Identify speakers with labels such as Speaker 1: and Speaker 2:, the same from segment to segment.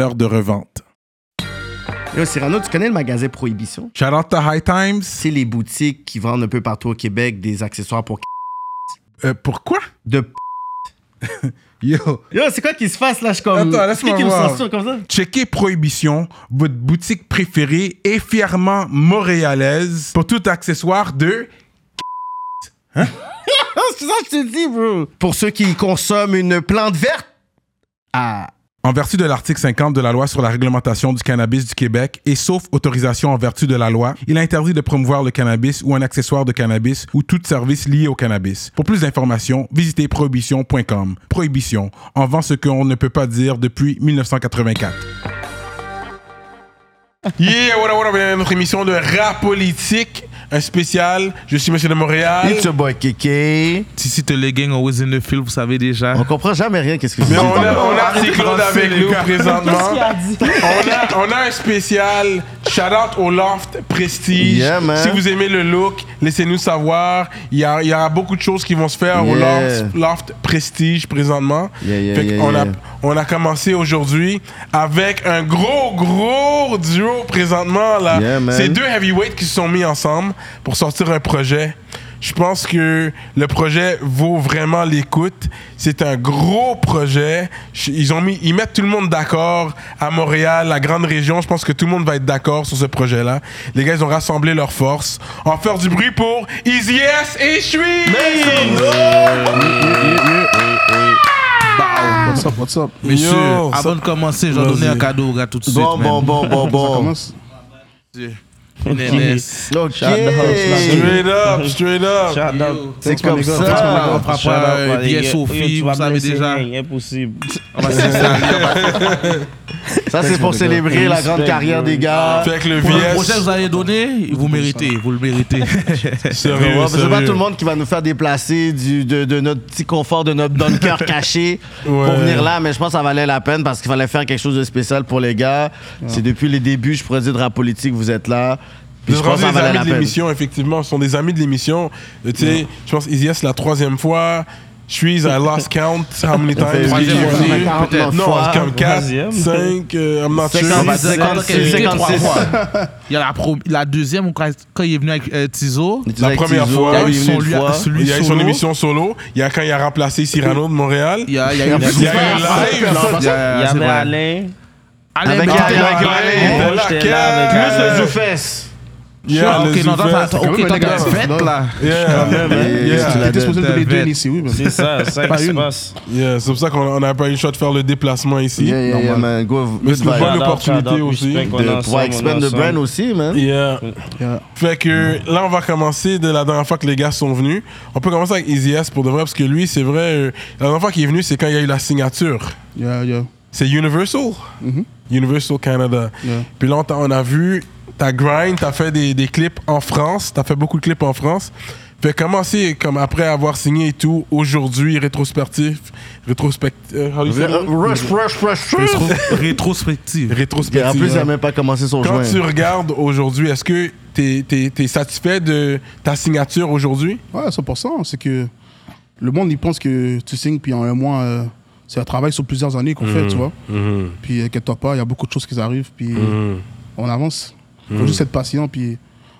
Speaker 1: de revente.
Speaker 2: Yo, Cyrano, tu connais le magasin Prohibition?
Speaker 1: Shout out to High Times.
Speaker 2: C'est les boutiques qui vendent un peu partout au Québec des accessoires pour
Speaker 1: Euh, pourquoi?
Speaker 2: de p-
Speaker 1: Yo.
Speaker 2: Yo, c'est quoi qui se passe là? Je suis comme.
Speaker 1: Attends, laisse-moi
Speaker 2: C'est qui qui me
Speaker 1: voir.
Speaker 2: censure comme ça?
Speaker 1: Checkez Prohibition, votre boutique préférée et fièrement montréalaise pour tout accessoire de.
Speaker 2: Ah, c'est ça que je te dis, bro. Pour ceux qui consomment une plante verte. Ah.
Speaker 1: En vertu de l'article 50 de la loi sur la réglementation du cannabis du Québec et sauf autorisation en vertu de la loi, il est interdit de promouvoir le cannabis ou un accessoire de cannabis ou tout service lié au cannabis. Pour plus d'informations, visitez prohibition.com. Prohibition, en vend ce qu'on ne peut pas dire depuis 1984. Yeah, voilà, voilà, bienvenue à notre émission de rap politique, un spécial. Je suis Monsieur de Montréal.
Speaker 2: It's your boy Kéké.
Speaker 3: Ici, te legging always in the field, vous savez déjà.
Speaker 2: On comprend jamais rien, qu'est-ce que
Speaker 1: Mais
Speaker 2: c'est.
Speaker 1: on a, on a Artie Claude avec nous
Speaker 4: Qu'est-ce
Speaker 1: présentement.
Speaker 4: qu'il a dit?
Speaker 1: On a, on a un spécial shout out au Loft Prestige.
Speaker 2: Yeah, man.
Speaker 1: si vous aimez le look, laissez-nous savoir. Il y, a, il y a beaucoup de choses qui vont se faire au
Speaker 2: Yeah.
Speaker 1: Loft, Loft Prestige présentement.
Speaker 2: Yeah, yeah,
Speaker 1: Fait
Speaker 2: yeah,
Speaker 1: qu'on
Speaker 2: yeah.
Speaker 1: a, on a commencé aujourd'hui avec un gros, gros duo présentement. Là.
Speaker 2: Yeah, man.
Speaker 1: C'est deux heavyweights qui se sont mis ensemble pour sortir un projet. Je pense que le projet vaut vraiment l'écoute. C'est un gros projet. Je- Ils ont mis, ils mettent tout le monde d'accord à Montréal, la grande région. Je pense que tout le monde va être d'accord sur ce projet-là. Les gars, ils ont rassemblé leurs forces. En faire du bruit pour Easy S et Shui.
Speaker 4: What's up, what's up?
Speaker 3: Monsieur,
Speaker 1: Yo,
Speaker 3: avant
Speaker 1: ça-
Speaker 3: de commencer, je vais
Speaker 1: Vas-y.
Speaker 3: donner un cadeau au gars tout de suite.
Speaker 2: Bon, bon,
Speaker 3: man.
Speaker 2: bon, bon,
Speaker 4: Ça
Speaker 2: bon.
Speaker 4: commence?
Speaker 3: Nénès.
Speaker 2: Ok.
Speaker 1: Straight up, straight up.
Speaker 5: Shout out.
Speaker 2: C'est comme
Speaker 5: Shout out,
Speaker 2: ça.
Speaker 3: On fera
Speaker 5: shout
Speaker 3: pas,
Speaker 5: out,
Speaker 3: euh,
Speaker 5: my
Speaker 3: bien
Speaker 5: nigga.
Speaker 3: Sophie,
Speaker 5: Yo, tu
Speaker 3: vous
Speaker 5: vas
Speaker 3: savez
Speaker 5: blesser
Speaker 3: déjà.
Speaker 5: rien, Impossible.
Speaker 3: On va se faire
Speaker 2: Ça, c'est pour célébrer la grande carrière des gars.
Speaker 1: Fait que le
Speaker 3: Pour le projet que
Speaker 1: VS.
Speaker 3: vous allez donner, vous méritez, vous le méritez. Bah,
Speaker 2: Ah, Ouais,
Speaker 1: Sérieux,
Speaker 2: parce que C'est pas
Speaker 1: sérieux.
Speaker 2: tout le monde qui va nous faire déplacer du, de, de notre petit confort, de notre bunker caché
Speaker 1: Ouais.
Speaker 2: pour venir là, mais je pense que ça valait la peine parce qu'il fallait faire quelque chose de spécial pour les gars. C'est depuis les débuts, je pourrais dire, de la politique, vous êtes là. Puis
Speaker 1: Nous
Speaker 2: je
Speaker 1: avons
Speaker 2: pense que ça
Speaker 1: des
Speaker 2: valait la
Speaker 1: amis de
Speaker 2: peine.
Speaker 1: l'émission, effectivement. Ce sont des amis de l'émission. Euh, Tu sais, je pense Isias la troisième fois. Shreeze, I lost count how many times
Speaker 2: Troisième
Speaker 1: he
Speaker 2: fois,
Speaker 1: is here.
Speaker 2: cinquante
Speaker 1: Peut-être. Non,
Speaker 2: fois.
Speaker 1: comme 4,
Speaker 5: Troisième.
Speaker 1: 5, euh, I'm not sure.
Speaker 2: Cinquante.
Speaker 3: On va dire
Speaker 2: Cinquante-
Speaker 3: quand il est venu trois
Speaker 2: cinquante-six.
Speaker 3: fois. Il y a la, pro- la deuxième, où quand quand il est venu avec euh, Tizo.
Speaker 2: Il était
Speaker 1: La
Speaker 2: avec
Speaker 1: première
Speaker 2: Tizo,
Speaker 1: fois,
Speaker 2: il y a eu
Speaker 3: ils
Speaker 2: une
Speaker 3: sont lui-
Speaker 2: fois.
Speaker 3: celui
Speaker 1: Il y a eu son
Speaker 3: solo.
Speaker 1: émission solo. Il y a quand il a remplacé Cyrano de Montréal.
Speaker 3: Il y a il y a eu
Speaker 1: Il y a eu live.
Speaker 3: Il y a-
Speaker 5: Il y
Speaker 3: c'est
Speaker 5: avait
Speaker 3: vrai.
Speaker 5: Alain.
Speaker 3: Alain
Speaker 2: Avec
Speaker 3: Blanc.
Speaker 2: Alain Blanc.
Speaker 1: Alain,
Speaker 5: Moi,
Speaker 1: t'es
Speaker 5: j'étais là
Speaker 1: Ah, là,
Speaker 5: avec euh,
Speaker 1: Ken.
Speaker 5: Alain.
Speaker 2: Plus le Zoufès.
Speaker 1: Yeah,
Speaker 3: Ah,
Speaker 1: le
Speaker 3: ok, non,
Speaker 1: Zoufès.
Speaker 3: attends, attends,
Speaker 4: Quand
Speaker 3: ok,
Speaker 4: même,
Speaker 3: t'as
Speaker 4: les gars,
Speaker 3: t'as
Speaker 4: c'est
Speaker 3: fait
Speaker 4: drôle.
Speaker 3: là.
Speaker 1: Yeah, yeah,
Speaker 4: Tu étais supposé
Speaker 3: T'as
Speaker 4: donner les
Speaker 3: fait.
Speaker 4: deux ici, oui. mais-
Speaker 5: C'est ça, c'est ça
Speaker 4: Pas
Speaker 5: qui se
Speaker 4: une.
Speaker 5: passe.
Speaker 1: yeah. C'est pour ça qu'on n'a pas eu le choix de faire le déplacement ici.
Speaker 2: Yeah, yeah, yeah, man. Go,
Speaker 1: Mais
Speaker 2: good
Speaker 1: c'est une
Speaker 2: vibe.
Speaker 1: bonne
Speaker 5: Shout out,
Speaker 1: opportunité
Speaker 5: shout out,
Speaker 1: aussi.
Speaker 5: respect, on est
Speaker 2: De pouvoir
Speaker 5: ensemble,
Speaker 2: expand
Speaker 5: on est
Speaker 2: le brand
Speaker 5: ensemble.
Speaker 2: aussi, man.
Speaker 1: Yeah.
Speaker 4: Yeah.
Speaker 1: Fait que là, on va commencer de la dernière fois que les gars sont venus. On peut commencer avec Easy S pour de vrai, parce que lui, c'est vrai, euh, la dernière fois qu'il est venu, c'est quand il y a eu la signature.
Speaker 4: Yeah, yeah. Mm-hmm.
Speaker 1: C'est Universal. Universal Canada.
Speaker 4: Yeah.
Speaker 1: Puis là, on, t'a- on a vu, t'as grind, t'as fait des, des clips en France, t'as fait beaucoup de clips en France. Fait commencer, comme après avoir signé et tout, aujourd'hui, rétrospectif, euh, rétrospectif,
Speaker 2: Rush, rush, rush, rush.
Speaker 3: Rétro- Rétrospective.
Speaker 2: Et en
Speaker 1: rétrospectif.
Speaker 2: plus, il n'a même pas commencé son
Speaker 1: Quand
Speaker 2: joint.
Speaker 1: tu regardes aujourd'hui, est-ce que t'es es, satisfait de ta signature aujourd'hui?
Speaker 4: Ouais, 100%. C'est que le monde, il pense que tu signes, puis en un mois, euh, c'est un travail sur plusieurs années qu'on fait, tu vois. Puis, euh, inquiète-toi pas, il y a beaucoup de choses qui arrivent, puis on avance. Faut juste être patient, puis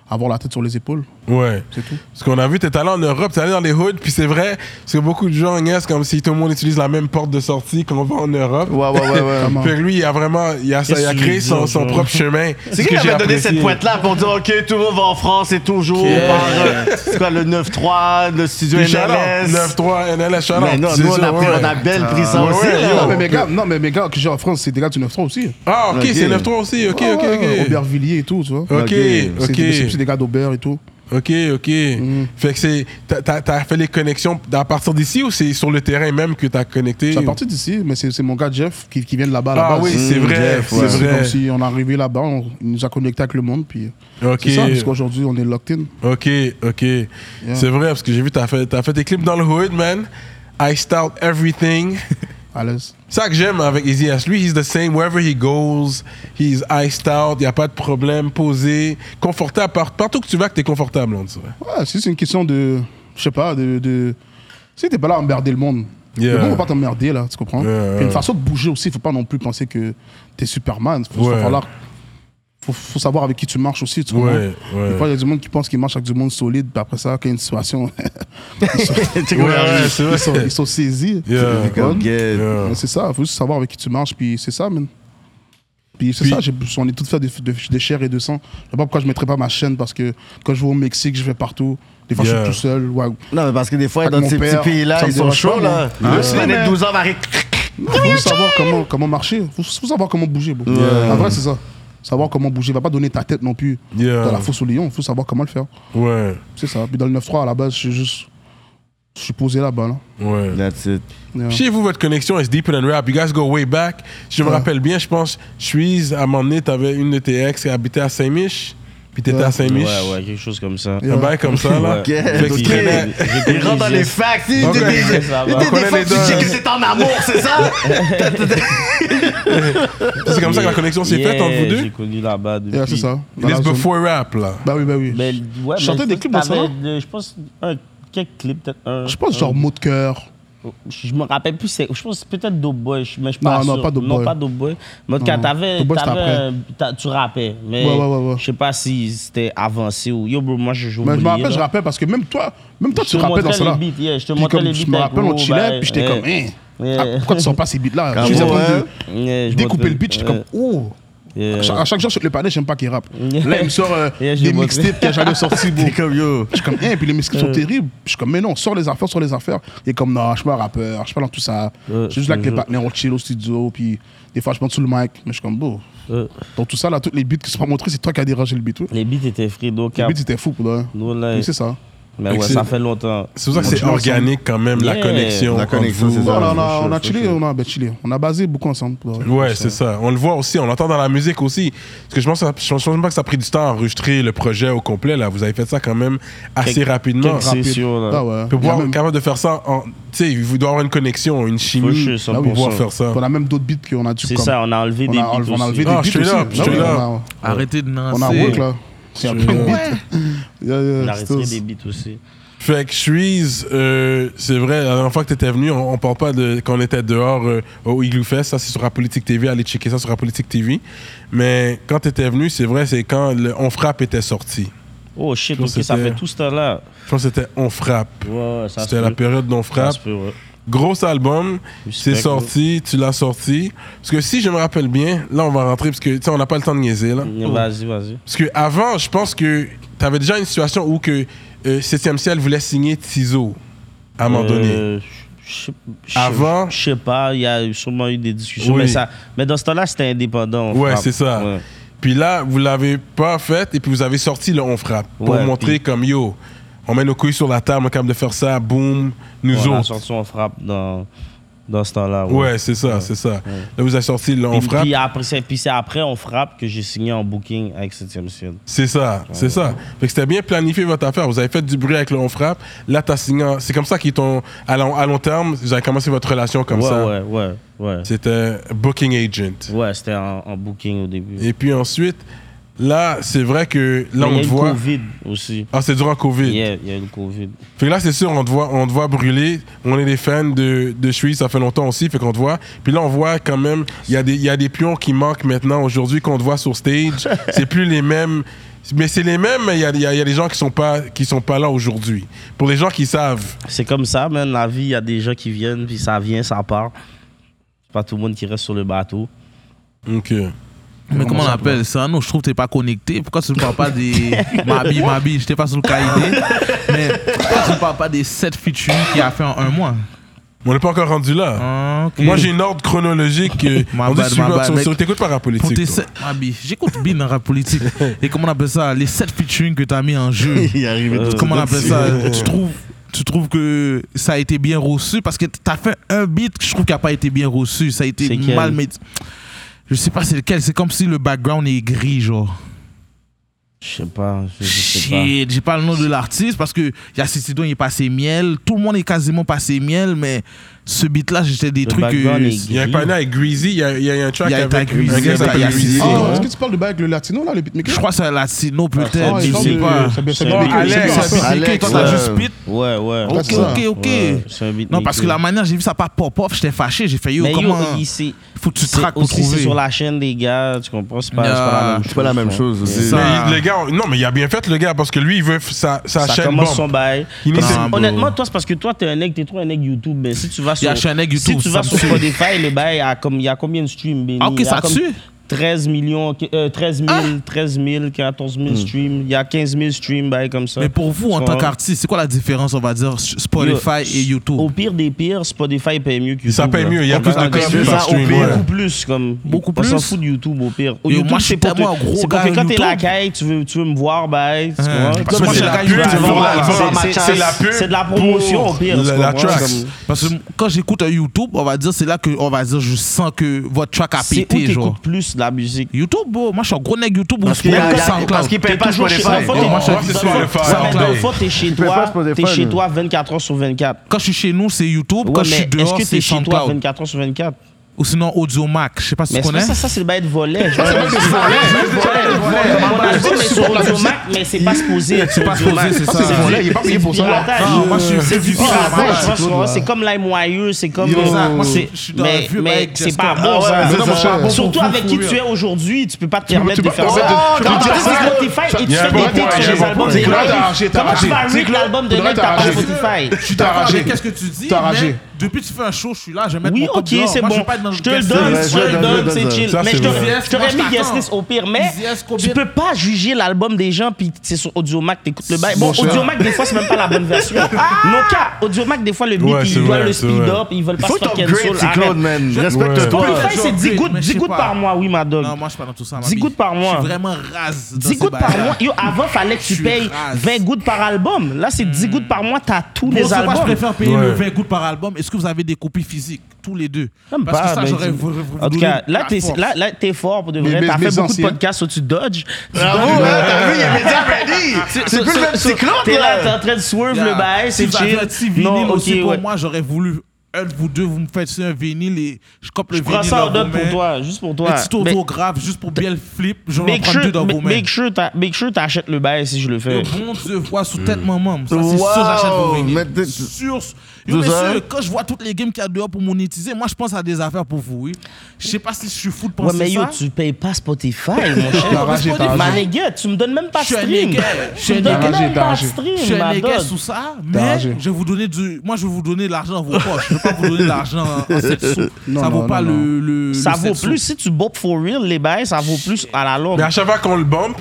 Speaker 4: avoir la tête sur les épaules.
Speaker 1: Ouais.
Speaker 4: C'est tout.
Speaker 1: Parce qu'on a vu, t'es allé en Europe, t'es allé dans les hoods, puis c'est vrai, parce que beaucoup de gens niaisent comme si tout le monde utilise la même porte de sortie qu'on va en Europe.
Speaker 2: Ouais, ouais, ouais, ouais.
Speaker 4: Comment?
Speaker 1: Fait que lui, il a vraiment, il a, ça, il a
Speaker 5: Qu'est-ce que tu
Speaker 1: créé
Speaker 5: veux
Speaker 1: son,
Speaker 5: dire,
Speaker 1: son
Speaker 5: genre?
Speaker 1: propre chemin.
Speaker 2: C'est
Speaker 1: Ce
Speaker 2: qui
Speaker 1: que
Speaker 2: qui
Speaker 1: j'ai
Speaker 2: avait donné
Speaker 1: apprécié.
Speaker 2: cette pointe-là pour dire, OK, tout le monde va en France et toujours par, euh, c'est quoi, le 9-3, le studio
Speaker 1: Puis shout-out,
Speaker 2: MLS.
Speaker 1: 9-3, NLS, shout-out.
Speaker 2: Mais non,
Speaker 1: C'est
Speaker 2: nous, on
Speaker 1: ça,
Speaker 2: a, pris,
Speaker 1: ouais.
Speaker 2: on a belle pris ça
Speaker 1: Ouais,
Speaker 2: aussi.
Speaker 1: ouais,
Speaker 2: là.
Speaker 1: yo.
Speaker 4: Non, mais mes gars, non, mais mes gars que j'ai en France, c'est des gars du 9-3 aussi. Ah
Speaker 1: Ah, ok,
Speaker 2: Ok.
Speaker 1: c'est 9-3 aussi, ok, ok,
Speaker 4: Oh, Ouais, euh,
Speaker 1: ok.
Speaker 4: Aubervilliers et tout, tu vois.
Speaker 1: Ok,
Speaker 4: C'est
Speaker 1: ok.
Speaker 4: des- c'est aussi des gars d'Aubert et tout.
Speaker 1: Ok, ok. Fait que c'est. t'as- T'as t'as fait les connexions à partir d'ici ou c'est sur le terrain même que t'as connecté
Speaker 4: C'est à partir d'ici, mais c'est c'est mon gars Jeff qui, qui vient de là-bas. à la
Speaker 1: Ah
Speaker 4: base.
Speaker 1: oui, c'est
Speaker 2: Mm,
Speaker 1: vrai.
Speaker 2: Jeff, ouais.
Speaker 1: C'est
Speaker 4: C'est
Speaker 1: vrai.
Speaker 4: comme si on est arrivé là-bas, on- il nous a connecté avec le monde, puis
Speaker 1: Ok,
Speaker 4: c'est ça, parce qu'aujourd'hui on est locked in.
Speaker 1: ok, ok. C'est vrai parce que j'ai vu, t'as fait, t'as fait tes clips dans le hood, man. Iced out everything.
Speaker 4: à l'aise.
Speaker 1: ça que j'aime avec Easy S. Lui, he's the same. Wherever he goes, he's iced out. Y a pas de problème, posé, confortable. Par- partout que tu vas, que t'es confortable, on dirait.
Speaker 4: Ouais, Ah, si c'est une question de, je sais pas, de, de- si t'es pas là à emmerder le monde,
Speaker 1: Yeah.
Speaker 4: le monde va pas t'emmerder là, tu comprends
Speaker 1: Yeah.
Speaker 4: Puis une façon de bouger aussi, faut pas non plus penser que t'es Superman, faut,
Speaker 1: Ouais.
Speaker 4: faut falloir- faut- faut savoir avec qui tu marches aussi, tu comprends
Speaker 1: Ouais, ouais.
Speaker 4: Des fois, il y a du monde qui pense qu'il marche avec du monde solide, puis après ça, quand il y a une situation,
Speaker 2: C'est comme-
Speaker 1: Ouais, c'est vrai.
Speaker 4: ils, sont, ils sont saisis.
Speaker 1: Yeah.
Speaker 4: Tu comprends?
Speaker 2: Yeah.
Speaker 1: Yeah.
Speaker 4: Mais C'est ça, faut juste savoir avec qui tu marches, puis c'est ça, man. Puis c'est
Speaker 1: Puis-
Speaker 4: ça, j'ai- on est toutes faites de, de, de chair et de sang. Je sais pas pourquoi je mettrais pas ma chaîne, parce que quand je vais au Mexique, je vais partout. Des fois,
Speaker 1: Yeah.
Speaker 4: je suis tout seul. Ouais.
Speaker 2: Non, mais parce que des fois,
Speaker 4: Avec
Speaker 2: dans
Speaker 4: mon
Speaker 2: ces petits
Speaker 4: père,
Speaker 2: pays-là,
Speaker 4: ça me
Speaker 2: ils sont
Speaker 4: dérange
Speaker 2: chauds,
Speaker 4: pas,
Speaker 2: là.
Speaker 5: Ah,
Speaker 4: moi.
Speaker 2: Le
Speaker 4: Ouais.
Speaker 2: cinéma
Speaker 4: Ouais.
Speaker 2: de 12 ans va
Speaker 4: Faut juste savoir comment, comment marcher. Faut, faut savoir comment bouger. bro. En vrai, c'est ça. Savoir comment bouger. Va pas donner ta tête non plus
Speaker 1: Yeah.
Speaker 4: dans la fosse au lion. Faut savoir comment le faire.
Speaker 1: Ouais,
Speaker 4: C'est ça. Puis dans le 9-3, à la base, je suis juste. Je suis posé là-bas. Là.
Speaker 1: ouais.
Speaker 2: That's it.
Speaker 4: Yeah.
Speaker 1: Chez vous, votre connexion est deeper than rap. You guys go way back. Si je me
Speaker 4: Ouais.
Speaker 1: rappelle bien, je pense, je suis à un moment donné, t'avais une de tes ex qui habitait à Saint-Mich, puis t'étais
Speaker 4: Ouais.
Speaker 1: à Saint-Mich.
Speaker 5: Ouais, ouais, quelque chose comme ça.
Speaker 4: euh,
Speaker 1: Un bail comme ça, là.
Speaker 2: Ok,
Speaker 1: Fait que tu
Speaker 2: ok.
Speaker 1: traînais-
Speaker 2: Il rentre dans les facts. Il
Speaker 1: Ok.
Speaker 2: était des, il était
Speaker 5: Ça va.
Speaker 2: des
Speaker 5: On
Speaker 1: connaît
Speaker 2: fois
Speaker 1: les
Speaker 2: que tu dis
Speaker 1: deux.
Speaker 2: que c'est en amour, c'est ça?
Speaker 1: C'est comme ça que la connexion s'est faite entre vous
Speaker 5: Yeah,
Speaker 1: deux.
Speaker 5: J'ai connu là-bas depuis.
Speaker 4: Yeah, euh, c'est ça. Dans la
Speaker 1: This
Speaker 4: zone.
Speaker 1: before rap, là.
Speaker 4: Bah oui, bah oui.
Speaker 5: Mais, ouais,
Speaker 4: Je chantais
Speaker 5: mais
Speaker 4: des clips dans ça,
Speaker 5: t'avais
Speaker 4: hein?
Speaker 5: de- Je pense, un, quelques clips, peut-être un.
Speaker 4: Je pense
Speaker 5: un-
Speaker 4: genre mot de cœur.
Speaker 5: Je me rappelle plus, c'est- je pense que c'est peut-être Doughboy, je- mais je suis pas
Speaker 4: Non, non,
Speaker 5: sûr.
Speaker 4: pas Doughboy.
Speaker 5: Non, pas Doughboy. Mais en tout cas,
Speaker 4: Non.
Speaker 5: t'avais,
Speaker 4: Doughboy, c'était
Speaker 5: t'avais
Speaker 4: après.
Speaker 5: un- t'as- tu rappais, mais
Speaker 4: Ouais, ouais, ouais, ouais.
Speaker 5: je sais pas si c'était avancé ou... Yo, bro, moi, je joue
Speaker 4: Mais je me rappelle, je rappelle parce que même toi, même toi,
Speaker 5: Je
Speaker 4: tu te
Speaker 5: te
Speaker 4: rappelles dans
Speaker 5: montrais
Speaker 4: ça là.
Speaker 5: les beats, yeah, je te
Speaker 4: Puis
Speaker 5: montrais
Speaker 4: comme
Speaker 5: les
Speaker 4: je
Speaker 5: beats
Speaker 4: me
Speaker 5: avec
Speaker 4: rappelle, on
Speaker 5: Wu,
Speaker 4: chillait,
Speaker 5: bah,
Speaker 4: puis j'étais
Speaker 5: eh.
Speaker 4: comme, hein,
Speaker 5: Yeah.
Speaker 4: ah, pourquoi tu sors pas ces beats là
Speaker 2: Ah
Speaker 4: Je suis en train
Speaker 2: ouais.
Speaker 4: de découper le beat, j'étais comme, oh À chaque-
Speaker 5: Yeah.
Speaker 4: À chaque jour, je check le panier, j'aime pas qu'il rappe.
Speaker 5: Yeah.
Speaker 4: Là, il me sort euh,
Speaker 5: Yeah, je
Speaker 4: des
Speaker 5: l'ai montré.
Speaker 4: mixtapes qui a jamais sorti, bro.
Speaker 2: T'es comme yo.
Speaker 4: Je suis comme, hein, puis les mixtapes sont terribles. Je suis comme, mais non, sors les affaires, sors les affaires. Et comme, non, je suis pas un rappeur, je suis pas dans tout ça.
Speaker 5: Ouais,
Speaker 4: Je suis juste là avec les
Speaker 5: je-
Speaker 4: partenaires, on chill au studio, puis des fois, je monte sous le mic. Mais je suis comme, bon.
Speaker 5: Euh,
Speaker 4: Dans tout ça, là, toutes les beats qui sont pas montrés, c'est toi qui as dérangé le beat. ouais.
Speaker 5: Les beats étaient free, donc...
Speaker 4: Le beat, c'était fou, pour là.
Speaker 5: Nous, là,
Speaker 4: Mais c'est ça.
Speaker 5: Mais ouais,
Speaker 1: Excellent.
Speaker 5: ça fait longtemps.
Speaker 1: C'est pour ça que c'est
Speaker 4: Continue
Speaker 1: organique quand même, la
Speaker 5: Yeah.
Speaker 1: connexion.
Speaker 2: La
Speaker 1: entre
Speaker 2: connexion,
Speaker 1: vous.
Speaker 2: c'est ça.
Speaker 4: Non,
Speaker 2: for
Speaker 4: non, non,
Speaker 2: sure,
Speaker 4: on a
Speaker 2: for
Speaker 4: chillé,
Speaker 2: sure.
Speaker 4: on a ben, chillé. On a basé beaucoup ensemble. pour de vrai.
Speaker 1: Ouais, c'est ça. On le voit aussi, on l'entend dans la musique aussi. Parce que je pense, que ça- je pense pas que ça a pris du temps à enregistrer le projet au complet. Là, vous avez fait ça quand même assez
Speaker 5: Quelques-
Speaker 1: rapidement.
Speaker 5: quelques- C'est sûr, là.
Speaker 4: Ah ouais.
Speaker 1: Pour
Speaker 4: Il y a
Speaker 1: pouvoir être
Speaker 4: même-
Speaker 1: capable de faire ça, en- tu sais, il vous doit avoir une connexion, une
Speaker 5: Faut
Speaker 1: chimie
Speaker 5: chier
Speaker 4: Là,
Speaker 1: pour
Speaker 4: Ah oui,
Speaker 5: 100%.
Speaker 1: pouvoir faire ça.
Speaker 4: On a même d'autres beats qu'on a dû
Speaker 5: C'est
Speaker 4: comme-
Speaker 5: ça, on a enlevé
Speaker 4: On
Speaker 5: des
Speaker 4: a,
Speaker 5: beats
Speaker 4: on a
Speaker 5: aussi. Ah,
Speaker 4: enlevé des
Speaker 1: Ah,
Speaker 4: beats
Speaker 1: straight
Speaker 4: aussi.
Speaker 1: up,
Speaker 4: Là,
Speaker 1: straight
Speaker 4: oui, on
Speaker 1: up.
Speaker 4: a-
Speaker 3: Arrêtez de
Speaker 4: On a
Speaker 3: lancer.
Speaker 4: work là. C'est un peu
Speaker 1: Straight
Speaker 4: une
Speaker 1: up.
Speaker 4: beat. Yeah, yeah,
Speaker 5: On a
Speaker 4: stills.
Speaker 5: retiré des beats aussi.
Speaker 1: Fait que Shreeze, euh, c'est vrai, la dernière fois que t'étais venu, on, on parle pas de quand on était dehors euh, au Igloo Fest, ça c'est sur la Politique TV, allez checker ça sur la Politique TV. Mais quand t'étais venu, c'est vrai, c'est quand le On Frappe était sorti.
Speaker 5: Oh shit,
Speaker 1: Je
Speaker 5: ok,
Speaker 1: pense que
Speaker 5: ça
Speaker 1: c'était-
Speaker 5: fait tout ce temps-là.
Speaker 1: Je pense que c'était On Frappe.
Speaker 5: Ouais, ouais, ça se
Speaker 1: C'était la
Speaker 5: peut.
Speaker 1: période d'On
Speaker 5: Ça
Speaker 1: Frappe.
Speaker 5: se peut, ouais.
Speaker 1: Gros album, c'est
Speaker 5: Respect,
Speaker 1: sorti, tu l'as sorti. Parce que si je me rappelle bien, là on va rentrer parce que tu sais, on n'a pas le temps de niaiser là.
Speaker 4: Oh.
Speaker 5: gros. Vas-y, vas-y.
Speaker 1: Parce que avant, je pense que tu avais déjà une situation où que euh, 7e ciel voulait signer Tizo à un moment donné.
Speaker 5: Euh, je- je-
Speaker 1: Avant-
Speaker 5: Je sais pas, il y a sûrement eu des discussions.
Speaker 1: Oui.
Speaker 5: Mais, ça, mais dans ce temps-là, c'était indépendant. on
Speaker 1: Ouais,
Speaker 5: frappe.
Speaker 1: c'est ça.
Speaker 5: Ouais.
Speaker 1: Puis là, vous l'avez pas fait et puis vous avez sorti le On Frappe pour
Speaker 5: Ouais,
Speaker 1: montrer comme yo, on met nos couilles sur la table, on est capable de faire ça, boum, nous
Speaker 5: On a
Speaker 1: autres.
Speaker 5: sorti, on frappe dans, dans ce temps-là.
Speaker 1: Ouais, c'est ça, c'est ça. Là, vous avez sorti le On
Speaker 5: puis,
Speaker 1: Frappe.
Speaker 5: puis après, c'est- puis c'est après on frappe que j'ai signé en booking avec 7e Ciel.
Speaker 1: C'est ça, c'est ça. Fait que c'était bien planifié votre affaire. Vous avez fait du bruit avec le On Frappe. Là, t'as signé. en- C'est comme ça qu'ils t'ont. À long, à long terme, vous avez commencé votre relation comme
Speaker 5: ouais,
Speaker 1: ça.
Speaker 5: ouais, ouais, ouais.
Speaker 1: C'était Booking Agent.
Speaker 5: Ouais, c'était en, en booking au début.
Speaker 1: Et puis ensuite, là, c'est vrai que là,
Speaker 5: Mais il y
Speaker 1: on
Speaker 5: a
Speaker 1: te
Speaker 5: eu
Speaker 1: voit.
Speaker 5: le Covid aussi.
Speaker 1: Ah, c'est durant Covid.
Speaker 5: Yeah, il y a eu le Covid.
Speaker 1: Fait que là, c'est sûr, on te, voit, on te voit brûler. On est des fans de, de Shui, ça fait longtemps aussi, fait qu'on te voit. Puis là, on voit quand même, il y, a des- il y a des pions qui manquent maintenant, aujourd'hui, qu'on te voit sur stage. c'est plus les mêmes Mais c'est les mêmes, mais il y a, il y a- il y a des gens qui sont pas, qui sont pas là aujourd'hui. Pour les gens qui savent,
Speaker 5: C'est comme ça, man. La vie, il y a des gens qui viennent, puis ça vient, ça part. C'est pas tout le monde qui reste sur le bateau.
Speaker 1: OK.
Speaker 3: Mais comment on appelle ça Non, je trouve que t'es pas connecté. Pourquoi tu ne parles pas des Mabi, Mabi, je t'ai pas sur le cahier. Mais pourquoi tu ne parles pas des 7 features qu'il a fait en un mois
Speaker 1: on n'est pas encore rendu
Speaker 5: Ah.
Speaker 1: là.
Speaker 3: Ok.
Speaker 1: Moi, j'ai une ordre chronologique. euh,
Speaker 3: My
Speaker 1: on dit
Speaker 3: bad,
Speaker 1: que tu
Speaker 3: my
Speaker 1: vas-
Speaker 3: bad,
Speaker 1: sur-
Speaker 3: mec.
Speaker 1: sur- T'écoutes pas la
Speaker 3: Pour
Speaker 1: politique.
Speaker 3: tes
Speaker 1: toi.
Speaker 3: sept- Mabi, j'écoute bien dans la politique. Et comment on appelle ça Les 7 features que tu as mis en jeu.
Speaker 2: Il est arrivé tout
Speaker 3: Euh, comment on
Speaker 2: le
Speaker 3: appelle
Speaker 2: temps
Speaker 3: ça
Speaker 2: dessus.
Speaker 3: Tu trouves tu trouves que ça a été bien reçu parce que t'as fait un beat que je trouve qu'il n'a pas été bien reçu, ça a été
Speaker 5: C'est quel
Speaker 3: mal mais je sais pas c'est lequel, c'est comme si le background est gris genre.
Speaker 5: Je sais pas. Je, je sais pas.
Speaker 3: Shit, j'ai pas le nom de l'artiste parce que Yacicidon est passé miel, tout le monde est quasiment passé miel mais ce beat là j'étais des
Speaker 5: Le
Speaker 3: trucs
Speaker 5: background
Speaker 3: euh,
Speaker 5: est
Speaker 1: Il y a un
Speaker 5: Greasy.
Speaker 1: panel avec Greasy, il y a, il y a un track
Speaker 3: Il y a
Speaker 1: avec
Speaker 3: avec Greasy,
Speaker 1: un gars qui s'appelle
Speaker 3: il y a
Speaker 1: Greasy.
Speaker 3: Sissi.
Speaker 4: Oh,
Speaker 3: Ah.
Speaker 4: Est-ce que tu parles de bail avec le latino, là, le beatmaker
Speaker 3: je crois que c'est Latino peut-être,
Speaker 4: Ah, il
Speaker 3: je
Speaker 4: semble-
Speaker 3: sais pas.
Speaker 4: ça- ça- ça-
Speaker 5: Bon,
Speaker 4: ça-
Speaker 5: Alex,
Speaker 4: ça- ça-
Speaker 3: Alex,
Speaker 2: Alex,
Speaker 3: toi, t'as
Speaker 2: ouais.
Speaker 3: juste beat.
Speaker 5: Ouais, ouais.
Speaker 4: Ouais,
Speaker 3: Ok,
Speaker 4: c'est ça.
Speaker 3: ok, ok.
Speaker 5: Ouais, c'est un beat
Speaker 3: Non, parce que la manière, j'ai vu ça par pop-off, j'étais fâché, j'ai fait yo,
Speaker 5: Mais yo,
Speaker 3: comment.
Speaker 5: ici,
Speaker 3: Faut que tu
Speaker 5: c'est
Speaker 3: traques pour
Speaker 5: aussi, c'est
Speaker 3: trouver.
Speaker 5: sur la chaîne des gars, tu comprends? C'est pas, c'est pas la
Speaker 3: Yeah.
Speaker 5: même chose.
Speaker 2: C'est pas la même
Speaker 5: hein.
Speaker 2: chose. aussi.
Speaker 1: Mais
Speaker 3: Ça-
Speaker 1: il- le gars, on- non, mais il a bien fait, le gars, parce que lui, il veut f- sa, sa
Speaker 5: Ça
Speaker 1: chaîne
Speaker 5: commence
Speaker 1: bombe.
Speaker 5: son bail.
Speaker 1: Il
Speaker 5: Parce
Speaker 1: essaie-
Speaker 5: que
Speaker 3: bro.
Speaker 5: honnêtement, toi, c'est parce que toi, t'es un nègre, t'es trop un nègre YouTube. Mais si tu vas sur,
Speaker 3: Yeah, je suis un nègre
Speaker 5: si
Speaker 3: YouTube,
Speaker 5: tu vas
Speaker 3: ça
Speaker 5: sur
Speaker 3: me tue.
Speaker 5: Spotify, le bail, il y a comme- il y a combien de streams, Benny?
Speaker 3: Ah, ok,
Speaker 5: Il y a
Speaker 3: ça Ah.
Speaker 5: comme
Speaker 3: tue?
Speaker 5: 13 millions, euh, 13 000, 13 000, 14 000
Speaker 3: Hmm.
Speaker 5: streams. Il y a 15 000 streams, bail, comme ça.
Speaker 3: Mais pour vous, en
Speaker 5: Tu
Speaker 3: tant
Speaker 5: vois?
Speaker 3: qu'artiste, c'est quoi la différence, on va dire, sur Spotify et YouTube
Speaker 5: Au pire des pires, Spotify paye mieux que YouTube. hein.
Speaker 1: Ça paye
Speaker 5: là.
Speaker 1: mieux, il y a
Speaker 5: On
Speaker 1: plus de
Speaker 5: parle
Speaker 1: codes
Speaker 5: ça,
Speaker 1: par
Speaker 5: au
Speaker 1: stream,
Speaker 5: pire,
Speaker 1: ouais.
Speaker 5: Beaucoup plus, comme.
Speaker 3: Beaucoup
Speaker 5: On s'en
Speaker 3: plus?
Speaker 5: fout de YouTube, au pire. Au
Speaker 3: Yo,
Speaker 5: YouTube,
Speaker 3: moi, je suis
Speaker 5: c'est pour
Speaker 3: tellement
Speaker 5: te-
Speaker 3: un gros
Speaker 5: c'est pour
Speaker 3: gars
Speaker 5: que quand t'es
Speaker 3: YouTube.
Speaker 5: la caille, tu veux, tu veux me voir, bye. Tu
Speaker 3: Hein,
Speaker 5: vois?
Speaker 3: parce
Speaker 1: que moi,
Speaker 5: c'est
Speaker 1: c'est
Speaker 5: la
Speaker 1: la pub,
Speaker 5: caille,
Speaker 1: c'est pour l'album.
Speaker 5: c'est-
Speaker 1: C'est la pub
Speaker 5: C'est de la promotion, au
Speaker 1: pour
Speaker 5: pire. tu
Speaker 1: la- la
Speaker 5: comprends,
Speaker 1: tracks.
Speaker 5: comme-
Speaker 3: Parce que quand j'écoute un YouTube, on va dire, c'est là que, on va dire, je sens que votre track a
Speaker 5: C'est où
Speaker 3: pété, genre.
Speaker 5: t'écoutes plus de la musique.
Speaker 3: YouTube, bro, moi, je suis un gros nègre YouTube ou
Speaker 2: Parce qu'il y a-
Speaker 3: Spotify,
Speaker 2: il y a-
Speaker 3: SoundCloud.
Speaker 2: parce qu'il paye pas
Speaker 5: toujours chez toi.
Speaker 2: Spotify.
Speaker 5: Faut
Speaker 1: Oh,
Speaker 5: t'es-
Speaker 1: moi, je suis
Speaker 5: dans-
Speaker 1: Spotify.
Speaker 5: dans-
Speaker 1: SoundCloud.
Speaker 5: dans le fond, t'es chez
Speaker 2: peux pas
Speaker 5: toi,
Speaker 2: Spotify,
Speaker 5: t'es chez
Speaker 2: mais-
Speaker 5: toi 24 heures sur 24.
Speaker 3: Quand je suis chez nous, c'est YouTube.
Speaker 5: Ouais,
Speaker 3: Quand je
Speaker 5: mais
Speaker 3: suis
Speaker 5: est-ce
Speaker 3: dehors,
Speaker 5: que t'es
Speaker 3: c'est
Speaker 5: chez toi
Speaker 3: SoundCloud.
Speaker 5: 24 heures sur 24?
Speaker 3: Ou sinon, Audio Mac. Je sais pas si
Speaker 5: Mais
Speaker 3: tu
Speaker 5: c'est pas
Speaker 3: connais.
Speaker 5: ça, ça, c'est le bail de volet. je vois.
Speaker 2: Ouais.
Speaker 5: Mon album est sur Audio Mac, mais c'est pas supposé être sur
Speaker 3: pas
Speaker 5: Audio
Speaker 3: supposé,
Speaker 5: Mac.
Speaker 3: c'est ça.
Speaker 5: C'est du-
Speaker 3: Voilà,
Speaker 4: Ah, il est pas payé
Speaker 5: c'est du
Speaker 4: pour ça, là.
Speaker 5: piratage.
Speaker 3: Ah, moi, je suis-
Speaker 5: C'est du
Speaker 3: je suis-
Speaker 5: piratage,
Speaker 3: je
Speaker 5: tu
Speaker 3: suis-
Speaker 5: vois, tu vois, C'est comme Lime Wire, c'est comme. euh,
Speaker 3: Yo, ça, moi, je-
Speaker 5: c'est-
Speaker 3: je suis dans
Speaker 5: Mais
Speaker 3: un vieux
Speaker 5: mais
Speaker 3: bail,
Speaker 5: c'est
Speaker 3: ça.
Speaker 5: pas
Speaker 3: Ah
Speaker 5: bon,
Speaker 3: ouais, c'est
Speaker 5: ça. Tu
Speaker 3: ça,
Speaker 5: vois,
Speaker 3: bon,
Speaker 5: Surtout
Speaker 3: faut-
Speaker 5: avec
Speaker 3: faut
Speaker 5: qui
Speaker 3: rire.
Speaker 5: tu es aujourd'hui, tu peux pas te permettre
Speaker 4: tu
Speaker 5: de
Speaker 4: peux
Speaker 5: faire
Speaker 4: pas-
Speaker 5: ça.
Speaker 4: Oh,
Speaker 5: Quand tu
Speaker 4: tu peux
Speaker 5: vas sur
Speaker 4: pas-
Speaker 5: Spotify et tu
Speaker 1: y a un
Speaker 5: fais
Speaker 1: bon
Speaker 5: des
Speaker 1: point,
Speaker 5: titres
Speaker 1: il y a
Speaker 5: sur
Speaker 1: un
Speaker 5: les
Speaker 1: bon
Speaker 5: albums
Speaker 1: point.
Speaker 5: des
Speaker 1: C'est
Speaker 4: clair,
Speaker 5: nègres.
Speaker 4: t'as arraché, t'as
Speaker 5: Comment tu
Speaker 4: arraché.
Speaker 5: vas
Speaker 4: C'est
Speaker 5: rip
Speaker 4: clair,
Speaker 5: l'album de
Speaker 4: t'as
Speaker 5: Nègre t'as pas
Speaker 4: arraché.
Speaker 5: Spotify?
Speaker 3: Je suis
Speaker 4: d'accord
Speaker 3: d'accord
Speaker 4: avec
Speaker 3: avec qu'est-ce que tu dis.
Speaker 4: T'as ragé.
Speaker 3: Mais depuis que tu fais un show, je suis là, je vais mettre
Speaker 5: Oui,
Speaker 3: mon
Speaker 5: ok,
Speaker 3: code dehors.
Speaker 5: c'est
Speaker 3: Moi,
Speaker 5: bon.
Speaker 3: vais pas être dans
Speaker 5: Je te le
Speaker 3: guest
Speaker 5: donne,
Speaker 3: list.
Speaker 5: je te le
Speaker 2: ouais,
Speaker 5: donne,
Speaker 2: ouais,
Speaker 5: c'est
Speaker 2: ouais.
Speaker 5: chill.
Speaker 1: Ça,
Speaker 5: mais
Speaker 1: c'est
Speaker 5: je t'aurais-
Speaker 3: vrai.
Speaker 5: je t'aurais mis Guest List au pire, mais
Speaker 3: Easy S, combien-
Speaker 5: tu peux pas juger l'album des gens puis c'est sur Audiomac, t'écoutes le bail.
Speaker 4: Mon
Speaker 5: Bon,
Speaker 4: cher.
Speaker 5: Audiomac, des fois, c'est même pas la bonne version. Non, cas, Audiomac, des fois, le beat,
Speaker 1: Ouais, c'est
Speaker 5: ils
Speaker 1: vrai,
Speaker 5: veulent le
Speaker 1: c'est
Speaker 5: speed
Speaker 1: vrai.
Speaker 5: up, ils veulent
Speaker 2: Il
Speaker 5: pas
Speaker 2: faut
Speaker 5: se
Speaker 2: que
Speaker 5: faire
Speaker 2: t'upgrades,
Speaker 5: cancel.
Speaker 2: c'est Claude,
Speaker 5: arrête.
Speaker 2: man.
Speaker 5: Pour
Speaker 2: Respecte-toi.
Speaker 5: le faire, c'est 10
Speaker 3: J'upgrade,
Speaker 5: gouttes,
Speaker 3: mais je
Speaker 5: 10
Speaker 3: sais
Speaker 5: gouttes
Speaker 3: pas.
Speaker 5: par mois, oui, ma dog.
Speaker 3: Non, moi, je suis pas dans tout ça. ma
Speaker 5: 10
Speaker 3: bille.
Speaker 5: gouttes par mois.
Speaker 3: Je suis vraiment rase. dans
Speaker 5: 10
Speaker 3: ces
Speaker 5: gouttes par
Speaker 3: bails-là.
Speaker 5: mois. Yo, avant, fallait que
Speaker 3: Je
Speaker 5: tu
Speaker 3: suis
Speaker 5: payes
Speaker 3: rase.
Speaker 5: 20 gouttes par album. Là, c'est 10 gouttes par mois, t'as tous
Speaker 3: Pour
Speaker 5: les
Speaker 3: ça, moi, je
Speaker 5: albums.
Speaker 3: préfère payer
Speaker 1: Ouais.
Speaker 3: le 20 gouttes par album. Est-ce que vous avez des copies physiques Tous les deux.
Speaker 5: Même
Speaker 3: Parce que
Speaker 5: pas,
Speaker 3: ça,
Speaker 5: mais
Speaker 3: j'aurais
Speaker 5: tu-
Speaker 3: voulu vous
Speaker 5: En tout
Speaker 3: donner
Speaker 5: cas, là,
Speaker 3: la
Speaker 5: t'es,
Speaker 3: force.
Speaker 5: là, là, t'es fort pour de vrai.
Speaker 4: Mais-
Speaker 5: T'as fait
Speaker 4: mais- mais
Speaker 5: beaucoup de
Speaker 4: anciens.
Speaker 5: podcasts où tu dodges. Tu
Speaker 2: Bravo,
Speaker 5: dodges.
Speaker 2: hein, t'as vu, il y avait déjà Brady. C'est
Speaker 5: So-
Speaker 2: plus le
Speaker 5: so-
Speaker 2: même
Speaker 5: so-
Speaker 2: petit Claude,
Speaker 5: T'es là, t'es
Speaker 2: là.
Speaker 5: en train de swerve
Speaker 3: Yeah.
Speaker 5: le bail,
Speaker 3: Si
Speaker 5: c'est
Speaker 3: vous avez un petit
Speaker 5: chill.
Speaker 3: vinyle aussi pour
Speaker 5: ouais.
Speaker 3: moi, j'aurais voulu. Un de vous deux, vous me faites ça, un vinyle et je cope le
Speaker 5: Je
Speaker 3: vinyle.
Speaker 5: prends ça en
Speaker 3: dans vos
Speaker 5: note pour
Speaker 3: mains.
Speaker 5: toi, juste pour toi.
Speaker 3: Un petit
Speaker 5: Mais-
Speaker 3: autographe juste pour bien le flip. Je vais en
Speaker 5: Make
Speaker 3: prendre deux dans
Speaker 5: sure,
Speaker 3: vos
Speaker 5: ma-
Speaker 3: mains.
Speaker 5: make sure t'a- make sure t'achètes le bail si je le fais.
Speaker 3: Le bon Dieu voit sous
Speaker 5: Mm.
Speaker 3: tête maman. Ça, c'est sûr, j'achète
Speaker 2: Wow,
Speaker 3: vos
Speaker 2: mais
Speaker 3: vinyles.
Speaker 2: t'es-
Speaker 3: Sûr. Yo,
Speaker 2: C'est ça,
Speaker 3: messieurs,
Speaker 2: hein?
Speaker 3: quand je vois toutes les games qu'il y a dehors pour monétiser, moi, je pense à des affaires pour vous, oui. Je sais pas si je suis fou de
Speaker 5: Ouais,
Speaker 3: penser
Speaker 5: mais yo,
Speaker 3: ça. Eh,
Speaker 5: tu payes pas Spotify, mon cher.
Speaker 4: T'as ragé, t'as
Speaker 5: Ma
Speaker 4: ragé.
Speaker 5: nigga, tu me donnes même pas de
Speaker 3: Je suis un
Speaker 5: stream.
Speaker 3: nigga. Je suis
Speaker 5: Tu me
Speaker 3: un
Speaker 5: donnes
Speaker 4: nigga.
Speaker 5: même pas de
Speaker 4: Ragé,
Speaker 3: Je suis
Speaker 5: stream,
Speaker 3: un
Speaker 5: ma
Speaker 3: dégât
Speaker 5: dog.
Speaker 3: sous ça, mais
Speaker 4: T'arranger.
Speaker 3: je vais vous donner du. Moi, je vais vous donner de l'argent dans vos poches. Je vais pas vous donner de l'argent en cette sous.
Speaker 4: Non,
Speaker 3: ça vaut
Speaker 4: non,
Speaker 3: pas
Speaker 4: non,
Speaker 3: le, le.
Speaker 5: Ça
Speaker 3: le
Speaker 5: vaut
Speaker 3: sept sous.
Speaker 5: plus, si tu bop for real, les bails, ça vaut plus à la longue.
Speaker 1: Mais à chaque fois qu'on le bump, ça
Speaker 3: Ouais,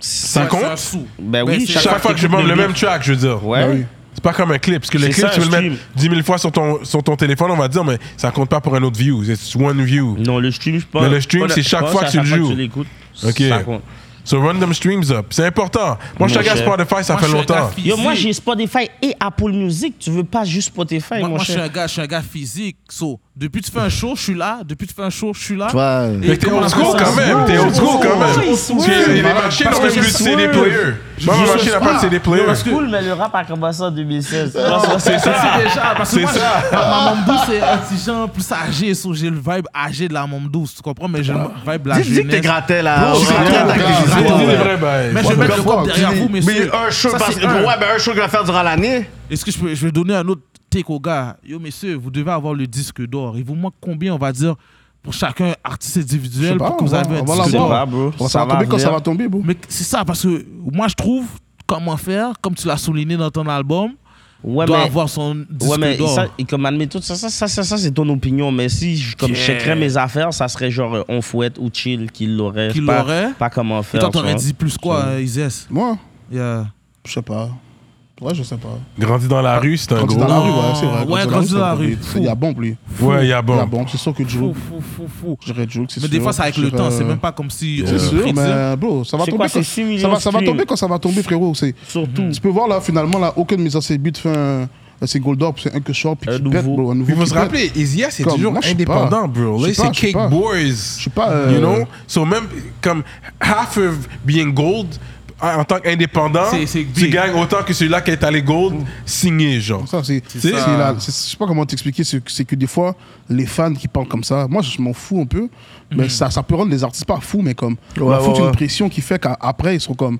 Speaker 3: c'est un
Speaker 1: compte.
Speaker 3: sou.
Speaker 5: Ben oui,
Speaker 3: c'est-
Speaker 5: chaque
Speaker 1: Chaque
Speaker 5: fois
Speaker 1: fois que je
Speaker 5: t'écoutes
Speaker 1: bump le
Speaker 5: le
Speaker 1: même
Speaker 5: beat.
Speaker 1: track, je veux dire.
Speaker 4: Ah
Speaker 5: Ouais.
Speaker 4: oui.
Speaker 1: C'est pas comme un clip, parce que le
Speaker 5: C'est
Speaker 1: clip,
Speaker 5: ça,
Speaker 1: tu peux le
Speaker 5: un
Speaker 1: mettre 10 000 fois sur ton, sur ton téléphone, on va dire, mais ça compte pas pour un autre view. C'est one view.
Speaker 5: Non, le stream, je pense.
Speaker 1: Mais le stream, c'est chaque fois que tu le joues.
Speaker 5: l'écoutes.
Speaker 1: Ok.
Speaker 5: ça compte.
Speaker 1: So random streams up. C'est important. Moi, je
Speaker 5: Mon
Speaker 1: te regarde
Speaker 5: cher.
Speaker 1: Spotify, ça
Speaker 3: Moi,
Speaker 1: fait
Speaker 3: je suis un
Speaker 1: longtemps.
Speaker 3: gars physique.
Speaker 5: Yo, moi, j'ai Spotify et Apple Music. Tu veux pas juste Spotify,
Speaker 3: Moi,
Speaker 5: mon
Speaker 3: moi, je suis
Speaker 5: cher.
Speaker 3: un gars, je suis un gars physique. So, depuis que tu fais un show, je suis là. Depuis que tu fais un show, je suis là.
Speaker 2: vois.
Speaker 1: Mais t'es
Speaker 3: comment
Speaker 1: old
Speaker 3: on
Speaker 1: school
Speaker 3: appelle ça
Speaker 1: quand même. T'es old school quand même.
Speaker 5: Ouais,
Speaker 1: Parce que les machines
Speaker 5: ouais.
Speaker 3: Parce
Speaker 1: n'ont
Speaker 3: que
Speaker 1: même
Speaker 3: je
Speaker 1: plus de
Speaker 3: swear.
Speaker 1: CD player. Moi, ma
Speaker 3: je
Speaker 1: machine n'a pas de CD player.
Speaker 5: Cool, mais le rap a commencé en 2016. Tu vois, ça,
Speaker 1: C'est ça.
Speaker 3: C'est déjà, parce que
Speaker 1: C'est
Speaker 3: moi,
Speaker 1: ça.
Speaker 3: je- ma Mamdou, c'est un petit genre plus âgé, so j'ai le vibe âgé de la Mamdou, tu comprends, mais j'ai
Speaker 1: Ah.
Speaker 3: le vibe de la
Speaker 2: Dis dis que t'es
Speaker 3: jeunesse.
Speaker 2: gratté, là.
Speaker 3: Bro, je suis
Speaker 2: Ouais,
Speaker 3: gratté,
Speaker 2: ouais,
Speaker 3: gratté,
Speaker 2: ouais.
Speaker 3: gratté.
Speaker 1: Dis les vrais bails.
Speaker 3: Mais je vais mettre le
Speaker 4: comprends,
Speaker 3: code derrière
Speaker 4: dis-
Speaker 3: vous,
Speaker 2: Mais
Speaker 3: messieurs.
Speaker 2: un show,
Speaker 3: Ça,
Speaker 2: parce
Speaker 3: c'est
Speaker 2: que.
Speaker 3: un.
Speaker 2: Ouais, ben un show que je vais faire durant l'année.
Speaker 3: Est-ce que je, peux, je vais donner un autre take au gars Yo, messieurs, vous devez avoir le disque d'or. Il vous manque combien, on va dire, pour chacun artiste individuel
Speaker 4: Je sais pas,
Speaker 3: pour que vous
Speaker 4: on va-
Speaker 3: avez un
Speaker 4: on va
Speaker 3: disque
Speaker 5: C'est
Speaker 4: l'avoir.
Speaker 3: d'or.
Speaker 5: pas, bro.
Speaker 4: On va
Speaker 5: Ça
Speaker 4: ça
Speaker 5: va
Speaker 4: tomber quand ça
Speaker 5: venir.
Speaker 4: va tomber, bro.
Speaker 3: Mais c'est ça, parce que moi, je trouve comment faire, comme tu l'as souligné dans ton album,
Speaker 5: Ouais,
Speaker 3: doit
Speaker 5: mais-
Speaker 3: avoir son disque
Speaker 5: Ouais, mais
Speaker 3: d'or.
Speaker 5: ça, et comme admettons, ça, ça, ça, ça, ça, c'est ton opinion. Mais si je, comme je checkerais mes affaires, ça serait genre euh, on fouette ou chill qu'il l'aurait.
Speaker 3: Qu'il
Speaker 5: pas-
Speaker 3: l'aurait.
Speaker 5: Pas comment
Speaker 3: Et
Speaker 5: faire.
Speaker 3: toi,
Speaker 5: tu
Speaker 3: t'aurais
Speaker 5: vois.
Speaker 3: dit plus quoi, euh, Isès
Speaker 4: Moi,
Speaker 3: Yeah.
Speaker 4: je sais pas. Ouais, je sais pas.
Speaker 1: Grandi dans la rue, c'est un
Speaker 4: Quand
Speaker 1: gros.
Speaker 4: dans la
Speaker 3: Non.
Speaker 4: rue, ouais, c'est vrai.
Speaker 3: Ouais,
Speaker 4: Quand
Speaker 3: grandi dans la rue.
Speaker 4: c'est- Il y a bombe, lui.
Speaker 1: Ouais, il y a
Speaker 4: Il y a
Speaker 1: bon.
Speaker 4: bombe, c'est sûr que
Speaker 3: Fou,
Speaker 4: Joke.
Speaker 3: fou, fou, fou.
Speaker 4: J'irais Joke, c'est
Speaker 3: Mais
Speaker 4: sûr.
Speaker 3: des fois, c'est avec le
Speaker 4: J'irais-
Speaker 3: temps, c'est même pas comme si. euh,
Speaker 4: C'est
Speaker 3: on
Speaker 4: sûr,
Speaker 3: prédit.
Speaker 4: mais bro, ça va
Speaker 5: Euh, C'est quoi,
Speaker 4: tomber. quand-
Speaker 5: c'est 6 millions
Speaker 4: ça va,
Speaker 5: de
Speaker 4: ça va
Speaker 5: streams. Hmm.
Speaker 4: tomber quand ça va tomber, frérot. C'est.
Speaker 5: Surtout.
Speaker 3: Mm.
Speaker 4: Tu peux voir là, finalement, là, aucun de mes anciens beats fait un, un single d'or, puis euh, c'est un que je sors, puis
Speaker 5: Un
Speaker 4: qui
Speaker 5: nouveau.
Speaker 4: pète, bro, un nouveau.
Speaker 1: Il faut
Speaker 4: qui
Speaker 1: se
Speaker 4: pète.
Speaker 1: rappeler, Izia, c'est
Speaker 4: Comme,
Speaker 1: toujours
Speaker 4: moi, je sais pas.
Speaker 1: indépendant, bro.
Speaker 4: Je
Speaker 1: Là,
Speaker 4: sais
Speaker 1: c'est
Speaker 4: pas, je sais
Speaker 1: Cake
Speaker 4: pas.
Speaker 1: Boys.
Speaker 4: Je sais pas. euh,
Speaker 1: You know? So, même comme half of being gold, en en tant qu'indépendant,
Speaker 3: C'est- c'est
Speaker 1: tu
Speaker 3: big.
Speaker 1: gagnes autant que celui-là qui est allé gold, signé, genre.
Speaker 4: Ça, c'est.
Speaker 3: C'est
Speaker 4: c'est
Speaker 3: ça.
Speaker 4: la- c'est- Je sais pas comment t'expliquer, c'est c'est que des fois, les fans qui parlent comme ça, moi, je m'en fous un peu.
Speaker 3: Mm.
Speaker 4: Mais ça, ça peut rendre les artistes pas fous, mais comme. on
Speaker 2: Ouais,
Speaker 4: leur fout
Speaker 2: ouais,
Speaker 4: une
Speaker 2: ouais.
Speaker 4: pression qui fait qu'après, ils sont comme.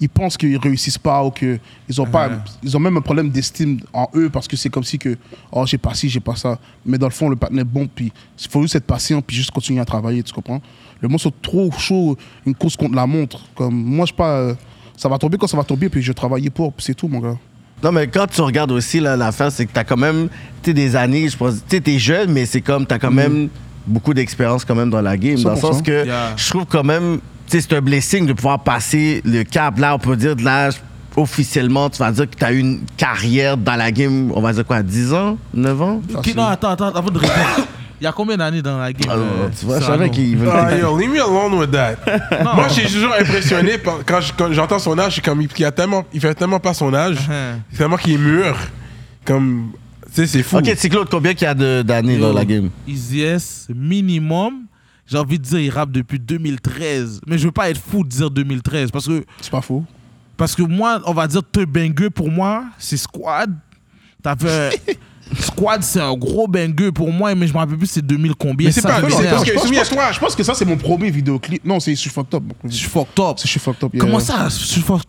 Speaker 4: Ils pensent qu'ils réussissent pas ou qu'ils ont, pas
Speaker 3: Uh-huh.
Speaker 4: ils ont même un problème d'estime en eux parce que c'est comme si que. Oh, j'ai pas ci, j'ai pas ça. Mais dans le fond, le patin est bon, puis il faut juste être patient, puis juste continuer à travailler, tu comprends? Le mot, c'est trop chaud, une course contre la montre. Comme, moi, je sais pas. euh, Ça va tomber quand ça va tomber, puis je vais travailler pour, puis c'est tout, mon gars.
Speaker 2: Non, mais quand tu regardes aussi, là, l'affaire, c'est que t'as quand même, tu des années, je pense, tu sais, t'es jeune, mais c'est comme, t'as quand
Speaker 1: Mm-hmm.
Speaker 2: même beaucoup d'expérience quand même dans la game, dans le
Speaker 4: 100%.
Speaker 2: sens que
Speaker 3: Yeah.
Speaker 2: je trouve quand même, tu sais, c'est un blessing de pouvoir passer le cap. Là, on peut dire de l'âge, officiellement, tu vas dire que t'as eu une carrière dans la game, on va dire quoi, 10 ans, 9 ans?
Speaker 1: Euh,
Speaker 3: Qui- non, attends, attends, avant de répondre. Il y a combien d'années dans la game
Speaker 2: Ah,
Speaker 3: euh,
Speaker 2: tu vois, je
Speaker 3: Cyrano
Speaker 2: savais qu'ils veulent.
Speaker 1: Ah, yo, leave me alone with that. Moi, je suis toujours impressionné par- quand je- quand j'entends son âge. je suis Comme, il, a tellement, il fait tellement pas son âge.
Speaker 4: Uh-huh.
Speaker 3: Hein.
Speaker 1: C'est tellement qu'il est mûr. Comme, tu sais, c'est fou.
Speaker 2: Ok, c'est Claude, combien qu'il y a de- d'années dans la game?
Speaker 3: Easy S, minimum. J'ai envie de dire, il rappe depuis 2013. Mais je veux pas être fou de dire 2013. Parce que,
Speaker 4: C'est pas faux.
Speaker 3: parce que moi, on va dire te bengueux pour moi, c'est Squad. T'avais. Squad, c'est un gros bengueux pour moi, mais je me rappelle plus c'est 2000 combien.
Speaker 1: Mais c'est
Speaker 3: ça,
Speaker 1: pas-
Speaker 3: je
Speaker 1: mais
Speaker 3: me
Speaker 1: c'est
Speaker 3: perds.
Speaker 1: parce que-
Speaker 4: Je pense- je
Speaker 1: souviens-
Speaker 4: pense- je pense que ça, c'est mon premier vidéoclip. Non, c'est Je suis fucked up.
Speaker 3: Je suis fucked up.
Speaker 4: C'est Je suis fucked up. yeah.
Speaker 3: Comment ça,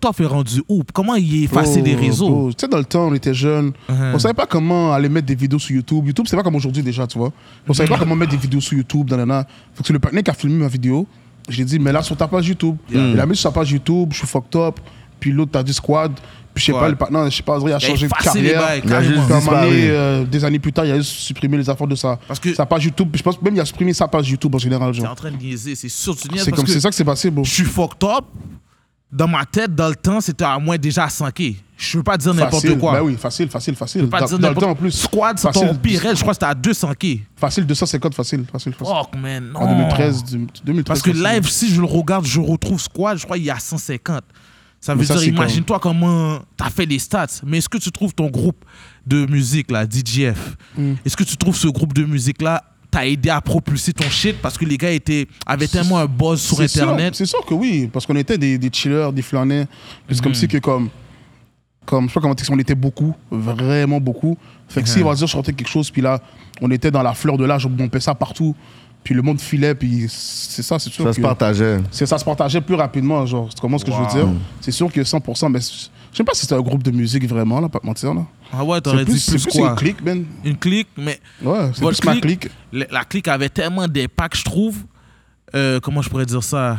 Speaker 3: Top est rendu où Comment il est effacé
Speaker 4: Oh,
Speaker 3: des réseaux
Speaker 4: oh. Tu sais, dans le temps, on était jeunes.
Speaker 3: Uh-huh.
Speaker 4: On savait pas comment aller mettre des vidéos sur YouTube. YouTube, c'est pas comme aujourd'hui déjà, tu vois. On savait pas comment mettre des vidéos sur YouTube. Dans la Faut que c'est le partenaire qui a filmé ma vidéo. J'ai dit, mais là, sur ta page YouTube. Il a mis sur sa page YouTube, je suis fucked up. Puis l'autre, t'as dit squad. Puis je sais
Speaker 3: Ouais.
Speaker 4: pas, le partenaire, je sais pas, il a changé de
Speaker 3: effacé les
Speaker 4: carrière.
Speaker 3: bails,
Speaker 4: Puis à un
Speaker 2: carrément.
Speaker 4: moment
Speaker 2: Disparu.
Speaker 4: donné, euh, des années plus tard, il a juste supprimé les affaires de sa,
Speaker 3: Parce que-
Speaker 4: sa page YouTube. Puis je pense même il a supprimé sa page YouTube en général.
Speaker 3: T'es
Speaker 4: genre.
Speaker 3: en train de niaiser, c'est sûr, tu niaises
Speaker 4: C'est
Speaker 3: parce
Speaker 4: comme
Speaker 3: que
Speaker 4: c'est ça que c'est passé, bro.
Speaker 3: je suis fucked up. Dans ma tête, dans le temps, c'était à moi déjà à 5 Je veux pas dire n'importe
Speaker 4: Facile,
Speaker 3: quoi.
Speaker 4: bah oui, facile, facile, facile.
Speaker 3: Je veux pas
Speaker 4: Dans,
Speaker 3: dire
Speaker 4: dans le
Speaker 3: n'importe-
Speaker 4: temps en plus.
Speaker 3: Squad, c'est
Speaker 4: Facile,
Speaker 3: ton pire. Elle, je crois que c'était à 200 k
Speaker 4: Facile, 250, facile, facile, facile.
Speaker 3: Fuck, man. non.
Speaker 4: en 2013, du- 2013.
Speaker 3: Oh. Parce que
Speaker 4: facile.
Speaker 3: live, si je le regarde, je retrouve Squad, je crois qu'il y a 150. Ça veut
Speaker 4: Mais ça,
Speaker 3: dire,
Speaker 4: c'est quand-
Speaker 3: imagine-toi comment t'as fait les stats. Mais est-ce que tu trouves ton groupe de musique, là, DJF,
Speaker 4: Hmm.
Speaker 3: est-ce que tu trouves ce groupe de musique-là t'a aidé à propulser ton shit parce que les gars étaient, avaient tellement un buzz sur
Speaker 4: C'est sûr,
Speaker 3: Internet
Speaker 4: C'est sûr que oui, parce qu'on était des, des chillers, des flanés. C'est
Speaker 3: Mhm.
Speaker 4: comme si que comme. Comme, je sais pas comment t'expliquer, on était beaucoup, vraiment beaucoup. Fait que
Speaker 3: Mhm.
Speaker 4: si, on va dire, je sortais quelque chose, puis là, on était dans la fleur de l'âge, on pompait ça partout, puis le monde filait, puis c'est ça, c'est sûr.
Speaker 2: Ça se
Speaker 4: que-
Speaker 2: partageait.
Speaker 4: c'est ça se partageait plus rapidement, genre, tu comprends ce que je veux dire? C'est sûr que 100%, mais c- je sais pas si c'était un groupe de musique vraiment, là, pas te mentir, là.
Speaker 3: Ah ouais,
Speaker 4: C'est
Speaker 3: t'aurais dit
Speaker 4: plus, c'est
Speaker 3: plus
Speaker 4: plus une
Speaker 3: quoi
Speaker 4: clique, man.
Speaker 3: Une clique, mais
Speaker 4: Ouais, c'est
Speaker 3: Votre
Speaker 4: plus ma clique.
Speaker 3: la la clique avait tellement d'impact, je trouve. euh, comment je pourrais dire ça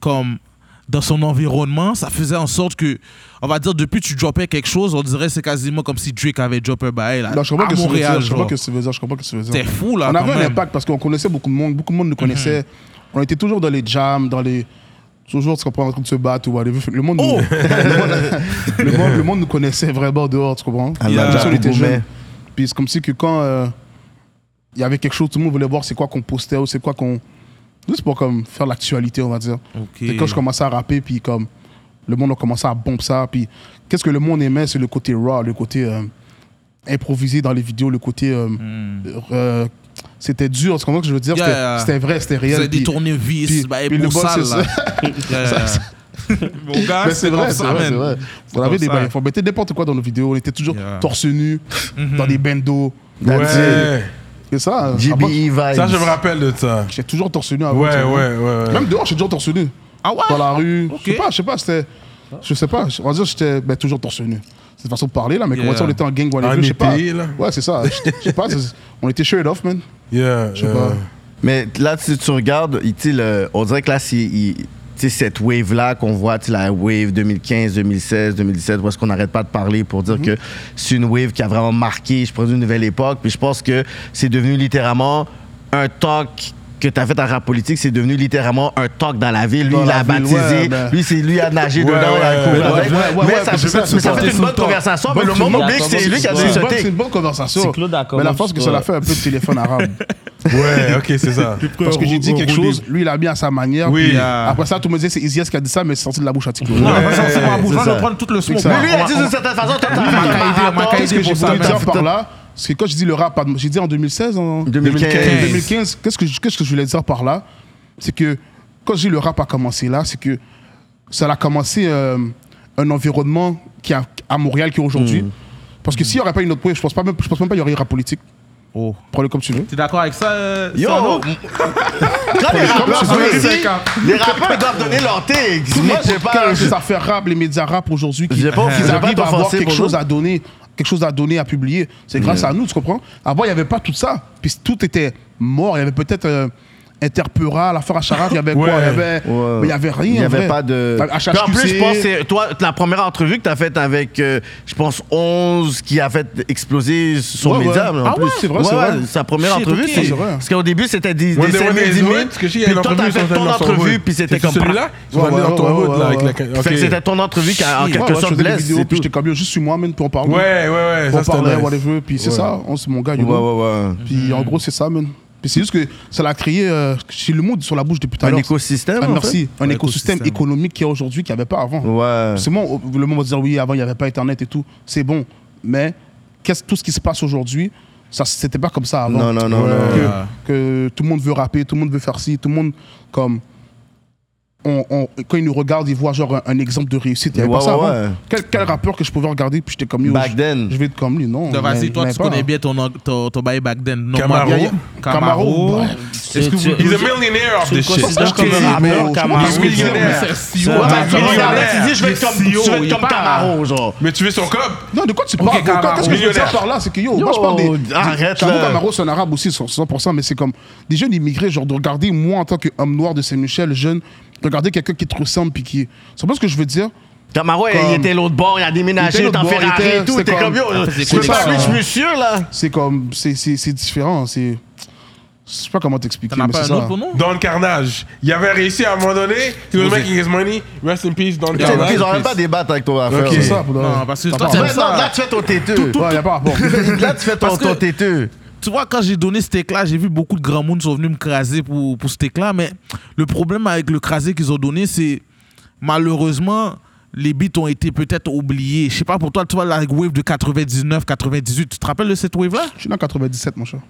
Speaker 3: Comme dans son environnement, ça faisait en sorte que, on va dire, depuis que tu droppais quelque chose, on dirait que c'est quasiment comme si Drake avait droppé bah, là,
Speaker 4: Non, je comprends
Speaker 3: à
Speaker 4: que tu veux dire,
Speaker 3: Montréal.
Speaker 4: je comprends
Speaker 3: genre.
Speaker 4: que tu veux dire, je comprends que tu veux dire.
Speaker 3: T'es fou là.
Speaker 4: On
Speaker 3: quand
Speaker 4: avait un
Speaker 3: même.
Speaker 4: impact parce qu'on connaissait beaucoup de monde, beaucoup de monde nous connaissait. On était toujours dans les jams, dans les. Toujours, tu comprends, en train de se battre ou whatever. Fait que Le monde,
Speaker 3: Oh!
Speaker 4: nous- le, monde, le monde- le monde nous connaissait vraiment dehors, tu comprends?
Speaker 2: Ah, là,
Speaker 4: Même si on
Speaker 2: Jacob
Speaker 4: était
Speaker 2: Boumet.
Speaker 4: jeunes. Puis c'est comme si que quand euh, il y avait quelque chose, tout le monde voulait voir c'est quoi qu'on postait ou c'est quoi qu'on. Juste pour comme faire l'actualité, on va dire.
Speaker 3: Ok.
Speaker 4: Et quand je commençais à rapper, puis comme le monde a commencé à bomber ça, puis qu'est-ce que le monde aimait, c'est le côté raw, le côté euh, improvisé dans les vidéos, le côté. euh, euh, c'était dur, tu comprends ce que je veux dire?
Speaker 3: Hmm. Yeah,
Speaker 4: C'était-
Speaker 3: yeah.
Speaker 4: C'était vrai, c'était
Speaker 3: Vous
Speaker 4: réel.
Speaker 3: avez des
Speaker 4: puis- puis-
Speaker 3: tournevis, bah, et
Speaker 4: puis le
Speaker 3: pour
Speaker 4: bon,
Speaker 3: ça
Speaker 4: c'est
Speaker 3: là. Yeah. Mon gars,
Speaker 4: Mais c'est vrai,
Speaker 3: comme
Speaker 4: c'est
Speaker 3: ça,
Speaker 4: vrai,
Speaker 3: man.
Speaker 4: c'est vrai.
Speaker 3: C'est
Speaker 4: On avait
Speaker 3: comme
Speaker 4: des
Speaker 3: ça.
Speaker 4: bails, on mettait n'importe quoi dans nos vidéos, on était toujours
Speaker 3: Yeah. Mm-hmm.
Speaker 4: torse nu, dans des bendos.
Speaker 1: Ouais.
Speaker 4: C'est ça. avant,
Speaker 2: GBE E Vibes.
Speaker 1: Ah, Ça, je me rappelle de ça.
Speaker 4: J'étais toujours torse nu avant. tu
Speaker 1: Ouais, ouais,
Speaker 4: vois.
Speaker 1: ouais. ouais.
Speaker 4: Même dehors, j'étais toujours torse nu.
Speaker 3: Ah ouais
Speaker 4: Dans la rue.
Speaker 3: Ok.
Speaker 4: Je sais pas, je sais pas, c'était. Je sais pas, on va dire, j'étais ben, toujours torse nu. C'est une façon de parler là, mais comment
Speaker 3: Yeah.
Speaker 4: dire, on était en gang,
Speaker 1: En
Speaker 4: whatever, je sais pas.
Speaker 1: été, là.
Speaker 4: Ouais, c'est ça. Je je sais pas, c'est- on était shirt off, man.
Speaker 1: Yeah, euh.
Speaker 4: Je sais
Speaker 1: yeah.
Speaker 4: pas.
Speaker 2: Mais là, si tu regardes, il- tu sais, le- on dirait que là, si, il- tu sais, cette wave-là qu'on voit, tu sais, la wave 2015, 2016, 2017, où est-ce qu'on n'arrête pas de parler pour dire
Speaker 4: Mhm.
Speaker 2: que c'est une wave qui a vraiment marqué, je pense, une nouvelle époque. Puis je pense que c'est devenu littéralement un talk que tu as fait en rap politique, c'est devenu littéralement un talk dans la ville. Lui,
Speaker 4: Dans
Speaker 2: il
Speaker 4: la
Speaker 2: a
Speaker 4: ville,
Speaker 2: baptisé.
Speaker 4: ouais, ben.
Speaker 2: Lui, c'est lui a nagé
Speaker 1: Ouais,
Speaker 2: dedans, il a
Speaker 1: ouais,
Speaker 2: couru
Speaker 1: ouais,
Speaker 2: avec.
Speaker 4: ouais,
Speaker 2: Mais
Speaker 4: ouais,
Speaker 2: ça-
Speaker 4: ouais, je
Speaker 2: ça
Speaker 4: peux
Speaker 2: mais ça
Speaker 4: supporter
Speaker 2: fait une
Speaker 4: tout
Speaker 2: bonne
Speaker 4: le temps.
Speaker 2: conversation. Mais
Speaker 4: Bonne
Speaker 2: le monde
Speaker 4: conversation.
Speaker 2: oublie que c'est lui qui a
Speaker 4: C'est
Speaker 2: dit
Speaker 4: une bonne-
Speaker 2: sauter.
Speaker 4: C'est une bonne conversation.
Speaker 5: C'est Claude Ackermann
Speaker 4: Mais la force
Speaker 5: qui
Speaker 4: que ça
Speaker 5: doit-
Speaker 4: l'a fait un peu de téléphone arabe.
Speaker 1: Ouais, ok, c'est ça.
Speaker 4: Parce que j'ai dit quelque chose, lui il a mis à sa manière.
Speaker 1: Oui.
Speaker 4: puis
Speaker 1: Ah.
Speaker 4: Après ça, tout le monde disait c'est Isias qui a dit ça, mais c'est sorti de la bouche à Tico.
Speaker 3: Non, on va sortir ma bouche.
Speaker 2: c'est
Speaker 3: Moi, je
Speaker 2: ça.
Speaker 3: vais prendre tout le smoke.
Speaker 4: ça.
Speaker 3: On va-
Speaker 2: Mais lui
Speaker 3: on
Speaker 2: a
Speaker 3: va-
Speaker 2: dit d'une certaine façon, t'as-
Speaker 3: on va-
Speaker 2: t'as-
Speaker 3: on va-
Speaker 4: Qu'est-ce que
Speaker 3: pour
Speaker 4: je
Speaker 3: ça,
Speaker 4: voulais
Speaker 3: man.
Speaker 4: dire par là C'est que quand je dis le rap, pardon, j'ai dit en 2016, en
Speaker 2: 2015.
Speaker 4: 2015, qu'est-ce que, je- qu'est-ce que je voulais dire par là C'est que quand je dis le rap a commencé là, c'est que ça a commencé euh, un environnement qui a, à Montréal qui est aujourd'hui. Parce que s'il n'y aurait pas une autre wave, je pense pas même, je pense même pas qu'il y aurait rap politique.
Speaker 3: Oh.
Speaker 4: Prends-le comme tu veux.
Speaker 3: T'es d'accord avec ça, euh,
Speaker 2: Yo!
Speaker 3: Sarno?
Speaker 2: Quand les rappeurs sont
Speaker 4: veux,
Speaker 2: ici,
Speaker 4: c'est quand-
Speaker 2: les rappeurs doivent donner leur take. Moi,
Speaker 4: hein. Moi,
Speaker 2: j'ai pas.
Speaker 4: les affaires rap, les médias rap aujourd'hui, qui,
Speaker 2: J'ai pas-
Speaker 4: qui
Speaker 2: j'ai pas
Speaker 4: arrivent à avoir
Speaker 2: t'offensé
Speaker 4: quelque
Speaker 2: pour
Speaker 4: chose
Speaker 2: nous.
Speaker 4: à donner, quelque chose à donner, à publier. C'est grâce à nous, tu comprends Avant, il n'y avait pas tout ça. Puis tout était mort. Il y avait peut-être euh, Interpura, l'affaire à Charaf, il y avait quoi Il y avait,
Speaker 2: Ouais.
Speaker 4: mais il y avait rien.
Speaker 2: Il n'y
Speaker 4: en
Speaker 2: avait
Speaker 4: vrai.
Speaker 2: pas de.
Speaker 4: T'as- HHQC,
Speaker 2: Puis en plus, je pense que c'est toi, la première entrevue que tu as faite avec, euh, je pense, 11 qui a fait exploser son
Speaker 4: Ouais, ouais.
Speaker 2: média. mais en
Speaker 4: Ah
Speaker 2: plus.
Speaker 4: ouais, c'est vrai, c'est vrai.
Speaker 2: Sa première
Speaker 3: Shit,
Speaker 2: entrevue,
Speaker 3: ok.
Speaker 2: c'est.
Speaker 4: C'est vrai.
Speaker 2: Parce qu'au début, c'était des, des
Speaker 1: One Day,
Speaker 2: 7
Speaker 1: One Day,
Speaker 2: 000
Speaker 1: Zone,
Speaker 2: minutes.
Speaker 1: parce que j'ai
Speaker 2: Puis
Speaker 1: une
Speaker 2: toi, t'as
Speaker 1: entrevue,
Speaker 2: fait
Speaker 1: ils sont
Speaker 2: ton
Speaker 1: allés dans son
Speaker 2: entrevue,
Speaker 1: route.
Speaker 2: puis c'était
Speaker 1: C'est
Speaker 2: comme.
Speaker 1: celui-là Ils sont
Speaker 4: Ouais,
Speaker 1: allés dans
Speaker 4: ouais,
Speaker 1: ton
Speaker 4: ouais,
Speaker 1: route, là,
Speaker 4: ouais,
Speaker 1: avec
Speaker 4: ouais.
Speaker 1: la.
Speaker 2: Fait que c'était
Speaker 1: ok.
Speaker 2: ton entrevue qui a en
Speaker 4: Ouais,
Speaker 2: quelque
Speaker 4: ouais, je
Speaker 2: sorte
Speaker 4: faisais des
Speaker 2: blesse,
Speaker 4: vidéos,
Speaker 2: c'est
Speaker 4: puis
Speaker 2: tout.
Speaker 4: j'étais comme yo, juste suis moi, même, puis on parle.
Speaker 1: Ouais, ouais, ouais.
Speaker 4: on
Speaker 1: ça, c'était
Speaker 4: parlait,
Speaker 1: nice.
Speaker 4: whatever, puis c'est ça, on, c'est mon gars, you
Speaker 2: Ouais,
Speaker 4: know.
Speaker 2: ouais, ouais.
Speaker 4: Puis en gros, c'est ça, man. Puis c'est juste que ça l'a créé euh, chez le monde sur la bouche depuis tout à
Speaker 2: Un
Speaker 4: l'heure.
Speaker 2: écosystème.
Speaker 4: Ah,
Speaker 2: en
Speaker 4: merci. Un
Speaker 3: Ouais,
Speaker 4: écosystème
Speaker 3: écosystème.
Speaker 4: économique qu'il y a aujourd'hui qu'il n'y avait pas avant.
Speaker 2: fait. Ouais.
Speaker 4: C'est bon, le moment de dire oui, avant il n'y avait pas Internet et tout, c'est bon. Mais qu'est-ce, tout ce qui se passe aujourd'hui, ça c'était pas comme ça avant.
Speaker 2: Non, non, non,
Speaker 4: Que-
Speaker 2: non.
Speaker 4: Que, tout le monde veut rapper, tout le monde veut faire ci, tout le monde comme. on- on- quand ils nous regardent, ils voient genre un, un exemple de réussite. Il n'y avait
Speaker 2: Ouais,
Speaker 4: pas ça
Speaker 2: ouais,
Speaker 4: avant.
Speaker 2: ouais.
Speaker 4: Quel, quel rappeur que je pouvais regarder, puis j'étais comme lui.
Speaker 2: Back
Speaker 4: Je,
Speaker 2: then.
Speaker 4: je vais être comme lui, non.
Speaker 3: Donc,
Speaker 4: il y en
Speaker 3: Vas-y, toi,
Speaker 4: avait
Speaker 3: tu
Speaker 4: pas.
Speaker 3: connais bien ton, ton, ton bail back then. Non,
Speaker 1: Camaro.
Speaker 3: moi,
Speaker 4: Camaro,
Speaker 3: Camaro.
Speaker 4: ouais.
Speaker 3: Est-ce que
Speaker 5: Tu-
Speaker 3: vous-
Speaker 1: He's a millionaire off
Speaker 5: Tu le
Speaker 1: this shit.
Speaker 5: considères comme un
Speaker 4: mais-
Speaker 5: rappeur, Camaro?
Speaker 1: He's a
Speaker 3: Mais
Speaker 1: millionaire.
Speaker 3: c'est CEO,
Speaker 2: Ouais,
Speaker 3: mais
Speaker 2: mais tu
Speaker 3: millionnaire.
Speaker 2: regardes, tu dis, je vais être comme, je
Speaker 3: CEO,
Speaker 2: vais
Speaker 3: il
Speaker 2: être
Speaker 3: est
Speaker 2: comme
Speaker 3: pas-
Speaker 2: Camaro, genre.
Speaker 1: Mais tu veux son cop
Speaker 4: Non, de quoi tu parles
Speaker 3: Camaro.
Speaker 4: Coca? Qu'est-ce que je veux dire
Speaker 1: Millionnaire.
Speaker 4: par là C'est que yo, moi je parle des. des-
Speaker 2: arrête,
Speaker 4: J'avoue,
Speaker 2: là.
Speaker 4: Camaro, c'est un arabe aussi, 100%, mais c'est comme des jeunes immigrés, genre de regarder, moi en tant qu'homme noir de Saint-Michel, jeune, regarder quelqu'un qui te ressemble puis qui. C'est pas ce que je veux dire.
Speaker 2: Camaro, il
Speaker 4: Comme-
Speaker 2: était l'autre bord, il a
Speaker 4: Il était
Speaker 2: déménagé, il est en
Speaker 4: l'autre bord, il
Speaker 2: Ferrari
Speaker 4: était-
Speaker 2: et tout. T'es
Speaker 4: c'était
Speaker 2: comme,
Speaker 4: comme-
Speaker 2: yo,
Speaker 3: Ah, c'est
Speaker 2: je peux
Speaker 3: des
Speaker 2: pas
Speaker 3: connexions,
Speaker 2: lui,
Speaker 3: hein.
Speaker 2: je suis sûr, là.
Speaker 4: C'est comme. C'est c'est- c'est différent. C'est. Je sais pas comment t'expliquer,
Speaker 3: T'en as
Speaker 4: mais
Speaker 3: pas
Speaker 4: c'est
Speaker 3: un
Speaker 4: ça.
Speaker 3: autre pour nous
Speaker 1: Dans le carnage. Il avait réussi à un moment donné. He was making his money. Rest in peace, dans le
Speaker 2: Ils
Speaker 1: carnage.
Speaker 2: n'auraient pas à débattre avec ton affaire.
Speaker 1: Ok.
Speaker 4: C'est ça, pour de vrai.
Speaker 3: Non, parce que
Speaker 4: T'as
Speaker 3: toi,
Speaker 4: pas
Speaker 3: t'aimes
Speaker 2: Mais
Speaker 4: rapport.
Speaker 2: non,
Speaker 3: ça.
Speaker 2: là, tu fais ton têteux.
Speaker 4: Ouais, y a pas rapport.
Speaker 2: Là, tu fais ton,
Speaker 3: Parce que-
Speaker 2: ton têteux.
Speaker 3: Tu vois, quand j'ai donné ce éclat, j'ai vu beaucoup de grands mondes sont venus me craser pour, pour cet éclat. Mais le problème avec le crasé qu'ils ont donné, c'est malheureusement, les beats ont été peut-être oubliés. Je sais pas pour toi, tu vois, la wave de 99, 98, tu te rappelles de cette wave-là
Speaker 4: Je suis né en 97, mon cher.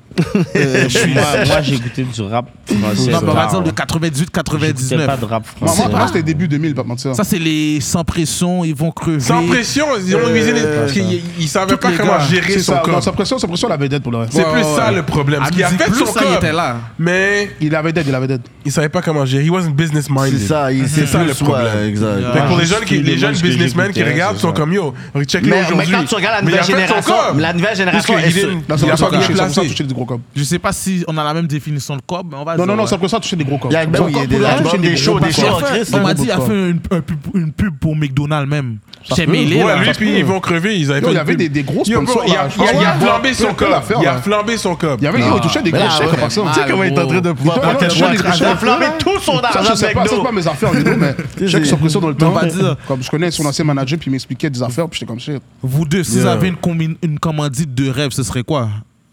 Speaker 5: Euh, moi, moi, j'ai écouté du rap français.
Speaker 3: E Non, mais on va
Speaker 5: tard.
Speaker 3: dire de 98,
Speaker 5: J'écoutais
Speaker 3: 99.
Speaker 5: pas de rap
Speaker 4: Moi,
Speaker 5: français.
Speaker 4: moi, pour moi, c'était début 2000, pas de mentir.
Speaker 3: Ça, c'est les sans pression, ils vont crever.
Speaker 1: Sans pression, ils ont misé les. Parce qu'ils ils savaient pas
Speaker 3: les
Speaker 1: comment
Speaker 3: gars.
Speaker 1: gérer
Speaker 4: C'est
Speaker 1: son
Speaker 4: ça. non,
Speaker 1: cop.
Speaker 4: Sa pression, sa pression, il avait d'aide pour le reste.
Speaker 1: C'est
Speaker 3: Ouais,
Speaker 1: plus
Speaker 3: ouais,
Speaker 1: ça
Speaker 3: ouais.
Speaker 1: le problème.
Speaker 3: Ah,
Speaker 1: Parce qu'il a
Speaker 3: musique
Speaker 1: fait
Speaker 3: plus,
Speaker 1: son
Speaker 3: ça, il
Speaker 1: cop.
Speaker 3: était là.
Speaker 1: Mais
Speaker 4: Il avait d'aide, il avait d'aide.
Speaker 1: il savait pas comment gérer. He wasn't business
Speaker 2: C'est
Speaker 1: minded.
Speaker 2: ça, il-
Speaker 1: C'est ça
Speaker 2: plus
Speaker 1: le
Speaker 2: soi,
Speaker 1: problème.
Speaker 2: Exact.
Speaker 3: Yeah.
Speaker 1: Fait que pour
Speaker 5: Ah,
Speaker 1: les jeunes, qui,
Speaker 5: tous les
Speaker 1: les jeunes
Speaker 5: matchs que
Speaker 1: businessmen qui
Speaker 5: j'écoutais,
Speaker 1: regardent
Speaker 5: c'est
Speaker 1: sont
Speaker 5: ça.
Speaker 1: comme yo.
Speaker 2: Mais-
Speaker 1: Check les
Speaker 2: mais
Speaker 1: aujourd'hui.
Speaker 2: quand tu regardes la nouvelle
Speaker 1: Mais il a fait son
Speaker 2: génération,
Speaker 1: cop.
Speaker 2: la nouvelle génération,
Speaker 1: Parce qu'il
Speaker 2: elle
Speaker 1: est-
Speaker 2: se-
Speaker 4: Là,
Speaker 1: il
Speaker 4: c'est
Speaker 1: a
Speaker 4: pour ça
Speaker 1: pas
Speaker 4: que
Speaker 1: bien
Speaker 4: j'ai
Speaker 1: placé.
Speaker 4: touché des gros cobs.
Speaker 3: Je sais pas si on a la même définition de cob, mais on va
Speaker 4: Non,
Speaker 3: dire,
Speaker 4: non, non,
Speaker 3: ouais.
Speaker 4: ça pour ça, toucher des gros cobs.
Speaker 2: Il y a- ben oui, il y a des-
Speaker 4: Là, toucher
Speaker 2: des
Speaker 4: gros
Speaker 2: shows, des
Speaker 4: cobs.
Speaker 3: Il
Speaker 2: shows.
Speaker 3: a
Speaker 2: Oh,
Speaker 3: fait-
Speaker 2: Chris,
Speaker 3: on
Speaker 2: c'est
Speaker 3: m'a
Speaker 4: beau
Speaker 3: dit, il a
Speaker 4: corps.
Speaker 3: fait une, un pub, une pub pour McDonald's même. J'ai mêlé là.
Speaker 1: Ouais, lui, puis ils vont crever. Ils avaient
Speaker 4: Yo,
Speaker 1: fait
Speaker 4: il y
Speaker 1: une
Speaker 4: avait
Speaker 1: pub.
Speaker 4: des- des grosses
Speaker 1: Yo, bro,
Speaker 4: sponsors,
Speaker 1: Il
Speaker 4: là.
Speaker 1: a-
Speaker 4: Ah
Speaker 1: il a
Speaker 4: ouais,
Speaker 1: flambé
Speaker 4: ouais,
Speaker 1: son
Speaker 4: plein
Speaker 1: cop.
Speaker 4: d'affaires,
Speaker 1: Il a
Speaker 4: là. Ah.
Speaker 1: flambé son cop.
Speaker 4: Il y avait yo, il touchait des
Speaker 2: Mais
Speaker 4: gros
Speaker 2: là,
Speaker 4: chèques
Speaker 2: ouais.
Speaker 4: comme ça.
Speaker 2: Tu sais comment il est en train de pouvoir
Speaker 4: Il doit
Speaker 2: prendre
Speaker 4: avoir
Speaker 2: tel
Speaker 4: touché
Speaker 2: choix,
Speaker 4: les
Speaker 2: il a
Speaker 4: crachats.
Speaker 2: flamé tout son
Speaker 4: Ça, je
Speaker 2: argent
Speaker 4: sais
Speaker 2: avec
Speaker 4: pas, c'est pas mes affaires, you know, mais j'ai eu sa pression dans le temps.
Speaker 3: On va dire-
Speaker 4: Comme je connais son ancien manager, puis il m'expliquait des affaires, puis j'étais comme shit.
Speaker 3: Vous deux, si vous avez une, combi- une commandite de rêve, ce serait quoi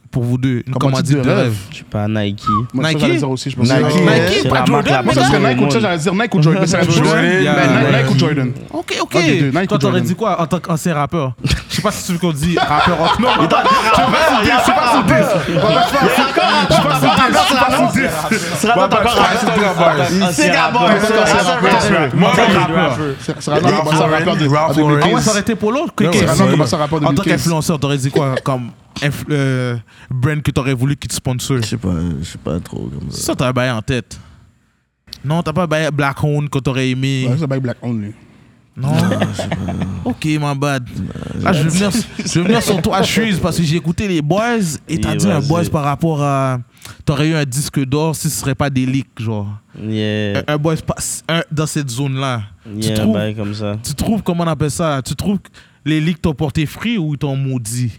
Speaker 3: pour vous deux Une
Speaker 4: Commandite
Speaker 3: commandite,
Speaker 4: de
Speaker 3: de rêve.
Speaker 5: Je suis pas Nike.
Speaker 4: Moi, ça,
Speaker 3: Nike?
Speaker 4: j'allais dire aussi, je pense.
Speaker 2: Nike,
Speaker 4: Ouais.
Speaker 2: hein.
Speaker 3: Nike,
Speaker 5: C'est
Speaker 3: pas
Speaker 5: la
Speaker 3: Jordan,
Speaker 5: marque la
Speaker 4: Moi,
Speaker 3: mais
Speaker 4: ça
Speaker 5: plus
Speaker 3: Nike.
Speaker 4: serait
Speaker 5: connue
Speaker 4: Nike ou ça,
Speaker 5: au monde.
Speaker 4: j'allais dire Nike ou Jordan. Mais c'est la même chose.
Speaker 1: Jordan,
Speaker 4: Mais
Speaker 3: yeah.
Speaker 4: Nike ou Jordan.
Speaker 3: Ok, ok.
Speaker 4: Un des deux, Nike
Speaker 3: Toi,
Speaker 4: ou
Speaker 3: t'aurais
Speaker 4: Jordan.
Speaker 3: dit quoi en tant qu'ancien rappeur Je sais pas si tu veux qu'on dise rappeur rock. Non,
Speaker 2: Il y a pas rappeur. Il y a encore rappeur, t'as pas rappeur sur la liste. Ce rappeur, t'as pas rappeur. C'est Gabon,
Speaker 5: rappeur.
Speaker 2: c'est rappeur.
Speaker 1: Moi,
Speaker 3: rappeur.
Speaker 4: C'est c'est Rana commence à rapper de-
Speaker 1: Ralph
Speaker 4: à 2015.
Speaker 3: Ah ouais, ça aurait été Polo Ok,
Speaker 1: ouais,
Speaker 3: ok.
Speaker 4: C'est Rana
Speaker 1: c'est-
Speaker 4: commence à rapper de
Speaker 3: En tant
Speaker 4: 2015.
Speaker 3: qu'influenceur, t'aurais dit quoi comme inf- euh, brand que t'aurais voulu qui te sponsor
Speaker 2: Je sais pas, je sais pas trop comme ça.
Speaker 3: Ça, t'as un bail en tête. Non, t'as pas un bail Black Hound que t'aurais aimé.
Speaker 4: Ah, Ouais, c'est by Black Only.
Speaker 3: Non. ok, my bad. Là, je vais venir, je vais venir sur toi, Chuise, parce que j'ai écouté les boys et t'as
Speaker 5: Yeah,
Speaker 3: dit un
Speaker 5: vas-y.
Speaker 3: boys par rapport à. T'aurais eu un disque d'or si ce serait pas des leaks, genre.
Speaker 5: Yeah.
Speaker 3: Un, un boys pas- un- dans cette zone-là. Euh, tu,
Speaker 5: Yeah,
Speaker 3: trouves,
Speaker 5: ben, comme ça.
Speaker 3: tu trouves, comment on appelle ça Tu trouves que les leaks t'ont porté fruit ou ils t'ont maudit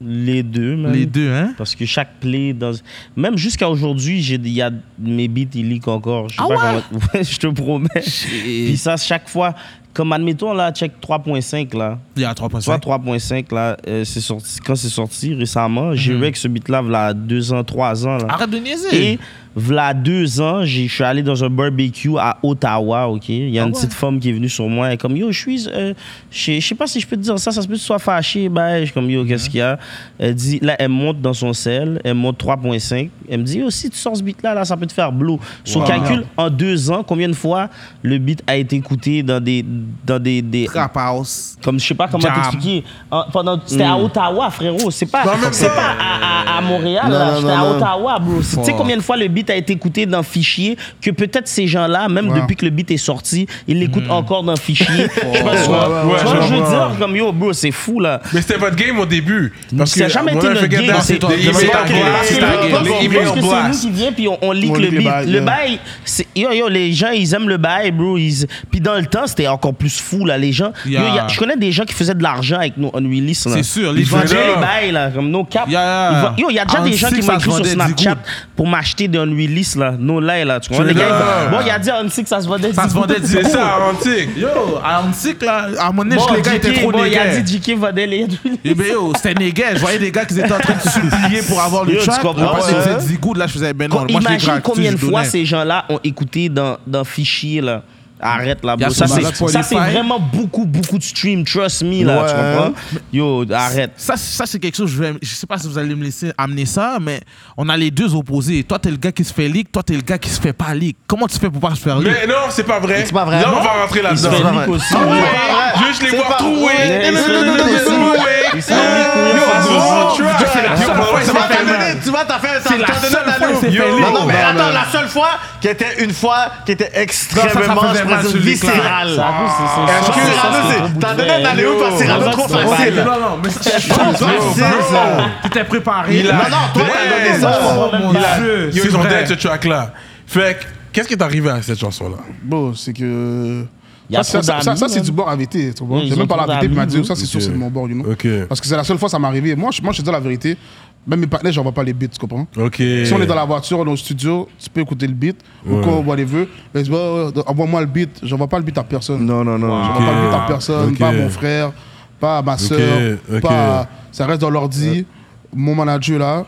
Speaker 5: Les deux, man.
Speaker 3: Les deux, hein
Speaker 5: Parce que chaque play, dans... même jusqu'à aujourd'hui, j'ai- il y a mes beats, ils leak encore. Je sais pas comment- Ouais, je te promets. Puis ça, chaque fois, comme admettons, là, check 3.5, là.
Speaker 3: Il y a
Speaker 5: Tu vois,
Speaker 3: 3.5.
Speaker 5: 3.5, là, euh, c'est sorti, quand c'est sorti récemment, j'ai eu avec ce beat-là, v'là deux ans, trois ans, là.
Speaker 3: Mhm. Arrête de niaiser.
Speaker 5: Et v'là deux ans, j'ai- je suis allé dans un barbecue à Ottawa, OK? Il y a
Speaker 3: Ah
Speaker 5: une
Speaker 3: ouais.
Speaker 5: petite femme qui est venue sur moi, elle est comme, yo, je suis... euh, je sais- je sais pas si je peux te dire ça, ça se peut que tu sois fâché, ben, je suis comme, yo,
Speaker 3: Mhm.
Speaker 5: qu'est-ce qu'il y a? Elle dit, là, elle monte dans son sel, elle monte 3.5, elle me dit, yo, si tu sors ce beat-là, là, ça peut te faire blow. Son
Speaker 1: Wow.
Speaker 5: calcul, en deux ans, combien de fois le beat a été écouté dans des... Dans des, des
Speaker 3: Trap house.
Speaker 5: comme je sais pas comment
Speaker 3: Jam.
Speaker 5: t'expliquer. En- pendant- C'était à Ottawa, frérot. C'est pas,
Speaker 1: Non, même
Speaker 5: c'est
Speaker 1: pas.
Speaker 5: pas à, à- à Montréal.
Speaker 2: Non,
Speaker 5: là.
Speaker 2: non,
Speaker 5: C'était
Speaker 2: non,
Speaker 5: à
Speaker 2: non.
Speaker 5: Ottawa, bro. Tu sais combien de fois le beat a été écouté dans Fichier que peut-être ces gens-là, même depuis que le beat est sorti, ils l'écoutent encore dans Fichier. Je sais pas si tu vois.
Speaker 1: Ouais, ouais,
Speaker 5: Tu vois,
Speaker 1: ouais,
Speaker 5: je veux
Speaker 1: ouais.
Speaker 5: dire, comme yo, bro, c'est fou là.
Speaker 1: Mais c'était votre game au début.
Speaker 5: Ça n'a jamais été notre game.
Speaker 3: c'est toi-
Speaker 1: Les
Speaker 3: c'est
Speaker 1: emails
Speaker 3: toi qui-
Speaker 1: blast,
Speaker 3: c'est toi qui-
Speaker 1: les
Speaker 3: parce
Speaker 5: Je
Speaker 1: emails
Speaker 5: pense que c'est nous
Speaker 1: blast.
Speaker 5: qui vient puis on, on leak
Speaker 4: On
Speaker 5: le
Speaker 4: leak les
Speaker 5: beat.
Speaker 4: bails,
Speaker 5: le
Speaker 4: yeah.
Speaker 5: bail, c'est- yo, yo, les gens, ils aiment le bail, bro. Ils- Puis dans le temps, c'était encore plus fou, là, les gens. Yo,
Speaker 3: Yeah.
Speaker 5: y a- je connais des gens qui faisaient de l'argent avec nos unrelease, là.
Speaker 3: C'est sûr, les
Speaker 5: Ils vendaient
Speaker 1: vendeurs.
Speaker 5: les bails, là, comme nos caps.
Speaker 3: Yeah.
Speaker 5: Ils vend- Yo, il y a déjà
Speaker 3: Ah,
Speaker 5: des
Speaker 3: on
Speaker 5: gens
Speaker 3: sait
Speaker 5: qui
Speaker 3: que
Speaker 5: m'ont
Speaker 3: ça
Speaker 5: écrit
Speaker 3: se
Speaker 5: sur
Speaker 3: vendait du
Speaker 5: Snapchat
Speaker 3: good.
Speaker 5: pour m'acheter d'un unrelease, là. No lie, là. Tu comprends, les
Speaker 1: Yeah.
Speaker 5: gars? Bon, il y a dit, on sait que ça se vendait
Speaker 3: Ça
Speaker 5: du
Speaker 3: se
Speaker 5: good.
Speaker 3: vendait du
Speaker 1: C'est
Speaker 3: coup.
Speaker 1: ça, antique.
Speaker 3: Yo, à Antique, là, à mon moment donné,
Speaker 5: Bon,
Speaker 3: les gars étaient
Speaker 5: JK,
Speaker 3: trop
Speaker 5: bon, il a
Speaker 3: négaires.
Speaker 5: dit, JK vendait les unreleases.
Speaker 3: Eh ben yo, c'était négaire. Je voyais des gars qui étaient en train de supplier pour avoir le
Speaker 5: Yo, tu
Speaker 3: track.
Speaker 5: comprends,
Speaker 3: Après,
Speaker 5: ouais.
Speaker 2: hein?
Speaker 3: c'était 10 gouttes. Là, je faisais, ben non, moi, je les
Speaker 5: Imagine
Speaker 3: craque, tu sais,
Speaker 5: combien de
Speaker 3: je
Speaker 5: fois
Speaker 3: donnais.
Speaker 5: ces gens-là ont écouté dans, dans fichier là. Arrête là,
Speaker 3: Y a
Speaker 5: bro. Ça,
Speaker 3: ce
Speaker 5: c'est-
Speaker 3: malade
Speaker 5: ça, c'est
Speaker 3: Spotify.
Speaker 5: vraiment beaucoup, beaucoup de stream. Trust me, là, tu
Speaker 2: Ouais.
Speaker 5: comprends? Yo, arrête.
Speaker 3: Ça, ça c'est quelque chose, je, vais, je sais pas si vous allez me laisser amener ça, mais on a les deux opposés. Toi, t'es le gars qui se fait leak, toi, t'es le gars qui se fait pas leak. Comment tu fais pour pas se faire leak
Speaker 1: Mais non, c'est pas vrai.
Speaker 2: C'est pas vrai.
Speaker 1: Là, on
Speaker 2: Non.
Speaker 1: va rentrer
Speaker 5: Il se
Speaker 1: là-dedans.
Speaker 5: fait
Speaker 2: Non,
Speaker 5: leak
Speaker 2: non,
Speaker 5: aussi.
Speaker 2: non.
Speaker 5: ouais.
Speaker 1: Je vais Ah les
Speaker 2: C'est
Speaker 1: voir
Speaker 2: pas-
Speaker 1: trouer.
Speaker 2: Ouais,
Speaker 1: Non,
Speaker 2: c'est-
Speaker 1: non, non, non,
Speaker 2: c'est-
Speaker 1: trouer. Yo, gros track. Yo, gros
Speaker 2: Tu vas
Speaker 1: track.
Speaker 2: t'en donner, tu vas t'en faire, t'en
Speaker 3: la
Speaker 2: t'en donner
Speaker 3: seule
Speaker 2: la
Speaker 3: fois
Speaker 2: loupe. Oh,
Speaker 3: que c'est
Speaker 2: Yo.
Speaker 3: fait
Speaker 2: Non, non,
Speaker 1: libre.
Speaker 2: mais
Speaker 1: Non,
Speaker 2: attends,
Speaker 1: mais- euh,
Speaker 2: la seule fois qui était une fois, qui était
Speaker 3: Non,
Speaker 2: extrêmement,
Speaker 3: ça, ça
Speaker 2: je
Speaker 3: faisait
Speaker 2: pourrais
Speaker 3: mal,
Speaker 2: dire,
Speaker 3: ce lick-là.
Speaker 2: viscérale.
Speaker 5: Ça, bro, c'est- c'est-
Speaker 2: Est-ce
Speaker 5: Ah, ça,
Speaker 2: que
Speaker 5: c'est- ça,
Speaker 2: Cyrano,
Speaker 5: c'est
Speaker 2: c'est-
Speaker 5: au bout
Speaker 2: t'en
Speaker 5: de-
Speaker 2: donnais un alley-oop parce que Cyrano,
Speaker 5: Yo,
Speaker 2: trop
Speaker 5: ça, c'est
Speaker 2: facile.
Speaker 5: pas-
Speaker 3: Non, non, mais ça, c'est
Speaker 2: Trop facile, ça.
Speaker 3: T'étais préparé.
Speaker 1: Il a-
Speaker 2: Non, non, toi, t'as donné ça.
Speaker 3: Oh, mon
Speaker 1: Il a-
Speaker 3: Dieu,
Speaker 1: Yo,
Speaker 3: c'est
Speaker 1: ils ont
Speaker 3: vrai.
Speaker 1: dead ce track-là. Fait que, qu'est-ce qui est arrivé à cette chanson-là?
Speaker 4: Bon, c'est que.
Speaker 5: Y a
Speaker 4: Ça,
Speaker 5: trop
Speaker 4: ça, ça,
Speaker 5: d'amis,
Speaker 4: ça, c'est
Speaker 5: là.
Speaker 4: du bord AVT. tu vois.
Speaker 5: Ouais, ils
Speaker 4: J'ai
Speaker 5: ont
Speaker 4: même parlé
Speaker 5: trop
Speaker 4: à AVT, puis il m'a
Speaker 5: d'amis,
Speaker 4: dit,
Speaker 5: ouais.
Speaker 4: ça, c'est sûr,
Speaker 1: Ok.
Speaker 4: c'est de mon bord, you know.
Speaker 1: Ok.
Speaker 4: Parce que c'est la seule fois que ça m'est arrivé. Moi, je, moi, je te dis la vérité. Même mes partenaires, j'envoie pas les beats, tu comprends?
Speaker 1: Ok.
Speaker 4: Si on est dans la voiture, on est au studio, tu peux écouter le beat, ou
Speaker 1: Ouais.
Speaker 4: quoi, on voit les vœux. Mais tu vois, euh, envoie-moi le beat, j'envoie pas le beat à personne.
Speaker 2: Non, non, non.
Speaker 4: J'envoie pas le beat à personne,
Speaker 1: Ok.
Speaker 4: pas à mon frère, pas à ma soeur,
Speaker 1: ok. Euh.
Speaker 4: pas à- Ça reste dans l'ordi. Mon manager là,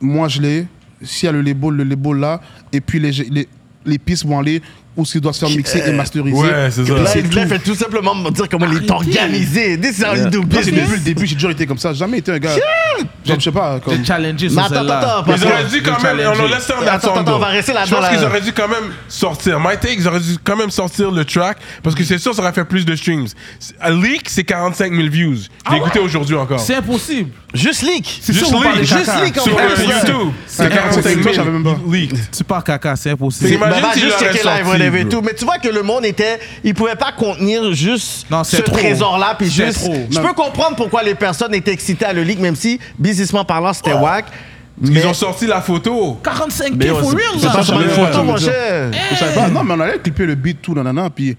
Speaker 4: moi je l'ai. S'il y a le label, le label là. Et puis les, les, les pistes vont aller où ce qui doit se faire mixer et masteriser.
Speaker 1: Ouais, c'est ça.
Speaker 2: Là,
Speaker 4: c'est
Speaker 2: il
Speaker 4: tout.
Speaker 2: voulait faire tout simplement me dire comment il est organisé. This is how you do
Speaker 4: Moi, c'est
Speaker 2: business.
Speaker 4: depuis le début, j'ai toujours été comme ça. J'ai jamais été un gars. Genre, je sais pas. Comme...
Speaker 3: J'ai challengé
Speaker 2: Mais
Speaker 3: sur
Speaker 2: attends,
Speaker 3: celle-là.
Speaker 2: attends, parce
Speaker 1: Ils
Speaker 2: que-
Speaker 1: auraient dû quand
Speaker 3: Le
Speaker 1: même. On
Speaker 3: challenger.
Speaker 1: a laissé en
Speaker 2: Attends,
Speaker 1: attends,
Speaker 2: attends, on va rester
Speaker 1: Je
Speaker 2: là-dedans,
Speaker 1: pense
Speaker 2: là.
Speaker 1: qu'ils auraient dû quand même sortir. My Take, ils auraient dû quand même sortir le track parce que c'est sûr, ça aurait fait plus de streams. Un leak, c'est 45 000 views. J'ai écouté aujourd'hui encore.
Speaker 3: C'est impossible.
Speaker 2: Juste leak.
Speaker 3: sûr,
Speaker 1: Juste
Speaker 3: vous parlez
Speaker 1: leak.
Speaker 3: caca.
Speaker 2: Juste leak, en
Speaker 1: Sur
Speaker 2: fait.
Speaker 1: euh, YouTube, c'est 45
Speaker 4: Moi, j'avais même
Speaker 1: 000
Speaker 4: pas.
Speaker 1: leaked.
Speaker 3: Tu pars caca, c'est impossible.
Speaker 1: C'est ma-
Speaker 2: Ben,
Speaker 1: Imagine
Speaker 2: va
Speaker 1: s'il
Speaker 2: juste
Speaker 1: l'aurait
Speaker 2: checker live,
Speaker 1: sorti,
Speaker 2: whatever et
Speaker 1: bro.
Speaker 2: tout. Mais tu vois que le monde était. Il pouvait pas contenir juste
Speaker 3: Non,
Speaker 2: ce
Speaker 3: c'est trop.
Speaker 2: trésor-là. Puis
Speaker 3: C'est
Speaker 2: juste.
Speaker 3: trop.
Speaker 2: Je
Speaker 4: Non.
Speaker 2: peux comprendre pourquoi les personnes étaient excitées à le leak, même si, businessment parlant, c'était whack. Mais
Speaker 1: Ils ont sorti la photo.
Speaker 3: 45
Speaker 2: Mais
Speaker 3: k
Speaker 2: ouais,
Speaker 3: for
Speaker 2: c'est-
Speaker 3: real,
Speaker 2: c'est
Speaker 3: là.
Speaker 2: pas
Speaker 4: Ça,
Speaker 2: sur
Speaker 4: ça
Speaker 2: une
Speaker 4: me
Speaker 2: photo,
Speaker 4: fait
Speaker 2: mon
Speaker 4: plaisir.
Speaker 2: cher.
Speaker 4: Je savais pas. Non, mais on allait clipper le beat, tout, nanana. Puis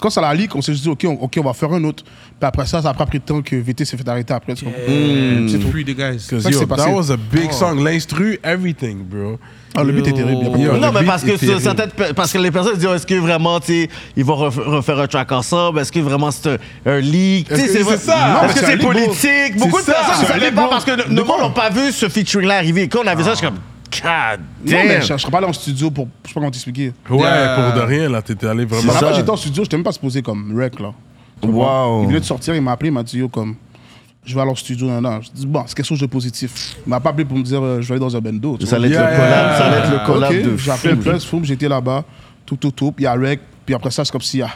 Speaker 4: quand ça la leak, on s'est juste dit, OK, on, ok, on va faire un autre. Puis après ça, ça a pas pris de temps que VT s'est fait arrêter après. tu comprends?
Speaker 2: Hmm.
Speaker 3: C'est free, les guys.
Speaker 1: Yo,
Speaker 4: ça que c'est passé.
Speaker 1: that was a big song. L'instru, everything, bro.
Speaker 4: Ah, le beat est terrible. y a pas de
Speaker 1: Yo.
Speaker 4: problème.
Speaker 2: Non,
Speaker 1: Le
Speaker 2: mais
Speaker 1: beat
Speaker 2: parce que,
Speaker 1: est
Speaker 2: sur
Speaker 1: terrible.
Speaker 2: certaines pe- parce que les personnes disent est-ce que vraiment, tu sais, ils vont ref- refaire un track ensemble Est-ce que vraiment c'est un, un leak Tu sais,
Speaker 1: Est-ce que c'est
Speaker 2: vrai-
Speaker 1: ça? Non,
Speaker 2: Est-ce
Speaker 1: mais
Speaker 2: que
Speaker 1: c'est
Speaker 2: c'est
Speaker 1: un leak, bro.
Speaker 2: politique Beaucoup de
Speaker 1: C'est ça,
Speaker 2: personnes ne
Speaker 1: c'est un
Speaker 2: savaient
Speaker 1: leak,
Speaker 2: pas
Speaker 1: bro.
Speaker 2: parce que le- le monde n'a pas vu ce featuring-là arriver. Quand on a vu ça, je suis comme God
Speaker 4: Non, mais
Speaker 2: damn
Speaker 4: je, je serais pas allé en studio pour. Je sais pas comment t'expliquer.
Speaker 1: Ouais,
Speaker 3: Yeah.
Speaker 1: pour de rien, là, t'étais allé vraiment.
Speaker 4: La fois
Speaker 2: ça.
Speaker 4: j'étais en studio, je t'ai même pas supposé comme rec, là.
Speaker 2: Wow.
Speaker 4: Il venait de sortir, il m'a appelé, il m'a dit, yo, comme, je vais aller en studio, nan, nan. Je dis, bon, c'est quelque chose de positif. Il m'a pas appelé pour me dire, euh, je vais aller dans un bendo. tu
Speaker 2: Ça
Speaker 4: vois.
Speaker 2: allait être
Speaker 1: Yeah.
Speaker 2: le collab, ça allait être le
Speaker 4: Ok,
Speaker 2: collab de
Speaker 4: J'ai appelé
Speaker 2: fou.
Speaker 4: Plus Froome, j'étais là-bas, tout, tout, tout. Puis il y a rec, puis après ça, c'est comme si, ah,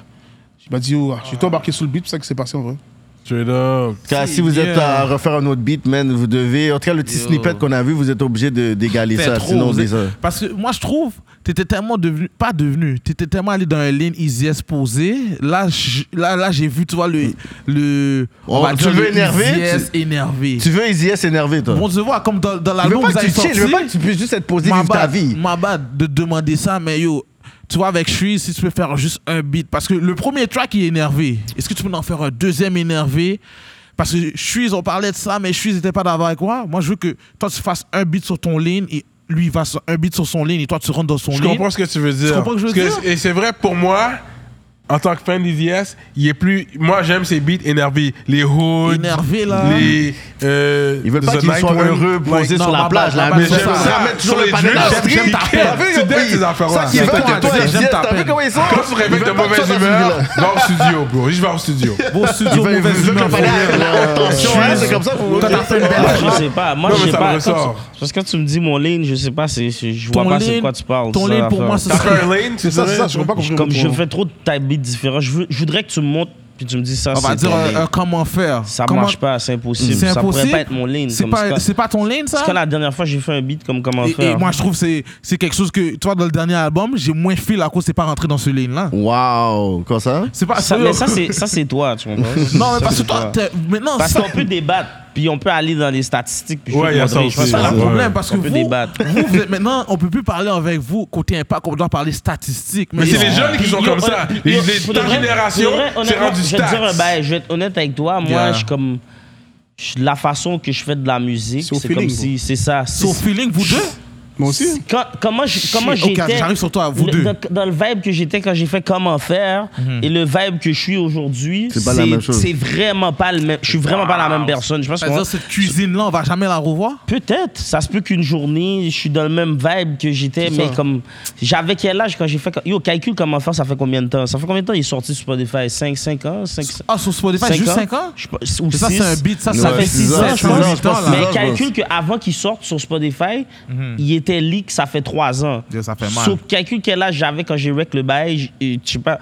Speaker 4: il m'a dit, yo, ah, j'étais embarqué sur le beat, c'est ça qui s'est passé en vrai.
Speaker 1: Straight up.
Speaker 2: Car si vous êtes
Speaker 3: Yeah.
Speaker 2: à refaire un autre beat, man, vous devez. En tout cas, le petit
Speaker 3: Yo.
Speaker 2: snippet qu'on a vu, vous êtes obligé de- d'égaler
Speaker 3: C'est
Speaker 2: ça.
Speaker 3: trop,
Speaker 2: Sinon,
Speaker 3: vous
Speaker 2: des
Speaker 3: êtes- Parce que moi, je trouve t'étais tellement devenu, pas devenu, t'étais tellement allé dans une ligne easy S posée. Là, j- là, là j'ai vu, tu vois, le. le
Speaker 2: Oh, tu veux
Speaker 3: le
Speaker 2: énerver,
Speaker 3: easy S énervé.
Speaker 2: Tu veux Izzy s'énerver, toi?
Speaker 3: Bon, tu vois, comme dans, dans la
Speaker 2: je veux
Speaker 3: langue,
Speaker 2: pas
Speaker 3: vous
Speaker 2: que tu
Speaker 3: avez
Speaker 2: chill,
Speaker 3: sorti.
Speaker 2: je veux pas que tu puisses juste être posé
Speaker 3: Ma
Speaker 2: vivre ta
Speaker 3: bad,
Speaker 2: vie.
Speaker 3: ma bad de demander ça, mais yo, tu vois, avec Shui, si tu peux faire juste un beat, parce que le premier track, il est énervé. Est-ce que tu peux en faire un deuxième énervé Parce que Shui, on parlait de ça, mais Shui, n'était pas d'accord avec moi. Moi, je veux que toi, tu fasses un beat sur ton ligne, et lui, il va sur un beat sur son ligne, et toi, tu rentres dans son
Speaker 1: Je
Speaker 3: ligne.
Speaker 1: comprends ce que tu veux dire.
Speaker 3: comprends ce que je veux
Speaker 1: Parce
Speaker 3: dire?
Speaker 1: Et c'est vrai pour moi. En tant que fan d'EDS, il est plus. Moi, j'aime ses beats énervés. Les hoods.
Speaker 3: Énervés, là.
Speaker 1: Les. euh,
Speaker 2: Ils veulent pas
Speaker 1: The
Speaker 2: qu'ils
Speaker 1: Night
Speaker 2: soient
Speaker 1: One.
Speaker 2: heureux posés
Speaker 3: non,
Speaker 2: sur la
Speaker 3: ma
Speaker 2: plage.
Speaker 3: bad,
Speaker 2: là,
Speaker 3: ma
Speaker 2: mais
Speaker 3: bad,
Speaker 2: j'aime
Speaker 3: ça.
Speaker 2: ça. mettre toujours le panel dans
Speaker 3: j'aime ta paix.
Speaker 1: Tu dettes ces affaires-là.
Speaker 2: Ça qui
Speaker 1: C'est
Speaker 2: veut,
Speaker 1: toi qui as
Speaker 2: toi,
Speaker 1: dit,
Speaker 2: Izzy,
Speaker 3: j'aime ta
Speaker 2: t'as vu
Speaker 3: paix.
Speaker 2: comment ils sont?
Speaker 1: Quand tu réveilles de
Speaker 2: veulent pas que
Speaker 1: mauvaise
Speaker 2: ça, ça se
Speaker 1: humeur,
Speaker 2: vide,
Speaker 1: va au studio, bro. Je vais au studio.
Speaker 3: Bon
Speaker 2: Ils
Speaker 3: studio,
Speaker 2: veulent- ils
Speaker 3: mauvaise
Speaker 2: veulent que le
Speaker 3: humeur.
Speaker 2: palais aille à la tension,
Speaker 3: Je
Speaker 2: hein,
Speaker 3: suis-
Speaker 2: C'est comme ça pour
Speaker 3: Toi, t'as fait une belle
Speaker 2: Bah,
Speaker 5: Je sais pas. Moi,
Speaker 1: Non,
Speaker 5: je
Speaker 1: mais
Speaker 5: sais
Speaker 1: ça me
Speaker 5: pas. Quand
Speaker 1: ressort.
Speaker 5: tu- parce que quand tu me dis mon ligne, je sais pas. c'est- Je je vois
Speaker 3: Ton
Speaker 5: pas c'est
Speaker 3: ligne-
Speaker 5: quoi tu parles.
Speaker 3: ton
Speaker 5: c'est
Speaker 3: ligne,
Speaker 5: ça,
Speaker 3: pour
Speaker 5: ça.
Speaker 3: moi, ce
Speaker 1: T'as
Speaker 3: serait-
Speaker 1: fait un lane, c'est
Speaker 4: C'est ça, c'est ça, je
Speaker 1: ça?
Speaker 4: peux pas comprendre.
Speaker 5: Comme je fais trop de type beat différents, je, veux- je voudrais que tu me montres puis tu me dis ça.
Speaker 3: On va
Speaker 5: c'est
Speaker 3: dire
Speaker 5: ton
Speaker 3: euh,
Speaker 5: ligne.
Speaker 3: euh, comment faire.
Speaker 5: ça
Speaker 3: Comment-
Speaker 5: marche pas, c'est impossible.
Speaker 3: C'est
Speaker 5: Ça pourrait
Speaker 3: impossible.
Speaker 5: pas être mon ligne.
Speaker 3: C'est
Speaker 5: comme
Speaker 3: pas-
Speaker 5: c'est quand-
Speaker 3: C'est pas ton lane, ça
Speaker 5: c'est quand la dernière fois j'ai fait un beat comme comment
Speaker 3: Et- et,
Speaker 5: faire.
Speaker 3: moi, je trouve que c'est c'est quelque chose que, toi, dans le dernier album, j'ai moins feel à cause c'est pas rentré dans ce lane-là.
Speaker 2: Wow, comme ça?
Speaker 3: C'est pas
Speaker 5: Oh.
Speaker 3: euh,
Speaker 5: Ça- mais ça, c'est ça, c'est toi, tu comprends?
Speaker 3: Non, mais
Speaker 5: Ça,
Speaker 3: parce que
Speaker 5: c'est
Speaker 3: toi,
Speaker 5: toi.
Speaker 3: t'es- mais non,
Speaker 5: Parce
Speaker 3: ça,
Speaker 5: qu'on peut débattre, puis on peut aller dans les statistiques, puis je
Speaker 1: Ouais,
Speaker 5: vais te
Speaker 1: y a ça
Speaker 5: montrer, je
Speaker 1: aussi,
Speaker 3: c'est
Speaker 5: pense
Speaker 3: ça
Speaker 5: que
Speaker 3: le
Speaker 1: Ouais.
Speaker 3: problème. Parce
Speaker 5: On
Speaker 3: que
Speaker 5: peut
Speaker 3: vous,
Speaker 5: débattre.
Speaker 3: vous, vous êtes- maintenant, on peut plus parler avec vous côté impact, on doit parler statistiques.
Speaker 1: Mais c'est
Speaker 3: non.
Speaker 1: les jeunes qui sont
Speaker 5: Yo,
Speaker 1: comme ça.
Speaker 5: honnête-
Speaker 1: Les
Speaker 5: yo,
Speaker 1: les-
Speaker 5: pour
Speaker 1: ta
Speaker 5: de vrai-
Speaker 1: génération,
Speaker 5: pour de vrai,
Speaker 1: c'est
Speaker 5: honnêtement,
Speaker 1: rendu
Speaker 5: je vais te dire un
Speaker 1: stats.
Speaker 5: bail, je vais être honnête avec toi. Moi,
Speaker 3: Yeah.
Speaker 5: je suis comme. je- La façon que je fais de la musique,
Speaker 4: C'est au
Speaker 5: c'est
Speaker 4: feeling,
Speaker 5: comme si. C'est ça.
Speaker 3: So feeling, vous deux
Speaker 4: Moi aussi.
Speaker 5: Quand- comment je- comment
Speaker 3: Shit, ok,
Speaker 5: j'étais.
Speaker 3: j'arrive sur toi, vous
Speaker 5: le-
Speaker 3: deux.
Speaker 5: Dans, dans le vibe que j'étais quand j'ai fait Comment faire
Speaker 1: Mhm.
Speaker 5: et le vibe que je suis aujourd'hui,
Speaker 2: C'est pas la même chose.
Speaker 5: c'est vraiment pas le même. Je suis vraiment pas la même personne. Je pense
Speaker 1: Ben,
Speaker 5: qu'on-
Speaker 3: C'est-à-dire, cette cuisine-là, on va jamais la revoir
Speaker 5: Peut-être. Ça se peut qu'une journée, je suis dans le même vibe que j'étais, mais comme. J'avais quel âge quand j'ai fait. Yo, calcule comment faire, ça fait combien de temps Ça fait combien de temps il est sorti sur Spotify 5, 5 ans 5,
Speaker 3: Ah, sur Spotify, juste 5 ans
Speaker 5: Je sais pas, Ou
Speaker 3: Ça,
Speaker 5: six.
Speaker 3: c'est un beat, ça,
Speaker 5: Ça
Speaker 3: ça
Speaker 2: Ouais,
Speaker 5: fait
Speaker 2: six
Speaker 5: 6
Speaker 2: ans,
Speaker 5: ans, je
Speaker 2: six
Speaker 5: pense.
Speaker 2: ans, je pense, six ans.
Speaker 5: Mais
Speaker 2: je
Speaker 5: calcule qu'avant qu'il sorte sur Spotify, il était leak, ça fait 3 ans.
Speaker 3: Yo, Mhm. ça fait mal.
Speaker 5: Sauf calcule quel âge j'avais quand j'ai rec le bail, j- et je sais pas.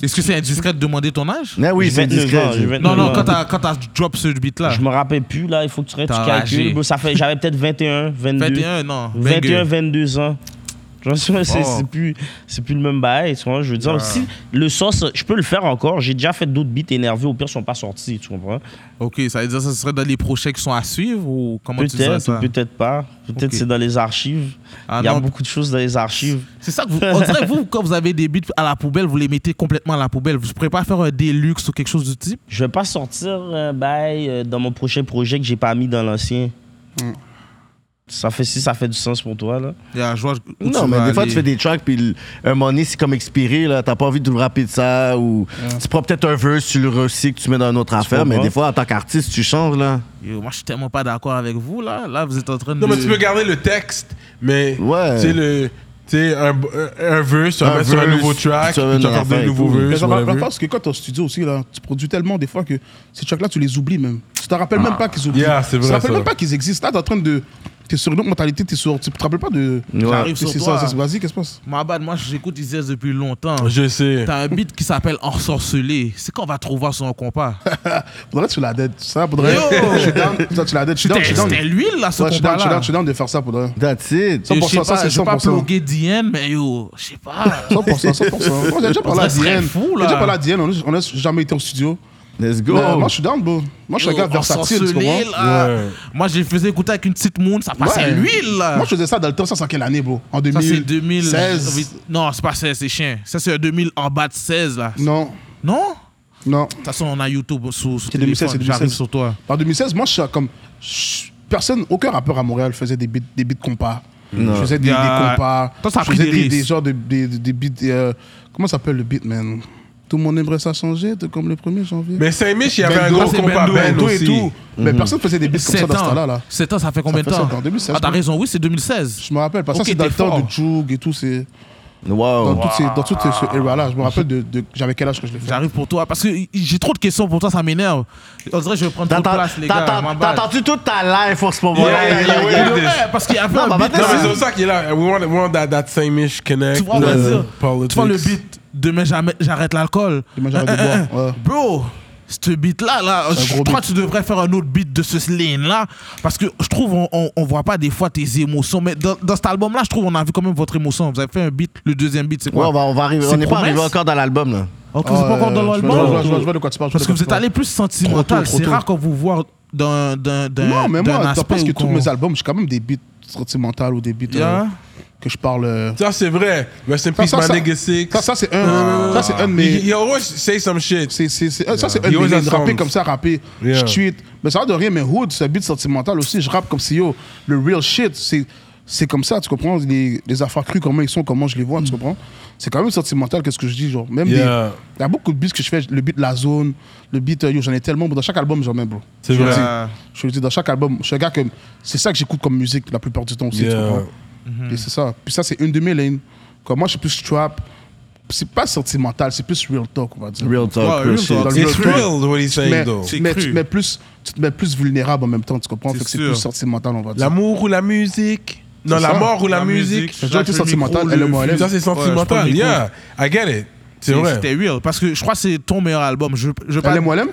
Speaker 3: Est-ce que c'est indiscret de demander ton âge
Speaker 2: Mais oui,
Speaker 5: J'ai
Speaker 2: c'est
Speaker 5: 29
Speaker 2: discret.
Speaker 5: ans, j'ai 29
Speaker 3: Non, non,
Speaker 5: ans.
Speaker 3: quand t'as- quand t'as drop ce beat-là.
Speaker 5: Je me rappelle plus, là, il faut que tu, restes, tu
Speaker 3: T'as
Speaker 5: calcules.
Speaker 3: ragé.
Speaker 5: bro, ça fait, j'avais peut-être 21, 22.
Speaker 3: 21, non.
Speaker 5: 21, 22 ans. Je sais pas, c'est
Speaker 3: Oh. Ah.
Speaker 5: c'est plus, c'est plus le même bail, tu vois. Je veux dire, si le sauce, je peux le faire encore. J'ai déjà fait d'autres beats énervés, au pire, ils sont pas sortis, tu comprends?
Speaker 3: Ok, ça veut dire que ça serait dans les projets qui sont à suivre ou comment tu dirais
Speaker 5: Peut-être,
Speaker 3: ça
Speaker 5: ou peut-être pas. Peut-être
Speaker 3: Ok.
Speaker 5: c'est dans les archives.
Speaker 3: Ah
Speaker 5: Il y a
Speaker 3: non.
Speaker 5: beaucoup de choses dans les archives.
Speaker 3: C'est ça que vous. On dirait que vous, quand vous avez des beats à la poubelle, vous les mettez complètement à la poubelle. Vous ne pourrez pas faire un deluxe ou quelque chose du type
Speaker 5: Je vais pas sortir un bail euh, dans mon prochain projet que j'ai pas mis dans l'ancien.
Speaker 3: Hmm.
Speaker 5: Ça fait si ça fait du sens pour toi, là.
Speaker 3: Il y a un joueur où
Speaker 2: Non,
Speaker 3: tu
Speaker 2: mais
Speaker 3: vas
Speaker 2: des fois,
Speaker 3: aller.
Speaker 2: tu fais des tracks, puis le- un moment donné, c'est comme expiré, là, t'as pas envie de le rapper de ça, ou tu prends peut-être un verse, tu le recycles, tu mets dans une autre affaire, mais
Speaker 5: comprends.
Speaker 2: des fois, en tant qu'artiste, tu changes, là.
Speaker 3: Yo, moi, je suis tellement pas d'accord avec vous, là. Là, vous êtes en train de.
Speaker 1: Non, mais tu peux garder le texte, mais
Speaker 2: Ouais.
Speaker 1: tu sais, le, tu sais, un, un verse, tu vas
Speaker 2: Un
Speaker 1: mettre sur
Speaker 2: verse,
Speaker 1: un nouveau track,
Speaker 2: tu
Speaker 1: tu
Speaker 2: vas mettre
Speaker 1: vas
Speaker 2: une
Speaker 1: faire
Speaker 2: affaire
Speaker 1: des
Speaker 2: et
Speaker 1: nouveaux
Speaker 2: tout.
Speaker 4: Mais
Speaker 1: verses.
Speaker 4: ça va-
Speaker 1: whatever.
Speaker 4: parce que quand t'es en studio aussi, là, tu produis tellement des fois que ces tracks-là, tu les oublies même. Tu te rappelles même pas qu'ils oublient.
Speaker 1: Ah. Yeah, c'est
Speaker 4: tu te
Speaker 1: vrai,
Speaker 4: rappelles
Speaker 1: ça.
Speaker 4: même pas qu'ils existent. Là, t'es en train de. T'es sur une autre mentalité, t'es sur. Tu te rappelles pas de.
Speaker 3: J'arrive
Speaker 4: C'est
Speaker 3: sur
Speaker 4: c'est
Speaker 3: toi.
Speaker 4: ça, c'est vas-y, qu'est-ce qui se passe
Speaker 3: Ma bad, moi, j'écoute Isias depuis longtemps.
Speaker 1: Je sais.
Speaker 3: T'as un beat qui s'appelle Ensorcelé. C'est qu'on va trouver sur un compas.
Speaker 4: Faudrait que tu la dead. Ça, faudrait.
Speaker 3: Yo
Speaker 4: Je suis down. Toi, tu la dead. Je suis down. Je suis
Speaker 3: C'était
Speaker 4: down.
Speaker 3: c'était
Speaker 4: Ouais,
Speaker 3: l'huile, là, ce
Speaker 4: Je suis down. Je suis
Speaker 3: compas-là.
Speaker 4: down. Je suis down de faire ça pour de vrai.
Speaker 2: That's it.
Speaker 3: Yo, Je
Speaker 4: 100%,
Speaker 3: sais
Speaker 4: ça,
Speaker 3: pas,
Speaker 4: c'est
Speaker 3: je vais pas
Speaker 4: 100%.
Speaker 3: plugger Diane, mais yo, je sais pas.
Speaker 4: 100%, 100%. Moi, j'ai déjà parlé à
Speaker 3: Ça serait
Speaker 4: Diane.
Speaker 3: fou,
Speaker 4: J'ai déjà
Speaker 3: là.
Speaker 4: parlé à Diane. on est- On n'a jamais été au studio.
Speaker 2: Let's go.
Speaker 4: Mais, euh, Moi, je suis down, bro. Moi, je suis un
Speaker 3: Yo,
Speaker 4: gars versatile, tu comprends
Speaker 3: ensorcelé, là.
Speaker 1: Ouais.
Speaker 3: Moi, je les faisais écouter avec une petite moon, ça passait à
Speaker 4: Ouais.
Speaker 3: l'huile, là.
Speaker 4: Moi, je faisais ça dans le temps, ça, c'est en quelle année, bro En 2000.
Speaker 3: Ça, c'est 2016.
Speaker 4: 16.
Speaker 3: Non, c'est pas 16, c'est chien. Ça, c'est un 2000 en bas de 16, là.
Speaker 4: Non,
Speaker 3: Non?
Speaker 4: non.
Speaker 3: De toute façon, on a YouTube sous, sous
Speaker 4: C'est 2016,
Speaker 3: téléphone.
Speaker 4: c'est
Speaker 3: J'arrive
Speaker 4: 2016.
Speaker 3: sur toi.
Speaker 4: En 2016, moi, je suis comme. je- Personne, aucun rappeur à Montréal faisait des beats, des beats compas. Je faisais des, des
Speaker 3: Yeah.
Speaker 4: compas.
Speaker 3: Toi, ça a
Speaker 4: je
Speaker 3: pris
Speaker 4: faisais
Speaker 3: des
Speaker 4: des,
Speaker 3: risques.
Speaker 4: des genres de des, des beats. euh, comment ça s'appelle le beat, man Tout le monde aimerait ça changer, de- comme le 1er janvier.
Speaker 1: Mais Saint-Mich, il y avait un
Speaker 4: Bendo,
Speaker 1: gros
Speaker 3: c'est
Speaker 1: compas
Speaker 3: Bendo,
Speaker 1: Ben
Speaker 4: Bendo et
Speaker 1: aussi.
Speaker 4: tout. Mais personne faisait des beats comme ça
Speaker 3: 7
Speaker 4: dans ce temps-là.
Speaker 3: ans.
Speaker 4: Là.
Speaker 3: 7 ans, ça fait combien de
Speaker 4: fait ça
Speaker 3: temps
Speaker 4: en 2016,
Speaker 3: Ah, t'as
Speaker 4: quoi.
Speaker 3: raison, oui, c'est 2016.
Speaker 4: Je me rappelle, parce que
Speaker 3: Ok,
Speaker 4: ça, c'est dans
Speaker 3: t'es
Speaker 4: le temps
Speaker 3: fort.
Speaker 4: de Jug et tout. C'est dans,
Speaker 2: Wow.
Speaker 4: toutes ces, dans tout ce, ce era-là. Je me rappelle de, de- j'avais quel âge que je l'ai fait.
Speaker 3: J'arrive pour toi parce que j'ai trop de questions pour toi, ça m'énerve. On dirait que je vais prendre trop de
Speaker 2: T'entends-
Speaker 3: place, les gars.
Speaker 2: t'entends-
Speaker 3: ma bad.
Speaker 2: T'entends-tu toute ta life pour ce moment-là?
Speaker 1: Yeah, yeah, yeah,
Speaker 3: Ouais,
Speaker 1: yeah.
Speaker 3: parce qu'il y avait
Speaker 2: Non,
Speaker 3: un
Speaker 2: bah,
Speaker 3: beat.
Speaker 2: maintenant,
Speaker 1: Non, mais
Speaker 3: là.
Speaker 1: c'est
Speaker 4: Ah,
Speaker 1: pour ça qu'il est là. We want, we want that, that Saint-Mich connect.
Speaker 3: Tu vois, on va
Speaker 1: the
Speaker 3: dire, tu
Speaker 1: politics.
Speaker 3: vois le beat Demain, jamais- j'arrête l'alcool.
Speaker 4: Demain, j'arrête de boire. Ouais.
Speaker 3: Bro, ce beat là là je
Speaker 4: gros
Speaker 3: crois
Speaker 4: beat.
Speaker 3: que tu devrais faire un autre beat de ce lane là parce que je trouve on, on, on voit pas des fois tes émotions mais dans, dans cet album là je trouve on a vu quand même votre émotion vous avez fait un beat le deuxième beat c'est
Speaker 2: Ouais,
Speaker 3: quoi
Speaker 2: on va- on va arriver-
Speaker 3: C'est
Speaker 2: on n'est pas arrivé
Speaker 3: promesse
Speaker 2: encore dans l'album, là.
Speaker 3: ok c'est pas encore dans
Speaker 4: Euh, je vois- je vois-
Speaker 3: l'album
Speaker 4: Je vois- je vois de quoi tu parles.
Speaker 3: parce
Speaker 4: je vois de
Speaker 3: que
Speaker 4: quoi
Speaker 3: vous
Speaker 4: tu
Speaker 3: êtes allé plus
Speaker 4: Trop
Speaker 3: sentimental
Speaker 4: tôt, trop
Speaker 3: c'est
Speaker 4: tôt.
Speaker 3: rare qu'on vous voit d'un d'un d'un
Speaker 4: Non, mais
Speaker 3: Euh, d'un
Speaker 4: moi, je
Speaker 3: aspect
Speaker 4: pense que
Speaker 3: où
Speaker 4: tous
Speaker 3: qu'on-
Speaker 4: mes albums, j'ai quand même des beats sentimentales ou des beats euh,
Speaker 3: Yeah.
Speaker 4: que je parle. euh,
Speaker 1: Ça, c'est vrai. Rest in
Speaker 4: Ça,
Speaker 1: peace,
Speaker 4: ça,
Speaker 1: my
Speaker 4: ça-
Speaker 1: nigga six.
Speaker 4: Ça, ça, c'est
Speaker 3: Euh,
Speaker 4: un, ça, c'est un de
Speaker 1: He,
Speaker 4: mes.
Speaker 1: he always say some shit.
Speaker 4: C'est, c'est, c'est- Ça, c'est un
Speaker 1: He
Speaker 4: de mes
Speaker 1: always
Speaker 4: liens
Speaker 1: has
Speaker 4: de rapper
Speaker 1: songs.
Speaker 4: comme ça, rapper.
Speaker 1: Yeah.
Speaker 4: Je tweet. Mais ça va de rien, mais Hood, c'est un beat sentimental aussi. Je rappe comme si, yo, le real shit, c'est, c'est comme ça, tu comprends? Les, les affaires crues, comment ils sont, comment je les vois, tu comprends? C'est quand même sentimental, qu'est-ce que je dis, genre. Même des-
Speaker 1: Yeah.
Speaker 4: Il y a beaucoup de beats que je fais, le beat La Zone, le beat, euh, yo, j'en ai tellement, bro, dans chaque album, j'en mets, bro.
Speaker 1: C'est
Speaker 4: Je le
Speaker 1: vrai.
Speaker 4: dis. Je le dis, dans chaque album, je suis un gars que. C'est ça que j'écoute comme musique la plupart du temps aussi, tu
Speaker 1: Yeah.
Speaker 4: comprends? Puis c'est ça. Puis ça, c'est une de mes lignes. Comme moi, je suis plus trap. C'est pas sentimental, c'est plus real talk, on va dire.
Speaker 2: Real talk,
Speaker 3: Ouais,
Speaker 2: real
Speaker 3: real
Speaker 2: shit.
Speaker 3: talk.
Speaker 4: Dans le
Speaker 1: It's
Speaker 4: real talk.
Speaker 1: real what he's
Speaker 4: Tu te mets-
Speaker 1: saying, though.
Speaker 3: C'est
Speaker 4: mais tu
Speaker 3: cru.
Speaker 4: te mets plus, tu te mets plus vulnérable en même temps, tu comprends?
Speaker 3: C'est
Speaker 4: Fait que c'est
Speaker 3: sûr.
Speaker 4: plus sentimental, on va dire.
Speaker 1: L'amour ou la musique. Non,
Speaker 4: C'est
Speaker 1: la
Speaker 4: ça.
Speaker 1: mort ou la,
Speaker 3: La
Speaker 1: musique.
Speaker 3: musique.
Speaker 4: J'ai toujours été
Speaker 3: Jacques le
Speaker 4: sentimental,
Speaker 3: micro,
Speaker 4: elle
Speaker 3: le
Speaker 4: est moi, elle est.
Speaker 1: Ça, c'est sentimental.
Speaker 3: Ouais, je prends le
Speaker 1: yeah, I get it. C'est
Speaker 3: C'est-
Speaker 1: vrai.
Speaker 3: C'était real parce que je crois que c'est ton meilleur album. Je, je veux pas
Speaker 4: Elle est moellem?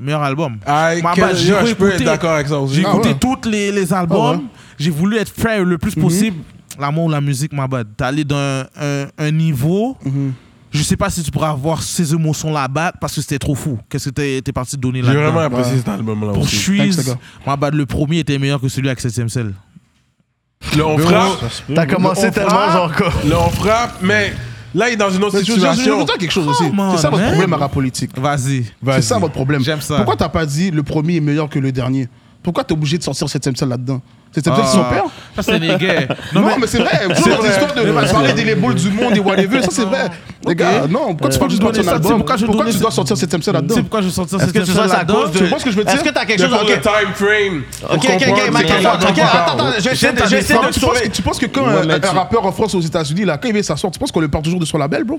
Speaker 3: meilleur album.
Speaker 1: I
Speaker 3: Ma
Speaker 1: can-
Speaker 3: base, j'ai
Speaker 1: yeah, je peux
Speaker 3: réécouté-
Speaker 1: être d'accord avec ça aussi.
Speaker 3: J'ai
Speaker 4: Ah
Speaker 3: écouté
Speaker 4: ouais.
Speaker 3: tous les, les albums.
Speaker 4: Ah ouais. Mhm.
Speaker 3: J'ai voulu être frère le plus possible. L'amour ou la musique, ma bad. T'es allé d'un un, un niveau.
Speaker 4: Mhm.
Speaker 3: Je sais pas si tu pourras avoir ces émotions là-bas parce que c'était trop fou. Qu'est-ce que t'es t'es parti donner
Speaker 1: J'ai vraiment
Speaker 3: là-dedans
Speaker 1: apprécié cet album-là
Speaker 3: Pour
Speaker 1: aussi.
Speaker 4: Thanks, les
Speaker 3: Suisse,
Speaker 4: gars.
Speaker 3: ma bad, le premier était meilleur que celui avec 7ème Cell.
Speaker 1: Le on frappe,
Speaker 2: T'as commencé
Speaker 1: on
Speaker 2: tellement,
Speaker 1: frappe.
Speaker 2: genre, quoi.
Speaker 1: le on frappe, mais là, il est dans une autre
Speaker 4: Mais je veux dire, je veux
Speaker 1: situation.
Speaker 4: dire quelque chose aussi.
Speaker 3: Come on,
Speaker 4: C'est ça votre
Speaker 3: Oh, man.
Speaker 4: problème à rap politique.
Speaker 3: Vas-y.
Speaker 1: Vas-y.
Speaker 4: C'est ça votre problème.
Speaker 3: J'aime ça.
Speaker 4: Pourquoi t'as pas dit le premier est meilleur que le dernier? Pourquoi t'es obligé de sortir cette scène là-dedans? Cette scène, c'est son
Speaker 3: Ah,
Speaker 4: père?
Speaker 3: Ça, c'est les gars.
Speaker 4: Non, mais, c'est vrai. C'est
Speaker 3: vrai.
Speaker 4: l'histoire de parler des les balles du monde et whatever. Ça, c'est vrai. Les gars, non, pourquoi tu parles juste de
Speaker 3: Euh, donner
Speaker 4: ton
Speaker 3: ça, tu sais,
Speaker 4: album
Speaker 3: pourquoi je
Speaker 4: Pourquoi
Speaker 3: donnais
Speaker 4: tu
Speaker 3: ça-
Speaker 4: dois sortir cette thème
Speaker 3: Tu
Speaker 4: là-dedans
Speaker 3: sais pourquoi je sortais
Speaker 2: Est-ce que
Speaker 3: 7ème
Speaker 2: tu
Speaker 3: Cell
Speaker 2: sens ça à
Speaker 3: là-dedans
Speaker 2: cause de.
Speaker 4: Tu vois ce que je veux dire
Speaker 2: Est-ce que t'as quelque
Speaker 1: Mais
Speaker 2: chose.
Speaker 1: pour le
Speaker 2: Ok,
Speaker 1: time frame. pour
Speaker 2: ok, ok,
Speaker 1: comprendre
Speaker 2: ok, ma
Speaker 1: c'est
Speaker 2: question,
Speaker 1: quoi
Speaker 2: ok,
Speaker 1: qu'on parle.
Speaker 2: attends, attends, j'essaie de- j'essaie
Speaker 4: Non,
Speaker 2: de
Speaker 4: mais
Speaker 2: me
Speaker 4: tu, penses que,
Speaker 2: sauver.
Speaker 4: tu penses que quand
Speaker 5: Ouais,
Speaker 4: un,
Speaker 5: mais
Speaker 4: un
Speaker 5: tu-
Speaker 4: rappeur en France aux États-Unis, là, quand il met sa sorte, tu penses qu'on le parle toujours de son label, bro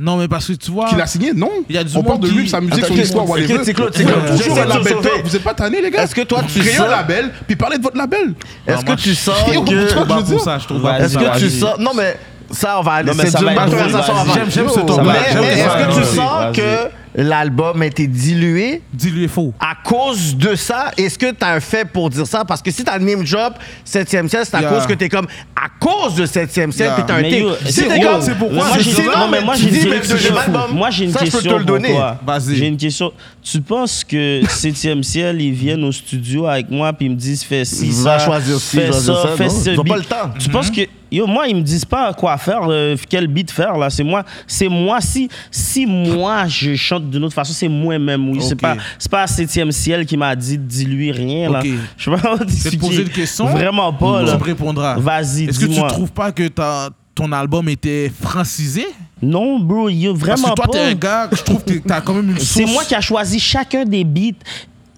Speaker 3: Non, mais parce que tu vois.
Speaker 4: Qu'il a signé Non.
Speaker 3: Il y a du
Speaker 4: On parle
Speaker 3: monde
Speaker 4: de lui,
Speaker 3: qui-
Speaker 4: sa musique,
Speaker 2: Attends,
Speaker 4: son
Speaker 2: ok,
Speaker 4: histoire,
Speaker 2: ok,
Speaker 4: whatever.
Speaker 2: c'est Claude, c'est
Speaker 4: Vous
Speaker 2: Claude.
Speaker 4: avez toujours
Speaker 2: J'essaie
Speaker 4: un
Speaker 2: de te
Speaker 4: label
Speaker 2: sauver.
Speaker 4: top. Vous êtes pas tanné, les gars
Speaker 2: Est-ce que toi, tu
Speaker 4: Créez
Speaker 2: sens-
Speaker 4: un label, puis parlez de votre label.
Speaker 2: Est-ce que tu sens
Speaker 4: Yo,
Speaker 2: que.
Speaker 4: pourquoi
Speaker 3: Pas
Speaker 4: Je veux
Speaker 3: pour
Speaker 4: dire-
Speaker 3: ça, je trouve. pas
Speaker 5: Vas-y,
Speaker 3: pour
Speaker 2: Est-ce
Speaker 3: ça.
Speaker 5: va
Speaker 2: que tu
Speaker 5: aller.
Speaker 2: sens. Non, mais ça, on va aller.
Speaker 5: Non, mais
Speaker 2: C'est
Speaker 5: ça
Speaker 2: dur
Speaker 5: va
Speaker 2: ma
Speaker 5: aller,
Speaker 2: conversation
Speaker 5: vas-y.
Speaker 2: avant.
Speaker 3: J'aime, j'aime ce
Speaker 5: va
Speaker 3: ton-là.
Speaker 5: aller,
Speaker 3: J'aime
Speaker 2: Mais
Speaker 3: ce
Speaker 5: vas-y,
Speaker 2: est-ce
Speaker 3: ton-là.
Speaker 2: que tu
Speaker 5: vas-y.
Speaker 2: sens que l'album a été dilué
Speaker 3: Dis-lui faux.
Speaker 2: à cause de ça? Est-ce que t'as un fait pour dire ça? Parce que si t'as name job 7e ciel, c'est à
Speaker 3: Yeah.
Speaker 2: cause que t'es comme à cause de 7e ciel,
Speaker 3: Yeah.
Speaker 2: puis t'as un
Speaker 5: Mais
Speaker 2: take.
Speaker 5: yo,
Speaker 2: Si
Speaker 5: c'est-
Speaker 2: t'es
Speaker 5: yo,
Speaker 2: comme, c'est pourquoi?
Speaker 5: moi, j'ai-
Speaker 2: C'est
Speaker 5: non,
Speaker 2: non,
Speaker 5: mais moi,
Speaker 2: tu
Speaker 5: j'ai
Speaker 2: dis,
Speaker 5: une
Speaker 2: mais
Speaker 5: question
Speaker 2: deuxième
Speaker 5: pour-
Speaker 2: album,
Speaker 5: Moi, j'ai une
Speaker 2: ça, je
Speaker 5: question
Speaker 2: peux te le
Speaker 5: pour
Speaker 2: donner.
Speaker 5: toi.
Speaker 3: Vas-y.
Speaker 5: J'ai une question. Tu penses que 7e ciel, ils viennent au studio avec moi puis ils me disent fais ci,
Speaker 2: Va
Speaker 5: ça,
Speaker 2: choisir ci,
Speaker 5: fais
Speaker 2: choisir
Speaker 5: ça,
Speaker 2: ça,
Speaker 5: fais
Speaker 2: non?
Speaker 5: ce
Speaker 2: Ils ont
Speaker 5: beat.
Speaker 2: pas le temps. Mhm.
Speaker 5: Tu penses que yo, moi ils me disent pas quoi faire, euh, quel beat faire là. C'est moi, c'est moi si si moi je chante d'une autre façon, c'est moi-même. Oui, c'est
Speaker 3: Ok.
Speaker 5: pas c'est pas 7e ciel qui m'a dit dis-lui rien
Speaker 3: Ok.
Speaker 5: là. Je sais pas comment
Speaker 3: Je vais te
Speaker 5: t'expliquer.
Speaker 3: poser une question.
Speaker 5: Vraiment pas
Speaker 3: Tu
Speaker 5: là.
Speaker 3: me répondras.
Speaker 5: Vas-y,
Speaker 3: Est-ce que tu
Speaker 5: dis-moi.
Speaker 3: trouves pas que ta- ton album était francisé
Speaker 5: Non, bro, yo,
Speaker 3: Parce
Speaker 5: vraiment
Speaker 3: que toi,
Speaker 5: pas.
Speaker 3: t'es un gars que je trouve que t'as quand même une source.
Speaker 5: C'est moi qui a choisi chacun des beats.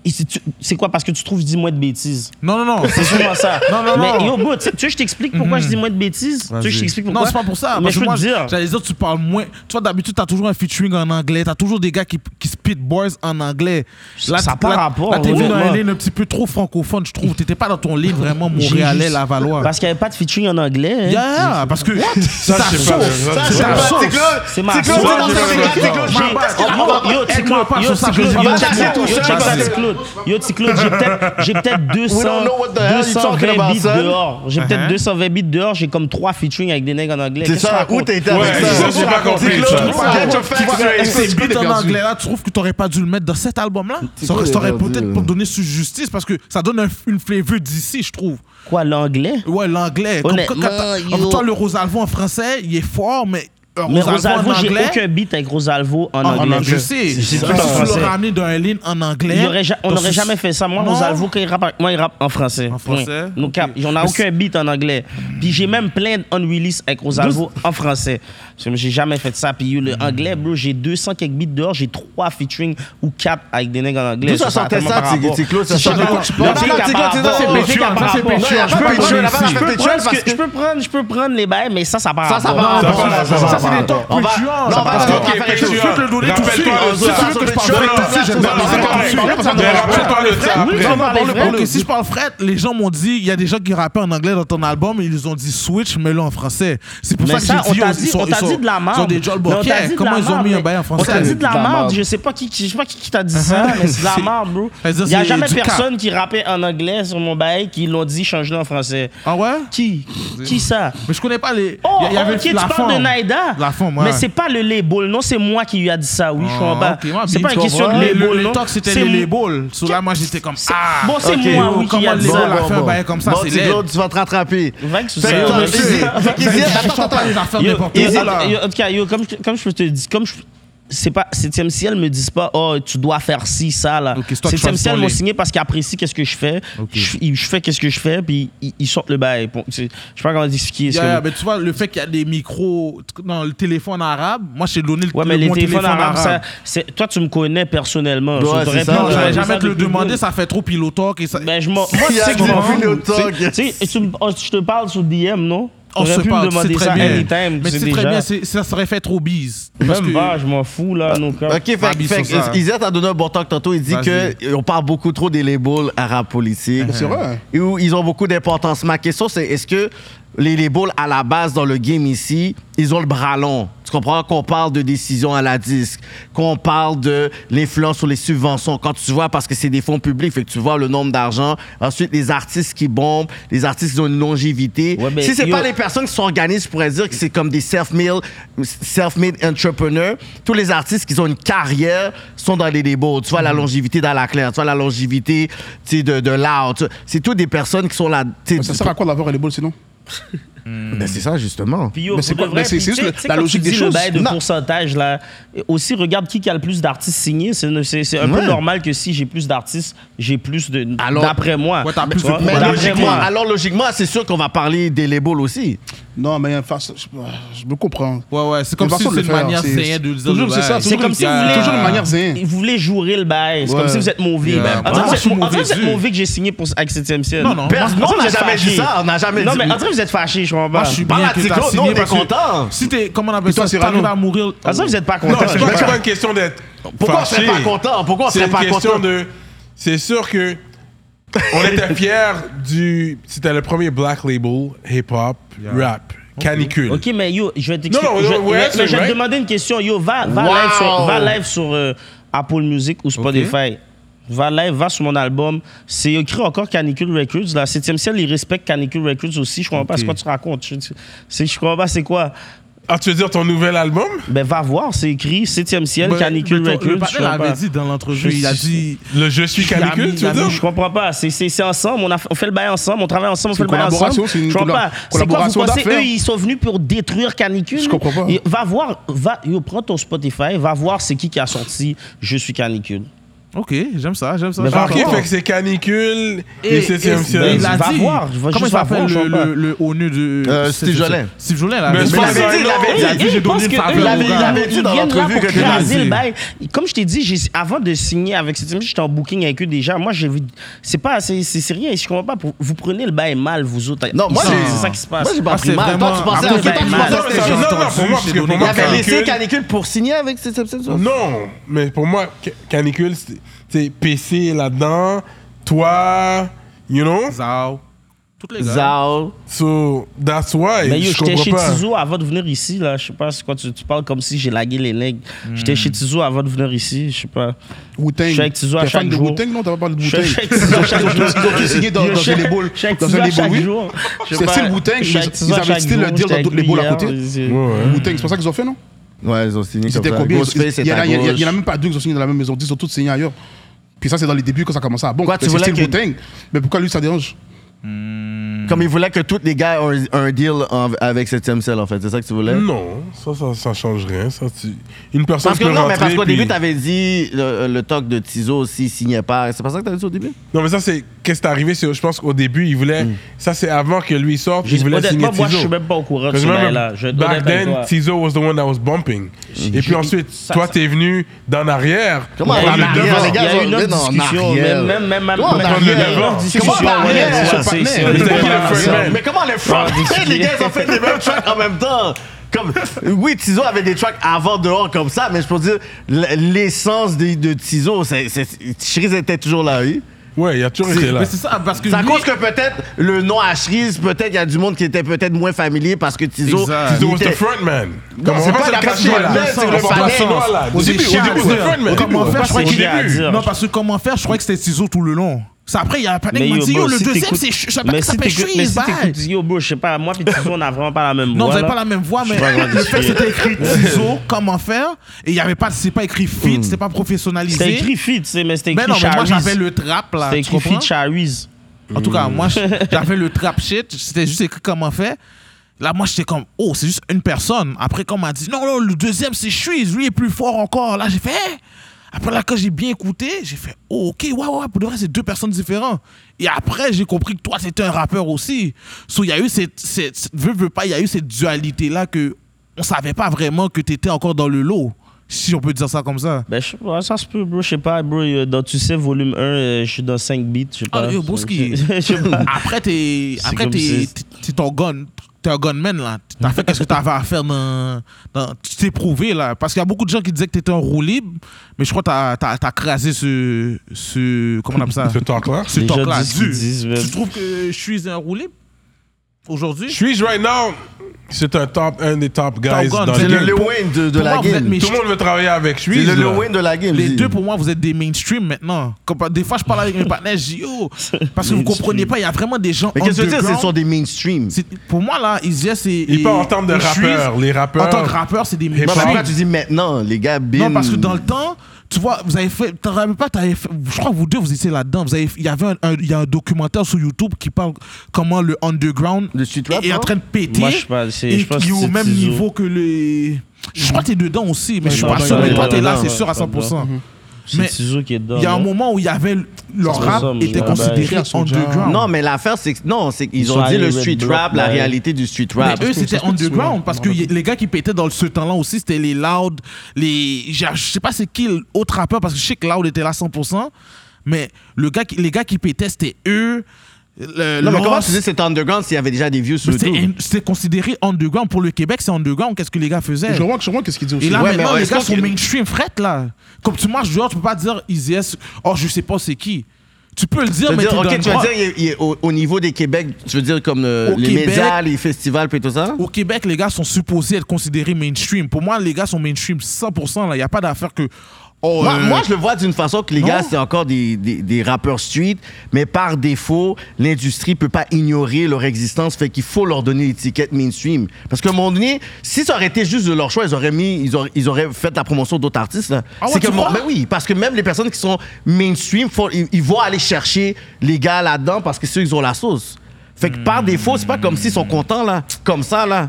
Speaker 5: Et c'est- tu- C'est quoi Parce que tu trouves, dis moins de bêtises.
Speaker 3: Non, non, non.
Speaker 5: C'est souvent ça.
Speaker 3: Non, non,
Speaker 5: Mais
Speaker 3: non. Mhm.
Speaker 5: yo, bro, tu sais, tu veux, je t'explique pourquoi je dis moins de bêtises. Tu veux, je t'explique pourquoi.
Speaker 3: Non, c'est pas pour ça.
Speaker 5: Mais
Speaker 3: parce
Speaker 5: je
Speaker 3: que
Speaker 5: peux
Speaker 3: moi,
Speaker 5: te dire.
Speaker 3: J'allais dire, tu parles moins. Tu vois, d'habitude, t'as toujours un featuring en anglais. T'as toujours des gars qui, qui spit boys en anglais.
Speaker 5: Ça
Speaker 3: t-
Speaker 5: pas
Speaker 3: là-
Speaker 5: rapport,
Speaker 3: Là, t'es venu dans
Speaker 5: honnêtement.
Speaker 3: un lane un petit peu trop francophone, je trouve. T'étais pas dans ton lane vraiment
Speaker 5: j'ai
Speaker 3: montréalais,
Speaker 5: juste-
Speaker 3: lavallois.
Speaker 5: Parce qu'il n'y avait pas de featuring en anglais. hein.
Speaker 3: Yeah, parce que. Ça,
Speaker 1: Ah, je sais pas, ça, je sais
Speaker 3: ta
Speaker 1: pas.
Speaker 3: sauce.
Speaker 5: C'est ma
Speaker 2: Ticlo,
Speaker 5: source.
Speaker 2: c'est dans ce truc-là,
Speaker 5: J'ai-
Speaker 2: Ticlo, j'ai-
Speaker 5: Yo, yo, Ticlo,
Speaker 3: Aide-moi pas
Speaker 5: yo,
Speaker 3: sur ça,
Speaker 5: Ticlo,
Speaker 3: je
Speaker 5: yo,
Speaker 3: vais
Speaker 5: check
Speaker 2: chercher
Speaker 5: ça,
Speaker 2: tout
Speaker 5: yo,
Speaker 2: seul,
Speaker 5: check ça,
Speaker 2: vas-y.
Speaker 5: Ticlo. Yo, Ticlo, j'ai peut-être- j'ai peut-être 200,
Speaker 2: don't know what the hell you're talking
Speaker 5: 220
Speaker 2: about,
Speaker 5: beats
Speaker 2: son.
Speaker 5: dehors. J'ai peut-être
Speaker 3: Uh-huh.
Speaker 5: 220 beats dehors, j'ai comme 3 featuring avec des nègres en anglais.
Speaker 2: C'est
Speaker 5: Qu'est-ce que
Speaker 2: ça,
Speaker 5: tu
Speaker 2: où
Speaker 5: racontes?
Speaker 2: t'as été avec
Speaker 1: Ouais,
Speaker 2: ça?
Speaker 1: ça, j'ai pas compris.
Speaker 2: Ticlo,
Speaker 1: ça.
Speaker 2: tu vois, get your
Speaker 3: Tu vois,
Speaker 2: facts
Speaker 3: et
Speaker 2: straight.
Speaker 3: ces beats
Speaker 4: est
Speaker 3: en
Speaker 4: perdu.
Speaker 3: anglais là, tu trouves que t'aurais pas dû le mettre dans cet album là Ça aurait-
Speaker 2: quoi,
Speaker 3: ça aurait
Speaker 2: il est perdu,
Speaker 3: peut-être
Speaker 2: là?
Speaker 3: pour donner sous justice parce que ça donne un- une flavor d'ici, je trouve.
Speaker 5: Quoi, l'anglais?
Speaker 3: Ouais, l'anglais. Comme
Speaker 5: Honnêtement,
Speaker 3: quand t'as-
Speaker 5: yo.
Speaker 3: Toi, le Rosalvo en français, il est fort, mais. euh,
Speaker 5: Mais
Speaker 3: Rosalvo
Speaker 5: Rosalvo,
Speaker 3: en
Speaker 5: j'ai
Speaker 3: anglais.
Speaker 5: aucun beat avec Rosalvo
Speaker 2: Ah,
Speaker 5: en
Speaker 3: en
Speaker 5: anglais.
Speaker 3: anglais. Je sais.
Speaker 5: C'est
Speaker 3: Si tu
Speaker 5: ça, en français.
Speaker 3: le ramener d'un ligne en anglais.
Speaker 5: Il y aurait ja- on
Speaker 3: dans
Speaker 5: n'aurait
Speaker 3: ce-
Speaker 5: jamais fait ça. Moi,
Speaker 3: Non.
Speaker 5: Rosalvo, quand il rappe avec moi, il rappe en français.
Speaker 3: En français?
Speaker 5: Point. No cap.
Speaker 3: Ok.
Speaker 5: On n'a
Speaker 3: Mais
Speaker 5: aucun beat en anglais. Puis j'ai même plein d'unrelease avec Rosalvo en français. Parce que j'ai jamais fait ça. Puis yo,
Speaker 2: Hmm.
Speaker 5: le anglais, bro, j'ai 200 quelques beats dehors, j'ai 3 featuring ou 4 avec des nègres en anglais.
Speaker 2: D'où ça sortait ça, Ticlo? Ça
Speaker 5: Je
Speaker 2: sortait quoi?
Speaker 5: sais
Speaker 2: Non,
Speaker 5: pas de quoi tu parles.
Speaker 2: non, Ticlo, c'est ça, c'est
Speaker 5: Non,
Speaker 2: Patreon,
Speaker 5: non,
Speaker 2: ça, c'est
Speaker 5: non, non,
Speaker 2: Patreon.
Speaker 5: non,
Speaker 2: Je peux
Speaker 5: non,
Speaker 2: Patreon,
Speaker 5: non,
Speaker 2: là-bas, je peux
Speaker 5: prendre
Speaker 2: Patreon
Speaker 5: ce
Speaker 2: parce
Speaker 5: que-
Speaker 2: que-
Speaker 5: Je peux prendre, je peux prendre les bails, mais ça, ça part.
Speaker 2: Ça, ça
Speaker 5: rapport.
Speaker 2: va.
Speaker 1: Ça, ça va, ça va, ça va.
Speaker 2: On va- Non, on va
Speaker 1: Parce
Speaker 2: parce
Speaker 1: que,
Speaker 2: qu'on va
Speaker 1: ok,
Speaker 2: faire quelque chose.
Speaker 1: Patreon, rappelle-toi de
Speaker 2: Si tu
Speaker 1: ça.
Speaker 2: veux que je parle
Speaker 1: Non, non,
Speaker 2: de ça, je vais
Speaker 1: non,
Speaker 2: parler
Speaker 1: c'est
Speaker 2: de ça.
Speaker 1: correct.
Speaker 2: Parle
Speaker 4: pas, ça
Speaker 1: Mais
Speaker 4: me dérange.
Speaker 1: rappelle-toi de ça
Speaker 5: Oui,
Speaker 1: après.
Speaker 5: j'en parle,
Speaker 3: Ok,
Speaker 5: parle.
Speaker 3: si je parle fret, les gens m'ont dit, il y a des gens qui rappaient en anglais dans ton album, ils ont dit switch, mets-le en français. C'est pour
Speaker 5: Mais
Speaker 3: ça
Speaker 5: ça,
Speaker 3: que
Speaker 5: on
Speaker 3: j'ai dit,
Speaker 5: t'a
Speaker 3: ils
Speaker 5: dit,
Speaker 3: sont-
Speaker 5: on
Speaker 3: ils
Speaker 5: t'a
Speaker 3: sont yo.
Speaker 5: dit de la merde.
Speaker 3: Ils ont des jolls
Speaker 5: Mais on t'a
Speaker 3: bancaires.
Speaker 5: dit de
Speaker 3: Comment
Speaker 5: la
Speaker 3: ils ont
Speaker 5: merde,
Speaker 3: mis un
Speaker 5: mais
Speaker 3: bail en
Speaker 5: On t'a
Speaker 3: français Uh-huh.
Speaker 5: dit de la
Speaker 2: De la
Speaker 5: merde.
Speaker 2: merde.
Speaker 5: Je sais pas qui, qui- je sais pas qui, qui t'a dit ça, mais c'est de la
Speaker 3: C'est-
Speaker 5: merde, bro.
Speaker 3: Ça veut dire
Speaker 5: Il y a
Speaker 3: c'est
Speaker 5: jamais
Speaker 3: du cap.
Speaker 5: personne qui rappait en anglais sur mon bail qui l'ont dit changer en français.
Speaker 3: Ah ouais?
Speaker 5: Qui Qui ça
Speaker 3: Mais je connais pas les.
Speaker 5: Oh,
Speaker 3: il y- il y avait
Speaker 5: ok, tu
Speaker 3: la
Speaker 5: parles
Speaker 3: forme.
Speaker 5: de Naïda.
Speaker 3: La forme, ouais.
Speaker 5: Mais c'est pas le label, non, c'est moi qui lui a dit ça, oui, je suis en
Speaker 3: Ah,
Speaker 5: bas.
Speaker 3: ok, moi,
Speaker 5: c'est
Speaker 3: bien,
Speaker 5: pas
Speaker 3: tu
Speaker 5: une
Speaker 3: vois,
Speaker 5: question
Speaker 3: voilà.
Speaker 5: de
Speaker 3: Le-
Speaker 5: label,
Speaker 3: Le
Speaker 5: non.
Speaker 3: talk, c'était
Speaker 5: C'est
Speaker 3: les
Speaker 5: mon-
Speaker 3: balls. Sur là, moi, j'étais comme.
Speaker 5: c'est-
Speaker 3: Ah!
Speaker 5: Bon, c'est
Speaker 2: ok.
Speaker 5: moi,
Speaker 3: Bon,
Speaker 5: oui, qui
Speaker 3: comment
Speaker 5: a
Speaker 3: le
Speaker 5: dit
Speaker 3: bon,
Speaker 5: ça.
Speaker 3: bon, a fait un bail comme ça,
Speaker 2: Bon,
Speaker 3: c'est
Speaker 2: Tigre,
Speaker 3: laid.
Speaker 2: l'autre, tu vas te rattraper.
Speaker 5: Vague sous
Speaker 2: Fait
Speaker 5: ça.
Speaker 2: que
Speaker 3: Yo,
Speaker 2: t'as-
Speaker 3: monsieur,
Speaker 2: Easy. Fait qu'ici,
Speaker 3: Yo,
Speaker 2: attends,
Speaker 3: attends,
Speaker 2: attends,
Speaker 3: pas les affaires
Speaker 5: Yo,
Speaker 3: n'importe
Speaker 5: yo,
Speaker 3: où,
Speaker 5: yo,
Speaker 3: là.
Speaker 5: yo, en tout cas, yo, comme, je- comme je te dis, comme je, c'est pas septième ciel me disent pas oh tu dois faire ci ça là.
Speaker 3: Ok, c'est toi qui
Speaker 5: septième
Speaker 3: choisis
Speaker 5: ciel
Speaker 3: ton
Speaker 5: m'ont
Speaker 3: lane.
Speaker 5: signé parce qu'ils apprécient qu'est-ce que je fais. Je, ils- je fais qu'est-ce que je fais puis ils, ils sortent le bail. Bon, c'est- Je sais pas comment expliquer. c'est
Speaker 3: Yeah, yeah,
Speaker 5: comme-
Speaker 3: mais tu vois, le fait qu'il y a des micros dans le téléphone arabe, moi, j'ai donné le,
Speaker 5: Ouais, mais
Speaker 3: le-
Speaker 5: les
Speaker 3: mon
Speaker 5: téléphones
Speaker 3: téléphone
Speaker 5: arabes,
Speaker 3: arabe.
Speaker 5: ça, c'est- toi, tu me connais personnellement.
Speaker 2: Ouais,
Speaker 5: Je t'aurais
Speaker 2: c'est ça.
Speaker 5: pas-
Speaker 3: Non, j'allais
Speaker 2: Ouais,
Speaker 3: jamais te le
Speaker 5: avec
Speaker 3: demander,
Speaker 5: Google.
Speaker 3: ça fait trop pilotoc. Et ça...
Speaker 5: Ben, je m'en- moi, tu
Speaker 2: Il y a
Speaker 5: sais que je
Speaker 2: des
Speaker 5: m'en
Speaker 2: vidéos
Speaker 5: fous.
Speaker 2: talk.
Speaker 5: Tu sais, et tu me- oh, je te parle sur DM, non?
Speaker 3: On
Speaker 5: T'aurais
Speaker 3: se
Speaker 5: pu me
Speaker 3: parle, c'est
Speaker 5: demander
Speaker 3: très
Speaker 5: ça
Speaker 3: bien.
Speaker 5: anytime.
Speaker 3: Mais c'est
Speaker 5: déjà-
Speaker 3: très bien, c'est- ça serait fait trop bise. Parce
Speaker 5: Même
Speaker 3: que Ah,
Speaker 5: pas, je m'en fous, là. non, comme-
Speaker 2: Ok, fait,
Speaker 3: Barbie
Speaker 2: fait,
Speaker 3: sur ça.
Speaker 2: que Izette a donné un bon talk tantôt. Il dit
Speaker 3: Vas-y.
Speaker 2: qu'on parle beaucoup trop des labels arabes politiques.
Speaker 4: C'est vrai.
Speaker 2: Et où ils ont beaucoup d'importance. Ma question, c'est est-ce que les labels à la base dans le game ici, ils ont le bras long? Tu comprends qu'on parle de décision à la disque, qu'on parle de l'influence sur les subventions. Quand tu vois, parce que c'est des fonds publics, fait que tu vois le nombre d'argent. Ensuite, les artistes qui bombent, les artistes qui ont une longévité.
Speaker 5: Ouais, mais
Speaker 2: si c'est
Speaker 5: yo-
Speaker 2: pas les personnes qui s'organisent, je pourrais dire que c'est comme des self-made self entrepreneurs. Tous les artistes qui ont une carrière sont dans les labels. Tu vois la longévité dans la claire, tu vois la longévité tu sais, de, de l'art. tu- C'est toutes des personnes qui sont là. tu sais,
Speaker 4: Mais ça sert à quoi d'avoir les balles sinon
Speaker 2: ben, c'est ça, justement.
Speaker 5: Puis yo,
Speaker 4: Mais c'est
Speaker 5: pour
Speaker 4: quoi-
Speaker 5: de vrai,
Speaker 4: mais c'est-
Speaker 5: puis
Speaker 4: c'est
Speaker 5: tu sais-
Speaker 4: juste
Speaker 5: tu sais
Speaker 4: la
Speaker 5: quand
Speaker 4: logique
Speaker 5: tu dis
Speaker 4: des
Speaker 5: le
Speaker 4: choses.
Speaker 5: bail de
Speaker 4: Non.
Speaker 5: pourcentage, là. et Aussi, regarde qui qui a le plus d'artistes signés. C'est c'est- c'est un peu
Speaker 2: Ouais.
Speaker 5: normal que si j'ai plus d'artistes, j'ai plus de.
Speaker 2: Alors-
Speaker 5: D'après moi.
Speaker 3: Ouais, t'as plus de
Speaker 5: Ouais,
Speaker 3: Mais
Speaker 2: Mais
Speaker 3: d'après
Speaker 2: logiquement,
Speaker 3: moi-
Speaker 2: alors logiquement, c'est sûr qu'on va parler des labels aussi.
Speaker 4: Non, mais enfin, je, je me comprends.
Speaker 3: Ouais, ouais, c'est comme
Speaker 4: Une
Speaker 3: si
Speaker 4: façon de
Speaker 3: c'était
Speaker 4: le
Speaker 3: une
Speaker 4: faire,
Speaker 3: manière
Speaker 4: c'est-
Speaker 3: saine de le dire.
Speaker 4: toujours,
Speaker 3: le
Speaker 4: c'est ça,
Speaker 3: bail.
Speaker 4: toujours-
Speaker 5: C'est comme si vous
Speaker 3: Yeah.
Speaker 5: voulez.
Speaker 4: Toujours de manière zin.
Speaker 5: Vous voulez jouer le bail. C'est
Speaker 4: hein. Ouais.
Speaker 5: comme si vous êtes mauvais.
Speaker 3: Yeah.
Speaker 5: Ben,
Speaker 3: Ah,
Speaker 5: En vrai,
Speaker 3: moi, je
Speaker 5: vous
Speaker 3: suis
Speaker 5: êtes mau- en vrai,
Speaker 3: mauvais
Speaker 5: vous êtes
Speaker 3: Dieu.
Speaker 5: mauvais que j'ai signé pour avec 7e ciel.
Speaker 3: Non, non,
Speaker 2: Personne-
Speaker 5: moi,
Speaker 2: on n'a
Speaker 5: vous êtes
Speaker 2: jamais dit
Speaker 5: fâché.
Speaker 2: ça, on n'a jamais
Speaker 5: Non,
Speaker 2: dit.
Speaker 5: mais en vrai, vous êtes fâché, je comprends
Speaker 3: Moi,
Speaker 5: pas.
Speaker 3: je suis
Speaker 2: Parle
Speaker 3: bien
Speaker 2: à
Speaker 3: que
Speaker 2: Tico,
Speaker 3: t'as
Speaker 2: nous,
Speaker 3: signé
Speaker 2: on est
Speaker 3: parce que
Speaker 2: contents.
Speaker 3: Si t'es, comment on appelle
Speaker 4: Et toi,
Speaker 3: ça,
Speaker 4: Cyrano?
Speaker 3: t'arrives à mourir.
Speaker 5: En vrai, vous êtes pas
Speaker 1: Non,
Speaker 5: content.
Speaker 1: c'est pas, c'est pas une question d'être.
Speaker 2: Pourquoi on serait
Speaker 1: fâché.
Speaker 2: pas content? Pourquoi on
Speaker 1: C'est
Speaker 2: serait
Speaker 1: une
Speaker 2: pas
Speaker 1: question
Speaker 2: content?
Speaker 1: de. C'est sûr que. On était fiers du. C'était le premier black label hip-hop, rap, canicule.
Speaker 5: Ok, mais yo, je vais t'expliquer.
Speaker 1: Non, non,
Speaker 5: je vais,
Speaker 1: non, ouais,
Speaker 5: mais- mais
Speaker 1: c'est
Speaker 5: je vais te
Speaker 1: vrai.
Speaker 5: demander une question. Yo, va, va
Speaker 2: Wow.
Speaker 5: live sur, va live sur euh, Apple Music ou Spotify. Va live, va sur mon album. C'est écrit encore Canicule Records. La 7 ciel, ils respectent Canicule Records aussi. Je comprends pas
Speaker 3: Ok.
Speaker 5: ce que tu racontes. Je, c'est- je comprends pas c'est quoi.
Speaker 1: Ah, tu veux dire ton nouvel album?
Speaker 5: Ben, va voir, c'est écrit 7 ciel,
Speaker 1: Ben,
Speaker 3: Mais-
Speaker 5: Canicule
Speaker 3: mais ton-
Speaker 5: Records.
Speaker 3: Le
Speaker 5: je
Speaker 3: panel
Speaker 5: comprends
Speaker 3: avait
Speaker 5: pas.
Speaker 3: dit dans l'entrevue,
Speaker 5: Je-
Speaker 3: il a dit.
Speaker 1: Le Je suis
Speaker 3: Je suis
Speaker 1: canicule,
Speaker 3: ami,
Speaker 1: tu veux
Speaker 3: ami,
Speaker 1: dire?
Speaker 5: Je comprends pas. C'est- C'est c'est ensemble. On, a, on fait le bail ensemble. On travaille ensemble. On fait le
Speaker 4: C'est une
Speaker 5: bail
Speaker 4: collaboration,
Speaker 5: ensemble.
Speaker 4: c'est une
Speaker 5: je comprends
Speaker 4: colla-
Speaker 5: pas. C'est quoi vous
Speaker 4: collaboration
Speaker 5: pensez
Speaker 4: d'affaires.
Speaker 5: Eux, ils sont venus pour détruire Canicule.
Speaker 4: Je comprends pas.
Speaker 5: Et va voir, va, yo, prends ton Spotify. Va voir c'est qui qui a sorti Je suis Canicule.
Speaker 3: Ok, j'aime ça, j'aime ça.
Speaker 5: Mais
Speaker 3: j'aime
Speaker 1: Ok,
Speaker 3: ça.
Speaker 1: fait que c'est canicule et,
Speaker 3: Et-
Speaker 1: c'est
Speaker 3: et-
Speaker 5: ciel.
Speaker 3: Il a
Speaker 5: Va
Speaker 3: dit.
Speaker 5: voir, je vais
Speaker 3: Comment
Speaker 5: juste
Speaker 3: il
Speaker 5: voir,
Speaker 3: s'appelle
Speaker 5: je
Speaker 3: le,
Speaker 5: comprends
Speaker 3: le, le haut nu de.
Speaker 2: Euh,
Speaker 3: c'est-
Speaker 2: Steve
Speaker 3: c'est-
Speaker 2: Jolin.
Speaker 3: Steve Jolin, là.
Speaker 1: Mais
Speaker 3: mais-
Speaker 1: je
Speaker 2: Mais il
Speaker 1: pense-
Speaker 3: mais-
Speaker 2: avait dit, il avait dit, il a
Speaker 3: Et-
Speaker 2: dit,
Speaker 3: et
Speaker 2: j'ai
Speaker 3: je pense
Speaker 2: donné une
Speaker 3: que
Speaker 2: faveur
Speaker 3: eux,
Speaker 2: au
Speaker 3: il avait- il
Speaker 2: gars.
Speaker 3: avait
Speaker 5: Ils
Speaker 2: dit dans
Speaker 5: viennent là
Speaker 2: l'entrevue
Speaker 5: pour
Speaker 2: que j'ai
Speaker 5: craser
Speaker 3: dit.
Speaker 5: le bail. Comme je t'ai dit, j'ai- avant de signer avec cette musique, j'étais en booking avec eux déjà. Moi, j'ai vu. C'est pas. C'est c'est rien. Je comprends pas. Vous- Vous prenez le bail mal, vous autres.
Speaker 2: Non, moi,
Speaker 5: Ils sont-
Speaker 2: j'ai-
Speaker 5: C'est ça qui se passe.
Speaker 2: Moi, j'ai
Speaker 3: Ah,
Speaker 2: pas
Speaker 3: c'est
Speaker 2: pris mal.
Speaker 3: vraiment-
Speaker 2: Toi, tu pensais
Speaker 3: Ah,
Speaker 2: toi, tu
Speaker 5: ben,
Speaker 2: pensais
Speaker 5: mal.
Speaker 2: à
Speaker 3: Non,
Speaker 2: ça,
Speaker 3: mais
Speaker 2: c'était
Speaker 3: ça-
Speaker 2: juste-
Speaker 1: non,
Speaker 3: j'ai
Speaker 1: non,
Speaker 3: entendu,
Speaker 1: pour moi,
Speaker 3: j'ai
Speaker 1: parce que
Speaker 3: donné
Speaker 1: pour
Speaker 2: Il
Speaker 1: moi,
Speaker 3: la
Speaker 2: avait
Speaker 3: faveur.
Speaker 2: laissé canicule pour signer avec cette exception.
Speaker 1: Non, mais pour moi, ca- canicule, c'est- c'est PC est là-dedans, toi, you know?
Speaker 3: Zao. Toutes les gars.
Speaker 2: Zao.
Speaker 1: So, that's why.
Speaker 5: Mais yo,
Speaker 1: je
Speaker 5: j'étais chez
Speaker 1: comprends pas.
Speaker 5: Tizo avant de venir ici, là. Je sais pas, c'est quoi, tu, tu parles comme si j'ai lagué les legs. J'étais chez Tizo avant de venir ici, je sais pas.
Speaker 4: Wu-Tang.
Speaker 5: Je suis avec Tizo à
Speaker 4: T'es
Speaker 5: chaque
Speaker 4: fan de
Speaker 5: jour.
Speaker 4: Wu-Tang, non T'as pas parlé de
Speaker 5: Je suis
Speaker 4: Wu-Tang.
Speaker 5: avec Tizo à chaque jour.
Speaker 4: Ils ont tous signé dans
Speaker 5: Yo,
Speaker 4: dans
Speaker 5: je suis-
Speaker 4: un label.
Speaker 5: je suis avec
Speaker 4: Dans
Speaker 5: Tizo
Speaker 4: un
Speaker 5: à
Speaker 4: label,
Speaker 5: chaque
Speaker 4: oui.
Speaker 5: jour. Je sais
Speaker 4: C'est
Speaker 5: pas,
Speaker 4: style Wu-Tang,
Speaker 5: je suis avec
Speaker 4: ils-
Speaker 5: Tizo
Speaker 4: ils
Speaker 5: à
Speaker 4: avaient
Speaker 5: chaque
Speaker 4: style le
Speaker 5: jour,
Speaker 4: deal dans
Speaker 5: j'étais
Speaker 4: toutes les
Speaker 5: avec lui
Speaker 4: boules à côté.
Speaker 5: hier, c'est-
Speaker 4: Wu-Tang, c'est pour ça qu'ils ont fait, non
Speaker 2: Ouais, ils ont signé
Speaker 4: Ils
Speaker 2: comme
Speaker 4: étaient
Speaker 2: ça.
Speaker 4: combien
Speaker 2: Ghostface
Speaker 4: Il
Speaker 2: est
Speaker 4: y en a-
Speaker 2: à
Speaker 4: il y en a- il
Speaker 2: gauche.
Speaker 4: y en a même pas deux qui ont signé dans la même maison, ils ont tous signé ailleurs. Puis ça, c'est dans les débuts quand ça commençait à bon.
Speaker 2: Quoi, tu
Speaker 4: C'est
Speaker 2: voulais
Speaker 4: style
Speaker 2: que-
Speaker 4: Wu-Tang. Mais pourquoi lui, ça dérange
Speaker 2: Mm. Comme ils voulaient que tous les gars aient un, un deal en- avec Septième Cell, en fait. C'est ça que tu
Speaker 5: hein.
Speaker 2: voulais?
Speaker 1: Non, ça, ça, ça change rien. Ça, tu... Une personne
Speaker 2: Parce que
Speaker 1: peut
Speaker 2: non, mais
Speaker 1: rentrer,
Speaker 2: parce qu'au
Speaker 1: puis-
Speaker 2: début, t'avais dit le, le talk de Tizo s'il signait pas. C'est pas ça que t'avais dit au début?
Speaker 1: Non, mais ça, c'est. Qu'est-ce qui est arrivé? c'est- Je pense qu'au début, il voulait. Ça, c'est avant que lui sorte.
Speaker 5: Je-
Speaker 1: Il voulait signer
Speaker 5: Hmm. Honnêtement,
Speaker 1: Tizo.
Speaker 5: moi, je suis même pas au courant de
Speaker 1: Parce
Speaker 5: ce
Speaker 1: que même
Speaker 5: bail-là. Je vais être
Speaker 1: back
Speaker 5: honnête avec
Speaker 1: then,
Speaker 5: toi.
Speaker 1: Tizo was the one that was bumping. Et puis ensuite,
Speaker 5: ça-
Speaker 1: toi,
Speaker 5: ça-
Speaker 1: t'es venu d'en arrière.
Speaker 2: Comment
Speaker 1: pour
Speaker 5: Il y a
Speaker 2: en
Speaker 1: prendre
Speaker 5: eu
Speaker 1: le
Speaker 5: une
Speaker 2: arrière,
Speaker 1: devant.
Speaker 5: autre-
Speaker 2: les gars,
Speaker 5: il y a eu
Speaker 2: ils
Speaker 5: une
Speaker 2: ont- mais
Speaker 5: autre
Speaker 2: non, en
Speaker 5: discussion.
Speaker 2: arrière.
Speaker 5: Même, même, même, même,
Speaker 2: Toi, en
Speaker 5: même-
Speaker 2: arrière.
Speaker 5: il y a eu une autre
Speaker 2: Comment
Speaker 5: discussion,
Speaker 2: en arrière?
Speaker 5: ouais,
Speaker 2: Ouais,
Speaker 5: c'est
Speaker 2: c'est
Speaker 5: ça, c'est- c'est-
Speaker 1: Mais c'était qui le first man?
Speaker 2: Mais comment les frères? les gars, ils ont fait les mêmes tracks en même temps. Comme, oui, Tizo avait des tracks avant, dehors, comme ça, mais je peux dire, l- l'essence de, de Tizo, c'est- c'est- Cherise était toujours là, oui.
Speaker 1: Ouais, il a toujours été là.
Speaker 3: Mais c'est ça, parce que.
Speaker 2: C'est à
Speaker 3: lui-
Speaker 2: cause que peut-être le nom Ashriz, peut-être il y a du monde qui était peut-être moins familier parce que Tizo.
Speaker 3: Exact.
Speaker 1: Tizo
Speaker 2: il
Speaker 1: was
Speaker 2: était-
Speaker 1: the frontman.
Speaker 2: Non, c'est pas la
Speaker 1: caché
Speaker 2: caché, là.
Speaker 1: C'est
Speaker 2: Dans
Speaker 1: le
Speaker 2: le sens.
Speaker 1: frontman, là. Au début, au début, c'est le frontman.
Speaker 3: Comment faire, je
Speaker 5: Pas
Speaker 3: crois
Speaker 5: trop
Speaker 3: qu'il
Speaker 5: bien à
Speaker 3: est
Speaker 5: dire.
Speaker 3: Non, parce que comment faire, je croyais que c'était ciseaux tout le long. C'est après, il y a un panique
Speaker 5: Mais
Speaker 3: qui m'a
Speaker 5: yo,
Speaker 3: dit, yo,
Speaker 5: bro,
Speaker 3: le
Speaker 5: si
Speaker 3: deuxième,
Speaker 5: t'écoutes-
Speaker 3: c'est. ch- Je savais pas
Speaker 5: Mais
Speaker 3: que ça
Speaker 5: si
Speaker 3: s'appelle
Speaker 5: t'écoutes- mais
Speaker 3: Shreeze,
Speaker 5: si
Speaker 3: bye.
Speaker 5: t'écoutes, yo, bro, je sais pas, moi, puis Tizo, on n'a vraiment pas la même
Speaker 3: Non,
Speaker 5: voix.
Speaker 3: vous n'avez
Speaker 5: là.
Speaker 3: pas la même voix, mais
Speaker 5: sais pas comment
Speaker 3: le fait que
Speaker 5: dire.
Speaker 3: c'était écrit ciseaux, comment faire, et il y avait pas, c'est pas écrit fit, c'est pas professionnalisé.
Speaker 5: C'était Hmm. écrit fit, tu sais, mais c'était
Speaker 3: Mais
Speaker 5: écrit
Speaker 3: Ben non, mais moi
Speaker 5: Charis.
Speaker 3: j'avais le trap là.
Speaker 5: C'était
Speaker 3: tu
Speaker 5: écrit fit
Speaker 3: comprends?
Speaker 5: Charis.
Speaker 3: En tout cas, moi je- j'avais le trap shit, c'était juste écrit comment faire. Là, moi j'étais comme, oh, c'est juste une personne. Après, quand on m'a dit, non, non, le deuxième c'est Shuiz, lui est plus fort encore. Là, j'ai fait, eh. après là, quand j'ai bien écouté, j'ai fait, oh, ok, ouais, ouais, pour de vrai, c'est deux personnes différentes. Et après, j'ai compris que toi, c'était un rappeur aussi. So, il y a eu cette, cette, cette- veux, veux pas, il y a eu cette dualité là que on savait pas vraiment que t'étais encore dans le lot, si on peut dire ça comme ça.
Speaker 5: Ben, je sais pas, ça se peut, bro. Je sais pas, bro. euh, Dans, tu sais, volume 1, euh, je suis dans 5 beats. Je sais
Speaker 3: Ah,
Speaker 5: pas.
Speaker 3: yo,
Speaker 5: Je
Speaker 3: Bouski.
Speaker 5: je sais pas.
Speaker 3: Après, t'es,
Speaker 5: C'est
Speaker 3: après,
Speaker 5: comme
Speaker 3: t'es,
Speaker 5: si-
Speaker 3: t'es- t'es ton gun. T'es un gunman, là. T'as fait qu'est-ce que t'avais à faire dans, dans- Tu t'es prouvé, là. Parce qu'il y a beaucoup de gens qui disaient que t'étais un roue libre, mais je crois que t'as, t'as, t'as crasé ce, ce... Comment on appelle ça?
Speaker 1: Ce talk-là.
Speaker 3: ce
Speaker 5: Les gens
Speaker 3: talk-là.
Speaker 5: disent ce qu'ils
Speaker 3: Du-
Speaker 5: disent, man.
Speaker 3: Tu trouves que je suis un roue libre? Aujourd'hui?
Speaker 1: Shreeze, right now, c'est un top, un des top guys
Speaker 3: Top gun,
Speaker 1: dans
Speaker 3: c'est
Speaker 1: le
Speaker 2: Le
Speaker 3: le-
Speaker 1: game.
Speaker 2: Lil Wayne de, de
Speaker 3: Pour
Speaker 2: la
Speaker 3: moi, vous êtes
Speaker 2: game.
Speaker 3: mes
Speaker 1: Tout le monde veut travailler avec
Speaker 2: C'est
Speaker 1: Shreeze.
Speaker 2: le Lil
Speaker 1: là.
Speaker 2: Wayne de la game.
Speaker 3: Les
Speaker 2: dis.
Speaker 3: deux, pour moi, vous êtes des mainstream maintenant. Comme, par- des fois, je parle avec mes partenaires, je dis yo, parce que vous comprenez pas, il y a vraiment des gens.
Speaker 2: Mais qu'est-ce que tu veux dire,
Speaker 3: underground.
Speaker 2: c'est sur des mainstream.
Speaker 3: C'est- Pour moi, là, Izia, c'est.
Speaker 1: Il
Speaker 3: et-
Speaker 1: parle en termes de
Speaker 3: et Suisse,
Speaker 1: rappeurs. Les
Speaker 3: En tant que
Speaker 1: rappeurs.
Speaker 3: rappeur, c'est des
Speaker 2: Non, mais
Speaker 3: mainstream.
Speaker 2: après, Bah, tu dis maintenant, les gars, bim.
Speaker 3: Non, parce que dans le temps, tu vois, vous avez fait. T'en rappelles pas, t'avais fait- je crois que vous deux, vous étiez là-dedans. Vous avez- Il y avait un, un- il y a un documentaire sur YouTube qui parle comment le underground
Speaker 2: Le street rap, hein?
Speaker 3: est en
Speaker 2: non?
Speaker 3: train de péter.
Speaker 5: Moi, je sais pas, c'est-
Speaker 3: et
Speaker 5: je pense
Speaker 3: qui est
Speaker 5: que
Speaker 3: au
Speaker 5: c'est
Speaker 3: même
Speaker 5: Tizo.
Speaker 3: niveau que les. Je crois que t'es dedans aussi, mais je suis
Speaker 5: non,
Speaker 3: pas
Speaker 5: non,
Speaker 3: sûr.
Speaker 5: non,
Speaker 3: Mais
Speaker 5: non,
Speaker 3: toi, t'es
Speaker 5: non,
Speaker 3: là,
Speaker 5: non,
Speaker 3: c'est
Speaker 5: non,
Speaker 3: sûr à
Speaker 5: pas dedans.
Speaker 3: 100%. Mais
Speaker 5: C'est Tizo qui est dedans.
Speaker 3: Il y a un
Speaker 5: non?
Speaker 3: moment où il y avait. Leur
Speaker 5: Ça
Speaker 3: rap
Speaker 5: ressemble,
Speaker 3: était
Speaker 5: genre,
Speaker 3: considéré
Speaker 4: bah,
Speaker 3: underground.
Speaker 2: Non, mais l'affaire, c'est que. Non, c'est
Speaker 5: Ils
Speaker 2: qu'ils
Speaker 5: sont
Speaker 2: ont dit
Speaker 5: allés
Speaker 2: le
Speaker 5: Red
Speaker 2: street
Speaker 5: Block,
Speaker 2: rap, la
Speaker 5: ouais.
Speaker 2: réalité du street
Speaker 3: Mais
Speaker 2: rap.
Speaker 3: eux, c'était
Speaker 4: ça se peut que tu
Speaker 3: underground
Speaker 4: sois-
Speaker 3: parce que y- les gars qui pétaient dans ce temps-là aussi, c'était les Loud, les. Je je sais pas c'est qui l'autre rappeur parce que je sais que Loud était là 100%, mais le gars qui- les gars qui pétaient, c'était eux. Le,
Speaker 2: Non, mais
Speaker 3: Lost.
Speaker 2: comment tu dis c'était underground s'il y avait déjà des views sur
Speaker 3: Mais c'est-
Speaker 2: YouTube?
Speaker 3: C'est considéré underground. Pour le Québec, c'est underground. Qu'est-ce que les gars faisaient
Speaker 4: Je vois, je vois qu'est-ce qu'il dit
Speaker 3: et
Speaker 4: aussi.
Speaker 3: là,
Speaker 2: Ouais,
Speaker 3: maintenant,
Speaker 2: mais
Speaker 3: les
Speaker 2: est-ce
Speaker 3: gars
Speaker 2: qu'on-
Speaker 3: sont mainstream, fret, là. Comme tu marches dehors, tu peux pas dire IZS, oh, je sais pas c'est qui. Tu peux le dire,
Speaker 2: Tu veux
Speaker 3: mais
Speaker 2: dire,
Speaker 3: tu
Speaker 2: ok,
Speaker 3: donnes
Speaker 2: tu veux
Speaker 3: pas.
Speaker 2: dire, il est- il est au, au niveau des Québec, tu veux dire comme euh,
Speaker 3: Au
Speaker 2: les
Speaker 3: Québec-
Speaker 2: médias, les festivals, puis tout ça?
Speaker 3: au Québec, les gars sont supposés être considérés mainstream. Pour moi, les gars sont mainstream 100%. Là, il y a pas d'affaire que. oh,
Speaker 2: Moi,
Speaker 3: euh,
Speaker 2: moi, je le vois d'une façon que les
Speaker 3: non.
Speaker 2: gars, c'est encore des, des, des rappeurs street, mais par défaut, l'industrie peut pas ignorer leur existence, fait qu'il faut leur donner l'étiquette mainstream. Parce que un moment donné, si ça aurait été juste de leur choix, ils auraient mis, ils auraient, ils auraient fait la promotion d'autres artistes. là.
Speaker 3: Ah ouais,
Speaker 2: c'est que
Speaker 3: tu
Speaker 2: mon-
Speaker 3: crois?
Speaker 2: ben oui, parce que même les personnes qui sont mainstream, faut- ils, ils vont aller chercher les gars là-dedans parce que c'est eux qui ont la sauce. Fait que par défaut, c'est pas comme s'ils sont contents là, comme ça là.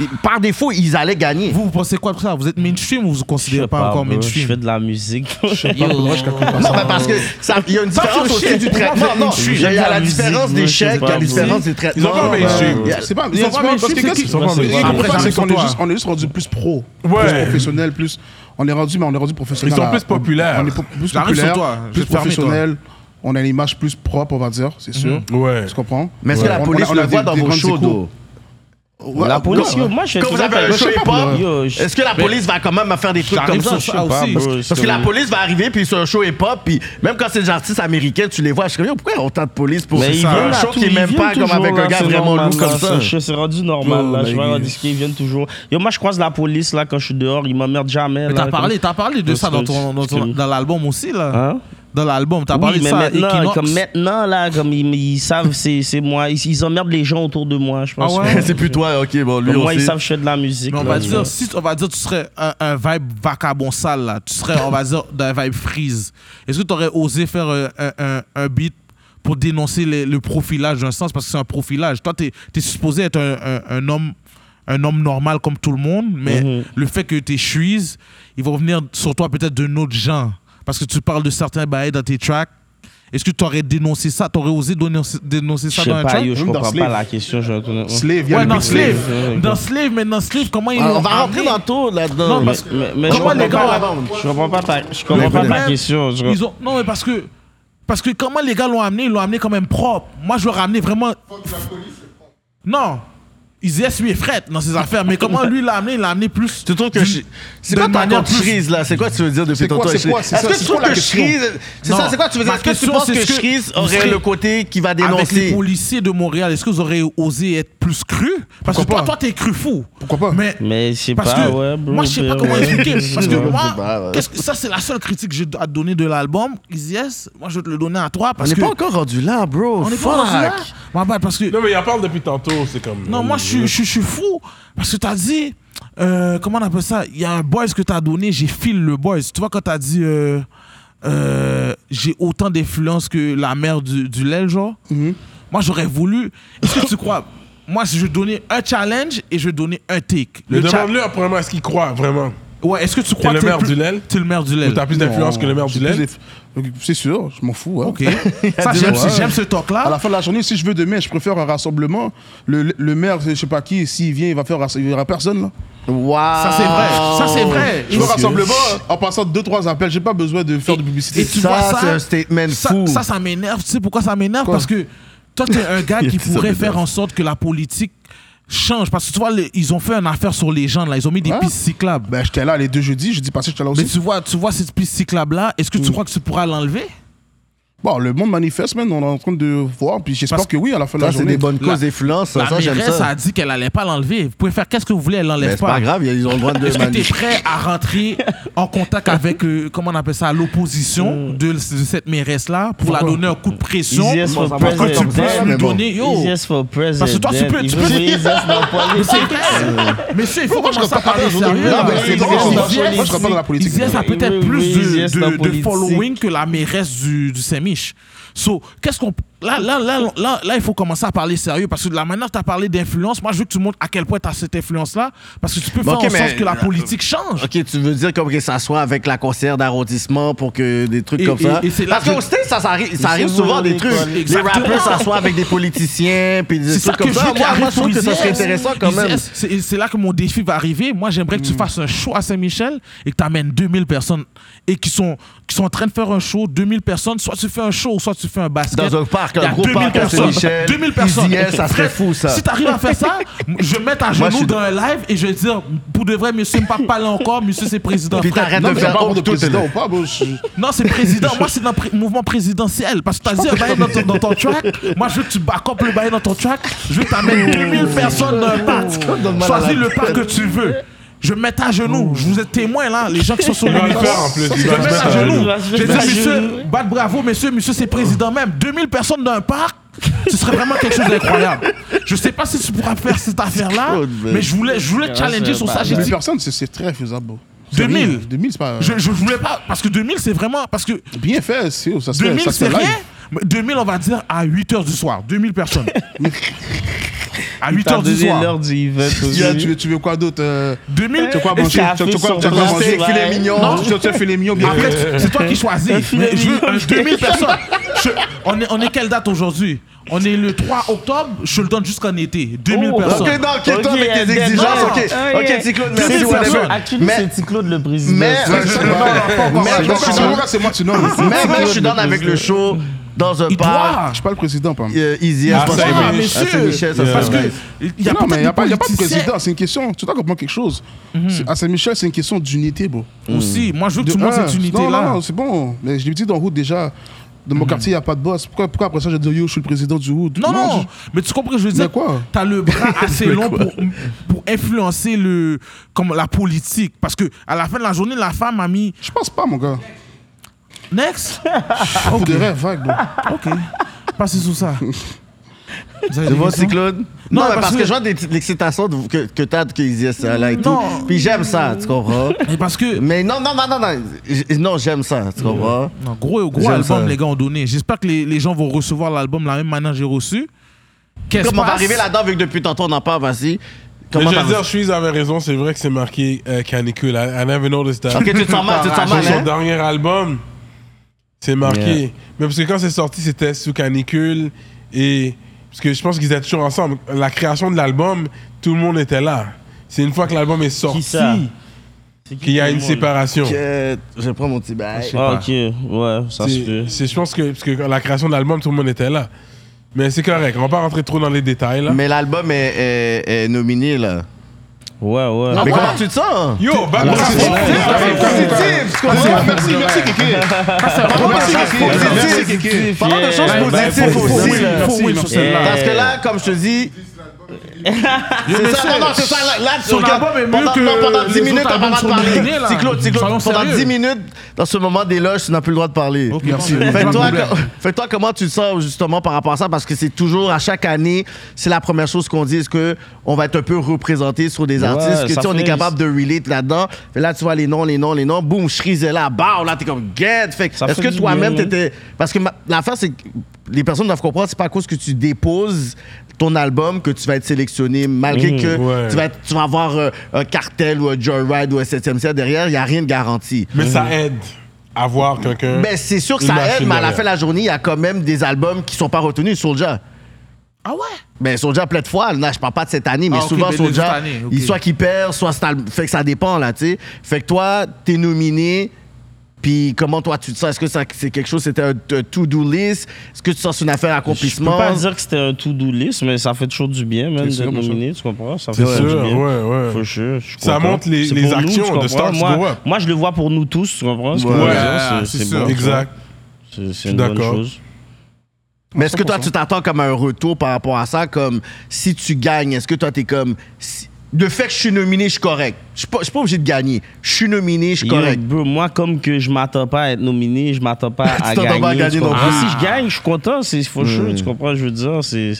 Speaker 2: Et Par défaut, ils allaient gagner.
Speaker 3: Vous, vous pensez quoi de ça Vous êtes mainstream ou vous vous
Speaker 5: Je sais
Speaker 3: considérez pas,
Speaker 5: pas,
Speaker 3: encore
Speaker 5: bro, Je fais
Speaker 3: mainstream
Speaker 5: de la musique.
Speaker 2: Non, mais Ah, bah, parce que ça, il y a une différence
Speaker 3: c'est
Speaker 2: aussi
Speaker 3: shit,
Speaker 2: du
Speaker 3: pour moi,
Speaker 2: traitement.
Speaker 3: c'est
Speaker 2: Non,
Speaker 3: une
Speaker 2: il y a- il y a la
Speaker 5: musique,
Speaker 2: différence
Speaker 5: moi,
Speaker 2: des
Speaker 5: je sais
Speaker 2: chèques, il y
Speaker 5: pas,
Speaker 2: a la
Speaker 5: vous
Speaker 2: différence
Speaker 5: savez.
Speaker 2: des
Speaker 1: Ils ont
Speaker 2: traitements.
Speaker 1: pas
Speaker 2: Ouais.
Speaker 1: mainstream.
Speaker 2: Il y a-
Speaker 4: C'est pas,
Speaker 3: Ils
Speaker 4: c'est
Speaker 3: sont
Speaker 4: pas
Speaker 3: pas
Speaker 4: parce que
Speaker 3: mainstream,
Speaker 4: qu'est-ce
Speaker 3: c'est
Speaker 4: qu'ils
Speaker 3: qui-
Speaker 4: font, c'est
Speaker 3: Après, j'arrive
Speaker 4: qu'on est
Speaker 3: sur toi.
Speaker 4: juste- on est juste rendu plus pro,
Speaker 1: Ouais.
Speaker 4: plus professionnel, plus on est rendu mais on est rendu professionnel.
Speaker 1: Ils sont
Speaker 4: à-
Speaker 1: plus populaires.
Speaker 4: On est po- plus
Speaker 3: J'arrive sur
Speaker 4: populaire,
Speaker 3: toi, je
Speaker 4: plus
Speaker 3: vais te fermer, toi.
Speaker 4: professionnel. On a une image plus propre, on va dire, c'est sûr.
Speaker 1: Ouais.
Speaker 4: Tu comprends
Speaker 2: Mais est-ce que la
Speaker 4: On- on a-
Speaker 2: police
Speaker 4: on a
Speaker 2: le
Speaker 4: des-
Speaker 2: voit dans
Speaker 4: des
Speaker 2: vos
Speaker 4: grandes
Speaker 2: shows,
Speaker 4: échos.
Speaker 2: d'eau?
Speaker 4: Ouais,
Speaker 2: La
Speaker 4: ouais.
Speaker 2: police,
Speaker 5: Yo, Moi, je fais
Speaker 2: Quand
Speaker 5: tout
Speaker 2: vous
Speaker 5: ça,
Speaker 2: avez
Speaker 5: fait-
Speaker 2: un
Speaker 5: je
Speaker 2: show
Speaker 5: sais pas,
Speaker 2: hip-hop,
Speaker 5: yo, je-
Speaker 2: est-ce que la police va quand même me faire des trucs comme
Speaker 3: J'arrive
Speaker 2: ça?
Speaker 3: sur ça aussi.
Speaker 5: bro, je
Speaker 2: Parce
Speaker 5: sais
Speaker 2: que la
Speaker 5: pas.
Speaker 2: police va arriver puis sur un show hip-hop puis même quand c'est des artistes américains tu les vois je suis comme Yo, pourquoi il y a autant de police pour
Speaker 5: Mais ils viennent
Speaker 2: un
Speaker 5: là,
Speaker 2: show
Speaker 5: tout-
Speaker 2: qui est
Speaker 5: ils
Speaker 2: même
Speaker 5: viennent
Speaker 2: pas comme
Speaker 5: toujours,
Speaker 2: avec
Speaker 5: là,
Speaker 2: un gars
Speaker 5: c'est
Speaker 2: vraiment
Speaker 5: normal,
Speaker 2: lourd comme
Speaker 5: là,
Speaker 2: ça
Speaker 5: je- C'est rendu normal,
Speaker 1: Oh,
Speaker 5: là.
Speaker 1: my
Speaker 5: Je vais leur
Speaker 1: God.
Speaker 5: dire qu'ils viennent toujours. Yo, moi, je croise la police, là, quand je suis dehors. Ils m'emmerdent jamais, là.
Speaker 3: T'as
Speaker 5: comme-
Speaker 3: parlé, t'as parlé de
Speaker 5: Parce
Speaker 3: ça dans
Speaker 5: que-
Speaker 3: ton, dans, ton-
Speaker 5: parce que-
Speaker 3: dans l'album aussi là.
Speaker 5: Hein?
Speaker 3: Dans l'album, t'as
Speaker 5: Oui,
Speaker 3: parlé de
Speaker 5: mais
Speaker 3: ça.
Speaker 5: maintenant,
Speaker 3: Equinox.
Speaker 5: comme maintenant, là, comme ils, ils savent, c'est c'est moi. Ils, ils emmerdent les gens autour de moi, je pense.
Speaker 3: Ah ouais?
Speaker 5: que-
Speaker 2: c'est plus toi ok bon lui
Speaker 5: Comme
Speaker 2: on
Speaker 5: moi, ils
Speaker 2: sait
Speaker 5: savent que je fais de la musique.
Speaker 3: Mais on
Speaker 5: là,
Speaker 3: va
Speaker 5: tu
Speaker 3: dire,
Speaker 5: vois.
Speaker 3: si on va dire, tu serais un, un vibe vagabond sale là. Tu serais, on va dire, d'un vibe freeze. Est-ce que t'aurais osé faire euh, un, un- un beat pour dénoncer les- le profilage d'un sens parce que c'est un profilage. Toi, t'es es supposé être un, un- un homme un homme normal comme tout le monde, mais
Speaker 5: Mhm.
Speaker 3: le fait que t'es chuise, ils vont venir sur toi peut-être d'un autre genre parce que tu parles de certains bails dans tes tracks. Est-ce que t'aurais dénoncé ça T'aurais osé dénoncer, dénoncer
Speaker 5: Je
Speaker 3: ça
Speaker 5: sais
Speaker 3: dans un
Speaker 5: pas,
Speaker 3: track
Speaker 5: yo, je
Speaker 4: Même dans
Speaker 5: comprends
Speaker 4: Slave.
Speaker 5: pas la question. je vais retourner-
Speaker 4: Slave, il y a
Speaker 3: Ouais,
Speaker 4: le
Speaker 3: dans
Speaker 4: big slave.
Speaker 3: Slave.
Speaker 5: ouais,
Speaker 3: Dans Slave, mais dans Slave, comment ils
Speaker 2: Ah,
Speaker 3: l'ont
Speaker 2: on va rentrer
Speaker 3: amené
Speaker 2: dans tout là-dedans
Speaker 3: Non,
Speaker 2: mais-
Speaker 3: parce que-
Speaker 5: Mais, mais je
Speaker 3: Comment
Speaker 5: comprends
Speaker 3: les gars-
Speaker 5: pas, la- je comprends pas ta, je comprends pas ta
Speaker 3: problème,
Speaker 5: question. je-
Speaker 3: Ils ont... Non, mais parce que. Parce que comment les gars l'ont amené, ils l'ont amené quand même propre. Moi, je l'aurais amené vraiment. Non! Isias, lui, est fret dans ses affaires, mais comment lui l'a amené Il l'a amené plus.
Speaker 2: Tu trouves que
Speaker 3: d'une-
Speaker 2: je- c'est
Speaker 3: de
Speaker 2: quoi ta
Speaker 3: manière plus-
Speaker 2: crise là C'est quoi tu veux dire depuis
Speaker 4: C'est
Speaker 2: ton
Speaker 4: quoi, c'est quoi, c'est
Speaker 2: Est-ce
Speaker 4: ça,
Speaker 2: que
Speaker 4: c'est
Speaker 2: tu trouves
Speaker 4: quoi la
Speaker 2: que
Speaker 4: question?
Speaker 2: Shreeze C'est
Speaker 3: Non,
Speaker 2: ça, c'est quoi tu veux dire
Speaker 3: ma
Speaker 2: Est-ce que tu
Speaker 3: question,
Speaker 2: penses
Speaker 3: c'est
Speaker 2: que
Speaker 3: est-ce que
Speaker 2: Shreeze
Speaker 3: vous
Speaker 2: aurait
Speaker 3: serez-
Speaker 2: le côté qui va
Speaker 3: Avec les
Speaker 2: dénoncer
Speaker 3: policiers de Montréal, est-ce que vous auriez osé être plus cru Parce que
Speaker 4: Pourquoi
Speaker 3: toi,
Speaker 4: pas?
Speaker 3: toi, t'es cru fou.
Speaker 4: Pourquoi pas?
Speaker 3: Mais,
Speaker 5: Mais je sais
Speaker 3: parce
Speaker 5: pas,
Speaker 3: que
Speaker 5: ouais, bro,
Speaker 3: moi, je sais pas
Speaker 5: bro,
Speaker 3: comment
Speaker 5: ouais.
Speaker 3: expliquer. Parce que
Speaker 2: Ouais, je
Speaker 3: moi,
Speaker 2: sais pas, ouais.
Speaker 3: qu'est-ce que- ça, c'est la seule critique que j'ai à te donner de l'album. Isias, moi, je vais te le donner à toi
Speaker 2: On
Speaker 3: parce
Speaker 2: n'est
Speaker 3: que
Speaker 2: pas encore rendu là, bro.
Speaker 3: on est
Speaker 2: Fuck.
Speaker 3: pas rendu là. Ma bad, bah, parce que
Speaker 1: Non, mais il en parle depuis tantôt, c'est comme.
Speaker 3: Non, moi, je suis- je suis je suis fou. Parce que t'as dit, euh, comment on appelle ça Il y a un boys que t'as donné, j'ai file le boys. Tu vois, quand t'as dit, euh, euh, j'ai autant d'influence que la mère du, du lait, genre,
Speaker 4: Mhm.
Speaker 3: moi, j'aurais voulu. Est-ce que tu crois Moi, si je donnais un challenge et je donnais un take.
Speaker 1: Le
Speaker 3: cha-
Speaker 1: demande-le, premièrement, est-ce qu'il croit vraiment
Speaker 3: Ouais, est-ce que tu crois
Speaker 1: le
Speaker 3: que
Speaker 1: maire
Speaker 3: plus-
Speaker 1: du Lel
Speaker 3: T'es le maire du
Speaker 1: Ou
Speaker 3: lait.
Speaker 1: t'as plus d'influence
Speaker 4: Non,
Speaker 1: que le maire du
Speaker 4: j'ai plus
Speaker 1: Lel
Speaker 4: des- Donc, C'est sûr, je m'en fous. hein. ouais.
Speaker 3: Ok. Ça,
Speaker 2: des-
Speaker 3: j'aime ce-
Speaker 4: Ouais.
Speaker 3: j'aime ce
Speaker 4: À
Speaker 3: talk-là.
Speaker 4: la fin de la journée, si je veux demain, je préfère un rassemblement. Le, le- le maire, je sais pas qui, s'il vient, il va faire rass- il y aura personne. Là.
Speaker 2: Wow.
Speaker 3: Ça, c'est vrai. Ça, c'est vrai.
Speaker 4: Je veux un
Speaker 2: Parce que-
Speaker 4: rassemblement en passant deux, trois appels. J'ai pas besoin de faire de publicité.
Speaker 3: Et tu
Speaker 2: Ça,
Speaker 3: vois ça
Speaker 2: c'est un statement
Speaker 3: ça,
Speaker 2: fou.
Speaker 3: Ça, ça m'énerve. Tu sais pourquoi ça m'énerve
Speaker 4: Quoi?
Speaker 3: Parce que toi, t'es un gars
Speaker 2: Il a
Speaker 3: qui
Speaker 2: dit ça
Speaker 3: pourrait
Speaker 2: m'énerve.
Speaker 3: faire en sorte que la politique change. Parce que tu vois, les- ils ont fait une affaire sur les gens, là. Ils ont mis des
Speaker 4: Ouais.
Speaker 3: pistes cyclables.
Speaker 4: Ben, j'étais là les deux jeudis, je dis passé, j'étais là
Speaker 3: mais
Speaker 4: aussi.
Speaker 3: tu vois, tu vois cette piste cyclable-là, est-ce que
Speaker 2: Mm.
Speaker 3: tu crois que tu pourras l'enlever
Speaker 4: Bon, le monde manifeste, man, on est en train de voir, puis j'espère
Speaker 3: Parce-
Speaker 4: que oui, à la fin de
Speaker 2: Ça,
Speaker 4: la
Speaker 2: c'est
Speaker 4: journée.
Speaker 2: des bonnes
Speaker 3: La-
Speaker 2: causes d'influence. Ça,
Speaker 3: La
Speaker 2: ça, j'aime
Speaker 3: mairesse a
Speaker 2: ça.
Speaker 3: dit qu'elle allait pas l'enlever. Vous pouvez faire qu'est-ce que vous voulez, elle
Speaker 2: Mais
Speaker 3: l'enlève
Speaker 2: c'est pas grave, ils ont le droit de
Speaker 3: Est-ce que tu es
Speaker 2: manier.
Speaker 3: prêt à rentrer en contact avec, euh, comment on appelle ça, l'opposition
Speaker 2: Mm.
Speaker 3: de, de cette mairesse-là pour la donner un coup de pression
Speaker 5: Easiest for
Speaker 3: pour que tu
Speaker 5: president.
Speaker 3: puisses lui
Speaker 2: Mais bon.
Speaker 3: donner, yo,
Speaker 5: Easiest for president.
Speaker 3: Parce que toi, tu peux-
Speaker 5: Il
Speaker 3: tu
Speaker 5: veut
Speaker 3: peux-
Speaker 5: voyer Easiest dans le
Speaker 3: Mais
Speaker 5: poil.
Speaker 3: c'est vrai. Mais c'est, il faut commencer à parler sérieux.
Speaker 4: Ah,
Speaker 3: là.
Speaker 4: ben,
Speaker 3: Izias-
Speaker 4: c'est drôle,
Speaker 3: Izias-
Speaker 4: moi, je serai pas dans la politique.
Speaker 3: Izias a
Speaker 5: Oui,
Speaker 3: peut-être
Speaker 5: oui,
Speaker 3: plus
Speaker 5: oui, Izias
Speaker 3: de-
Speaker 5: dans
Speaker 3: de- de
Speaker 5: politique.
Speaker 3: following que la mairesse du, du Saint-Mich. So, qu'est-ce qu'on. Là, là, là, là, là, il faut commencer à parler sérieux parce que de la manière que tu as parlé d'influence, moi, je veux que tu montres à quel point tu as cette influence-là parce que tu peux
Speaker 2: Bon,
Speaker 3: faire
Speaker 2: ok,
Speaker 3: en sorte
Speaker 2: mais-
Speaker 3: que la politique change.
Speaker 2: Ok, tu veux dire comme que ça soit avec la conseillère d'arrondissement pour que des trucs
Speaker 3: Et-
Speaker 2: comme
Speaker 3: et-
Speaker 2: ça.
Speaker 3: et c'est là
Speaker 2: Parce
Speaker 3: que-
Speaker 2: qu'au States, ça, ça arrive, ça arrive
Speaker 5: c'est
Speaker 2: souvent
Speaker 5: vous,
Speaker 2: des
Speaker 5: les
Speaker 2: trucs.
Speaker 5: collègues.
Speaker 2: Les
Speaker 3: Exactement.
Speaker 2: rappeurs s'assoient avec des politiciens puis des
Speaker 3: C'est ça
Speaker 2: trucs comme
Speaker 3: que je
Speaker 2: ça.
Speaker 3: veux
Speaker 2: Moi,
Speaker 3: qu'il arrive
Speaker 2: moi, je
Speaker 3: pour
Speaker 2: trouve que ça
Speaker 3: Izias.
Speaker 2: serait intéressant quand même. Mm.
Speaker 3: Izias, C'est c'est là que mon défi va arriver. Moi, j'aimerais que tu fasses un show à Saint-Michel et que tu amènes 2000 personnes et qui sont, qui sont en train de faire un show, 2000 personnes. Soit tu fais un show, soit tu fais un basket.
Speaker 2: Dans un parc,
Speaker 3: Il y
Speaker 2: un
Speaker 3: a
Speaker 2: gros
Speaker 3: 2000
Speaker 2: parc à
Speaker 3: personnes.
Speaker 2: Saint-Michel.
Speaker 3: 2000 personnes.
Speaker 2: Easy, yes, ça serait fou, ça.
Speaker 3: Si tu arrives à faire ça, je vais mettre à
Speaker 2: Moi, je
Speaker 3: genoux
Speaker 2: suis-
Speaker 3: dans un live et je vais dire pour de vrai, monsieur, ne pas parler encore, monsieur, c'est président.
Speaker 2: Puis
Speaker 3: Frère,
Speaker 2: t'arrêtes
Speaker 4: Non,
Speaker 2: de
Speaker 4: mais c'est
Speaker 2: faire
Speaker 4: pas pour de
Speaker 2: tout est là.
Speaker 4: président ou pas, bon, je-
Speaker 3: non, c'est président. Moi, c'est dans le pré- mouvement présidentiel. Parce que t'as dit un bail dans, ton- dans ton track. Moi, je veux que tu backupes le bail dans ton track. Je veux que t'amènes 2000 personnes dans un parc.
Speaker 2: Donne-moi la
Speaker 3: Choisis
Speaker 2: latte.
Speaker 3: le parc que tu veux. Je vais me mettre à genoux. Je vous êtes témoin, là, les gens qui sont sur
Speaker 1: Il
Speaker 3: le
Speaker 1: va le
Speaker 3: micro.
Speaker 1: faire en plus.
Speaker 3: Je
Speaker 1: Il
Speaker 3: vais
Speaker 1: va
Speaker 3: me
Speaker 1: se
Speaker 3: mettre
Speaker 1: mettre
Speaker 3: à
Speaker 1: à
Speaker 3: genoux.
Speaker 1: genoux.
Speaker 3: Bah, Je vais dire, monsieur, bat bravo, monsieur, monsieur, c'est président même. 2000 personnes dans un parc, ce serait vraiment quelque chose d'incroyable. Je sais pas si tu pourras faire cette affaire-là,
Speaker 2: cool, man.
Speaker 3: Oh, mais je voulais, je voulais te challenger sur ça. J'ai
Speaker 4: Dix
Speaker 3: dit,
Speaker 4: personnes, c'est- c'est très faisable. bon.
Speaker 3: 2000.
Speaker 4: C'est rien. 2000, c'est pas.
Speaker 3: je, je voulais pas, parce que 2000, c'est vraiment, parce que
Speaker 4: Bien fait, c'est ça se fait.
Speaker 3: 2000,
Speaker 4: ça se fait
Speaker 3: c'est rien.
Speaker 4: live.
Speaker 3: Mais 2000, on va dire à 8 h du soir. 2000 personnes. à 8
Speaker 5: T'as
Speaker 3: h du
Speaker 5: donné
Speaker 3: soir.
Speaker 5: l'heure du event
Speaker 4: Tu veux- Tu veux, tu veux quoi d'autre euh,
Speaker 3: 2000.
Speaker 4: Tu veux quoi
Speaker 5: Est-ce
Speaker 4: manger
Speaker 5: qu'il y a
Speaker 4: Tu veux tu veux quoi
Speaker 5: un
Speaker 4: tu veux
Speaker 5: feu
Speaker 4: quoi
Speaker 5: sur
Speaker 4: manger
Speaker 5: le
Speaker 4: Filet
Speaker 5: Ouais.
Speaker 4: mignon.
Speaker 3: Non.
Speaker 4: Tu veux- tu veux filet mignon bien
Speaker 3: Après,
Speaker 4: fait.
Speaker 3: c'est toi qui choisis. Mais je veux un 2000 personnes. Je- on, est, on est quelle date aujourd'hui On est le 3 octobre. Je te le donne jusqu'en été. 2000
Speaker 5: Oh,
Speaker 3: personnes.
Speaker 2: Ok, donc, ok, toi,
Speaker 5: Ok,
Speaker 2: avec tes
Speaker 5: deadline.
Speaker 2: exigences, ok.
Speaker 5: Ah, yeah.
Speaker 2: Ok, Ticlaude,
Speaker 3: C'est
Speaker 2: merci,
Speaker 3: une
Speaker 2: whatever.
Speaker 3: personne.
Speaker 5: Actually,
Speaker 2: Mais-
Speaker 5: c'est Ticlaude le président.
Speaker 2: Mais-
Speaker 5: Ouais,
Speaker 4: Non, non, pas encore.
Speaker 2: Mais-
Speaker 4: Non, c'est moi, c'est moi, tu nommes.
Speaker 2: Même
Speaker 4: Je
Speaker 2: quand je suis dans avec le show, dans un
Speaker 3: Il
Speaker 2: parc,
Speaker 3: doit.
Speaker 4: suis pas le président, pas
Speaker 2: euh, Easy, je pense
Speaker 3: Ah,
Speaker 1: Saint-Michel.
Speaker 2: que-
Speaker 3: mais
Speaker 2: à
Speaker 3: sûr.
Speaker 2: Saint-Michel, ça
Speaker 3: Parce que
Speaker 2: serait nice.
Speaker 3: il y a
Speaker 4: non, mais il n'y a,
Speaker 3: pas
Speaker 4: pas- y a pas de
Speaker 3: politiciens
Speaker 4: président, c'est une question. Tu dois comprendre quelque chose. C'est- À Saint-Michel, c'est une question d'unité, bro.
Speaker 3: aussi. Moi, je veux que
Speaker 4: De
Speaker 3: tout le monde
Speaker 4: un,
Speaker 3: cette
Speaker 4: non, Non,
Speaker 3: unité-là.
Speaker 4: non, c'est bon. Mais je l'ai dit dans Hood déjà. Dans mon quartier, il n'y a pas de boss. Pourquoi, pourquoi après ça, je dis yo, je suis le président du Hood
Speaker 3: Non, non,
Speaker 4: je-
Speaker 3: mais tu comprends, ce que je veux dire,
Speaker 4: quoi
Speaker 3: t'as le bras assez long pour, pour influencer le, comme la politique. Parce que à la fin de la journée, la femme a mis
Speaker 4: Je pense pas, mon gars.
Speaker 3: Next
Speaker 4: Oh, de rêve, vague. bro.
Speaker 3: Ok. Passez sous ça. Vous avez
Speaker 2: Tu
Speaker 3: des
Speaker 2: vois,
Speaker 3: questions
Speaker 2: Ticlaude? Non, mais parce que
Speaker 3: que-
Speaker 2: je vois des- l'excitation de- que, que t'as de que Easy, ça, là et tout.
Speaker 3: Non.
Speaker 2: Puis j'aime ça, tu comprends?
Speaker 3: Mais parce que.
Speaker 2: Mais non, non, non, non, non. J- Non, j'aime ça, tu comprends?
Speaker 3: Non, gros gros
Speaker 2: J'aime
Speaker 3: album,
Speaker 2: ça.
Speaker 3: les gars ont donné. J'espère que les, les gens vont recevoir l'album la même manière que j'ai reçu. Qu'est-ce
Speaker 2: Comme on va
Speaker 3: passe?
Speaker 2: arriver là-dedans, vu que depuis tantôt on en parle, vas-y.
Speaker 1: Mais
Speaker 2: Comment
Speaker 1: je veux
Speaker 2: t'as
Speaker 1: dire, Shreeze avait raison, c'est vrai que c'est marqué euh, canicule. I, I never noticed that.
Speaker 2: Ok, tu te sens mal, tu te sens
Speaker 1: Ah, Sur
Speaker 2: mal,
Speaker 1: son
Speaker 2: hein?
Speaker 1: dernier album, c'est marqué.
Speaker 2: Yeah.
Speaker 1: Mais parce que quand c'est sorti, c'était sous canicule et parce que je pense qu'ils étaient toujours ensemble. La création de l'album, tout le monde était là. C'est une fois que l'album est
Speaker 5: Qui
Speaker 1: sorti
Speaker 5: ça
Speaker 1: qu'il y a une séparation.
Speaker 2: Que- Je prends mon petit bail.
Speaker 5: Ah, ok, ouais, ça se
Speaker 1: C'est-
Speaker 5: peut.
Speaker 1: c'est- Je pense que parce que la création de l'album, tout le monde était là. Mais c'est correct, on va pas rentrer trop dans les détails là.
Speaker 2: Mais l'album est, est- est nominé, là.
Speaker 5: Ouais, Ah, ouais.
Speaker 2: Mais comment tu te sens?
Speaker 1: Yo, bah, bah,
Speaker 4: c'est-
Speaker 1: c'est-
Speaker 4: c'est-
Speaker 2: Positif, tu comprends?
Speaker 4: Merci, merci, Kéké.
Speaker 2: Ah, Merci,
Speaker 4: Merci,
Speaker 2: positif.
Speaker 4: Kéké.
Speaker 2: Parlons de choses
Speaker 5: Ben, ben,
Speaker 2: positives
Speaker 5: faut- faut-
Speaker 2: bah, aussi.
Speaker 5: faut-
Speaker 1: Merci,
Speaker 3: Faut win sur
Speaker 1: merci.
Speaker 3: celle-là.
Speaker 2: Parce que là, comme je te dis.
Speaker 3: mais
Speaker 2: C'est ça,
Speaker 3: c'est-
Speaker 2: non, non, c'est ça, là, là, tu
Speaker 3: son
Speaker 2: regardes-
Speaker 3: album est mieux
Speaker 2: pendant-
Speaker 3: que
Speaker 2: non, pendant
Speaker 3: les
Speaker 2: 10 minutes,
Speaker 3: autres
Speaker 2: t'as pas
Speaker 3: albums
Speaker 2: le
Speaker 3: sur
Speaker 2: droit de
Speaker 3: le
Speaker 2: parler.
Speaker 3: grenier, là.
Speaker 2: Petit Claude, petit Claude,
Speaker 3: Soyons
Speaker 2: pendant
Speaker 3: sérieux.
Speaker 2: 10 minutes, dans ce moment d'éloge, tu n'as plus le droit de parler.
Speaker 4: Merci.
Speaker 2: Fait que toi, co- fait que toi, comment tu te sens justement par rapport à ça? Parce que c'est toujours, à chaque année, c'est la première chose qu'on dit, est-ce qu'on va être un peu représenté sur des
Speaker 5: Ouais,
Speaker 2: artistes, que
Speaker 5: ça
Speaker 2: tu sais, on
Speaker 5: fait-
Speaker 2: est capable de relate là-dedans. Fait là, tu vois les noms, les noms, les noms, boum, Shrizella, bah, là, t'es comme, get! Fait que
Speaker 5: Ça
Speaker 2: est-ce
Speaker 5: fait
Speaker 2: que
Speaker 5: du
Speaker 2: toi-même,
Speaker 1: hein?
Speaker 5: bien,
Speaker 2: t'étais. Parce que ma- l'affaire, c'est que les personnes doivent comprendre, c'est pas à cause que tu déposes ton album que tu vas être sélectionné, malgré
Speaker 5: Mhm.
Speaker 2: que
Speaker 1: Mmh, Ouais.
Speaker 2: tu, vas être- tu vas avoir euh, un cartel ou un joyride ou un 7 e ciel derrière, il n'y a rien de garanti.
Speaker 1: Mais ça aide à voir quelqu'un.
Speaker 2: Ben, c'est sûr que
Speaker 1: Mmh. Une
Speaker 2: ça
Speaker 1: machine
Speaker 2: aide, mais à la
Speaker 1: derrière.
Speaker 2: fin de la journée, il y a quand même des albums qui sont pas retenus. Soulja.
Speaker 3: Ah ouais?
Speaker 2: Ben, Soulja, plein de fois, là, je parle pas de cette année, mais
Speaker 3: Ah, ok,
Speaker 2: souvent,
Speaker 3: ben, de cette
Speaker 2: Soulja,
Speaker 3: année, ok.
Speaker 2: il soit qu'il perd, soit c'est al- Fait que ça dépend, là, tu sais. Fait que toi, t'es nominé, puis comment toi, tu te sens? Est-ce que ça- c'est quelque chose, c'était un un to-do list? Est-ce que tu sens une affaire
Speaker 5: Je peux
Speaker 2: accomplissement?
Speaker 5: pas dire que c'était un to-do list, mais ça fait toujours du bien, même,
Speaker 4: C'est sûr,
Speaker 5: d'être
Speaker 4: bien sûr.
Speaker 5: nominé, tu comprends? Ça
Speaker 1: C'est
Speaker 5: fait toujours
Speaker 1: sûr,
Speaker 5: du bien.
Speaker 1: ouais, ouais.
Speaker 5: For sure, je suis
Speaker 1: Ça
Speaker 5: content.
Speaker 1: montre les-
Speaker 5: C'est
Speaker 1: les
Speaker 5: pour nous,
Speaker 1: actions
Speaker 5: tu
Speaker 1: de
Speaker 5: comprends?
Speaker 1: Stars
Speaker 5: moi,
Speaker 1: Grow Up.
Speaker 5: Moi, je le vois pour nous tous, tu comprends? ce que je veux
Speaker 2: Ouais,
Speaker 5: dire,
Speaker 3: c'est
Speaker 5: bon,
Speaker 3: sûr.
Speaker 5: tu vois.
Speaker 1: Exact.
Speaker 5: C'est c'est
Speaker 1: suis
Speaker 5: une bonne
Speaker 1: d'accord.
Speaker 5: chose.
Speaker 2: Mais est-ce que toi, tu t'attends comme un retour par rapport à ça? Comme si tu gagnes, est-ce que toi, t'es comme. si- Le fait que je suis nominé, je suis correct. Je suis pas, je suis pas obligé de gagner. Je suis nominé, je suis
Speaker 5: Yo,
Speaker 2: correct.
Speaker 5: bro, moi, comme que je m'attends pas à être nominé, je m'attends pas à
Speaker 2: t'attends
Speaker 5: gagner.
Speaker 2: pas à gagner
Speaker 5: tu
Speaker 2: non
Speaker 5: comprends?
Speaker 2: plus.
Speaker 5: Mais Si je gagne, je suis content, c'est for sure, tu comprends? Je veux dire, c'est.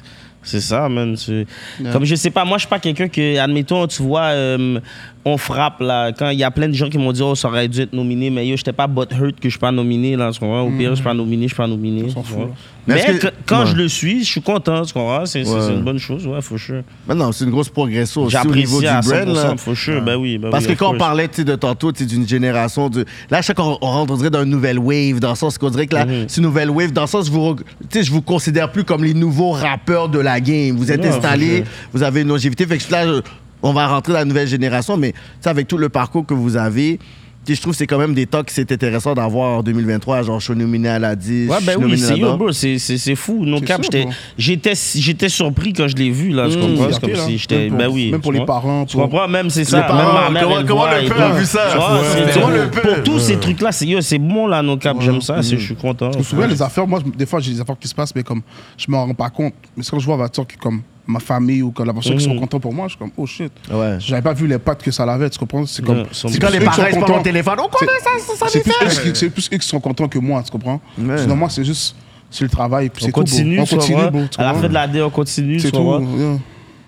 Speaker 5: C'est ça, man. c'est- Comme je sais pas, moi, je suis pas quelqu'un que, admettons, tu vois, euh, on frappe, là. Quand il y a plein de gens qui m'ont dit, oh, ça aurait dû être nominé, mais yo, j'étais pas butthurt que je suis pas nominé, là, tu comprends? Au
Speaker 2: Mm-hmm.
Speaker 5: pire, je suis pas nominé, je suis pas nominé. tu vois.
Speaker 2: Mais
Speaker 5: Mais,
Speaker 2: est-ce que-
Speaker 5: que- quand
Speaker 2: Ouais.
Speaker 5: je le suis, je suis content, tu comprends? C'est c'est-
Speaker 2: Ouais.
Speaker 5: c'est une bonne chose, ouais, for sure.
Speaker 2: Mais Ben non, c'est une grosse progression aussi au niveau
Speaker 5: J'apprécie
Speaker 2: du
Speaker 5: à
Speaker 2: brand. là.
Speaker 5: 100%, for sure, ben oui. ben
Speaker 2: Parce
Speaker 5: oui,
Speaker 2: que
Speaker 5: of
Speaker 2: quand on
Speaker 5: course.
Speaker 2: parlait tu sais, de tantôt, tu sais, d'une génération, du... là, je sais qu'on on rentre, on dirait, d'un nouvel wave, dans le sens qu'on dirait que là,
Speaker 5: Mhm.
Speaker 2: c'est une nouvelle wave, dans le sens, je vous, rec- tu sais, je vous considère plus comme les nouveaux rappeurs de la game. Vous êtes
Speaker 5: Ouais,
Speaker 2: installés,
Speaker 5: c'est
Speaker 2: vous avez une longévité. Fait que là, je- on va rentrer dans la nouvelle génération, mais tu sais, avec tout le parcours que vous avez, tu sais, je trouve que c'est quand même des talks que c'est intéressant d'avoir en 2023. Genre, je suis nominé à la 10.
Speaker 5: Ouais,
Speaker 2: je
Speaker 5: ben
Speaker 2: suis
Speaker 5: oui,
Speaker 2: nominé
Speaker 5: c'est yo,
Speaker 2: là-dedans.
Speaker 5: bro, c'est- c'est c'est fou. Non,
Speaker 4: C'est
Speaker 5: cap,
Speaker 4: ça,
Speaker 5: j'étais-
Speaker 4: bro.
Speaker 5: j'étais j'étais surpris quand je l'ai vu, là, je comprends. C'est comme si j'étais. Ben oui.
Speaker 4: Même pour
Speaker 5: tu
Speaker 4: les
Speaker 5: vois.
Speaker 4: parents.
Speaker 5: Tu comprends, même c'est ça.
Speaker 2: Les parents,
Speaker 5: même ma mère,
Speaker 2: comment-
Speaker 5: elle
Speaker 2: comment
Speaker 5: voit
Speaker 2: le
Speaker 5: et
Speaker 2: peuple
Speaker 5: tout.
Speaker 2: a vu ça?
Speaker 5: Tu vois,
Speaker 2: Ouais,
Speaker 5: c'est-
Speaker 2: ouais.
Speaker 5: tu vois,
Speaker 2: Comment le
Speaker 5: Pour
Speaker 2: peuple?
Speaker 5: tous ces trucs-là, c'est yo, c'est bon, là, non, cap, j'aime ça, c'est- je suis content.
Speaker 4: Je me souviens les affaires, moi, je- des fois, j'ai des affaires qui se passent, mais comme, je m'en rends pas compte. Mais c'est quand je vois, voiture que comme ma famille ou comme la personne
Speaker 5: Mhm.
Speaker 4: qui sont contents pour moi, je suis comme, oh shit.
Speaker 2: Ouais.
Speaker 4: J'avais pas vu les pattes que ça l'avait, tu comprends? C'est comme.
Speaker 5: Ouais, c'est
Speaker 4: plus
Speaker 2: Quand les
Speaker 4: eux qui
Speaker 2: parents
Speaker 4: sont
Speaker 2: ils se parlent
Speaker 4: contents.
Speaker 2: au téléphone, on connaît ça, ça, ça,
Speaker 4: C'est
Speaker 2: ça,
Speaker 4: plus,
Speaker 2: ça.
Speaker 4: eux qui- c'est plus eux qui sont contents que moi, tu comprends? Sinon, moi, c'est juste, c'est le travail, puis
Speaker 5: On
Speaker 4: c'est tout. bro.
Speaker 5: continue,
Speaker 4: on
Speaker 5: tu
Speaker 4: continue,
Speaker 5: vois.
Speaker 4: bro, tu
Speaker 5: À la
Speaker 4: comprends?
Speaker 5: fin de l'année, on continue,
Speaker 4: C'est
Speaker 5: tu
Speaker 4: tout.
Speaker 5: vois.
Speaker 4: yeah.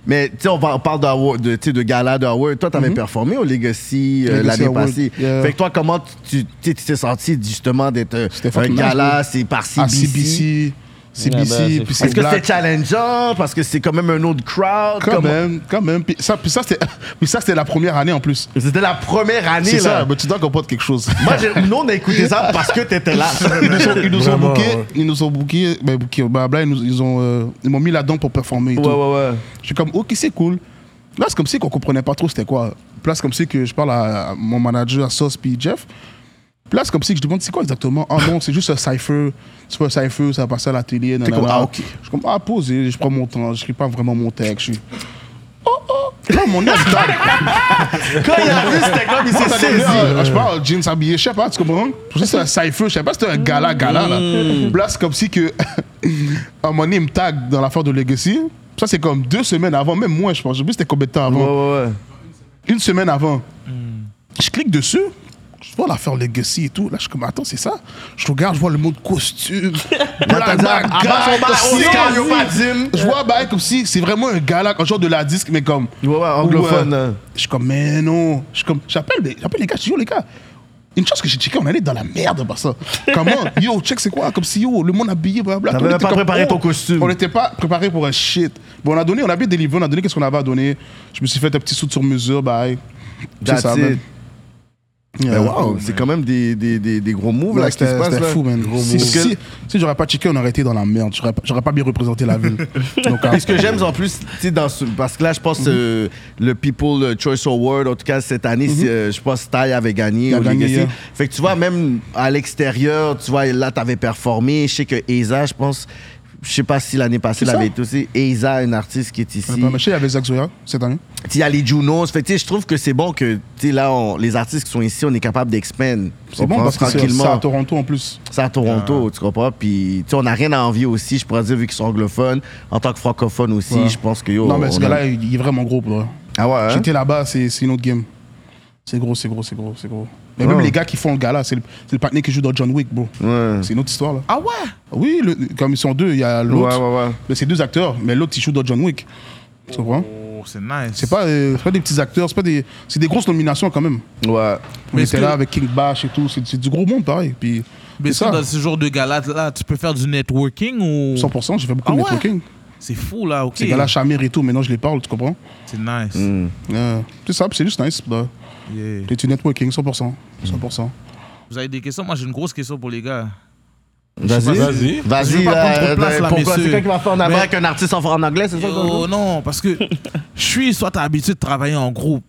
Speaker 2: Mais tu sais, on, va- on parle de, award- de, tu sais, de gala, de award. Toi, t'avais performé au Legacy, euh,
Speaker 4: Mm-hmm. Legacy
Speaker 2: l'année
Speaker 4: Award,
Speaker 2: passée.
Speaker 4: yeah.
Speaker 2: Fait que toi, comment tu tu- tu t'es senti justement d'être euh,
Speaker 4: C'était
Speaker 2: un
Speaker 4: fucking
Speaker 2: gala,
Speaker 4: nice,
Speaker 2: c'est par
Speaker 4: À
Speaker 2: CBC?
Speaker 4: CBC,
Speaker 5: Ah ben,
Speaker 4: CBC,
Speaker 5: c'est
Speaker 4: puis
Speaker 5: fou.
Speaker 4: c'est
Speaker 2: Est-ce que
Speaker 4: Black.
Speaker 2: c'était challengeant? Parce que c'est quand même un autre crowd.
Speaker 4: Quand
Speaker 2: Comment-
Speaker 4: même, quand même. Puis ça, puis ça c'était puis ça, c'était la première année en plus.
Speaker 2: C'était la première année,
Speaker 4: C'est
Speaker 2: là.
Speaker 4: ça, mais tu dois comprendre quelque chose.
Speaker 2: Moi, j'ai- nous, on a écouté ça parce que t'étais là.
Speaker 4: ils nous ont, ils nous ont
Speaker 1: Vraiment,
Speaker 4: bookés,
Speaker 1: ouais.
Speaker 4: ils nous ont bookés, ben, bookés, ben, là, ils nous- ils ont, euh, ils m'ont mis là-dedans pour performer et tout.
Speaker 2: ouais.
Speaker 4: Je suis comme, ok, c'est cool. Là, c'est comme si qu'on comprenait pas trop c'était quoi. Puis là, c'est comme si que je parle à, à mon manager, à Sauce, puis Jeff. Puis là, c'est comme si que je demande, c'est quoi exactement Ah non, c'est juste un cypher. C'est pas un cypher, ça va passer à la télé. nanana.
Speaker 2: comme, ah, ok.
Speaker 4: Je suis comme, ah, pause, je prends mon temps, je n'écris pas vraiment mon texte. Je suis, oh, oh. Là, mon œuf,
Speaker 2: Quand il a vu, c'était comme il s'est
Speaker 4: Attendez,
Speaker 2: saisi.
Speaker 4: là, euh, Je parle jeans habillé, je sais pas, tu comprends? Je sais que c'est un cypher, je sais pas si c'était un gala gala là. Puis là, c'est comme si que. à un moment donné, il me tag dans l'affaire de Legacy. Ça, c'est comme deux semaines avant, même moins, je pense. Je sais plus c'était combien de temps avant.
Speaker 2: ouais.
Speaker 4: Une semaine avant. Je clique dessus. Je vois l'affaire Legacy et tout. Là, je suis comme, attends, c'est ça? Je regarde, je vois le mot de costume. Black Bag, gars,
Speaker 2: Oscar,
Speaker 4: si.
Speaker 2: yo, pas Jim.
Speaker 4: Je vois, bah, comme si c'est vraiment un gala, un genre de la disque, mais comme.
Speaker 2: Ouais, ouais, anglophone.
Speaker 4: Ouais.
Speaker 2: hein.
Speaker 4: Je suis comme, mais non. Je suis comme, j'appelle, les- j'appelle les gars, je dis, yo, les gars. Une chance que j'ai checké, on allait dans la merde, bah ça. Comment Yo, check, c'est quoi Comme si, yo, le monde habillé, blablabla.
Speaker 2: T'avais
Speaker 4: On
Speaker 2: même
Speaker 4: était
Speaker 2: pas
Speaker 4: comme, oh,
Speaker 2: préparé ton costume.
Speaker 4: On n'était pas préparé pour un shit. Bon, on a donné, on a bien délivré, on a donné qu'est-ce qu'on avait à donner. Je me suis fait un petit saut sur mesure, bah, hey.
Speaker 2: That's it.
Speaker 4: man.
Speaker 2: Ben,
Speaker 4: Yeah.
Speaker 2: wow, c'est quand même des, des, des, des gros moves
Speaker 4: Ouais,
Speaker 2: là, qui se
Speaker 4: C'était
Speaker 2: passent.
Speaker 4: c'était
Speaker 2: là.
Speaker 4: fou, man.
Speaker 2: Gros
Speaker 4: Si,
Speaker 2: moves.
Speaker 4: si,
Speaker 2: Que-
Speaker 4: si, j'aurais pas checké, on aurait été dans la merde. J'aurais pas- J'aurais pas bien représenté la ville. Donc, hein.
Speaker 2: Ce que j'aime en plus, tu sais, dans ce- parce que là, je pense
Speaker 4: Mhm.
Speaker 2: euh, le People Choice Award, en tout cas cette année, c'est, euh, je pense Ty avait gagné.
Speaker 4: Mhm. Il a
Speaker 2: au
Speaker 4: gagné,
Speaker 2: Legacy.
Speaker 4: hein.
Speaker 2: Fait que tu vois, même à l'extérieur, tu vois, là, t'avais performé. Je sais que Eza, je pense, je sais pas si l'année passée,
Speaker 4: C'est
Speaker 2: l'avait
Speaker 4: ça.
Speaker 2: été aussi. Eiza, une artiste qui est ici.
Speaker 4: Pas méché, il y avait Zach Zoya cette année.
Speaker 2: Il y a les Junos. Fait que, tu sais, je trouve que c'est bon que tu sais, là, on- les artistes qui sont ici, on est capable d'expand.
Speaker 4: C'est bon parce que c'est Ah. c'est à Toronto en plus.
Speaker 2: C'est à Toronto, tu comprends? Puis, tu sais, on n'a rien à envier aussi, je pourrais dire, vu qu'ils sont anglophones. En tant que francophones aussi,
Speaker 4: Ouais.
Speaker 2: je pense que yo.
Speaker 4: non, mais
Speaker 2: on
Speaker 4: ce
Speaker 2: a-
Speaker 4: gars-là, il il est vraiment gros, bro.
Speaker 2: Ah ouais? hein?
Speaker 4: J'étais là-bas, c'est c'est une autre game. C'est gros, c'est gros, c'est gros, c'est gros. Mais
Speaker 2: Oh.
Speaker 4: même les gars qui font le gala, c'est le, c'est le partenaire qui joue dans John Wick, bro.
Speaker 2: Ouais.
Speaker 4: C'est une autre histoire, là.
Speaker 3: Ah ouais?
Speaker 4: Oui, le- comme ils sont deux, il y a
Speaker 2: Ouais,
Speaker 4: l'autre.
Speaker 2: ouais, ouais.
Speaker 4: Mais c'est deux acteurs, mais l'autre, il joue dans John Wick. Tu comprends
Speaker 3: Oh, c'est nice.
Speaker 4: C'est pas, euh, c'est pas des petits acteurs, c'est pas des, c'est des grosses nominations quand même.
Speaker 2: Ouais.
Speaker 4: On
Speaker 3: Mais est-ce
Speaker 4: était
Speaker 3: que-
Speaker 4: là avec King Bash et tout, c'est c'est du gros monde pareil. Puis,
Speaker 3: Mais
Speaker 4: c'est
Speaker 3: est-ce que
Speaker 4: ça,
Speaker 3: dans ce genre de gala-là, tu peux faire du networking ou.
Speaker 4: 100%, j'ai fait
Speaker 3: Ah
Speaker 4: beaucoup de
Speaker 3: ouais?
Speaker 4: networking.
Speaker 3: C'est fou, là, ok.
Speaker 4: Ces gars-là, Chamir et tout, maintenant je les parle, tu comprends
Speaker 3: C'est nice.
Speaker 4: Euh, C'est ça, puis c'est juste nice. bah.
Speaker 3: Yeah.
Speaker 4: C'est du networking, 100%. 100%.
Speaker 3: Vous avez des questions? Moi, j'ai une grosse question pour les gars.
Speaker 2: Vas-y.
Speaker 1: Vas-y.
Speaker 3: Je veux
Speaker 2: Vas-y,
Speaker 3: pas
Speaker 2: là,
Speaker 3: prendre trop de place,
Speaker 2: euh,
Speaker 3: là,
Speaker 2: pourquoi?
Speaker 3: messieurs.
Speaker 2: C'est quoi qui va faire en avant
Speaker 3: Mais-
Speaker 2: avec un artiste en, en anglais, c'est ça?
Speaker 3: Oh
Speaker 2: quoi?
Speaker 3: non, parce que je suis soit t'as l'habitude de travailler en groupe.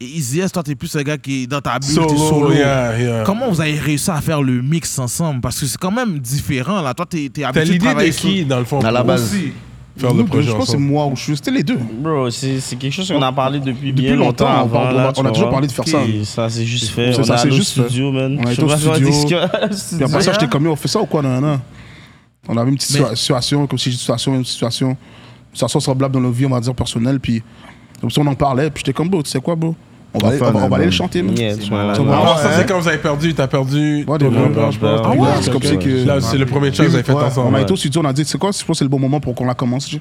Speaker 3: Et Izias, toi, t'es plus un gars qui est dans ta bulle, t'es solo.
Speaker 1: Solo, yeah, yeah.
Speaker 3: Comment vous avez réussi à faire le mix ensemble Parce que c'est quand même différent, là. Toi, t'es t'es
Speaker 1: T'as
Speaker 3: habitué de
Speaker 1: l'idée de
Speaker 3: travailler
Speaker 1: qui, dans le fond,
Speaker 2: À la
Speaker 1: pour
Speaker 2: base.
Speaker 1: aussi faire le
Speaker 4: Nous,
Speaker 1: projet
Speaker 4: je pense que c'est
Speaker 1: ensemble?
Speaker 4: moi ou je suis. C'était les deux.
Speaker 5: Bro, c'est c'est quelque chose qu'on a parlé depuis,
Speaker 4: Depuis
Speaker 5: bien longtemps.
Speaker 4: longtemps, on parle-
Speaker 5: avant,
Speaker 4: on a-
Speaker 5: là, tu
Speaker 4: on a toujours
Speaker 5: vois.
Speaker 4: parlé de faire
Speaker 5: Ok,
Speaker 4: ça.
Speaker 5: Ça, c'est juste fait.
Speaker 4: C'est
Speaker 5: on
Speaker 4: ça,
Speaker 5: a
Speaker 4: c'est
Speaker 5: allé au
Speaker 4: juste fait.
Speaker 5: studio, man.
Speaker 4: On a
Speaker 5: Je
Speaker 4: été
Speaker 5: sais
Speaker 4: au
Speaker 5: pas comment
Speaker 4: studio.
Speaker 5: dire ce que-
Speaker 4: Puis après ça,
Speaker 3: vrai,
Speaker 4: je
Speaker 3: hein?
Speaker 4: t'ai comme, on fait ça ou quoi nanana. On avait une petite
Speaker 3: Mais-
Speaker 4: situa- situation, comme si une situation, une situation, une situation semblable dans nos vies, on va dire, personnelle. Puis, comme si on en parlait, puis j'étais comme, bro, tu sais quoi, bro On va,
Speaker 2: On
Speaker 4: aller,
Speaker 2: fait
Speaker 4: on va-
Speaker 2: un
Speaker 4: on va aller
Speaker 2: album.
Speaker 4: le chanter, man.
Speaker 5: Yeah, tu vois, là,
Speaker 4: Tu
Speaker 5: là.
Speaker 4: vois,
Speaker 1: Ah,
Speaker 4: ouais,
Speaker 1: ça,
Speaker 4: ouais.
Speaker 1: c'est quand vous avez perdu, t'as perdu.
Speaker 4: Ouais, des
Speaker 1: ton
Speaker 4: grands
Speaker 1: grand-père,
Speaker 4: blancs,
Speaker 1: je
Speaker 2: ben,
Speaker 1: pense.
Speaker 5: ah ouais,
Speaker 1: Là,
Speaker 4: c'est comme
Speaker 1: que-
Speaker 4: ça que-
Speaker 1: Là, c'est le premier
Speaker 4: Puis,
Speaker 1: chose que vous avez fait
Speaker 4: ouais, On
Speaker 1: ensemble.
Speaker 4: a
Speaker 1: ouais.
Speaker 4: été au studio, on a dit, c'est quoi, je pense que c'est le bon moment pour qu'on la commence. Puis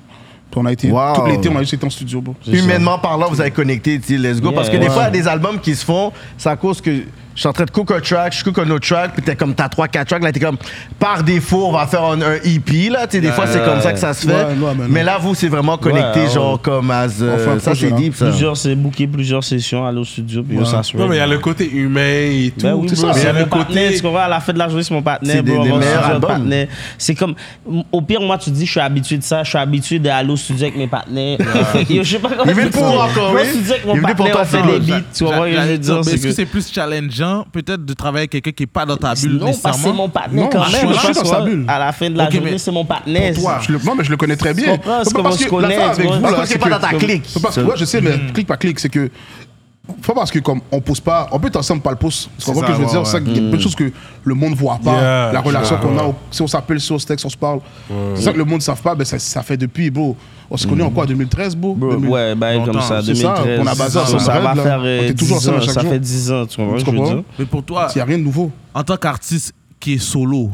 Speaker 4: on a été,
Speaker 2: Wow.
Speaker 4: tout l'été, on a juste été en studio, bro.
Speaker 2: Humainement parlant, vous avez connecté, tu sais, let's go.
Speaker 5: Yeah,
Speaker 2: Parce que des
Speaker 5: ouais.
Speaker 2: fois, il y a des albums qui se font, c'est à cause que je suis en train de cook un track, je cook un autre track, puis t'es comme, t'as 3-4 tracks, là, t'es comme, par défaut, on va faire un, un EP, là, tu sais, des fois, c'est comme ça que ça se fait.
Speaker 4: Ouais, ouais, ouais, mais
Speaker 2: mais,
Speaker 4: non.
Speaker 2: là, vous, c'est vraiment connecté,
Speaker 5: Ouais,
Speaker 2: genre,
Speaker 5: ouais.
Speaker 2: comme, as, euh,
Speaker 4: On fait un
Speaker 2: ça,
Speaker 4: projet,
Speaker 2: c'est
Speaker 4: là.
Speaker 2: deep, ça.
Speaker 5: Plusieurs, c'est booké plusieurs sessions, aller au studio, puis
Speaker 4: Ouais.
Speaker 5: ça se
Speaker 1: Non, mais il y a le côté humain et tout.
Speaker 5: Ben oui,
Speaker 4: c'est
Speaker 5: bro,
Speaker 4: ça.
Speaker 5: c'est
Speaker 1: Mais il y a
Speaker 5: mon
Speaker 1: le
Speaker 5: partenaire,
Speaker 1: côté-
Speaker 5: tu comprends, à la fin de la journée, c'est mon partenaire,
Speaker 2: C'est des-
Speaker 5: bro,
Speaker 2: des
Speaker 5: mon
Speaker 2: meilleurs
Speaker 5: studio,
Speaker 2: albums.
Speaker 5: partenaire. C'est comme, au pire, moi, tu te dis, je suis habitué de ça, je suis habitué d'aller au studio avec mes partenaires. Yo, je sais pas comment
Speaker 2: Il est venu
Speaker 5: dire
Speaker 2: pour
Speaker 5: ça.
Speaker 2: encore,
Speaker 5: Moi,
Speaker 2: oui.
Speaker 5: je suis dit avec
Speaker 2: Il est
Speaker 5: mon
Speaker 2: venu pour
Speaker 5: partenaire, on
Speaker 2: toi,
Speaker 5: fait des beats, tu vois,
Speaker 3: J'allais-
Speaker 5: moi, je veux
Speaker 3: j'allais
Speaker 5: dire,
Speaker 3: dire, mais
Speaker 5: c'est
Speaker 3: Est-ce que
Speaker 5: que...
Speaker 3: c'est plus challengeant, peut-être, de travailler avec quelqu'un qui n'est pas dans ta bulle
Speaker 5: Non, parce que c'est mon
Speaker 3: nécessairement
Speaker 5: partenaire
Speaker 4: Non,
Speaker 5: quand
Speaker 4: je
Speaker 5: même.
Speaker 4: suis- je suis
Speaker 5: parce
Speaker 4: dans sa
Speaker 5: que
Speaker 4: bulle.
Speaker 5: À la fin de la
Speaker 3: Ok, mais
Speaker 5: journée, c'est mon partenaire.
Speaker 3: toi,
Speaker 4: Je le- non, mais je le connais très bien.
Speaker 5: Tu comprends, c'est
Speaker 4: Pas
Speaker 5: comme
Speaker 4: parce
Speaker 5: on se
Speaker 4: que
Speaker 5: connaît,
Speaker 4: l'affaire
Speaker 5: tu vois.
Speaker 4: vous,
Speaker 2: Parce
Speaker 4: là,
Speaker 2: que c'est
Speaker 4: c'est
Speaker 2: pas
Speaker 4: que-
Speaker 2: dans ta
Speaker 5: comme-
Speaker 2: clique.
Speaker 4: Pas parce que, ouais, je sais, mais clic par clic, c'est que. Pas parce que comme on pousse pas, on peut être ensemble pas le pouce. Tu comprends
Speaker 3: ça,
Speaker 4: ce que je veux
Speaker 3: ouais,
Speaker 4: dire
Speaker 3: ouais.
Speaker 4: C'est ça qu'il y a
Speaker 5: Mm.
Speaker 4: plein de choses que le monde voit pas.
Speaker 1: Yeah,
Speaker 4: la relation
Speaker 1: je
Speaker 4: qu'on a,
Speaker 1: vois.
Speaker 4: si on s'appelle, si on se texte, on se parle. C'est ça que le monde ne savent pas, ben ça, ça fait depuis, bro. On se connaît en quoi, 2013, bro,
Speaker 5: Mm. Bro,
Speaker 4: 2000
Speaker 5: ouais, bah, comme
Speaker 3: longtemps,
Speaker 5: ça,
Speaker 4: c'est ça,
Speaker 5: 2013.
Speaker 4: on a basé
Speaker 5: ça,
Speaker 4: ensemble,
Speaker 5: ça va
Speaker 4: là.
Speaker 5: faire.
Speaker 4: On
Speaker 5: euh,
Speaker 4: était toujours
Speaker 5: 10
Speaker 4: ensemble à
Speaker 5: ans,
Speaker 4: chaque
Speaker 5: Ça
Speaker 4: jour.
Speaker 5: fait 10 ans, tu vois,
Speaker 4: Tu
Speaker 5: je veux
Speaker 4: comprends?
Speaker 5: dire.
Speaker 3: Mais pour toi,
Speaker 4: Il n'y a rien de nouveau.
Speaker 3: en tant qu'artiste qui est solo,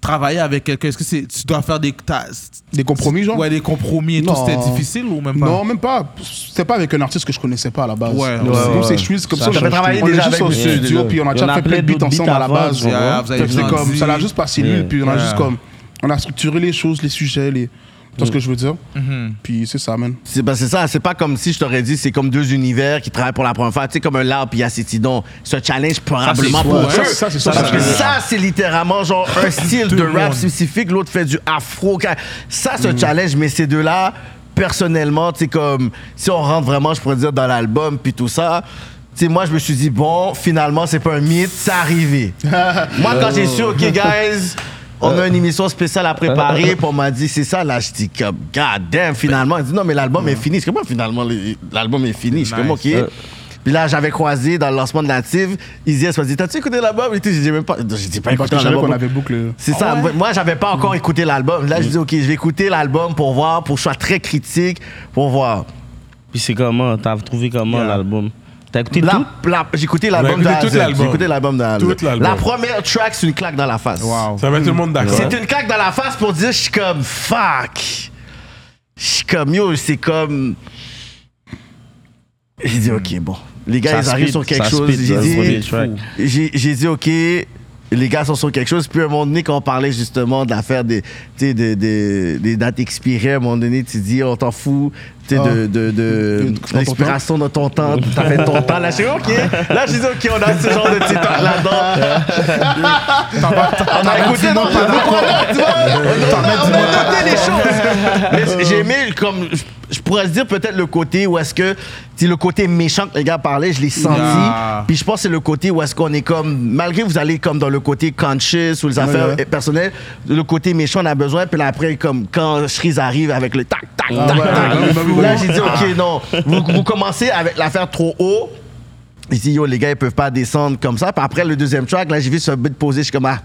Speaker 3: travailler avec quelqu'un, est-ce que c'est, tu dois faire des, t'as-
Speaker 4: Des compromis, genre
Speaker 3: ouais, des compromis et tout,
Speaker 4: Non.
Speaker 3: c'était difficile ou même pas
Speaker 4: Non, même pas. C'était pas avec un artiste que je connaissais pas à la base.
Speaker 3: Ouais,
Speaker 4: Donc,
Speaker 3: ouais,
Speaker 4: c'est comme
Speaker 2: ouais.
Speaker 4: c'est que je suis comme
Speaker 2: Ça
Speaker 4: ça.
Speaker 2: fait
Speaker 4: je-
Speaker 2: travailler
Speaker 4: on est
Speaker 2: déjà
Speaker 4: juste
Speaker 2: avec
Speaker 4: au
Speaker 2: lui,
Speaker 4: studio,
Speaker 2: déjà.
Speaker 4: puis on a
Speaker 5: Il y en
Speaker 4: déjà
Speaker 5: a
Speaker 4: fait plein
Speaker 5: plein
Speaker 4: de beats
Speaker 5: d'autres beats
Speaker 4: ensemble à la
Speaker 5: avant,
Speaker 4: base.
Speaker 5: tu vois.
Speaker 4: genre.
Speaker 3: Ah, vous avez
Speaker 4: Fait que C'est
Speaker 3: grandi.
Speaker 4: comme ça l'a juste pas si
Speaker 5: Yeah.
Speaker 4: nul, puis on a
Speaker 3: Yeah.
Speaker 4: juste comme on a structuré les choses, les sujets, les. Tu vois ce que je veux dire
Speaker 3: Mhm.
Speaker 4: Puis c'est ça, man.
Speaker 2: C'est ben, c'est ça, c'est pas comme si je t'aurais dit, c'est comme deux univers qui travaillent pour la première fois, tu sais, comme un lab puis Acétidon. C'est un challenge probablement
Speaker 3: c'est
Speaker 2: Ah, pour
Speaker 3: fou,
Speaker 2: eux.
Speaker 3: hein.
Speaker 4: Ça, c'est sûr,
Speaker 2: Parce
Speaker 4: ça,
Speaker 2: que
Speaker 4: c'est
Speaker 2: ça, c'est littéralement genre un style de
Speaker 3: Deux
Speaker 2: rap
Speaker 3: mondes.
Speaker 2: spécifique, l'autre fait du afro. Ça, c'est un challenge, mais ces deux-là, personnellement, tu sais, comme si on rentre vraiment, je pourrais dire, dans l'album puis tout ça. tu sais, moi, je me suis dit, bon, finalement, c'est pas un mythe, c'est arrivé. moi, quand j'ai su, OK, guys, on a une émission spéciale à préparer, puis on m'a dit, c'est ça, là, je dis, comme, god damn, finalement. Il dit, non, mais l'album est fini. C'est comment, finalement, le- l'album est fini? Je suis comme, OK.
Speaker 3: Nice.
Speaker 2: Puis là, j'avais croisé dans le lancement de Native, Izias m'a dit T'as-tu écouté l'album Et tout, j'ai dit même pas. J'ai dit pas
Speaker 4: Parce
Speaker 2: écouté
Speaker 4: que je savais
Speaker 2: l'album.
Speaker 4: qu'on avait boucle.
Speaker 2: C'est ça. Moi- Moi, j'avais pas encore écouté l'album. Là, je dis Ok, je vais écouter l'album pour voir, pour que je sois très critique, pour voir.
Speaker 5: Puis c'est comment T'as trouvé comment l'album T'as écouté
Speaker 2: La-
Speaker 5: tout
Speaker 2: la- J'ai écouté
Speaker 1: a
Speaker 2: l'album de
Speaker 1: écouté
Speaker 2: A à
Speaker 1: tout
Speaker 2: Z. J'ai
Speaker 1: l'album.
Speaker 2: écouté l'album de A à Z.
Speaker 1: Tout l'album.
Speaker 2: La première track, c'est une claque dans la face.
Speaker 1: Ça met tout le monde d'accord.
Speaker 2: C'est une claque dans la face pour dire Je suis comme fuck. Je suis comme yo, c'est comme. J'ai dit Ok, bon. Les gars,
Speaker 5: Ça
Speaker 2: ils arrivent
Speaker 5: speed,
Speaker 2: sur quelque
Speaker 5: ça
Speaker 2: chose.
Speaker 5: speed,
Speaker 2: J'ai
Speaker 5: ça, le premier
Speaker 2: dit,
Speaker 5: track.
Speaker 2: j'ai j'ai dit, OK, les gars sont sur quelque chose. Puis à un moment donné, quand on parlait justement de l'affaire des, tu sais, des, des, des dates expirées, à un moment donné, tu dis, on t'en fout. Tu quantité de, de, Ah. de-
Speaker 4: Quand on
Speaker 2: l'expiration de ton temps. T'as fait ton temps. Là, je dis, OK. Là, je dis, OK, on a ce genre de petit temps là-dedans. on a écouté notre tu vois. On a- on a noté les choses. Mais c- j'ai aimé, comme, je- je pourrais se dire peut-être le côté où est-ce que, tu sais, le côté méchant que les gars parlaient, je l'ai senti.
Speaker 1: Yeah.
Speaker 2: Puis je pense que c'est le côté où est-ce qu'on est comme, malgré que vous allez comme dans le côté conscious ou les affaires
Speaker 4: ouais.
Speaker 2: personnelles, le côté méchant, on a besoin. Puis là, après, comme quand Shreeze arrive avec le tac, tac, tac,
Speaker 4: ouais,
Speaker 2: tac.
Speaker 4: bah oui, bah oui, bah
Speaker 2: là,
Speaker 4: oui.
Speaker 2: j'ai dit, OK, non. Vous, vous commencez avec l'affaire trop haut. J'ai dit, yo, les gars, ils peuvent pas descendre comme ça. Puis après, le deuxième track, là, j'ai vu ce but poser. Je suis comme, ah,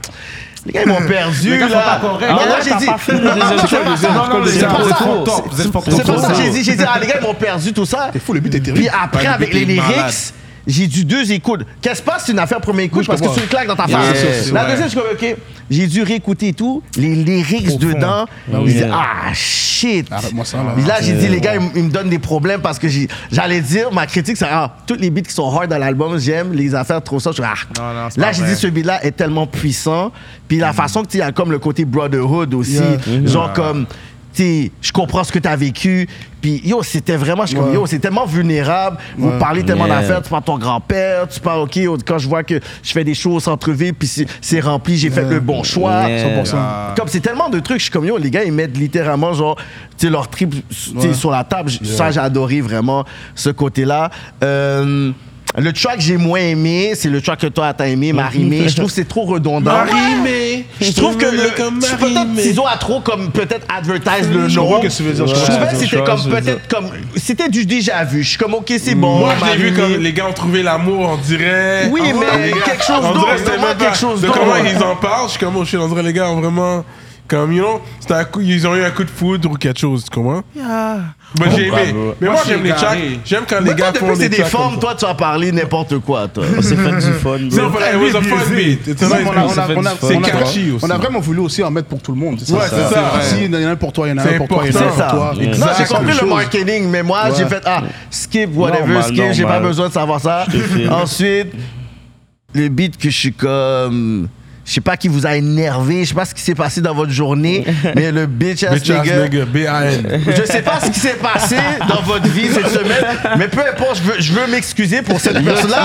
Speaker 2: les gars, ils m'ont perdu.
Speaker 3: Les gars sont
Speaker 2: là.
Speaker 3: pas corrects.
Speaker 2: Non,
Speaker 3: Ah
Speaker 2: là,
Speaker 3: ouais,
Speaker 2: j'ai
Speaker 5: t'as
Speaker 2: dit,
Speaker 5: pas fait le
Speaker 2: non,
Speaker 4: Ah,
Speaker 5: deuxième
Speaker 2: non,
Speaker 5: track.
Speaker 2: c'est pas ça.
Speaker 5: Non, non,
Speaker 2: C'est
Speaker 5: les
Speaker 2: pas
Speaker 5: gars,
Speaker 2: ça.
Speaker 5: vous êtes
Speaker 2: C'est-
Speaker 5: trop
Speaker 1: top, vous êtes
Speaker 2: C'est
Speaker 1: trop
Speaker 2: pour ça que
Speaker 1: top.
Speaker 2: j'ai dit, j'ai dit, ah, les gars, ils m'ont perdu tout ça.
Speaker 4: C'est fou, le but est terrible.
Speaker 2: Puis après,
Speaker 1: Ouais,
Speaker 2: avec
Speaker 1: le
Speaker 2: les
Speaker 1: beat est malade.
Speaker 2: lyrics, j'ai dû deux écoutes. Qu'est-ce qui se passe si une affaire premier écoute?
Speaker 4: Oui, je
Speaker 2: parce que
Speaker 4: comprends.
Speaker 2: tu le claques dans ta
Speaker 1: Yeah,
Speaker 2: face.
Speaker 1: c'est sûr,
Speaker 2: La
Speaker 1: ouais.
Speaker 2: deuxième, je suis comme, OK. J'ai dû réécouter et tout. Les lyrics
Speaker 3: Profond.
Speaker 2: dedans.
Speaker 5: Ah oui.
Speaker 2: J'ai dit,
Speaker 5: Yeah.
Speaker 2: ah, shit.
Speaker 4: Arrête-moi ça, là.
Speaker 2: Puis là, j'ai dit, les gars, ils m- ils me donnent des problèmes parce que j'ai- j'allais dire, ma critique, c'est ah, toutes les beats qui sont hard dans l'album, j'aime, les affaires trop ça. Je suis, ah.
Speaker 3: Non, non, c'est
Speaker 2: là,
Speaker 3: pas
Speaker 2: j'ai
Speaker 3: vrai. Mm.
Speaker 2: dit, ce beat-là est tellement puissant. Puis la façon que tu as comme le côté brotherhood aussi,
Speaker 4: Yeah.
Speaker 2: genre
Speaker 3: Ah.
Speaker 2: comme. tu sais, Je comprends ce que tu as vécu. Puis, yo, c'était vraiment, je suis comme,
Speaker 4: Ouais.
Speaker 2: yo, c'est tellement vulnérable. Vous parlez tellement
Speaker 5: Yeah.
Speaker 2: d'affaires. Tu parles de ton grand-père, tu parles, OK, yo, quand je vois que je fais des choses entre villes, puis c'est- c'est rempli, j'ai fait le bon choix.
Speaker 5: Yeah.
Speaker 4: 100%.
Speaker 2: Comme c'est tellement de trucs, je suis comme yo, les gars, ils mettent littéralement genre, tu sais, leur trip tu sais, sur la table. J- Ça, j'ai adoré vraiment ce côté-là. Euh, le track que j'ai moins aimé, c'est le track que toi t'as aimé, Marimé. Je trouve que c'est trop redondant.
Speaker 1: Marimé.
Speaker 2: Je trouve que le,
Speaker 1: Comme
Speaker 2: tu- peut-être
Speaker 1: Marimé.
Speaker 2: Tizo a trop comme peut-être advertise le nom.
Speaker 4: Je comprends ce que tu veux dire, je
Speaker 2: Je
Speaker 4: comprends
Speaker 2: trouvais que
Speaker 4: ce que tu
Speaker 2: c'était
Speaker 5: veux
Speaker 2: comme
Speaker 5: dire.
Speaker 2: peut-être comme c'était du déjà vu. Je suis comme ok c'est bon.
Speaker 1: Moi, je l'ai vu
Speaker 2: Marimé.
Speaker 1: comme les gars ont trouvé l'amour, on dirait.
Speaker 2: Oui,
Speaker 1: On
Speaker 2: mais
Speaker 1: dirait, les gars,
Speaker 2: quelque chose
Speaker 1: on
Speaker 2: d'autre,
Speaker 1: dirait, c'était
Speaker 2: vraiment
Speaker 1: même
Speaker 2: quelque
Speaker 1: pas-
Speaker 2: chose
Speaker 1: de
Speaker 2: d'autre.
Speaker 1: Comment ils en parlent, je suis comme, oh shit, on dirait, les gars ont vraiment. Comme, you know, c'était un coup, ils ont eu un coup de foudre ou quelque chose, tu comprends? Moi, j'ai aimé. Mais moi,
Speaker 3: Moi,
Speaker 1: j'aime
Speaker 3: je
Speaker 1: les
Speaker 3: suis
Speaker 1: tracks.
Speaker 3: carré.
Speaker 1: J'aime quand
Speaker 2: Ah. Mais
Speaker 1: les
Speaker 2: toi,
Speaker 1: gars
Speaker 2: depuis
Speaker 1: font
Speaker 2: que c'est des
Speaker 1: tracks comme
Speaker 2: formes,
Speaker 1: ça.
Speaker 2: toi tu vas parler n'importe quoi toi.
Speaker 5: On s'est fait du fun,
Speaker 1: C'est
Speaker 5: bro.
Speaker 1: vrai, it was a fun beat. It's a
Speaker 4: Non,
Speaker 1: nice
Speaker 4: mais on a-
Speaker 1: beat.
Speaker 4: on a- on a-
Speaker 1: C'est
Speaker 4: on a-
Speaker 1: catchy aussi.
Speaker 4: On a vraiment voulu aussi en mettre pour tout le monde.
Speaker 1: Ouais, c'est ça, ouais.
Speaker 4: Si, Il y en a un pour toi, il y en a
Speaker 1: C'est
Speaker 4: un pour toi, il y en a un
Speaker 2: C'est
Speaker 4: pour
Speaker 2: ça.
Speaker 4: toi.
Speaker 2: Non, j'ai
Speaker 4: Exact,
Speaker 2: compris
Speaker 4: quelque
Speaker 2: le
Speaker 4: chose.
Speaker 2: marketing, mais moi, j'ai
Speaker 4: Ouais.
Speaker 2: fait ah, skip, whatever,
Speaker 5: Normal,
Speaker 2: skip, j'ai pas
Speaker 5: normal.
Speaker 2: besoin de savoir ça.
Speaker 5: Je te file.
Speaker 2: Ensuite, le beat que je suis comme. Je sais pas qui vous a énervé, je sais pas ce qui s'est passé dans votre journée, mais le bitch ass
Speaker 1: Bitch ass
Speaker 2: nigga.
Speaker 1: nigga, B.I.N.
Speaker 2: Je sais pas ce qui s'est passé dans votre vie cette semaine, mais peu importe, je veux, je veux m'excuser pour cette personne-là.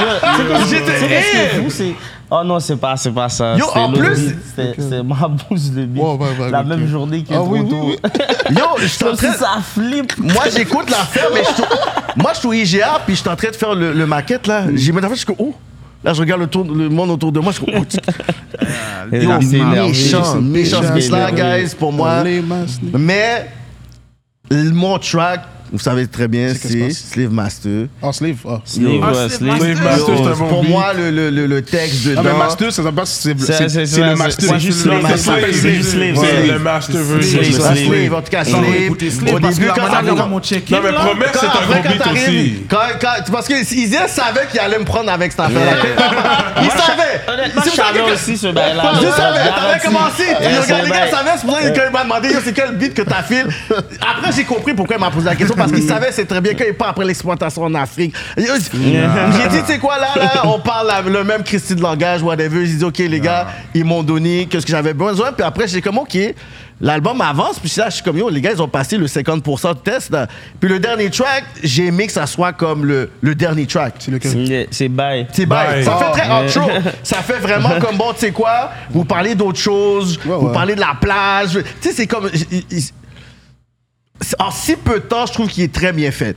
Speaker 5: C'est
Speaker 2: J'étais.
Speaker 5: parce que vous, c'est- Oh non, c'est pas, c'est pas ça.
Speaker 2: Yo,
Speaker 5: C'était
Speaker 2: en
Speaker 5: l'autre
Speaker 2: plus-
Speaker 5: beat. C'était- C'est ma bouse de beat.
Speaker 4: Ouais, ouais, ouais,
Speaker 5: la
Speaker 4: ok.
Speaker 5: même journée que
Speaker 4: Ah oui,
Speaker 5: Toto.
Speaker 4: oui,
Speaker 2: Hey, Yo, je suis en
Speaker 5: Comme si
Speaker 2: train-
Speaker 5: ça flippe.
Speaker 2: Moi, j'écoute l'affaire, mais je suis- moi, je suis au IGA, puis je suis en train de faire le, le maquette, là. J'ai mis l'affaire, je suis comme, oh! Là, je regarde le, tour- le monde autour de moi, je suis comme, oh!
Speaker 5: Et
Speaker 2: Yo,
Speaker 5: là, c'est énervé.
Speaker 2: méchant, méchant ce
Speaker 4: Méchant,
Speaker 2: là
Speaker 5: énervé.
Speaker 2: guys, pour moi.
Speaker 4: Les masses, les-
Speaker 2: Mais, l- mon track, vous savez très bien,
Speaker 4: qu'est-ce qui
Speaker 2: c'est
Speaker 4: se passe?
Speaker 2: Slave Master.
Speaker 4: En sleeve. ah.
Speaker 5: Slave,
Speaker 3: Ah,
Speaker 5: ouais,
Speaker 3: c'est
Speaker 5: slave.
Speaker 3: Master.
Speaker 1: Master,
Speaker 2: Yo,
Speaker 1: c'est un bon
Speaker 2: pour
Speaker 1: beat.
Speaker 2: moi, le, le, le, le texte
Speaker 4: Ah, mais
Speaker 2: dedans.
Speaker 4: master, ça s'appelle c'est
Speaker 5: C'est-
Speaker 4: c'est-
Speaker 5: c'est-
Speaker 4: c'est
Speaker 5: c'est-
Speaker 4: le master.
Speaker 5: c'est juste
Speaker 4: le
Speaker 5: le
Speaker 4: master.
Speaker 5: master.
Speaker 4: slave.
Speaker 5: C'est le slave,
Speaker 1: C'est
Speaker 5: ouais.
Speaker 1: le master version.
Speaker 2: C'est
Speaker 5: Slave,
Speaker 2: la
Speaker 5: slave.
Speaker 2: slave, en tout cas,
Speaker 3: Non,
Speaker 2: slave.
Speaker 3: écoutez, slave,
Speaker 2: Au
Speaker 3: parce que
Speaker 2: début,
Speaker 3: la
Speaker 2: quand ça
Speaker 3: manière dont on
Speaker 2: commence.
Speaker 3: check
Speaker 1: Non, mais
Speaker 3: là,
Speaker 1: promesse, c'est un
Speaker 2: Après,
Speaker 1: gros
Speaker 2: quand
Speaker 1: beat aussi.
Speaker 2: t'arrives, quand, quand, parce que Isaiah savait qu'il allait me prendre avec cette affaire-là. Il savait.
Speaker 5: Honnêtement,
Speaker 2: C'est
Speaker 5: je
Speaker 2: pour ça que-
Speaker 5: savais aussi ce bail-là.
Speaker 2: Je savais, t'avais commencé. Tu
Speaker 5: Yeah,
Speaker 2: regardes,
Speaker 5: c'est
Speaker 2: les gars,
Speaker 5: vrai.
Speaker 2: savaient, c'est pour ça que il m'a demandé Yo, c'est quel beat que t'as filé. Après, j'ai compris pourquoi il m'a posé la question parce qu'il savait, c'est très bien qu'il part après l'exploitation en Afrique. Yo, J'ai dit, tu sais quoi, là, là, on parle la- le même Christy de langage, whatever. J'ai dit, OK, les gars, ils m'ont donné qu'est-ce que j'avais besoin. Puis après, j'ai comme, OK. L'album avance, puis là, je suis comme, yo, les gars, ils ont passé le 50% de test. là. Puis le dernier track, j'ai aimé que ça soit comme le, le dernier track.
Speaker 4: C'est lequel
Speaker 5: Yeah, C'est bail.
Speaker 2: C'est bye.
Speaker 1: Bye.
Speaker 2: Ça fait très
Speaker 5: Ah.
Speaker 2: outro. Ça fait vraiment comme bon, tu sais quoi, vous parlez d'autres choses,
Speaker 4: Ouais,
Speaker 2: vous
Speaker 4: ouais.
Speaker 2: parlez de la plage. Tu sais, c'est comme. j- il- il- c'est- En si peu de temps, je trouve qu'il est très bien fait.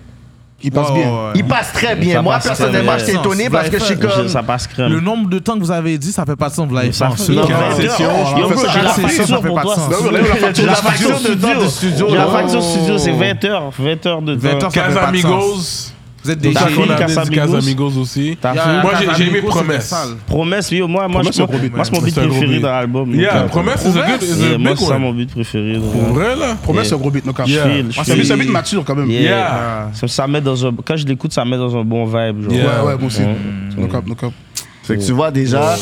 Speaker 4: Il passe
Speaker 3: Ouais,
Speaker 4: bien.
Speaker 3: ouais, ouais.
Speaker 2: Il passe très bien.
Speaker 5: Ça
Speaker 2: Moi,
Speaker 5: passe très
Speaker 2: personnellement,
Speaker 5: bien.
Speaker 2: j'étais étonné
Speaker 3: Sens,
Speaker 2: parce que je
Speaker 3: life
Speaker 2: suis
Speaker 3: hack.
Speaker 2: comme.
Speaker 5: Ça passe
Speaker 3: le
Speaker 5: crème.
Speaker 3: nombre de temps que vous avez dit, ça fait pas de sens, vous l'avez
Speaker 5: Ça
Speaker 3: fait.
Speaker 5: fait
Speaker 3: Non,
Speaker 5: aucun
Speaker 3: non,
Speaker 5: sens.
Speaker 3: non.
Speaker 4: on
Speaker 5: Yo,
Speaker 4: va
Speaker 5: bro,
Speaker 4: faire
Speaker 3: ça,
Speaker 5: j'ai la
Speaker 3: ça, ça, ça
Speaker 5: facture
Speaker 3: fait
Speaker 5: pour
Speaker 3: pas
Speaker 5: toi.
Speaker 3: de sens.
Speaker 2: Ben
Speaker 5: studio.
Speaker 4: Ouais, ouais, la facture
Speaker 5: J'ai la
Speaker 4: de studio.
Speaker 5: facture de temps de studio. J'ai la
Speaker 2: Oh.
Speaker 5: facture de studio, c'est 20 heures. 20 heures de
Speaker 3: 20
Speaker 5: temps.
Speaker 3: heures, ça fait pas de sens.
Speaker 1: Casamigos.
Speaker 3: Vous êtes des
Speaker 1: Déjà
Speaker 5: T'as
Speaker 1: qu'on
Speaker 5: fini
Speaker 1: a dit
Speaker 5: Casamigos?
Speaker 1: Casamigos aussi.
Speaker 5: T'as
Speaker 3: Il y a
Speaker 5: fini?
Speaker 3: un
Speaker 1: Moi, j'ai- j'ai aimé
Speaker 3: Casamigos, c'était
Speaker 1: Promesse.
Speaker 3: sale.
Speaker 5: Promesse, yo, moi, moi,
Speaker 4: Promesse,
Speaker 5: je-
Speaker 4: c'est un gros beat,
Speaker 5: moi, c'est mon
Speaker 1: man.
Speaker 5: beat
Speaker 1: C'est un gros
Speaker 5: préféré
Speaker 1: beat.
Speaker 5: dans l'album.
Speaker 1: Yeah,
Speaker 5: donc, euh,
Speaker 1: Promesse is a good, is
Speaker 5: Yeah,
Speaker 1: a
Speaker 5: moi,
Speaker 1: big
Speaker 5: c'est ça
Speaker 1: one.
Speaker 5: mon but préféré. donc.
Speaker 1: Pour vrai, là.
Speaker 4: Promesse, c'est un gros beat, no cap.
Speaker 1: Yeah.
Speaker 5: Feel,
Speaker 4: Moi, c'est un
Speaker 5: feel.
Speaker 4: beat- c'est un beat mature quand même.
Speaker 5: Yeah.
Speaker 1: Yeah.
Speaker 5: Ça, ça met dans un, quand je l'écoute, ça met dans un bon vibe. Genre.
Speaker 1: Yeah.
Speaker 4: Ouais, ouais, moi aussi. No cap, no cap.
Speaker 2: Fait que tu vois déjà,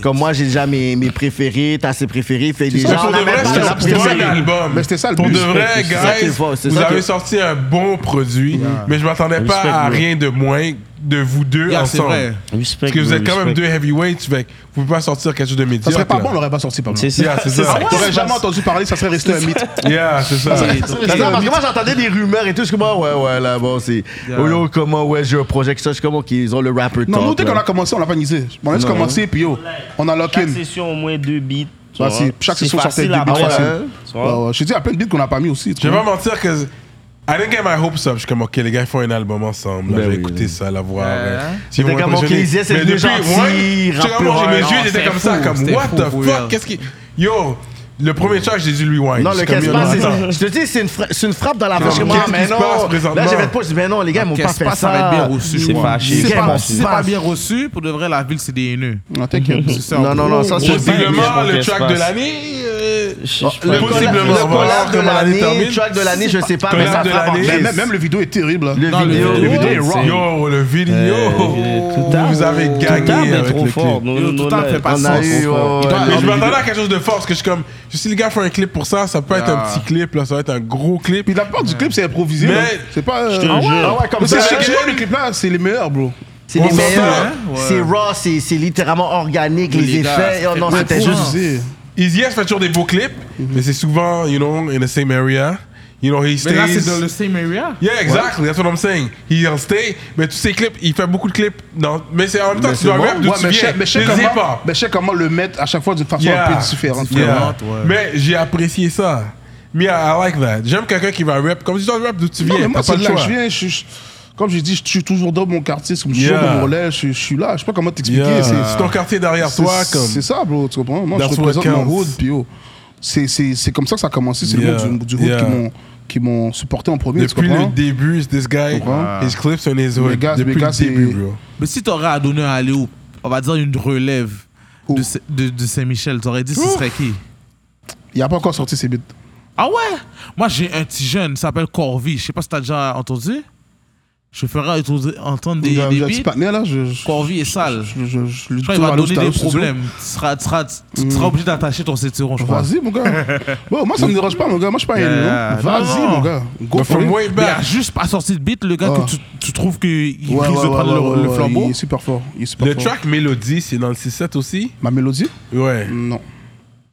Speaker 2: comme moi, j'ai déjà mes, mes préférés, t'as ses préférés. Fait déjà,
Speaker 4: ça,
Speaker 2: on
Speaker 1: pour
Speaker 2: a
Speaker 1: de
Speaker 2: même
Speaker 1: vrai,
Speaker 2: pas
Speaker 1: c'est
Speaker 2: la
Speaker 1: un
Speaker 2: possibilité.
Speaker 1: bon album.
Speaker 4: Mais c'était ça, le
Speaker 1: Pour
Speaker 4: but.
Speaker 1: de vrai,
Speaker 2: C'est ça qui est fort,
Speaker 1: guys,
Speaker 2: c'est
Speaker 1: vous
Speaker 2: ça qui est-
Speaker 1: avez sorti un bon produit, mais je m'attendais pas
Speaker 5: Respect,
Speaker 1: à
Speaker 5: bro.
Speaker 1: rien de moins de vous deux
Speaker 3: Yeah, c'est
Speaker 1: ensemble.
Speaker 3: vrai.
Speaker 5: Respect,
Speaker 1: Parce que vous
Speaker 5: bro,
Speaker 1: êtes quand même
Speaker 5: respect.
Speaker 1: deux heavyweights, fait que vous pouvez pas sortir quelque chose de médiocre.
Speaker 4: Ça serait pas
Speaker 1: là.
Speaker 4: bon, on l'aurait pas sorti Ah par
Speaker 5: C'est
Speaker 4: exemple.
Speaker 5: ça.
Speaker 1: Yeah, c'est
Speaker 4: C'est
Speaker 1: ça.
Speaker 4: ça. T'aurais jamais entendu parler, ça serait resté un mythe.
Speaker 1: Yeah, c'est ça.
Speaker 2: C'est ça, parce que moi j'entendais des rumeurs et tout, je suis comme, ah, ouais, ouais, là, bon, c'est.
Speaker 3: Yeah.
Speaker 2: Oh yo, comment, ouais, j'ai un projet que ça, je suis comme, ok, ils ont le rapper
Speaker 4: Non, nous,
Speaker 2: talk,
Speaker 4: dès qu'on
Speaker 2: là.
Speaker 4: a commencé, on l'a pas misé. On laisse
Speaker 2: hein. Non.
Speaker 4: commencer, puis yo, on a lock-in.
Speaker 5: Chaque session, au moins deux beats. tu vois.
Speaker 4: Facile. Chaque
Speaker 5: C'est
Speaker 4: session sortait
Speaker 5: facile
Speaker 4: deux
Speaker 5: à
Speaker 4: beats,
Speaker 5: prendre,
Speaker 4: facile.
Speaker 5: hein, tu vois.
Speaker 4: Ouais, ouais. Je te dis, il y a plein de beats qu'on n'a pas mis aussi. tu
Speaker 1: Je vais
Speaker 2: Hmm.
Speaker 4: vois.
Speaker 1: pas mentir que. I didn't get my hopes up. Je suis comme, ok, les gars, ils font un album ensemble.
Speaker 2: Ben
Speaker 1: là, je vais
Speaker 2: oui,
Speaker 1: écouter
Speaker 2: oui.
Speaker 1: ça, la voir.
Speaker 3: Ouais.
Speaker 1: ouais. Si vous
Speaker 2: C'était comme,
Speaker 1: m'impressionnez.
Speaker 2: ok, c'est
Speaker 1: Mais
Speaker 2: venu
Speaker 1: depuis,
Speaker 2: gentil,
Speaker 1: ouais, j'étais comme,
Speaker 2: rappeur,
Speaker 1: moi, j'ai
Speaker 2: non,
Speaker 1: mes yeux, j'étaient
Speaker 3: c'était
Speaker 1: comme ça,
Speaker 3: fou,
Speaker 1: comme,
Speaker 3: c'était
Speaker 1: what
Speaker 3: fou,
Speaker 1: the
Speaker 3: pour
Speaker 1: fuck,
Speaker 3: real.
Speaker 1: qu'est-ce qui. Yo, le premier track, j'ai dû lui wine.
Speaker 2: Non,
Speaker 1: Je
Speaker 2: le
Speaker 1: suis comme,
Speaker 2: qu'est-ce qui se
Speaker 1: yo,
Speaker 2: passe, c'est-
Speaker 1: attends.
Speaker 2: je te dis, c'est une, fra- c'est une frappe dans la
Speaker 1: Qu'est-ce
Speaker 2: poche.
Speaker 1: qui
Speaker 2: Moi,
Speaker 1: se
Speaker 2: mais
Speaker 1: passe
Speaker 2: non.
Speaker 1: présentement?
Speaker 2: Là, j'avais pas, je dis, mais non, les gars, ils m'ont pas
Speaker 3: Qu'est-ce
Speaker 2: fait
Speaker 3: pas, ça va
Speaker 2: ça.
Speaker 3: être bien reçu, je
Speaker 5: C'est
Speaker 3: crois.
Speaker 5: fâché.
Speaker 3: Si
Speaker 2: C'est
Speaker 3: c'est pas-
Speaker 2: mon
Speaker 3: si c'est pas
Speaker 2: passe.
Speaker 3: bien reçu, pour de vrai, la ville, c'est des haineux.
Speaker 4: Non, t'inquiète.
Speaker 3: C'est ça,
Speaker 2: Non, non, non, ça, c'est-
Speaker 1: Possiblement,
Speaker 5: Je
Speaker 1: le
Speaker 5: pense
Speaker 1: track
Speaker 5: qu'elle
Speaker 1: de
Speaker 5: se passe.
Speaker 1: l'année. euh,
Speaker 5: Je- je pense
Speaker 1: le
Speaker 5: pas.
Speaker 1: possiblement,
Speaker 2: Le
Speaker 1: on va voir
Speaker 2: collab de
Speaker 1: comment l'année
Speaker 2: l'année,
Speaker 1: termine.
Speaker 2: le track de l'année, je sais pas, mais
Speaker 1: Collab
Speaker 2: ça
Speaker 1: de
Speaker 2: frappe en
Speaker 1: l'année.
Speaker 4: Mais
Speaker 2: crise.
Speaker 4: même, même le vidéo est terrible. hein. là.
Speaker 2: Le
Speaker 3: Non, le
Speaker 2: vidéo.
Speaker 3: vidéo,
Speaker 2: le
Speaker 3: c'est-
Speaker 2: vidéo est raw.
Speaker 1: Yo, le vidéo.
Speaker 5: Euh, Toutard,
Speaker 1: Vous avez
Speaker 5: Toutard,
Speaker 1: gagné
Speaker 5: mais
Speaker 1: avec
Speaker 5: trop
Speaker 1: le
Speaker 5: fort.
Speaker 1: clip.
Speaker 5: Nous,
Speaker 3: Yo,
Speaker 5: nous,
Speaker 3: Toutard
Speaker 5: on
Speaker 3: fait pas
Speaker 2: On a
Speaker 3: sens,
Speaker 2: eu,
Speaker 3: on
Speaker 2: ouais, ouais,
Speaker 1: Mais je
Speaker 2: ouais.
Speaker 1: m'attendais à quelque chose de fort, parce que je suis comme, si le gars fait un clip pour ça, ça peut être un
Speaker 3: Ah.
Speaker 1: petit clip, là, ça va être un gros clip.
Speaker 4: Puis la part du clip, c'est improvisé.
Speaker 1: Mais-
Speaker 4: là. C'est pas. euh,
Speaker 5: Je te
Speaker 4: ah ouais?
Speaker 5: jure.
Speaker 2: Ah ouais, comme
Speaker 4: Mais c'est
Speaker 2: ça.
Speaker 4: chaque fois, le clip là, c'est les meilleurs, bro.
Speaker 2: C'est
Speaker 1: On
Speaker 2: les
Speaker 1: s'entend,
Speaker 2: meilleurs.
Speaker 3: hein? Ouais.
Speaker 2: C'est raw, c'est c'est littéralement organique,
Speaker 3: Oui,
Speaker 2: les
Speaker 3: les gars,
Speaker 2: effets.
Speaker 3: c'est
Speaker 2: Oh
Speaker 1: Ah,
Speaker 2: non,
Speaker 3: très
Speaker 2: c'était
Speaker 3: cool.
Speaker 2: juste.
Speaker 4: Improvisé.
Speaker 1: Easy S fait toujours des beaux clips, mais c'est souvent, you know, in the same area. You know, he
Speaker 3: Mais
Speaker 1: stays.
Speaker 3: là, c'est dans le same area.
Speaker 1: Yeah, exactly. That's what I'm saying. He'll stay. Mais tous ces clips, il fait beaucoup de clips. Non, mais c'est en même temps que tu dois rap d'où
Speaker 4: Ouais,
Speaker 1: tu
Speaker 4: mais je
Speaker 1: viens.
Speaker 4: sais- mais je sais
Speaker 1: N'hésite
Speaker 4: comment-
Speaker 1: pas.
Speaker 4: mais je sais comment le mettre à chaque fois d'une façon
Speaker 1: Yeah.
Speaker 4: un peu différente.
Speaker 1: Yeah.
Speaker 4: vraiment.
Speaker 3: ouais.
Speaker 1: Mais j'ai apprécié ça. Mais I like that. J'aime quelqu'un qui va rap. Comme tu dois rap d'où tu
Speaker 4: Non, mais
Speaker 1: viens.
Speaker 4: moi,
Speaker 1: T'as pas
Speaker 4: c'est
Speaker 1: le
Speaker 4: de là que
Speaker 1: choix.
Speaker 4: je viens. Je, je- comme j'ai dit, je suis toujours dans mon quartier, c'est
Speaker 1: Yeah.
Speaker 4: toujours dans mon relais, je, je suis là. Je sais pas comment t'expliquer.
Speaker 1: Yeah.
Speaker 4: c'est-
Speaker 1: C'est ton quartier derrière
Speaker 4: C'est-
Speaker 1: toi. comme
Speaker 4: C'est ça, bro, tu comprends? Moi, je
Speaker 1: That's what
Speaker 4: représente mon
Speaker 1: counts.
Speaker 4: hood, puis oh, c'est- c'est c'est comme ça que ça a commencé. C'est
Speaker 1: Yeah.
Speaker 4: le monde du, du hood
Speaker 1: Yeah.
Speaker 4: qui m'ont- qui m'ont supporté en premier, tu
Speaker 1: Depuis le
Speaker 4: comprends?
Speaker 1: début, this guy,
Speaker 4: comprends?
Speaker 1: his clips on his
Speaker 4: Mes
Speaker 1: hood.
Speaker 4: gars- mes
Speaker 1: Depuis
Speaker 4: gars,
Speaker 1: le
Speaker 4: c'est-
Speaker 1: début, bro.
Speaker 3: Mais si t'aurais à donner un aller on va dire une relève de, Saint- de, de Saint-Michel, t'aurais dit ce serait qui
Speaker 4: Il a pas encore sorti ses beats.
Speaker 3: Ah ouais Moi, j'ai un petit jeune, il s'appelle Corvi. Je sais pas si t'as déjà entendu. Je ferai entendre- entendre des,
Speaker 4: J'ai un
Speaker 3: des
Speaker 4: petit
Speaker 3: beats.
Speaker 4: partenaire, là, je... je-
Speaker 3: Corvi est sale.
Speaker 4: je- je- je lui
Speaker 3: Je crois qu'il
Speaker 4: dois
Speaker 3: va
Speaker 4: aller au
Speaker 3: donner
Speaker 4: stade,
Speaker 3: des
Speaker 4: au studio.
Speaker 3: problèmes. Tu seras, tu seras, tu seras obligé d'attacher ton ceinturon, je crois.
Speaker 4: Vas-y, mon gars. Bon, moi, ça me dérange pas, mon gars. Moi, je suis pas un
Speaker 3: Yeah.
Speaker 4: ennemi, non?
Speaker 3: Non,
Speaker 4: Vas-y,
Speaker 3: non.
Speaker 4: mon gars. Go
Speaker 1: But
Speaker 4: for it.
Speaker 1: from way
Speaker 3: Mais il a
Speaker 1: back.
Speaker 3: juste pas sorti de beat, le gars
Speaker 4: Ah.
Speaker 3: que tu, tu trouves qu'il il
Speaker 4: Ouais,
Speaker 3: risque
Speaker 4: ouais,
Speaker 3: de
Speaker 4: ouais,
Speaker 3: prendre
Speaker 4: ouais,
Speaker 3: le, le
Speaker 4: ouais,
Speaker 3: flambeau.
Speaker 4: Il est super fort. Il est super
Speaker 1: Le
Speaker 4: fort.
Speaker 1: track Mélodie, c'est dans le 6-7 aussi?
Speaker 4: Ma mélodie
Speaker 1: Ouais.
Speaker 4: Non.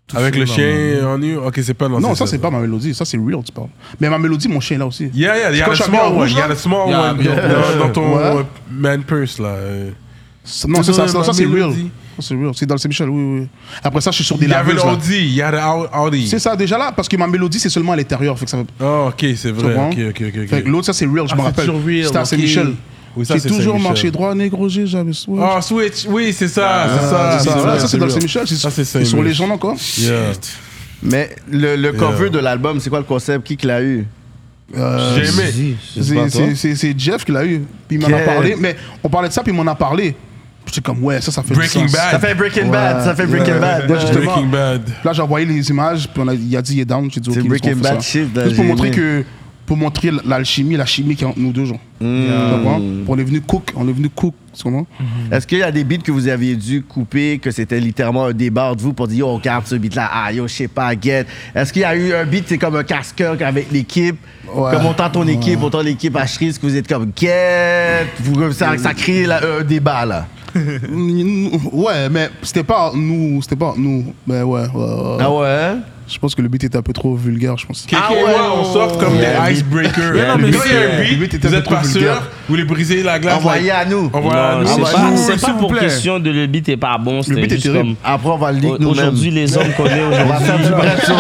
Speaker 3: Tout
Speaker 1: Avec
Speaker 3: seul,
Speaker 1: le
Speaker 3: là,
Speaker 1: chien en nu? Ok, c'est pas dans
Speaker 4: Non,
Speaker 1: le
Speaker 4: ça,
Speaker 1: 6-7,
Speaker 4: c'est pas ma mélodie. Ça, c'est real, tu parles. Mais ma mélodie, mon chien, là aussi.
Speaker 1: Yeah, yeah, il y a
Speaker 4: Quand
Speaker 1: le
Speaker 4: je suis habillé en
Speaker 1: small one.
Speaker 4: rouge,
Speaker 1: Il y a
Speaker 4: là.
Speaker 1: le small
Speaker 3: Yeah,
Speaker 1: one
Speaker 3: yeah.
Speaker 1: dans, dans ton
Speaker 4: Ouais.
Speaker 1: euh, man purse là. euh.
Speaker 4: Ça- Non, ça, ça, ça,
Speaker 1: Ma
Speaker 4: ça, c'est real.
Speaker 1: mélodie.
Speaker 4: Ça, C'est real. C'est dans le Saint-Michel, oui, oui. Après ça, je suis sur des
Speaker 1: Il y avait
Speaker 4: laveuses, là.
Speaker 1: l'Audi, il y a l'Audi.
Speaker 4: C'est ça, déjà là, parce que ma mélodie, c'est seulement à l'intérieur. Fait que, ça... fait-
Speaker 1: Oh, ok, c'est vrai.
Speaker 4: comprends?
Speaker 1: Ok, ok, ok. ok.
Speaker 4: fait que l'autre, ça, c'est real, je
Speaker 3: Ah,
Speaker 4: me
Speaker 3: c'est
Speaker 4: rappelle.
Speaker 3: sur real,
Speaker 4: C'était à
Speaker 3: ok.
Speaker 4: Saint-Michel.
Speaker 1: Oui, ça,
Speaker 4: J'ai
Speaker 1: c'est
Speaker 4: toujours
Speaker 1: Saint-Michel.
Speaker 4: marché droit, négro, j'ai jamais soif.
Speaker 1: Oh, Switch, oui, c'est ça, c'est ça.
Speaker 4: Ah, c'est ça, ouais, ça, c'est dans le
Speaker 1: real.
Speaker 4: Saint-Michel.
Speaker 1: Ça, c'est
Speaker 4: Ils sont
Speaker 1: Saint-Michel.
Speaker 4: les gens encore.
Speaker 1: Yeah.
Speaker 2: Mais le, le cover de l'album, c'est quoi le concept? Qui qui l'a eu?
Speaker 4: Euh,
Speaker 1: J'ai aimé.
Speaker 5: C'est-
Speaker 4: C'est-
Speaker 5: c'est-
Speaker 4: C'est c'est- c'est Jeff qui l'a eu. Puis il m'en a
Speaker 2: Quel-
Speaker 4: parlé. Mais on parlait de ça, puis il m'en a parlé. J'étais comme, ouais, ça, ça fait du
Speaker 1: Breaking
Speaker 4: sens.
Speaker 2: Ça
Speaker 1: Bad.
Speaker 2: fait Breaking Bad, ça fait Breaking Bad.
Speaker 4: Ouais, justement.
Speaker 1: Breaking Bad.
Speaker 4: Là, j'ai envoyé les images, puis on a- il a dit, il est down. J'ai dit, ok,
Speaker 2: C'est
Speaker 4: let's go,
Speaker 2: Breaking
Speaker 4: on fait
Speaker 2: Bad
Speaker 4: ça.
Speaker 2: shit, là,
Speaker 4: Juste pour
Speaker 2: j'ai
Speaker 4: montrer
Speaker 2: aimé.
Speaker 4: que. Pour montrer l'alchimie, la chimie qui est entre nous deux, genre.
Speaker 1: Hmm.
Speaker 4: Tu comprends? On est venu cook, on est venu cook, tu comprends?
Speaker 2: Est-ce qu'il y a des beats que vous aviez dû couper, que c'était littéralement un débat entre vous pour dire, yo, on garde ce beat-là, ah, yo, je sais pas, get. Est-ce qu'il y a eu un beat, c'est comme un casse-coeur avec l'équipe,
Speaker 4: Ouais.
Speaker 2: comme autant ton équipe, autant l'équipe à Chris, que vous êtes comme, get, vous, ça, ça crée là, un débat, là.
Speaker 4: Mm, Ouais, mais c'était pas nous, c'était pas nous. Mais ouais, ouais, ouais.
Speaker 2: Ah ouais?
Speaker 4: Je pense que le beat était un peu trop vulgaire, je pense.
Speaker 1: KK,
Speaker 2: Ah ouais,
Speaker 1: on sort comme
Speaker 2: Yeah,
Speaker 1: des
Speaker 2: beat.
Speaker 1: icebreakers.
Speaker 3: Yeah, non, mais
Speaker 1: Quand il y a
Speaker 3: c'est-
Speaker 1: un
Speaker 4: le beat
Speaker 1: beat,
Speaker 4: était
Speaker 1: vous
Speaker 4: un
Speaker 1: êtes
Speaker 4: peu
Speaker 1: pas
Speaker 4: trop
Speaker 1: sûr,
Speaker 4: vulgaire.
Speaker 1: vous voulez briser la glace.
Speaker 2: Envoyez
Speaker 1: like,
Speaker 2: à nous.
Speaker 1: Envoyez à
Speaker 5: Non,
Speaker 1: nous.
Speaker 5: c'est
Speaker 2: bah,
Speaker 5: pas,
Speaker 2: nous,
Speaker 5: c'est
Speaker 3: s'il
Speaker 5: pas
Speaker 3: vous
Speaker 5: pour
Speaker 3: plaît.
Speaker 5: question de le beat est pas bon.
Speaker 4: beat est
Speaker 5: C'était juste
Speaker 4: terrible.
Speaker 5: comme
Speaker 2: Après, on va le leak nous-mêmes.
Speaker 5: aujourd'hui les hommes qu'on est
Speaker 2: on va faire
Speaker 5: aujourd'hui.
Speaker 2: du bref sur eux.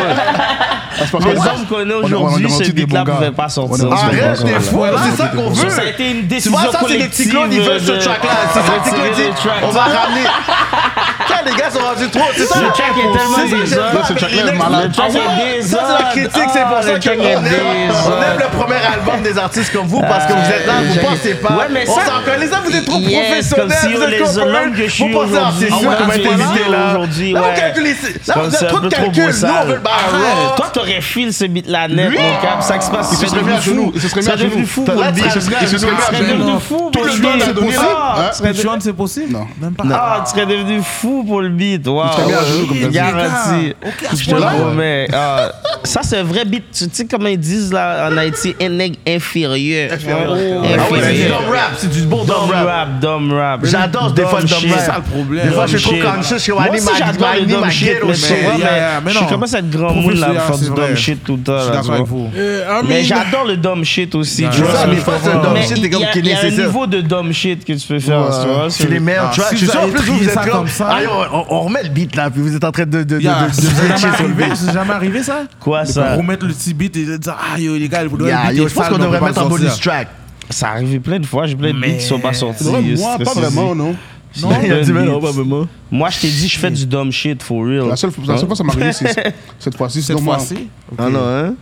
Speaker 4: Ah, c'est parce que-
Speaker 5: Les hommes qu'on est
Speaker 4: on est
Speaker 5: aujourd'hui,
Speaker 4: rendu
Speaker 5: ce
Speaker 4: des
Speaker 5: beat-là
Speaker 4: bons gars.
Speaker 5: pouvait pas
Speaker 4: On
Speaker 5: sortir.
Speaker 4: est
Speaker 2: Ah,
Speaker 4: rendu des
Speaker 2: Arrête
Speaker 4: bons gars.
Speaker 2: des fois, c'est ça qu'on veut.
Speaker 5: Ça a été une
Speaker 2: Tu
Speaker 5: décision
Speaker 2: vois, ça, c'est des petits
Speaker 5: collective.
Speaker 2: clones, ils veulent ce
Speaker 5: de-
Speaker 2: track-là. C'est ça, c'est
Speaker 5: retirer
Speaker 2: qu'on
Speaker 5: le
Speaker 2: dit.
Speaker 5: track.
Speaker 2: On va ramener.
Speaker 5: ah,
Speaker 2: Quand les gars sont rendus trop, c'est ça.
Speaker 5: Le track est tellement
Speaker 2: C'est ça,
Speaker 5: désordre.
Speaker 2: j'aime
Speaker 4: ce
Speaker 2: pas,
Speaker 4: track-là est
Speaker 2: mais il
Speaker 4: malade.
Speaker 5: Le track est
Speaker 2: Ça, c'est la critique, c'est pour ça qu'on
Speaker 5: désordre. Ah, Le track
Speaker 2: aime,
Speaker 5: est
Speaker 2: on aime
Speaker 5: désordre.
Speaker 2: le premier album des artistes comme vous parce que vous êtes là, vous pensez pas.
Speaker 5: Ouais, mais
Speaker 2: on
Speaker 5: ça-
Speaker 2: s'en connaît ça, vous êtes trop
Speaker 5: Yes,
Speaker 2: professionnels,
Speaker 5: comme si
Speaker 2: vous
Speaker 5: on
Speaker 2: êtes
Speaker 5: les
Speaker 2: trop
Speaker 5: hommes que je suis
Speaker 2: Vous pensez
Speaker 5: aujourd'hui.
Speaker 2: artistes,
Speaker 5: Ouais,
Speaker 2: comme
Speaker 5: c'est
Speaker 2: être invité
Speaker 5: ça,
Speaker 2: là.
Speaker 5: aujourd'hui,
Speaker 2: Là, vous
Speaker 5: ouais.
Speaker 2: calculez, là,
Speaker 5: Comme
Speaker 2: vous
Speaker 5: c'est
Speaker 2: êtes
Speaker 5: un
Speaker 2: trop
Speaker 5: peu
Speaker 2: de
Speaker 5: trop
Speaker 2: calcul, nous
Speaker 5: bossal.
Speaker 2: on veut le
Speaker 5: Arrête.
Speaker 2: barrer.
Speaker 5: Toi, t'aurais fil ce beat la net,
Speaker 2: Lui-
Speaker 5: mon cap. Ça que se passe.
Speaker 4: Il se serait mis à genoux, il se serait mis à genoux.
Speaker 5: devenu fou. mon
Speaker 2: Là,
Speaker 5: Dieu.
Speaker 2: tu serais-
Speaker 5: Tu
Speaker 2: il se serait mis à
Speaker 5: serais
Speaker 2: genoux.
Speaker 5: devenu fou.
Speaker 4: Tout
Speaker 5: mon
Speaker 4: le
Speaker 5: Dieu.
Speaker 4: monde a donné
Speaker 5: Ah,
Speaker 4: là.
Speaker 5: tu serais devenu-
Speaker 3: Pitchouane, c'est possible
Speaker 4: Non.
Speaker 3: Même pas.
Speaker 5: Ah, tu serais devenu fou pour le beat. Wow.
Speaker 4: serais mis à genoux comme ça.
Speaker 5: Garanti.
Speaker 3: Ok, à ce
Speaker 5: Je te le
Speaker 3: point-là.
Speaker 5: promets. Ah, Ça, c'est un vrai beat. Tu sais comment ils disent là en Haïti, un nègre inférieur.
Speaker 2: Ah ouais, c'est du dumb rap, c'est du bon dumb
Speaker 5: Dumb
Speaker 2: rap.
Speaker 5: rap, dumb rap.
Speaker 2: J'adore des fois le dumb
Speaker 5: shit.
Speaker 2: rap.
Speaker 3: C'est ça le problème.
Speaker 2: Des fois,
Speaker 3: Dumb
Speaker 2: je suis trop
Speaker 5: shit.
Speaker 2: conscious, je suis
Speaker 5: Euh, Moi
Speaker 2: allé
Speaker 5: aussi, j'adore le dumb shit, mais
Speaker 3: shit.
Speaker 5: ouais,
Speaker 3: Yeah, yeah, mais
Speaker 5: mais Je
Speaker 3: non.
Speaker 5: commence à être grand
Speaker 3: Pour
Speaker 5: monde
Speaker 3: vous,
Speaker 5: là,
Speaker 3: c'est-
Speaker 5: faire
Speaker 3: c'est
Speaker 5: du
Speaker 3: vrai.
Speaker 5: dumb shit tout le temps.
Speaker 3: Je suis
Speaker 5: là, tu
Speaker 3: d'accord avec
Speaker 5: vois.
Speaker 3: vous.
Speaker 1: Euh, I mean,
Speaker 5: Mais j'adore le dumb shit aussi.
Speaker 3: Non,
Speaker 5: tu
Speaker 3: non,
Speaker 5: vois.
Speaker 3: ça,
Speaker 2: mais pas ce dumb
Speaker 5: Mais
Speaker 2: shit,
Speaker 5: il
Speaker 2: c'est comme
Speaker 5: y a-
Speaker 2: qui est
Speaker 5: Il y a un
Speaker 2: nécessaire.
Speaker 5: niveau de dumb shit que tu peux faire. tu vois,
Speaker 2: C'est les meilleurs
Speaker 3: Ah,
Speaker 2: tracks. Je
Speaker 3: si
Speaker 2: suis
Speaker 3: vous
Speaker 2: sûr, en
Speaker 3: avez
Speaker 2: plus, vous,
Speaker 3: trié
Speaker 2: vous êtes
Speaker 3: ça
Speaker 2: là-
Speaker 3: comme ça-
Speaker 2: Ah, on, on remet le beat là, puis vous êtes en train de. de, de,
Speaker 3: Yeah,
Speaker 2: de- de-
Speaker 3: C'est
Speaker 2: de-
Speaker 3: jamais
Speaker 2: sur le
Speaker 3: arrivé,
Speaker 2: beat.
Speaker 3: c'est jamais arrivé ça.
Speaker 5: Quoi
Speaker 3: De
Speaker 5: ça
Speaker 3: remettre le petit beat et de dire Ah yo les gars, vous devez
Speaker 2: Yeah,
Speaker 3: le beat
Speaker 2: yo,
Speaker 3: est
Speaker 2: Je pense
Speaker 3: sale,
Speaker 2: qu'on
Speaker 3: mais on
Speaker 2: devrait
Speaker 3: peut
Speaker 2: mettre
Speaker 3: pas
Speaker 2: en
Speaker 3: le
Speaker 2: bonus
Speaker 3: sortir.
Speaker 2: track.
Speaker 5: Ça arrive plein de fois, j'ai plein de beats
Speaker 3: Mais-
Speaker 5: qui sont pas sortis.
Speaker 4: C'est vrai, moi,
Speaker 5: c'est
Speaker 4: pas
Speaker 5: ça,
Speaker 4: vraiment,
Speaker 5: c'est-
Speaker 4: non.
Speaker 3: Non,
Speaker 5: Plein de
Speaker 2: Tu veux,
Speaker 5: beats.
Speaker 2: non, pas vraiment.
Speaker 5: Moi, je t'ai dit, je fais du dumb shit for real.
Speaker 4: La seule, la seule fois que ça m'est arrivé, c'est cette fois-ci.
Speaker 3: cette
Speaker 4: Sinon, moi,
Speaker 3: fois-ci. ok.
Speaker 2: Ah non, hein?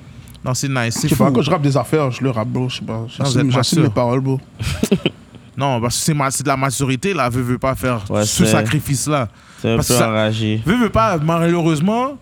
Speaker 3: Non, c'est nice,
Speaker 4: Je
Speaker 3: c'est
Speaker 4: sais pas,
Speaker 3: fou.
Speaker 4: quand je rappe des affaires, je le rappe, bro. Je sais pas.
Speaker 3: êtes
Speaker 4: J'assume j'assume
Speaker 3: mature.
Speaker 4: mes paroles, bro.
Speaker 3: Non, parce que c'est ma- c'est de la maturité, là. Veut, veut pas faire
Speaker 5: Ouais,
Speaker 3: ce
Speaker 5: c'est-
Speaker 3: sacrifice-là.
Speaker 5: C'est un
Speaker 3: Parce
Speaker 5: peu
Speaker 3: que ça-
Speaker 5: enragé.
Speaker 3: Veut, veut pas, malheureusement,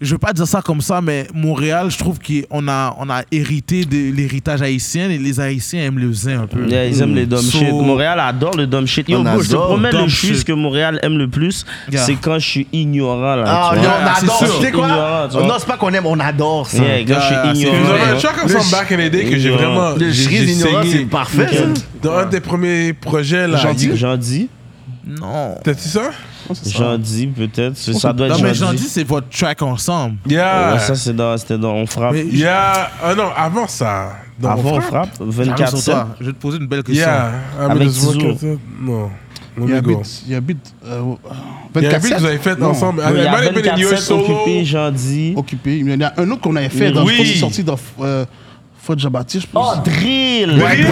Speaker 3: je veux pas dire ça comme ça, mais Montréal, je trouve qu'on a, on a hérité de l'héritage haïtien et les Haïtiens aiment le zin un peu.
Speaker 5: Yeah, ils aiment les dumb
Speaker 3: Mm. So-
Speaker 5: shit. Montréal adore le dumb shit. Yo,
Speaker 2: On
Speaker 5: bro, je te
Speaker 2: adore
Speaker 5: promets,
Speaker 3: dumb
Speaker 5: le shit
Speaker 3: shit.
Speaker 5: que Montréal aime le plus,
Speaker 3: Yeah.
Speaker 5: c'est quand je suis ignorant. Là,
Speaker 2: Ah,
Speaker 5: tu
Speaker 2: yo,
Speaker 5: vois.
Speaker 3: yeah,
Speaker 2: on
Speaker 3: c'est
Speaker 2: adore.
Speaker 3: sûr.
Speaker 2: Tu sais quoi?
Speaker 5: Ignorant, tu vois.
Speaker 2: Non, c'est pas qu'on aime, on adore ça.
Speaker 5: Yeah, quand
Speaker 3: Yeah,
Speaker 5: je suis
Speaker 3: c'est-
Speaker 1: Vous
Speaker 5: ignorant.
Speaker 1: aurez un track ensemble back in the day que j'ai
Speaker 5: Le-
Speaker 1: vraiment.
Speaker 2: Le
Speaker 1: j'ai-
Speaker 2: cerise
Speaker 1: j'ai
Speaker 2: ignorant,
Speaker 1: saigné.
Speaker 2: c'est parfait. ça.
Speaker 1: Dans un des premiers projets là.
Speaker 4: Gentil.
Speaker 1: il-
Speaker 5: J'en dis,
Speaker 3: Non.
Speaker 1: T'as-tu ça?
Speaker 5: j'en dis peut-être. Ça ça doit
Speaker 3: Non, mais
Speaker 5: être
Speaker 3: j'en
Speaker 5: j'en
Speaker 3: dis,
Speaker 5: dis.
Speaker 3: c'est votre track ensemble.
Speaker 1: Yeah.
Speaker 5: Ouais, ça, c'est dans, c'était dans On Frappe.
Speaker 3: Mais-
Speaker 1: Yeah. Ah non, avant ça. Dans
Speaker 5: Avant On
Speaker 1: Frappe.
Speaker 5: Frappe,
Speaker 3: J'arrive
Speaker 5: 24
Speaker 3: sur
Speaker 5: cents.
Speaker 3: toi. Ah, Je vais te poser une belle question.
Speaker 1: Yeah. Ah, mais
Speaker 5: Avec
Speaker 1: laisse voir
Speaker 5: Tizo.
Speaker 1: que ça- Non. Let
Speaker 4: Il y a
Speaker 1: me
Speaker 4: un
Speaker 1: go.
Speaker 4: beat. Il y a un beat. euh,
Speaker 1: Il y a un
Speaker 4: 24
Speaker 1: beat que vous avez fait
Speaker 4: Non.
Speaker 1: ensemble.
Speaker 5: Il y a
Speaker 1: Might have been in
Speaker 5: 24
Speaker 1: your
Speaker 5: cents
Speaker 1: solo.
Speaker 5: occupés, j'en dis.
Speaker 4: Occupé. Il y en a un autre qu'on avait fait. Dans,
Speaker 1: Oui.
Speaker 4: Je pense qu'il est sorti dans euh, Fred Jabati, je
Speaker 5: Oh,
Speaker 4: pense.
Speaker 5: Drill!
Speaker 1: Drill!
Speaker 5: Ah,
Speaker 1: Drill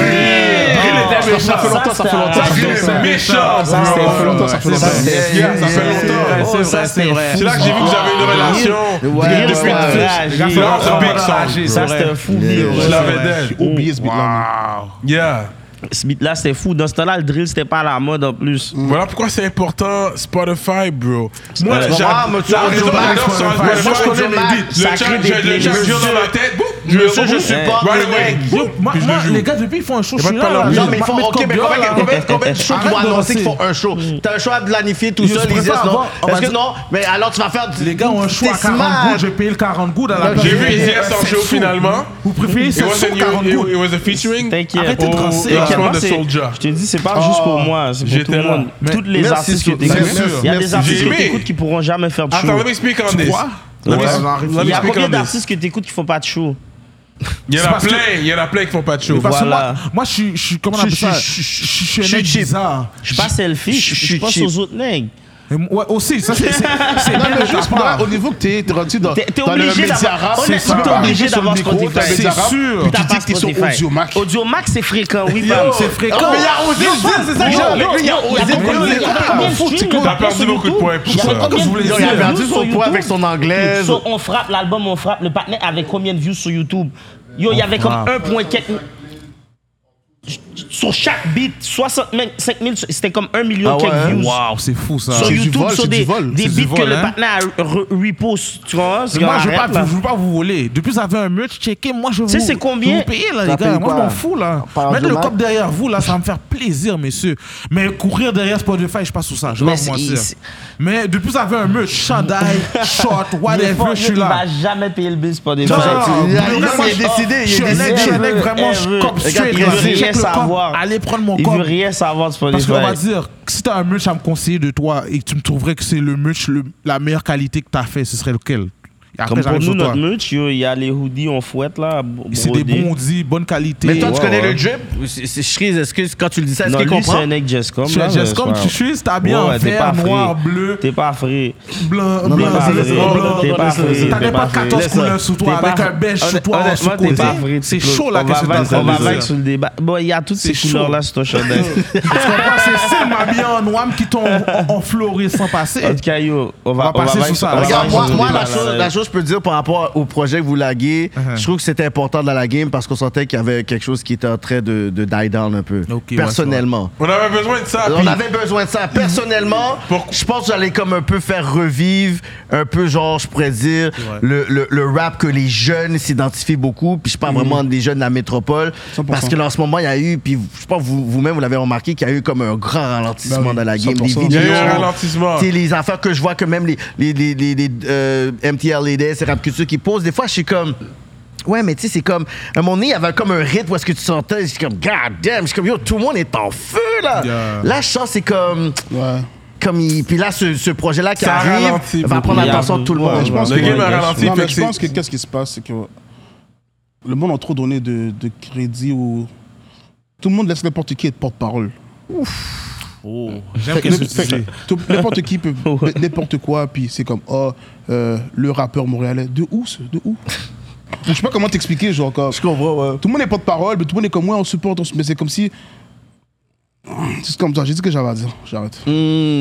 Speaker 1: était
Speaker 5: ça,
Speaker 4: méchant.
Speaker 5: fait longtemps, ça fait longtemps.
Speaker 4: Ça,
Speaker 1: Drill
Speaker 4: c'est
Speaker 1: était méchant,
Speaker 4: Ça
Speaker 1: bro.
Speaker 4: fait longtemps, ça fait
Speaker 3: Ouais,
Speaker 4: longtemps.
Speaker 3: c'est-
Speaker 2: Yeah,
Speaker 1: Yeah, ça fait
Speaker 3: C'est vrai,
Speaker 1: longtemps.
Speaker 3: c'est
Speaker 5: Oh,
Speaker 3: vrai,
Speaker 5: ça,
Speaker 3: c'est
Speaker 5: c'était
Speaker 3: vrai.
Speaker 1: C'est là que j'ai vu que vous avez une relation.
Speaker 2: Ouais,
Speaker 5: Drill,
Speaker 2: ouais,
Speaker 5: ça
Speaker 2: ouais.
Speaker 5: m'a
Speaker 1: Depuis
Speaker 5: enragé.
Speaker 1: C'est entre Big
Speaker 3: enragé,
Speaker 1: Song.
Speaker 3: c'est
Speaker 5: Ça,
Speaker 3: vrai.
Speaker 5: c'était fou.
Speaker 2: Yeah,
Speaker 5: Bill.
Speaker 2: ouais.
Speaker 1: Je l'avais dead.
Speaker 4: J'ai oublié ce beat-là.
Speaker 3: Wow.
Speaker 1: Yeah.
Speaker 5: Ce beat-là, c'était fou. Dans ce temps-là, le drill, c'était pas à la mode en plus.
Speaker 1: Voilà pourquoi c'est important Spotify, bro. Moi,
Speaker 5: Ouais.
Speaker 1: j'adore
Speaker 2: Ah, mais tu
Speaker 1: la
Speaker 2: vois,
Speaker 1: raison
Speaker 2: Joe
Speaker 1: pour
Speaker 2: Max,
Speaker 1: laquelle sur
Speaker 2: Spotify.
Speaker 1: Spotify,
Speaker 2: Moi, je
Speaker 1: je
Speaker 2: connais
Speaker 1: mets
Speaker 2: Mac,
Speaker 1: le beat.
Speaker 5: ça
Speaker 1: Le
Speaker 5: crée
Speaker 1: chat,
Speaker 5: des
Speaker 1: j'ai le chat
Speaker 5: playlists.
Speaker 1: vient dans la tête. boum, je
Speaker 2: Monsieur,
Speaker 1: le
Speaker 2: je
Speaker 1: joue.
Speaker 2: supporte
Speaker 1: Right
Speaker 2: le
Speaker 1: away,
Speaker 2: mec.
Speaker 1: boum,
Speaker 3: Yo, moi,
Speaker 1: puis je le
Speaker 3: moi,
Speaker 1: joue.
Speaker 3: les gars, depuis, ils font un
Speaker 1: Y a
Speaker 3: show. Je
Speaker 1: pas
Speaker 3: suis
Speaker 1: de
Speaker 3: là,
Speaker 1: talent.
Speaker 3: là.
Speaker 1: Oui.
Speaker 2: Non,
Speaker 3: Je
Speaker 2: mais ils font,
Speaker 3: m'arrête
Speaker 2: ok,
Speaker 3: comme
Speaker 2: mais
Speaker 3: gars,
Speaker 2: combien,
Speaker 3: là.
Speaker 2: combien, combien de shows
Speaker 3: Arrête
Speaker 2: ils vont
Speaker 3: de
Speaker 2: annoncer qu'ils
Speaker 3: brasser.
Speaker 2: font un show? T'as un choix à planifier tout
Speaker 3: Ils se
Speaker 2: seul, ils disent
Speaker 3: préparent
Speaker 2: non.
Speaker 3: avant, on
Speaker 2: Est-ce
Speaker 3: va
Speaker 2: que
Speaker 3: dire-
Speaker 2: non? Mais alors tu vas faire.
Speaker 3: Les gars ont un show
Speaker 2: T'es
Speaker 3: à 40
Speaker 2: smart.
Speaker 3: gouttes. J'ai payé le 40 gouttes à la place.
Speaker 1: J'ai
Speaker 3: de
Speaker 1: vu
Speaker 3: payer
Speaker 1: Isias en
Speaker 3: 700.
Speaker 1: show finalement.
Speaker 3: Vous préférez
Speaker 1: It was,
Speaker 3: 700
Speaker 1: a new-
Speaker 3: 40
Speaker 1: it-
Speaker 3: gouttes.
Speaker 1: it was a featuring.
Speaker 5: T'inquiète.
Speaker 3: Arrêtez de
Speaker 1: Oh,
Speaker 3: tracer.
Speaker 1: yeah.
Speaker 3: les gars.
Speaker 1: Lancement de
Speaker 5: c'est-
Speaker 1: Soldier.
Speaker 5: Je te dis, c'est pas juste pour moi, c'est pour
Speaker 1: j'étais
Speaker 5: tout le
Speaker 1: là.
Speaker 5: monde.
Speaker 3: Mais-
Speaker 5: Toutes les
Speaker 2: Merci,
Speaker 5: artistes que
Speaker 2: Sophie.
Speaker 5: t'écoutes.
Speaker 2: Bien
Speaker 5: Il y a
Speaker 1: sûr.
Speaker 5: des artistes
Speaker 1: J'ai
Speaker 5: que
Speaker 1: aimé.
Speaker 5: t'écoutes qui pourront jamais faire de show.
Speaker 1: Attends, let me speak on this.
Speaker 3: Quoi
Speaker 1: Let me-
Speaker 3: Ouais, on arrive
Speaker 1: let me
Speaker 5: Il y a
Speaker 1: speak on
Speaker 5: combien
Speaker 1: this.
Speaker 5: d'artistes que t'écoutes qui font pas de show
Speaker 1: Il y en
Speaker 3: C'est
Speaker 1: a
Speaker 3: parce que-
Speaker 1: plein, il y en a plein qui font pas de show.
Speaker 5: Voilà.
Speaker 3: Parce que moi, moi, je suis- je suis. Comment on appelle
Speaker 5: Je-
Speaker 3: ça
Speaker 5: je-
Speaker 3: Je je- je suis
Speaker 2: je-
Speaker 3: un mec
Speaker 2: je-
Speaker 3: bizarre.
Speaker 5: Je suis pas selfish,
Speaker 2: je- je-
Speaker 5: je pense
Speaker 2: je-
Speaker 5: aux autres nègres.
Speaker 3: Et m- Ouais, aussi, ça, c'est. c'est- C'est
Speaker 5: Eh
Speaker 4: Non,
Speaker 3: bien
Speaker 4: mais
Speaker 3: de ta
Speaker 4: juste moi,
Speaker 3: part.
Speaker 4: au niveau que t'es t'es rendu dans
Speaker 5: T'es t'es
Speaker 4: dans le
Speaker 5: obligé
Speaker 4: média
Speaker 5: d'avoir.
Speaker 4: arabe, c'est
Speaker 5: Honnêtement,
Speaker 4: ça.
Speaker 5: t'es obligé
Speaker 4: Sur
Speaker 5: d'avoir
Speaker 4: le micro, t'as
Speaker 5: Spotify.
Speaker 4: des
Speaker 3: C'est
Speaker 4: arabes,
Speaker 3: sûr.
Speaker 4: puis
Speaker 5: T'as
Speaker 4: Tu
Speaker 5: pas
Speaker 4: dis que t'es sur
Speaker 5: Spotify.
Speaker 4: Audio Mac.
Speaker 5: Audio Max, c'est fréquent, oui,
Speaker 3: Yo,
Speaker 5: Pam.
Speaker 3: c'est fréquent.
Speaker 2: mais il y a osé,
Speaker 3: c'est ça que
Speaker 5: Yo,
Speaker 3: j'ai
Speaker 5: yo,
Speaker 3: avec lui.
Speaker 5: yo, il y a
Speaker 2: Ozzy, yo,
Speaker 5: combien- il y a
Speaker 2: yo,
Speaker 5: combien
Speaker 3: yo,
Speaker 5: de streams
Speaker 1: T'as
Speaker 5: maintenant
Speaker 1: perdu
Speaker 5: sur
Speaker 1: beaucoup de
Speaker 5: YouTube?
Speaker 1: points pour
Speaker 5: Il y a
Speaker 1: ça.
Speaker 5: combien de
Speaker 3: Comme vous voulez
Speaker 5: views
Speaker 3: dire.
Speaker 2: Il a
Speaker 3: Yo,
Speaker 2: perdu
Speaker 5: sur
Speaker 2: son poids
Speaker 5: YouTube?
Speaker 2: avec son anglaise.
Speaker 5: Sur On frappe, l'album On frappe, le partenaire avec combien de views sur YouTube Yo, il y avait comme
Speaker 3: frappe.
Speaker 5: 1.4 Sur chaque beat, 65 000, c'était comme 1 million
Speaker 2: Ah ouais, hein?
Speaker 5: quelques views.
Speaker 3: Waouh, c'est fou ça.
Speaker 5: Sur
Speaker 4: C'est du
Speaker 5: YouTube,
Speaker 4: vol,
Speaker 5: sur
Speaker 4: c'est
Speaker 5: des,
Speaker 4: du vol.
Speaker 5: des
Speaker 3: C'est du
Speaker 5: beats que
Speaker 3: vol,
Speaker 5: le
Speaker 3: hein?
Speaker 5: partenaire re- repost, tu vois hein? c'est
Speaker 3: Moi,
Speaker 5: comme
Speaker 3: je veux
Speaker 5: arrête,
Speaker 3: pas,
Speaker 5: là.
Speaker 3: vous- je veux pas vous voler. Depuis, ça fait un mute, checker. Moi, je vous.
Speaker 5: sais, c'est combien
Speaker 3: Je vous payer, là,
Speaker 2: T'as
Speaker 3: les
Speaker 2: payé
Speaker 3: gars. Moi,
Speaker 2: quoi?
Speaker 3: je m'en fous, là.
Speaker 2: Par
Speaker 3: Mettre le
Speaker 2: Audiomack?
Speaker 3: cop derrière vous, là, ça va me faire plaisir, messieurs. Mais courir derrière Spotify, je passe sur ça. Je vais
Speaker 5: Mais
Speaker 3: pas vous
Speaker 5: c'est-
Speaker 3: mentir.
Speaker 5: c'est-
Speaker 3: Mais depuis, ça fait un mute, chandail, short,
Speaker 5: Il est fort,
Speaker 3: whatever, je suis
Speaker 5: il va
Speaker 3: là.
Speaker 5: jamais payer le bill Spotify.
Speaker 2: Non,
Speaker 3: Non, non,
Speaker 2: il a-
Speaker 3: mais
Speaker 2: non,
Speaker 3: moi,
Speaker 2: il est
Speaker 3: je-
Speaker 2: décidé, il
Speaker 3: Je suis
Speaker 2: est
Speaker 3: un
Speaker 2: décidé.
Speaker 3: mec, je suis un mec
Speaker 5: Elle
Speaker 3: vraiment
Speaker 5: veut-
Speaker 3: cop
Speaker 5: Regarde,
Speaker 3: straight.
Speaker 5: il
Speaker 3: là.
Speaker 5: veut rien
Speaker 3: Check le cop,
Speaker 5: savoir.
Speaker 3: Allez prendre mon
Speaker 5: Il
Speaker 3: cop.
Speaker 5: veut rien savoir de
Speaker 3: Parce
Speaker 5: Spotify.
Speaker 3: qu'on va dire, si t'as un mulch à me conseiller de toi et que tu me trouverais que c'est le mulch le- la meilleure qualité que t'as fait, ce serait lequel Et après,
Speaker 5: Comme pour
Speaker 3: j'arrive
Speaker 5: nous,
Speaker 3: sur toi.
Speaker 5: notre merch, yo, il y a les hoodies en fouette là.
Speaker 3: C'est des
Speaker 5: brodés.
Speaker 3: bons dits, bonne qualité.
Speaker 2: Mais toi, tu
Speaker 5: Ouais,
Speaker 2: connais
Speaker 5: ouais.
Speaker 2: le drip? C'est- c'est- Cherise, est-ce que quand tu le dis ça, est-ce
Speaker 5: Non,
Speaker 2: qu'il
Speaker 5: lui, c'est
Speaker 2: comprend?
Speaker 5: un mec Jescom.
Speaker 3: Tu
Speaker 5: là,
Speaker 3: es
Speaker 5: mais
Speaker 3: juste comme
Speaker 5: c'est
Speaker 3: tu
Speaker 5: pas-
Speaker 3: suis, t'as bien
Speaker 5: Ouais, ouais, t'es
Speaker 3: vert,
Speaker 5: pas
Speaker 3: noir,
Speaker 5: frais.
Speaker 3: bleu,
Speaker 5: T'es pas frais.
Speaker 3: blanc,
Speaker 5: T'es
Speaker 3: blanc,
Speaker 5: pas
Speaker 3: bleu,
Speaker 5: frais.
Speaker 3: blanc.
Speaker 5: T'es pas frais.
Speaker 3: T'as même
Speaker 5: T'es
Speaker 3: pas
Speaker 5: frais.
Speaker 3: 14
Speaker 5: Laisse
Speaker 3: couleurs
Speaker 5: ça.
Speaker 3: sous toi,
Speaker 5: T'es
Speaker 3: avec
Speaker 5: pas-
Speaker 3: un beige sous
Speaker 5: honnêtement,
Speaker 3: toi, sous
Speaker 5: t'es pas
Speaker 3: côté.
Speaker 5: frais,
Speaker 3: C'est
Speaker 5: tu peux-
Speaker 3: chaud, là,
Speaker 5: on
Speaker 3: que
Speaker 5: va
Speaker 3: c'est
Speaker 5: vague-
Speaker 3: dans
Speaker 5: On va
Speaker 3: ça.
Speaker 5: vague sur le débat. Bon, il y a toutes ces
Speaker 3: C'est chaud.
Speaker 5: couleurs là sur ton chandail.
Speaker 3: Parce qu'on pense que c'est ma vie en noir qui t'ont en- en fleuri sans passer.
Speaker 5: En tout cas, yo, on
Speaker 3: On va
Speaker 5: va on va
Speaker 3: passer
Speaker 5: vague
Speaker 3: sous ça.
Speaker 5: on va
Speaker 2: Regarde,
Speaker 5: vague
Speaker 2: moi,
Speaker 5: sur le
Speaker 2: moi,
Speaker 5: débat,
Speaker 2: la,
Speaker 5: là,
Speaker 2: chose,
Speaker 5: là.
Speaker 2: la chose, je peux dire par rapport au projet que vous laguez,
Speaker 3: Uh-huh.
Speaker 2: je trouve que c'était important dans la game parce qu'on sentait qu'il y avait quelque chose qui était en train de, de die down un peu.
Speaker 3: Ok, ouais,
Speaker 2: personnellement.
Speaker 1: On avait besoin de ça.
Speaker 2: on
Speaker 1: puis-
Speaker 2: avait besoin de ça. Personnellement,
Speaker 1: Pourquoi-
Speaker 2: je pense que j'allais comme un peu faire revivre, un peu genre, je pourrais dire,
Speaker 3: vrai.
Speaker 2: le, le- le rap que les jeunes s'identifient beaucoup. Puis je parle vraiment des jeunes de la métropole.
Speaker 4: 100%.
Speaker 2: Parce que là, en ce moment, il y a eu, puis je pense que vous- vous-même, vous, l'avez remarqué, qu'il y a eu comme un grand ralentissement
Speaker 4: Ben oui,
Speaker 2: dans la game. Des
Speaker 4: 100%.
Speaker 2: vidéos.
Speaker 4: Il
Speaker 1: y a eu un ralentissement.
Speaker 2: Tu sais, les affaires que je vois que même les, les, les, les, les, euh, MTLA, Holiday, c'est Rap Culture qui pose. Des fois, je suis comme. Ouais, mais tu sais, c'est comme. À mon nez, il y avait comme un rythme où est-ce que tu sentais. Je suis comme, God damn. Je suis comme, yo, tout le monde est en feu, là.
Speaker 1: Yeah.
Speaker 2: Là, je sens, c'est comme.
Speaker 4: Ouais.
Speaker 2: comme il, puis là, ce, ce projet-là qui
Speaker 1: Ça
Speaker 2: arrive
Speaker 1: ralentit
Speaker 2: va prendre
Speaker 5: beaucoup.
Speaker 2: l'attention de tout le
Speaker 5: Ouais,
Speaker 2: monde.
Speaker 4: je pense
Speaker 1: Le
Speaker 4: que,
Speaker 1: game a
Speaker 4: ouais,
Speaker 1: ralenti,
Speaker 4: non,
Speaker 1: fait
Speaker 4: mais
Speaker 1: que
Speaker 4: je
Speaker 1: c'est-
Speaker 4: pense que qu'est-ce qui se passe, c'est que le monde a trop donné de, de crédit ou tout le monde laisse n'importe qui être porte-parole.
Speaker 3: J'aime
Speaker 4: Fait-
Speaker 3: qu'est-ce que
Speaker 4: fait-
Speaker 3: tu dis.
Speaker 4: tout- N'importe qui peut n'importe quoi, puis c'est comme oh euh, le rappeur montréalais. De où ce De où Je sais pas comment t'expliquer, genre comme
Speaker 2: Je comprends, ouais.
Speaker 4: tout le monde est porte-parole, mais tout le monde est comme moi, on supporte, on se- mais c'est comme si c'est comme ça. J'ai dit ce que j'avais à dire. J'arrête.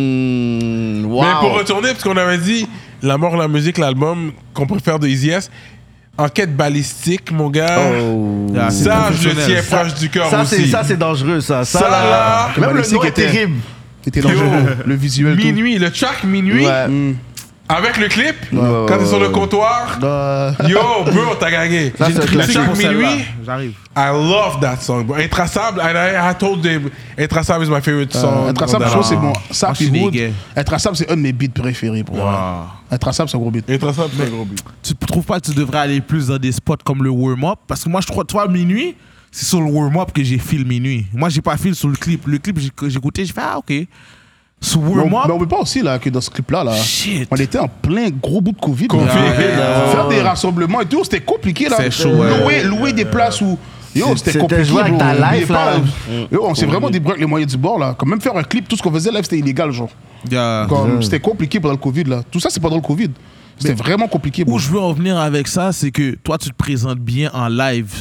Speaker 2: Mmh, wow.
Speaker 1: Mais pour retourner, parce qu'on avait dit La mort, la musique, l'album qu'on préfère de Easy S, Enquête balistique, mon gars.
Speaker 2: Oh.
Speaker 3: Ah, c'est
Speaker 1: Ça, je le
Speaker 3: professionnel.
Speaker 1: tiens
Speaker 3: Ça-
Speaker 1: proche du cœur
Speaker 2: Ça, c'est,
Speaker 1: aussi.
Speaker 2: ça, c'est dangereux, ça. Ça,
Speaker 1: Ça,
Speaker 2: là,
Speaker 1: là,
Speaker 2: même le
Speaker 4: Ballistique
Speaker 2: nom est
Speaker 4: était-
Speaker 2: terrible.
Speaker 4: C'était dangereux. Le visuel. tout.
Speaker 1: Minuit, le track Minuit,
Speaker 2: Ouais.
Speaker 4: Mm.
Speaker 1: avec le clip,
Speaker 2: ouais,
Speaker 1: quand
Speaker 2: ouais,
Speaker 1: t'es sur le
Speaker 2: ouais.
Speaker 1: comptoir,
Speaker 4: Euh,
Speaker 1: yo, bro, t'as gagné.
Speaker 2: Ça,
Speaker 3: J'ai une
Speaker 2: c'est classique
Speaker 1: Le
Speaker 3: critique
Speaker 1: track
Speaker 3: pour celle-là.
Speaker 1: Minuit,
Speaker 3: J'arrive.
Speaker 1: I love that song, bro. Intraçable, and I, I told them, Intraçable is my favorite
Speaker 3: Euh,
Speaker 1: song.
Speaker 4: Intraçable,
Speaker 1: on
Speaker 4: je
Speaker 1: the
Speaker 4: trouve que c'est
Speaker 1: album.
Speaker 4: bon. Ça,
Speaker 3: Moi, je
Speaker 4: puis
Speaker 3: suis
Speaker 4: Wood.
Speaker 3: dégueu.
Speaker 4: Intraçable, c'est un de mes beats préférés pour moi. Intraçable, c'est un gros beat.
Speaker 1: Intraçable, c'est un gros beat.
Speaker 3: Tu trouves pas que tu devrais aller plus dans des spots comme le warm-up Parce que moi, je crois, toi, minuit, c'est sur le warm-up que j'ai fil minuit. Moi, j'ai pas fil sur le clip. Le clip, j'ai- que j'écoutais, j'ai fait, ah, ok. Sur
Speaker 4: Mais on, mais
Speaker 3: warm-up,
Speaker 4: on peut pas aussi là, que dans ce clip-là, là,
Speaker 3: Shit.
Speaker 4: on était en plein gros bout de Covid.
Speaker 1: Covid,
Speaker 4: là.
Speaker 1: là.
Speaker 4: Faire des rassemblements et tout, c'était compliqué. là.
Speaker 3: C'est chaud, ouais.
Speaker 4: Louer, louer des places où. Yo,
Speaker 2: C'est-
Speaker 4: c'était
Speaker 2: c'était
Speaker 4: compliqué.
Speaker 2: jouer avec
Speaker 4: bro.
Speaker 2: ta
Speaker 4: Oubliez
Speaker 2: life, là. Mm.
Speaker 4: Yo, on s'est vraiment débrouillé avec les moyens du bord. là. Quand même faire un clip, tout ce qu'on faisait live, c'était illégal. genre.
Speaker 3: yeah.
Speaker 4: Comme, C'était compliqué pendant le Covid. là. Tout ça, c'est pendant le Covid. C'était vraiment compliqué. bro.
Speaker 3: où je veux en venir avec ça, c'est que toi, tu te présentes bien en live.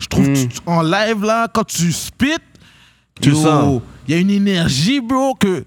Speaker 3: Je trouve
Speaker 4: Hmm.
Speaker 3: que tu- en live, là, quand tu spit,
Speaker 2: Tu
Speaker 3: yo,
Speaker 2: sens.
Speaker 3: Il y a une énergie, bro, que.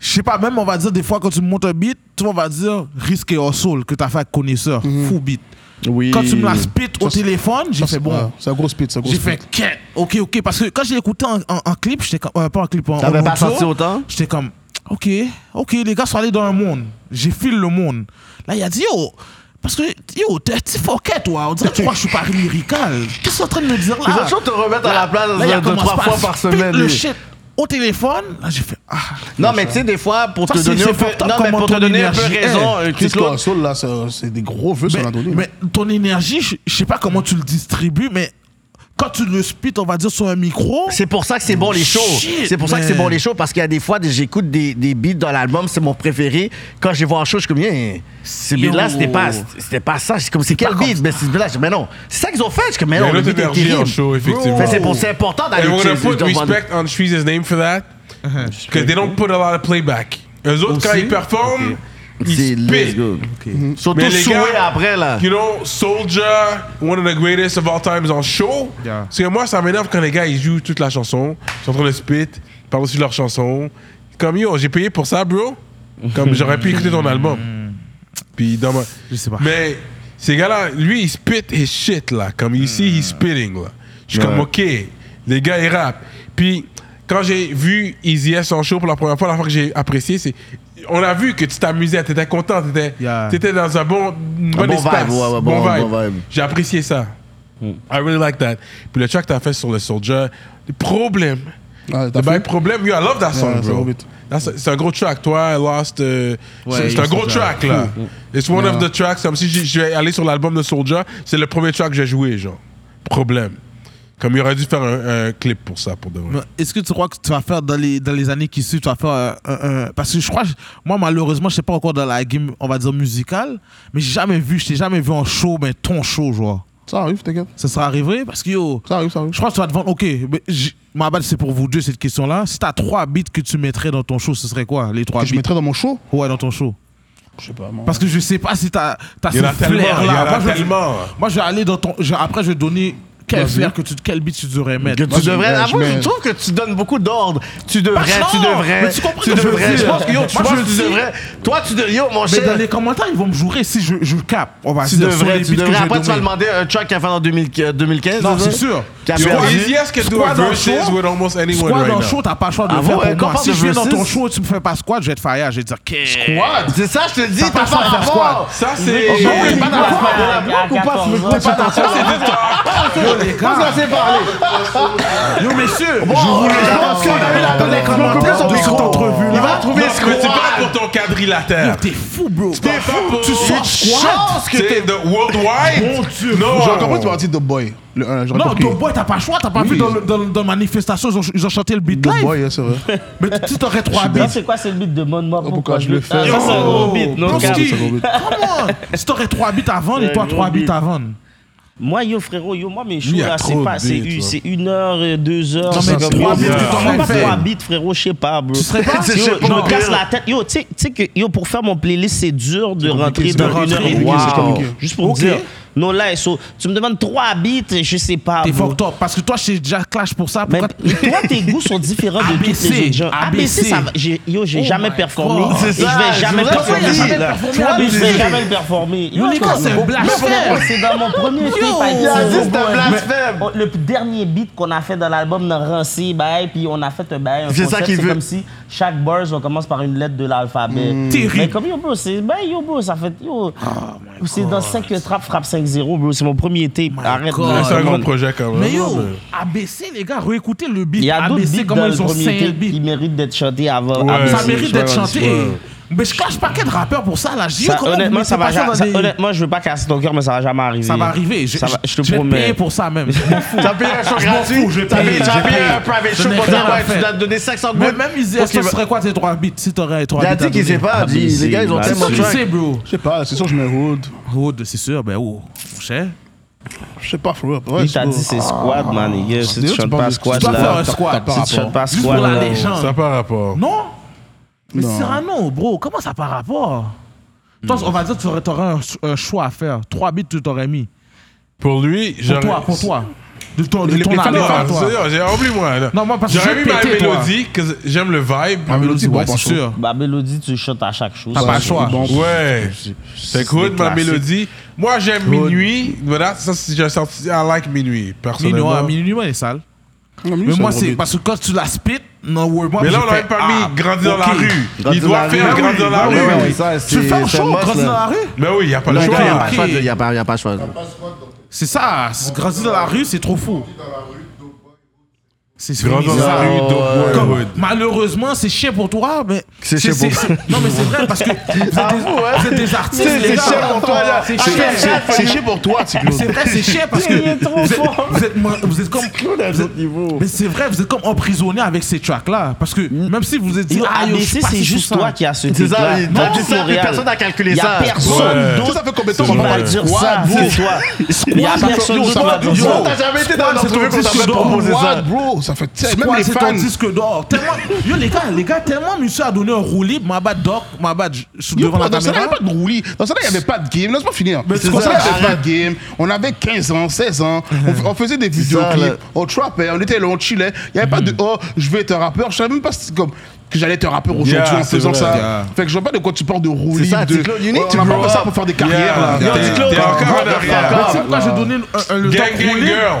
Speaker 3: Je sais pas, même on va dire des fois quand tu montes un beat, toi on va dire risque et soul que t'as fait avec connaisseur, fou beat.
Speaker 2: Oui.
Speaker 3: Quand tu me la spit au
Speaker 4: Hmm. Ça, c'est-
Speaker 3: téléphone, j'ai
Speaker 4: Ça,
Speaker 3: fait bon.
Speaker 4: ouais, C'est un gros speed. c'est un gros
Speaker 3: J'ai
Speaker 4: speed.
Speaker 3: fait quête. Ok, ok. Parce que quand je l'ai écouté en, en- en clip, j'étais comme. euh, pas en clip, en. en
Speaker 2: T'avais pas
Speaker 3: audio,
Speaker 2: senti autant?
Speaker 3: J'étais comme. Ok, ok, les gars sont allés dans un monde. J'ai file le monde. Là, il a dit yo. Parce que, yo, t'es un petit foquet, toi. On dirait que tu crois que je suis pas lyrical. Qu'est-ce que tu es en train de me dire là
Speaker 2: Les autres choses te remettent à la place
Speaker 3: Ah, Là, il a
Speaker 2: de- de
Speaker 3: commencé
Speaker 2: trois
Speaker 3: à
Speaker 2: fois par
Speaker 3: spit
Speaker 2: semaine.
Speaker 3: Le
Speaker 2: lui.
Speaker 3: shit au téléphone. Là, j'ai fait. Ah,
Speaker 2: Non, mais tu sais, des fois, pour
Speaker 3: Ça,
Speaker 2: te
Speaker 3: c'est-
Speaker 2: donner
Speaker 3: c'est
Speaker 2: un peu,
Speaker 3: fucked up
Speaker 2: non, mais
Speaker 3: comment
Speaker 2: pour te
Speaker 3: ton
Speaker 2: donner un peu
Speaker 3: énergie
Speaker 2: raison,
Speaker 3: est.
Speaker 2: euh,
Speaker 4: Chris
Speaker 2: Chris Law-
Speaker 4: Soul, là, ça- c'est des gros vœux sur
Speaker 3: mais,
Speaker 4: la donnée.
Speaker 3: mais ton énergie, je- je sais pas comment tu le distribues, mais quand tu le spit, on va dire sur un micro.
Speaker 2: C'est pour ça que c'est bon les shows.
Speaker 3: Shit,
Speaker 2: C'est pour ça que c'est
Speaker 3: man.
Speaker 2: bon les shows parce qu'il y a des fois des- j'écoute des, des beats dans l'album, c'est mon préféré. Quand je les vois en show, je suis comme, eh, ces
Speaker 3: Yo.
Speaker 2: beats-là, c'était pas, c'était pas ça. C'est comme, c'est quel
Speaker 3: pas
Speaker 2: beat?
Speaker 3: comme
Speaker 2: Mais, c'est- mais là, je- mais non, c'est ça qu'ils ont fait. Je suis comme, mais
Speaker 1: Il y a
Speaker 2: non,
Speaker 1: une
Speaker 2: le
Speaker 1: autre
Speaker 2: beat est
Speaker 1: énergie en
Speaker 2: terrible.
Speaker 1: show, effectivement.
Speaker 2: Fait que c'est pour- c'est important d'aller
Speaker 1: And we're gonna
Speaker 2: check-
Speaker 1: put
Speaker 2: je comprends-
Speaker 1: respect on Shree's name for that. Because they don't put a lot of playback. Eux autres, quand
Speaker 3: Aussi?
Speaker 1: ils performent,
Speaker 2: C'est
Speaker 1: ils
Speaker 2: let's
Speaker 1: spit.
Speaker 2: go.
Speaker 3: Mm-hmm.
Speaker 2: Surtout
Speaker 1: Mais les
Speaker 2: souhait
Speaker 1: gars,
Speaker 2: après, là.
Speaker 1: You know, Soldier, one of the greatest of all times en show.
Speaker 3: Yeah.
Speaker 1: Parce que moi, ça m'énerve quand les gars, ils jouent toute la chanson. Ils sont en train de spit par-dessus leur chanson. Comme yo, j'ai payé pour ça, bro. Comme j'aurais pu écouter ton album. Puis dans ma-
Speaker 3: Je sais pas.
Speaker 1: Mais ces gars-là, lui, il spit his shit, là. Comme ici, il spitting, là. Je suis comme, OK, les gars, ils rappent. Puis quand j'ai vu Easy S en show pour la première fois, la fois que j'ai apprécié, c'est. On a vu que tu t'amusais, t'étais content, t'étais
Speaker 3: Yeah.
Speaker 1: t'étais dans un bon, une bonne
Speaker 2: bon
Speaker 1: espace,
Speaker 2: vibe, ouais, ouais,
Speaker 1: bon,
Speaker 2: bon-
Speaker 1: vibe.
Speaker 2: bon vibe.
Speaker 1: J'ai apprécié ça.
Speaker 3: Hmm.
Speaker 1: I really like that. Puis le track que t'as fait sur le Soldier, problème.
Speaker 4: Ah, t'as
Speaker 1: The Bad
Speaker 4: fait-
Speaker 1: Problem, yo, I love that song,
Speaker 4: Ouais, c'est
Speaker 1: bro.
Speaker 4: gros beat.
Speaker 1: That's- C'est un gros track, toi, I Lost. euh,
Speaker 3: Ouais,
Speaker 1: c'est- c'est un
Speaker 3: il
Speaker 1: gros
Speaker 3: se
Speaker 1: track, là. It's one of the tracks, comme si j'ai- je vais aller sur l'album de Soldier, c'est le premier track que j'ai joué, genre. Problème. Comme il aurait dû faire un, un clip pour ça, pour de vrai.
Speaker 3: Mais Est-ce que tu crois que tu vas faire dans les, dans les années qui suivent, tu vas faire un- un- un- Parce que je crois, moi malheureusement, je sais pas encore dans la game, on va dire musicale, mais j'ai jamais vu, je t'ai jamais vu en show, mais ton show, genre.
Speaker 4: Ça arrive, t'inquiète.
Speaker 3: Ça sera arrivé parce que yo,
Speaker 4: Ça arrive, ça arrive.
Speaker 3: je crois que tu vas te vendre. Ok, mais j- ma balle, c'est pour vous deux cette question-là. Si t'as trois beats que tu mettrais dans ton show, ce serait quoi les trois
Speaker 4: Que je
Speaker 3: beats
Speaker 4: mettrais dans mon show
Speaker 3: Ouais, dans ton show.
Speaker 4: Je sais pas, moi.
Speaker 3: Parce que je sais pas si t'as as
Speaker 1: Il y en a
Speaker 3: ce
Speaker 1: tellement, il y en
Speaker 3: flair-là.
Speaker 1: a
Speaker 3: Moi, je-
Speaker 1: tellement.
Speaker 3: Moi, je vais aller dans ton. je- après, je vais donner quel
Speaker 4: Vas-y.
Speaker 3: flair que tu, quel beat tu devrais mettre.
Speaker 2: Que tu
Speaker 4: Moi, je-
Speaker 2: devrais.
Speaker 4: je
Speaker 2: ah, moi,
Speaker 4: mets-
Speaker 2: je trouve que tu donnes beaucoup d'ordres. Tu devrais,
Speaker 3: Parce que
Speaker 2: tu
Speaker 3: non,
Speaker 2: devrais.
Speaker 3: mais tu comprends ce que je veux
Speaker 2: devrais.
Speaker 3: dire.
Speaker 2: Je pense que yo, tu,
Speaker 3: Moi,
Speaker 2: penses
Speaker 3: je
Speaker 2: que tu
Speaker 3: dis-
Speaker 2: devrais. Toi, tu devrais. Yo, mon
Speaker 3: Mais
Speaker 2: cher.
Speaker 3: dans les commentaires, ils vont me jouer si je, je cap. On va
Speaker 2: Tu
Speaker 3: dire sur les
Speaker 2: devrais, tu
Speaker 3: beats que
Speaker 2: devrais.
Speaker 3: je vais
Speaker 2: Après, tu vas
Speaker 3: donner.
Speaker 2: demander un track qu'il a fait en 2000 euh, 2015.
Speaker 3: Non, c'est
Speaker 2: ça?
Speaker 3: sûr.
Speaker 2: Qui a
Speaker 1: Yo,
Speaker 2: perdu.
Speaker 1: Easy S can do a
Speaker 3: Squad en
Speaker 1: verses
Speaker 3: show.
Speaker 1: with almost anyone
Speaker 3: Squad
Speaker 1: right
Speaker 3: en
Speaker 1: now.
Speaker 3: show, t'as pas le choix de
Speaker 2: Ah
Speaker 3: le faire
Speaker 2: ouais,
Speaker 3: pour
Speaker 2: quand on
Speaker 3: moi.
Speaker 2: parle
Speaker 3: Si
Speaker 2: de
Speaker 3: je viens dans ton
Speaker 2: versus-
Speaker 3: show, tu me fais pas squad, je vais te fire. Je vais te dire, qu'est-ce
Speaker 2: C'est ça, je te le dis. T'as pas
Speaker 3: pas le choix de faire
Speaker 2: rapport.
Speaker 1: Ça, c'est.
Speaker 2: T'es pas dans la squad de la bloc ou pas? Tu veux pas dans la
Speaker 1: Ça, c'est du talk.
Speaker 3: les
Speaker 6: On
Speaker 3: gars.
Speaker 6: s'est parlé.
Speaker 3: Yo, messieurs,
Speaker 6: Je pense qu'on a eu la
Speaker 3: je
Speaker 6: peine
Speaker 3: vous
Speaker 6: d'être
Speaker 3: propose
Speaker 6: en
Speaker 3: de cette
Speaker 6: micro.
Speaker 3: entrevue
Speaker 6: Il
Speaker 3: là.
Speaker 6: va trouver
Speaker 1: Non,
Speaker 6: ce
Speaker 1: mais c'est pas
Speaker 6: qu'on
Speaker 1: pour ton quadrilatère.
Speaker 3: T'es fou, bro.
Speaker 1: T'es pas pour...
Speaker 3: Tu sors squat.
Speaker 6: Chance que
Speaker 1: C'est
Speaker 6: t'es
Speaker 1: the worldwide.
Speaker 3: Mon Dieu.
Speaker 1: Non.
Speaker 4: J'ai encore plus parti de Boy. Le 1, j'aurais
Speaker 3: Non,
Speaker 4: compris.
Speaker 3: Doughboy, t'as pas le choix, t'as pas
Speaker 4: Oui.
Speaker 3: vu dans, le- dans, dans la manifestation, ils ont, ils ont chanté le beat
Speaker 4: The
Speaker 3: live.
Speaker 4: Boy, yeah, c'est vrai.
Speaker 3: Mais tu- tu t'aurais trois
Speaker 5: Ça,
Speaker 3: beats.
Speaker 5: c'est quoi cette bite de bonne mort
Speaker 4: pourquoi je le fais?
Speaker 5: Ah, Ça, c'est un
Speaker 3: Oh,
Speaker 5: gros beat, non,
Speaker 3: Broski,
Speaker 5: calme.
Speaker 4: calme.
Speaker 3: Come on. Si t'aurais trois beats à vendre et
Speaker 5: C'est
Speaker 3: toi
Speaker 5: un gros
Speaker 3: trois beats
Speaker 5: beat.
Speaker 3: à vendre.
Speaker 5: Moi, yo, frérot, yo, moi, mes shows,
Speaker 1: Lui, il y a
Speaker 5: là,
Speaker 1: trop
Speaker 5: c'est
Speaker 1: de
Speaker 5: pas, c'est
Speaker 1: beats,
Speaker 5: une-
Speaker 1: ouais.
Speaker 5: c'est une heure, euh, deux heures.
Speaker 3: Non, mais
Speaker 5: c'est
Speaker 3: trois
Speaker 5: comme-
Speaker 3: beats,
Speaker 5: Yo,
Speaker 3: tu t'en
Speaker 5: même pas
Speaker 3: fais.
Speaker 5: trois beats, frérot, je sais pas, bro.
Speaker 3: Tu serais pas
Speaker 5: Yo,
Speaker 3: Yo,
Speaker 5: je
Speaker 3: non.
Speaker 5: me casse la tête. Yo, tu sais- tu sais que yo, pour faire mon playlist, c'est dur de rentrer
Speaker 3: c'est
Speaker 5: dans
Speaker 3: compliqué,
Speaker 5: une heure
Speaker 3: c'est
Speaker 5: et demie.
Speaker 3: compliqué,
Speaker 5: C'est
Speaker 3: c'est
Speaker 5: compliqué. Juste pour
Speaker 3: Ok.
Speaker 5: dire. Non, là, so, tu me demandes trois beats, je sais pas.
Speaker 3: T'es
Speaker 5: bro.
Speaker 3: fucked up. Parce que toi, chez Jack Clash pour ça.
Speaker 5: Ah Mais
Speaker 3: Pourquoi
Speaker 5: mais toi, tes goûts sont différents de toutes
Speaker 3: ABC,
Speaker 5: les autres gens.
Speaker 3: ABC,
Speaker 5: ABC, ça va. j'ai- Yo, j'ai
Speaker 3: Oh
Speaker 5: jamais
Speaker 3: my
Speaker 5: performé.
Speaker 3: God.
Speaker 5: Et
Speaker 3: C'est
Speaker 5: je
Speaker 3: ça,
Speaker 5: vais
Speaker 3: je
Speaker 5: jamais
Speaker 3: voulais
Speaker 5: performer.
Speaker 3: dire, jamais
Speaker 5: là.
Speaker 3: performé
Speaker 5: Tu vois, mais Je
Speaker 3: ABC.
Speaker 5: vais jamais le performer. Yo,
Speaker 3: Nico,
Speaker 5: attends,
Speaker 3: c'est
Speaker 5: bon,
Speaker 3: blasphème.
Speaker 5: bon, C'est dans mon premier clip. avec
Speaker 6: Il a
Speaker 5: Nico.
Speaker 6: dit c'était blasphème.
Speaker 5: On- Oh, Le dernier beat qu'on a fait dans l'album n'a rancé, bail, puis on a fait un bail, un
Speaker 2: C'est ça
Speaker 5: concept,
Speaker 2: qu'il
Speaker 5: c'est
Speaker 2: veut.
Speaker 5: comme si chaque bars, on commence par une lettre de l'alphabet.
Speaker 3: Terrible.
Speaker 5: Mais comme yo, bro, c'est, ben yo, bro, ça fait, yo, c'est dans 5 trap frappe 5-0, bro, c'est mon premier tape, arrête.
Speaker 3: God.
Speaker 5: bro,
Speaker 1: C'est un
Speaker 5: come
Speaker 1: gros
Speaker 5: on.
Speaker 1: projet quand même.
Speaker 3: Mais yo, ABC, les gars, réécoutez le beat.
Speaker 5: Il y a d'autres
Speaker 3: ABC,
Speaker 5: beats
Speaker 3: comment
Speaker 5: dans le
Speaker 3: ils ont
Speaker 5: premier
Speaker 3: saigné le
Speaker 5: clip qui
Speaker 3: beat.
Speaker 5: méritent d'être chantés avant. Ah,
Speaker 1: Ouais.
Speaker 5: avant-
Speaker 3: Ça
Speaker 1: Ouais,
Speaker 3: mérite
Speaker 1: c'est-
Speaker 3: d'être
Speaker 1: ouais,
Speaker 3: chanté.
Speaker 1: ouais.
Speaker 3: Mais je clash pas de rappeur pour ça, là. J'ai
Speaker 5: Ça,
Speaker 3: comment
Speaker 5: honnêtement,
Speaker 3: vous
Speaker 5: ça va
Speaker 3: mettez pas
Speaker 5: ja-
Speaker 3: dans
Speaker 5: ça-
Speaker 3: des-
Speaker 5: honnêtement, je veux pas casser ton cœur, mais ça va jamais arriver.
Speaker 3: Ça va arriver. Je,
Speaker 5: Ça va- je te
Speaker 3: vais
Speaker 5: promets.
Speaker 3: payer pour ça, même.
Speaker 2: T'as payé un show gratuit.
Speaker 3: je vais
Speaker 2: T'as
Speaker 3: payer,
Speaker 2: payé
Speaker 3: je
Speaker 2: t'as
Speaker 3: vais
Speaker 2: payé
Speaker 3: payer.
Speaker 2: un private
Speaker 3: Je
Speaker 2: show
Speaker 3: n'ai
Speaker 2: pour ta
Speaker 3: rien à
Speaker 2: ouais,
Speaker 3: faire.
Speaker 2: Tu dois te donner 500
Speaker 3: Mais
Speaker 2: gouttes.
Speaker 3: même ils disent,
Speaker 2: Parce
Speaker 3: est-ce que
Speaker 2: qu'il
Speaker 3: ce
Speaker 2: va-
Speaker 3: serait quoi tes trois beats si t'aurais trois
Speaker 2: Il
Speaker 3: beats
Speaker 2: a
Speaker 3: à
Speaker 2: dit qu'il
Speaker 3: donner? Bah,
Speaker 2: sait pas. dit,
Speaker 5: ABC,
Speaker 2: Les gars, ils ont
Speaker 5: là-dessus.
Speaker 2: tellement
Speaker 3: Tu
Speaker 2: de
Speaker 3: le
Speaker 2: tracks.
Speaker 3: sais, bro.
Speaker 4: Je sais pas, c'est sûr que je mets Hood.
Speaker 3: Oh, c'est sûr, ben oh, mon cher.
Speaker 4: Je sais pas, Ah, for real. Ouais,
Speaker 5: Il t'a
Speaker 4: c'est-
Speaker 5: dit c'est squad, man. les gars. Si tu
Speaker 4: D'ailleurs, tu
Speaker 5: chantes
Speaker 4: parles
Speaker 5: pas
Speaker 4: de-
Speaker 5: squad,
Speaker 4: tu dois
Speaker 3: Pas faire un
Speaker 5: là.
Speaker 3: squat.
Speaker 4: par
Speaker 5: Si tu chantes
Speaker 4: rapport.
Speaker 5: pas
Speaker 3: Juste pour
Speaker 5: squad,
Speaker 3: la
Speaker 5: là.
Speaker 1: euh, Ça n'a
Speaker 3: légende.
Speaker 1: pas rapport.
Speaker 3: Non Mais
Speaker 4: Non.
Speaker 3: Cyrano, bro, comment ça par rapport Toi,
Speaker 1: Hmm.
Speaker 3: on va dire que tu aurais, t'aurais un, un choix à faire. Trois beats, tu t'aurais mis.
Speaker 1: Pour lui,
Speaker 3: Pour
Speaker 1: j'aurais...
Speaker 3: toi, pour toi. De ton, de
Speaker 4: Les-
Speaker 3: ton
Speaker 4: les
Speaker 3: album,
Speaker 4: fans,
Speaker 3: toi.
Speaker 1: Non, j'ai- oublie-moi. là.
Speaker 3: Non, moi, parce que
Speaker 1: J'aurais
Speaker 3: je
Speaker 1: mis
Speaker 3: vais
Speaker 1: ma
Speaker 3: péter, toi.
Speaker 1: mélodie, que j'aime le vibe.
Speaker 4: Ah, mais l'autre,
Speaker 3: Ouais,
Speaker 4: bon,
Speaker 3: c'est
Speaker 4: pas chaud.
Speaker 3: sûr.
Speaker 5: Bah, Mélodie, tu chantes à chaque chose.
Speaker 3: T'as pas le
Speaker 5: Ça,
Speaker 3: choix.
Speaker 4: bon.
Speaker 1: Ouais.
Speaker 5: c'est-
Speaker 1: T'écoutes
Speaker 5: c'est
Speaker 1: ma
Speaker 5: classique.
Speaker 1: mélodie. Moi, j'aime minuit. Voilà, ça, c'est- j'ai senti. I like minuit,
Speaker 3: Minuit,
Speaker 1: personnellement.
Speaker 3: minuit, ouais, il est sale.
Speaker 4: Non,
Speaker 3: Mais
Speaker 4: c'est
Speaker 3: moi,
Speaker 4: un gros
Speaker 3: c'est
Speaker 4: beat.
Speaker 3: parce que quand tu la spit, non, ouais, moi,
Speaker 1: Mais là,
Speaker 3: j'ai
Speaker 1: on l'avait
Speaker 3: fait,
Speaker 1: pas mis
Speaker 3: ah,
Speaker 1: Grandi dans la
Speaker 3: ok.
Speaker 1: rue.
Speaker 2: Grandi
Speaker 1: Il
Speaker 2: dans
Speaker 1: doit
Speaker 2: la
Speaker 1: faire
Speaker 2: rue. Ah
Speaker 1: Grandi dans la
Speaker 2: Ouais, ouais, ouais,
Speaker 1: rue.
Speaker 2: ça,
Speaker 3: Tu fais
Speaker 2: c'est-
Speaker 3: un
Speaker 2: c'est
Speaker 3: show,
Speaker 2: must,
Speaker 3: Grandi
Speaker 2: là.
Speaker 3: dans la rue
Speaker 1: Mais oui, il n'y a pas le
Speaker 2: Non, il
Speaker 1: choix.
Speaker 2: y a pas
Speaker 3: ok.
Speaker 2: le choix. Il n'y a pas il y a pas le choix.
Speaker 3: C'est ça, c'est Grandi dans la rue, c'est trop fou. C'est fini,
Speaker 1: Grandi dans
Speaker 3: c'est
Speaker 1: la
Speaker 3: ça.
Speaker 1: rue, Dope Boy
Speaker 3: Comme-
Speaker 1: Hood.
Speaker 3: malheureusement, c'est chier pour toi, mais.
Speaker 2: C'est chier pour-
Speaker 3: Non, mais c'est vrai, parce que vous êtes des, vous êtes des artistes.
Speaker 2: C'est-
Speaker 3: les
Speaker 2: c'est
Speaker 3: gars.
Speaker 2: chier pour toi, là.
Speaker 3: C'est
Speaker 2: Ah,
Speaker 3: chier.
Speaker 2: merde,
Speaker 3: C'est-
Speaker 4: C'est chier pour toi, c'est
Speaker 3: C'est vrai, c'est chier parce que. Vous êtes, vous êtes, mo- vous êtes comme. vous êtes- mais c'est vrai, vous êtes comme emprisonné avec ces tracks-là. Parce que
Speaker 2: Mm.
Speaker 3: même si vous êtes dit,
Speaker 5: Yo,
Speaker 3: ah, yo, je suis
Speaker 5: ABC,
Speaker 3: passé
Speaker 5: c'est
Speaker 3: sous
Speaker 5: juste
Speaker 3: ça.
Speaker 5: toi qui as ce
Speaker 2: C'est ça,
Speaker 5: truc-là.
Speaker 2: il-
Speaker 5: Dans
Speaker 2: t'as dit
Speaker 5: tout
Speaker 2: ça, puis
Speaker 5: Montréal.
Speaker 2: personne n'a calculé
Speaker 5: Y a
Speaker 2: ça.
Speaker 5: personne
Speaker 1: Ouais.
Speaker 4: Ça,
Speaker 5: d'autre
Speaker 4: ça fait combien de temps
Speaker 5: qui
Speaker 4: qu'on va
Speaker 5: va
Speaker 4: parler
Speaker 5: dire ça, c'est toi. Y a personne d'autre qui va dire
Speaker 2: Yo,
Speaker 5: ça.
Speaker 2: t'as jamais été dans
Speaker 3: Squad,
Speaker 2: une
Speaker 3: c'est
Speaker 2: entrevue
Speaker 3: ton
Speaker 2: qu'on t'a
Speaker 3: disque
Speaker 2: même
Speaker 3: d'or.
Speaker 2: proposé ça.
Speaker 4: bro, ça fait
Speaker 3: C'est
Speaker 4: même
Speaker 3: quoi,
Speaker 4: les
Speaker 3: c'est
Speaker 4: fans.
Speaker 3: ton disque d'or. Tellement, yo les gars, les gars, tellement monsieur a donné un roue libre, ma bad doc, ma bad, je je suis
Speaker 4: Yo,
Speaker 3: devant la
Speaker 4: dans ce temps-là, il n'y
Speaker 3: caméra.
Speaker 4: avait pas de roulis. Dans ce temps-là, il n'y avait pas de game. Laisse-moi finir. Dans ce
Speaker 2: c'est
Speaker 4: temps-là,
Speaker 2: ça,
Speaker 4: il n'y avait pas
Speaker 2: arrête.
Speaker 4: de game. On avait 15 ans, 16 ans. On, on faisait des
Speaker 2: ça,
Speaker 4: vidéoclips.
Speaker 2: là.
Speaker 4: on trappait, on était là, on chillait. Il n'y avait pas de oh, je vais être un rappeur. Je savais même pas si- comme, que j'allais être un rappeur aujourd'hui
Speaker 1: Yeah,
Speaker 4: en
Speaker 1: c'est
Speaker 4: faisant
Speaker 1: vrai.
Speaker 4: ça.
Speaker 1: Yeah.
Speaker 4: Fait que je vois pas de quoi tu parles de roulis.
Speaker 2: C'est ça,
Speaker 4: de...
Speaker 2: Tic-Lo, you need
Speaker 4: Ouais,
Speaker 2: to
Speaker 4: on n'a pas
Speaker 2: grow
Speaker 4: fait ça
Speaker 2: up.
Speaker 4: pour faire des carrières.
Speaker 1: Yeah,
Speaker 4: là.
Speaker 1: T'es t'es encore en
Speaker 3: Mais
Speaker 1: arrière.
Speaker 3: tu sais pourquoi j'ai donné un- un- le
Speaker 1: Gang,
Speaker 3: doc roue
Speaker 1: gang,
Speaker 3: libre
Speaker 1: girl.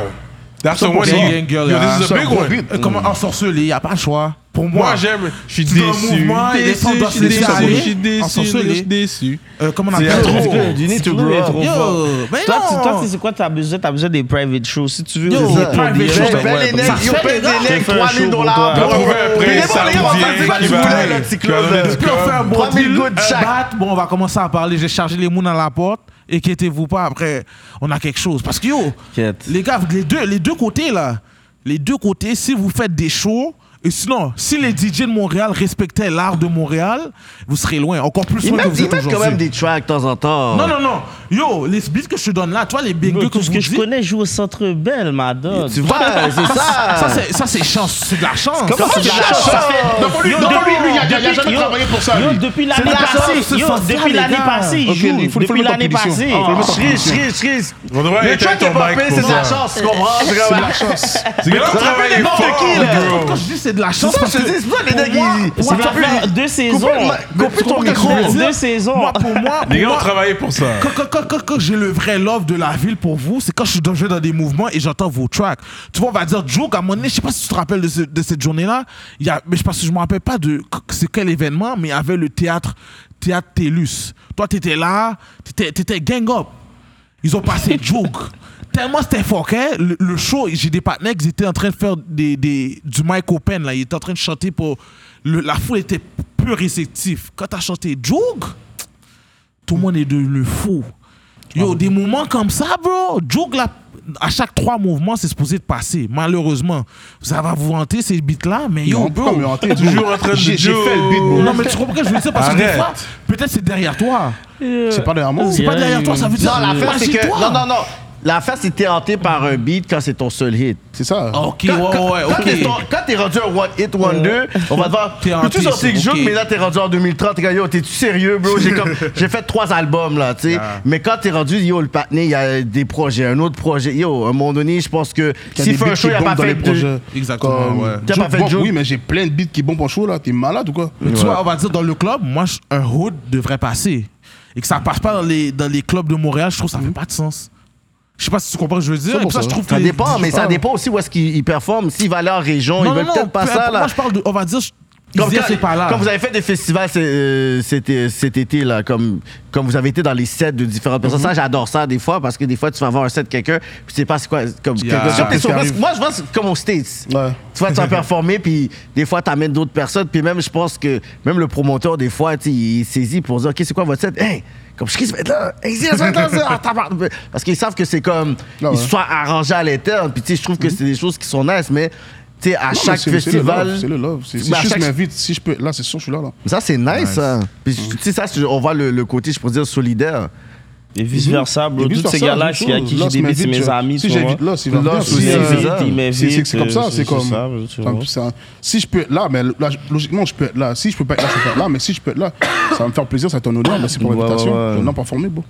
Speaker 1: That's the
Speaker 3: Ah, Pour
Speaker 1: one.
Speaker 3: gang,
Speaker 1: you-
Speaker 3: gang, girl,
Speaker 1: Yo,
Speaker 3: là.
Speaker 1: this is
Speaker 3: Ça,
Speaker 1: a big
Speaker 4: gros
Speaker 1: one.
Speaker 4: beat.
Speaker 3: Euh,
Speaker 2: Mm.
Speaker 3: Comment ensorceler, y a pas le choix. Pour moi,
Speaker 1: Moi, j'aime. Je suis
Speaker 3: Tu dois
Speaker 1: déçu.
Speaker 3: mouvement et
Speaker 1: Déçu,
Speaker 3: défendre
Speaker 1: je suis déçu,
Speaker 3: société.
Speaker 1: Je suis déçu.
Speaker 3: Ensorcelé.
Speaker 1: Je suis déçu.
Speaker 3: euh, comment on
Speaker 1: C'est
Speaker 3: appelle
Speaker 1: un
Speaker 3: ça?
Speaker 1: trop.
Speaker 2: You need to
Speaker 5: Nous,
Speaker 2: grow
Speaker 5: on est
Speaker 2: up.
Speaker 5: trop
Speaker 3: Yo,
Speaker 5: forts.
Speaker 3: mais
Speaker 5: Toi, tu-
Speaker 3: non.
Speaker 5: toi, c'est quoi t'as besoin? T'as besoin des private shows. Si tu veux,
Speaker 3: Yo,
Speaker 5: c'est
Speaker 3: private
Speaker 5: ton
Speaker 3: shows,
Speaker 5: billet,
Speaker 3: ben,
Speaker 5: ouais,
Speaker 2: Paye les
Speaker 5: comme ça.
Speaker 2: nègres, yo, paye
Speaker 5: J'ai
Speaker 2: les nègres,
Speaker 5: fait un
Speaker 2: 3000
Speaker 5: show pour
Speaker 2: dollars.
Speaker 1: T'as
Speaker 5: toi.
Speaker 2: bro.
Speaker 1: trouvé un
Speaker 2: Mais les bons,
Speaker 1: prêt
Speaker 2: les gars, on s'en dit
Speaker 1: saoudien
Speaker 2: pas
Speaker 1: qui
Speaker 2: du
Speaker 1: va...
Speaker 2: poulet, là, petit clown, là.
Speaker 3: Puis on fait un bon
Speaker 2: 3000
Speaker 3: deal,
Speaker 2: gouttes
Speaker 3: un
Speaker 2: chaque.
Speaker 3: bat. Bon, on va commencer à parler. J'ai chargé les mounes à la porte. Inquiétez-vous pas, après, on a quelque chose. Parce que yo,
Speaker 5: T'inquiète.
Speaker 3: les gars, les deux, les deux côtés là, les deux côtés, si vous faites des shows, et sinon, si les DJ de Montréal respectaient l'art de Montréal, vous serez loin, encore plus
Speaker 2: Ils
Speaker 3: loin que
Speaker 2: mettent
Speaker 3: vous
Speaker 2: ils
Speaker 3: êtes
Speaker 2: mettent quand même
Speaker 3: aujourd'hui.
Speaker 2: des tracks de temps en temps.
Speaker 3: Non, non, non. Yo, les beats que je te donne là, toi, les big
Speaker 5: Yo,
Speaker 3: deux que
Speaker 5: Tout ce
Speaker 3: vous
Speaker 5: que je
Speaker 3: dites,
Speaker 5: connais joue au centre Bell, madame.
Speaker 2: Tu vois, c'est
Speaker 3: Ah,
Speaker 2: ça.
Speaker 3: ça, c'est- ça, c'est chance, c'est de la chance.
Speaker 2: Comment c'est de la chance?
Speaker 4: Non, pour lui,
Speaker 5: Yo,
Speaker 4: non, pour lui, lui, il y a- il y a
Speaker 5: depuis-
Speaker 4: jamais
Speaker 5: yo,
Speaker 4: travaillé pour ça.
Speaker 5: yo,
Speaker 4: lui.
Speaker 5: depuis l'année
Speaker 3: de la chance,
Speaker 5: passée, yo,
Speaker 3: sociale,
Speaker 5: depuis
Speaker 3: les
Speaker 5: l'année
Speaker 3: gars.
Speaker 5: passée, il
Speaker 4: Ok,
Speaker 5: joue.
Speaker 4: il faut le
Speaker 5: Depuis
Speaker 4: mettre en
Speaker 5: l'année
Speaker 4: condition.
Speaker 5: passée.
Speaker 4: Il faut le mettre en
Speaker 5: Chris,
Speaker 4: condition.
Speaker 5: Chris, Chris.
Speaker 1: On devrait
Speaker 2: Le
Speaker 1: éteindre
Speaker 2: track
Speaker 1: ton
Speaker 2: est pas
Speaker 1: mic
Speaker 2: payé,
Speaker 1: pour
Speaker 2: eh, c'est de la
Speaker 1: ça.
Speaker 2: chance. Tu comprends? C'est
Speaker 4: C'est
Speaker 2: comme-
Speaker 4: de la chance.
Speaker 1: C'est que là, on travaille
Speaker 2: n'importe
Speaker 1: fort,
Speaker 2: qui, là.
Speaker 1: bro.
Speaker 3: Quand je dis c'est de la chance,
Speaker 2: C'est ça,
Speaker 3: parce
Speaker 2: je te dis,
Speaker 3: que
Speaker 2: c'est pour ça que les
Speaker 3: pour
Speaker 2: nègres,
Speaker 3: moi,
Speaker 2: ils-
Speaker 5: Ça
Speaker 3: pour
Speaker 5: va
Speaker 3: moi,
Speaker 5: faire deux saisons.
Speaker 2: Coupe le mic, coupe ton micro.
Speaker 5: Deux saisons.
Speaker 3: Moi, pour moi, pour
Speaker 1: Les gars, on
Speaker 3: moi,
Speaker 1: travaillait pour ça.
Speaker 3: quand, quand- quand- quand- quand j'ai le vrai love de la ville pour vous, c'est quand je suis dans, je vais dans des mouvements et j'entends vos tracks. Tu vois, on va dire, Joe, à un moment donné, je sais pas si tu te rappelles de, ce- de cette journée-là, il y a, mais je pense que je me rappelle pas de c- c'est quel événement, mais il y avait le théâtre, théâtre Télus. Toi, t'étais là, t'étais, t'étais gang up. Ils ont passé Joke. Tellement c'était foquet, le, le show, j'ai des partenaires qui étaient en train de faire des, des- du Mike Open, là. Ils étaient en train de chanter pour. le- la foule était peu réceptive. Quand t'as chanté Joug, tout le monde est devenu fou.
Speaker 2: Ah,
Speaker 3: Yo, des moments comme ça, bro. Joug, là, à chaque trois mouvements, c'est supposé de passer. Malheureusement, ça va vous hanter ces beats-là, mais yo,
Speaker 4: Non,
Speaker 3: bro.
Speaker 4: pas me hanter,
Speaker 1: toujours en train de
Speaker 4: J'ai j'ai
Speaker 1: dire-
Speaker 4: fait le beat, bro.
Speaker 3: Non, mais tu comprends que je veux dire parce que des
Speaker 1: Arrête.
Speaker 3: fois, peut-être c'est derrière toi.
Speaker 2: Euh,
Speaker 4: C'est pas derrière moi.
Speaker 3: C'est pas derrière toi, ça veut dire.
Speaker 2: Non, l'affaire, c'est que.
Speaker 3: Imagine-toi.
Speaker 2: Non, non, non. L'affaire, c'est que t'es hanté par un beat quand c'est ton seul hit.
Speaker 4: C'est ça.
Speaker 3: Ah, Ok, ouais, ouais, ouais,
Speaker 2: Quand t'es ton-
Speaker 3: ok.
Speaker 2: Quand t'es rendu un one hit wonder, on va te voir.
Speaker 3: T'es hanté,
Speaker 2: Peux-tu sortir que
Speaker 3: c'est-
Speaker 2: joke,
Speaker 3: ok.
Speaker 2: mais là t'es rendu en 2030, t'es comme, yo, t'es-tu sérieux, bro? J'ai comme, j'ai fait trois albums, là, tu sais. Mais quand t'es rendu, yo, le patiné, il y a des projets, un autre projet. Yo, à un moment donné, je pense que
Speaker 4: Il y a
Speaker 2: s'il
Speaker 4: des
Speaker 2: fait
Speaker 4: beats
Speaker 2: un
Speaker 4: qui
Speaker 2: show, il
Speaker 4: bombent
Speaker 2: a pas
Speaker 4: dans
Speaker 2: fait
Speaker 4: les projets.
Speaker 2: deux.
Speaker 3: Exactement,
Speaker 4: Comme-
Speaker 3: ouais.
Speaker 2: T'as pas
Speaker 4: Joke
Speaker 2: fait
Speaker 4: bomb,
Speaker 2: Joke?
Speaker 4: Oui, mais j'ai plein de beats qui bombent en show là. T'es malade ou quoi
Speaker 3: Mais tu vois, on va dire dans le club, moi, je- un hood devrait passer. Et que ça passe pas dans les, dans les clubs de Montréal, je trouve que ça fait pas de sens. Je sais pas si tu comprends ce que je veux dire.
Speaker 4: C'est
Speaker 3: Et
Speaker 4: bon,
Speaker 3: ça,
Speaker 4: ça.
Speaker 3: je trouve que
Speaker 2: Mm-hmm. Ça
Speaker 3: les-
Speaker 2: dépend, mais ça dépend aussi où est-ce qu'il il performe. S'il va aller en région,
Speaker 3: Non,
Speaker 2: il
Speaker 3: non,
Speaker 2: veut
Speaker 3: non,
Speaker 2: peut-être pas
Speaker 3: peu
Speaker 2: ça,
Speaker 3: importe,
Speaker 2: là.
Speaker 3: Moi, je parle de. On va dire. je-
Speaker 2: Comme
Speaker 3: Isaiah,
Speaker 2: quand,
Speaker 3: c'est pas là.
Speaker 2: quand vous avez fait des festivals c'est, euh, cet, euh, cet été, là, comme, comme vous avez été dans les sets de différentes personnes, ça,
Speaker 4: Mm-hmm.
Speaker 2: j'adore ça des fois parce que des fois, tu vas voir un set de quelqu'un, puis tu sais pas c'est quoi. Comme,
Speaker 3: Yeah.
Speaker 2: quelqu'un-
Speaker 3: Qu'est-ce
Speaker 4: qui
Speaker 2: surprise.
Speaker 4: arrive?
Speaker 2: moi, je pense comme aux States.
Speaker 4: Ouais.
Speaker 2: Tu vois, tu vas performer, puis des fois, tu amènes d'autres personnes, puis même, je pense que même le promoteur, des fois, tu sais, il saisit pour dire, OK, c'est quoi votre set? Hey, comme je kiffe là, Hey, c'est ça, là, ça, ah, tabarnak. parce qu'ils savent que c'est comme
Speaker 4: Ah ouais. Mm-hmm.
Speaker 2: ils se sont arrangés à l'interne, puis tu sais, je trouve que c'est des choses qui sont nice, mais tu sais, à
Speaker 4: Non, mais
Speaker 2: chaque
Speaker 4: c'est-
Speaker 2: festival,
Speaker 4: C'est le love. C'est bah, le love. C'est- Si
Speaker 2: Mais à
Speaker 4: je suis
Speaker 2: chaque-
Speaker 4: m'invite, si je peux. Là, c'est sûr, je suis là. là.
Speaker 2: ça, c'est nice, ça. Puis, tu sais, ça, c'est- on voit le, le côté, je pourrais dire, solidaire.
Speaker 5: Et
Speaker 4: Mhm.
Speaker 5: vice-versa, bro.
Speaker 4: Et
Speaker 5: Tous
Speaker 4: vice-versa,
Speaker 5: ces gars-là
Speaker 4: même
Speaker 5: qui- à
Speaker 4: chose.
Speaker 5: qui
Speaker 4: Là,
Speaker 5: j'ai des
Speaker 4: si
Speaker 5: c'est
Speaker 4: m'invite,
Speaker 5: mes
Speaker 4: je-
Speaker 5: amis.
Speaker 4: Si
Speaker 5: tu vois.
Speaker 4: j'invite là, c'est va
Speaker 2: Là,
Speaker 4: venir,
Speaker 2: si il
Speaker 4: c'est- euh,
Speaker 2: m'invite,
Speaker 4: c'est-
Speaker 2: il
Speaker 5: m'invite,
Speaker 4: c'est- C'est comme
Speaker 5: euh,
Speaker 4: ça,
Speaker 5: c'est
Speaker 4: c'est comme.
Speaker 5: ça, tu vois.
Speaker 4: Enfin, c'est un- Si je peux être là, mais là, je- logiquement, je peux être là. Si je peux pas être là, je peux pas être là. Mais si je peux être là, ça va me faire plaisir, ça va être un honneur. Merci pour
Speaker 2: Ouais,
Speaker 4: l'invitation.
Speaker 2: ouais, ouais.
Speaker 4: Je vais en performer, bro.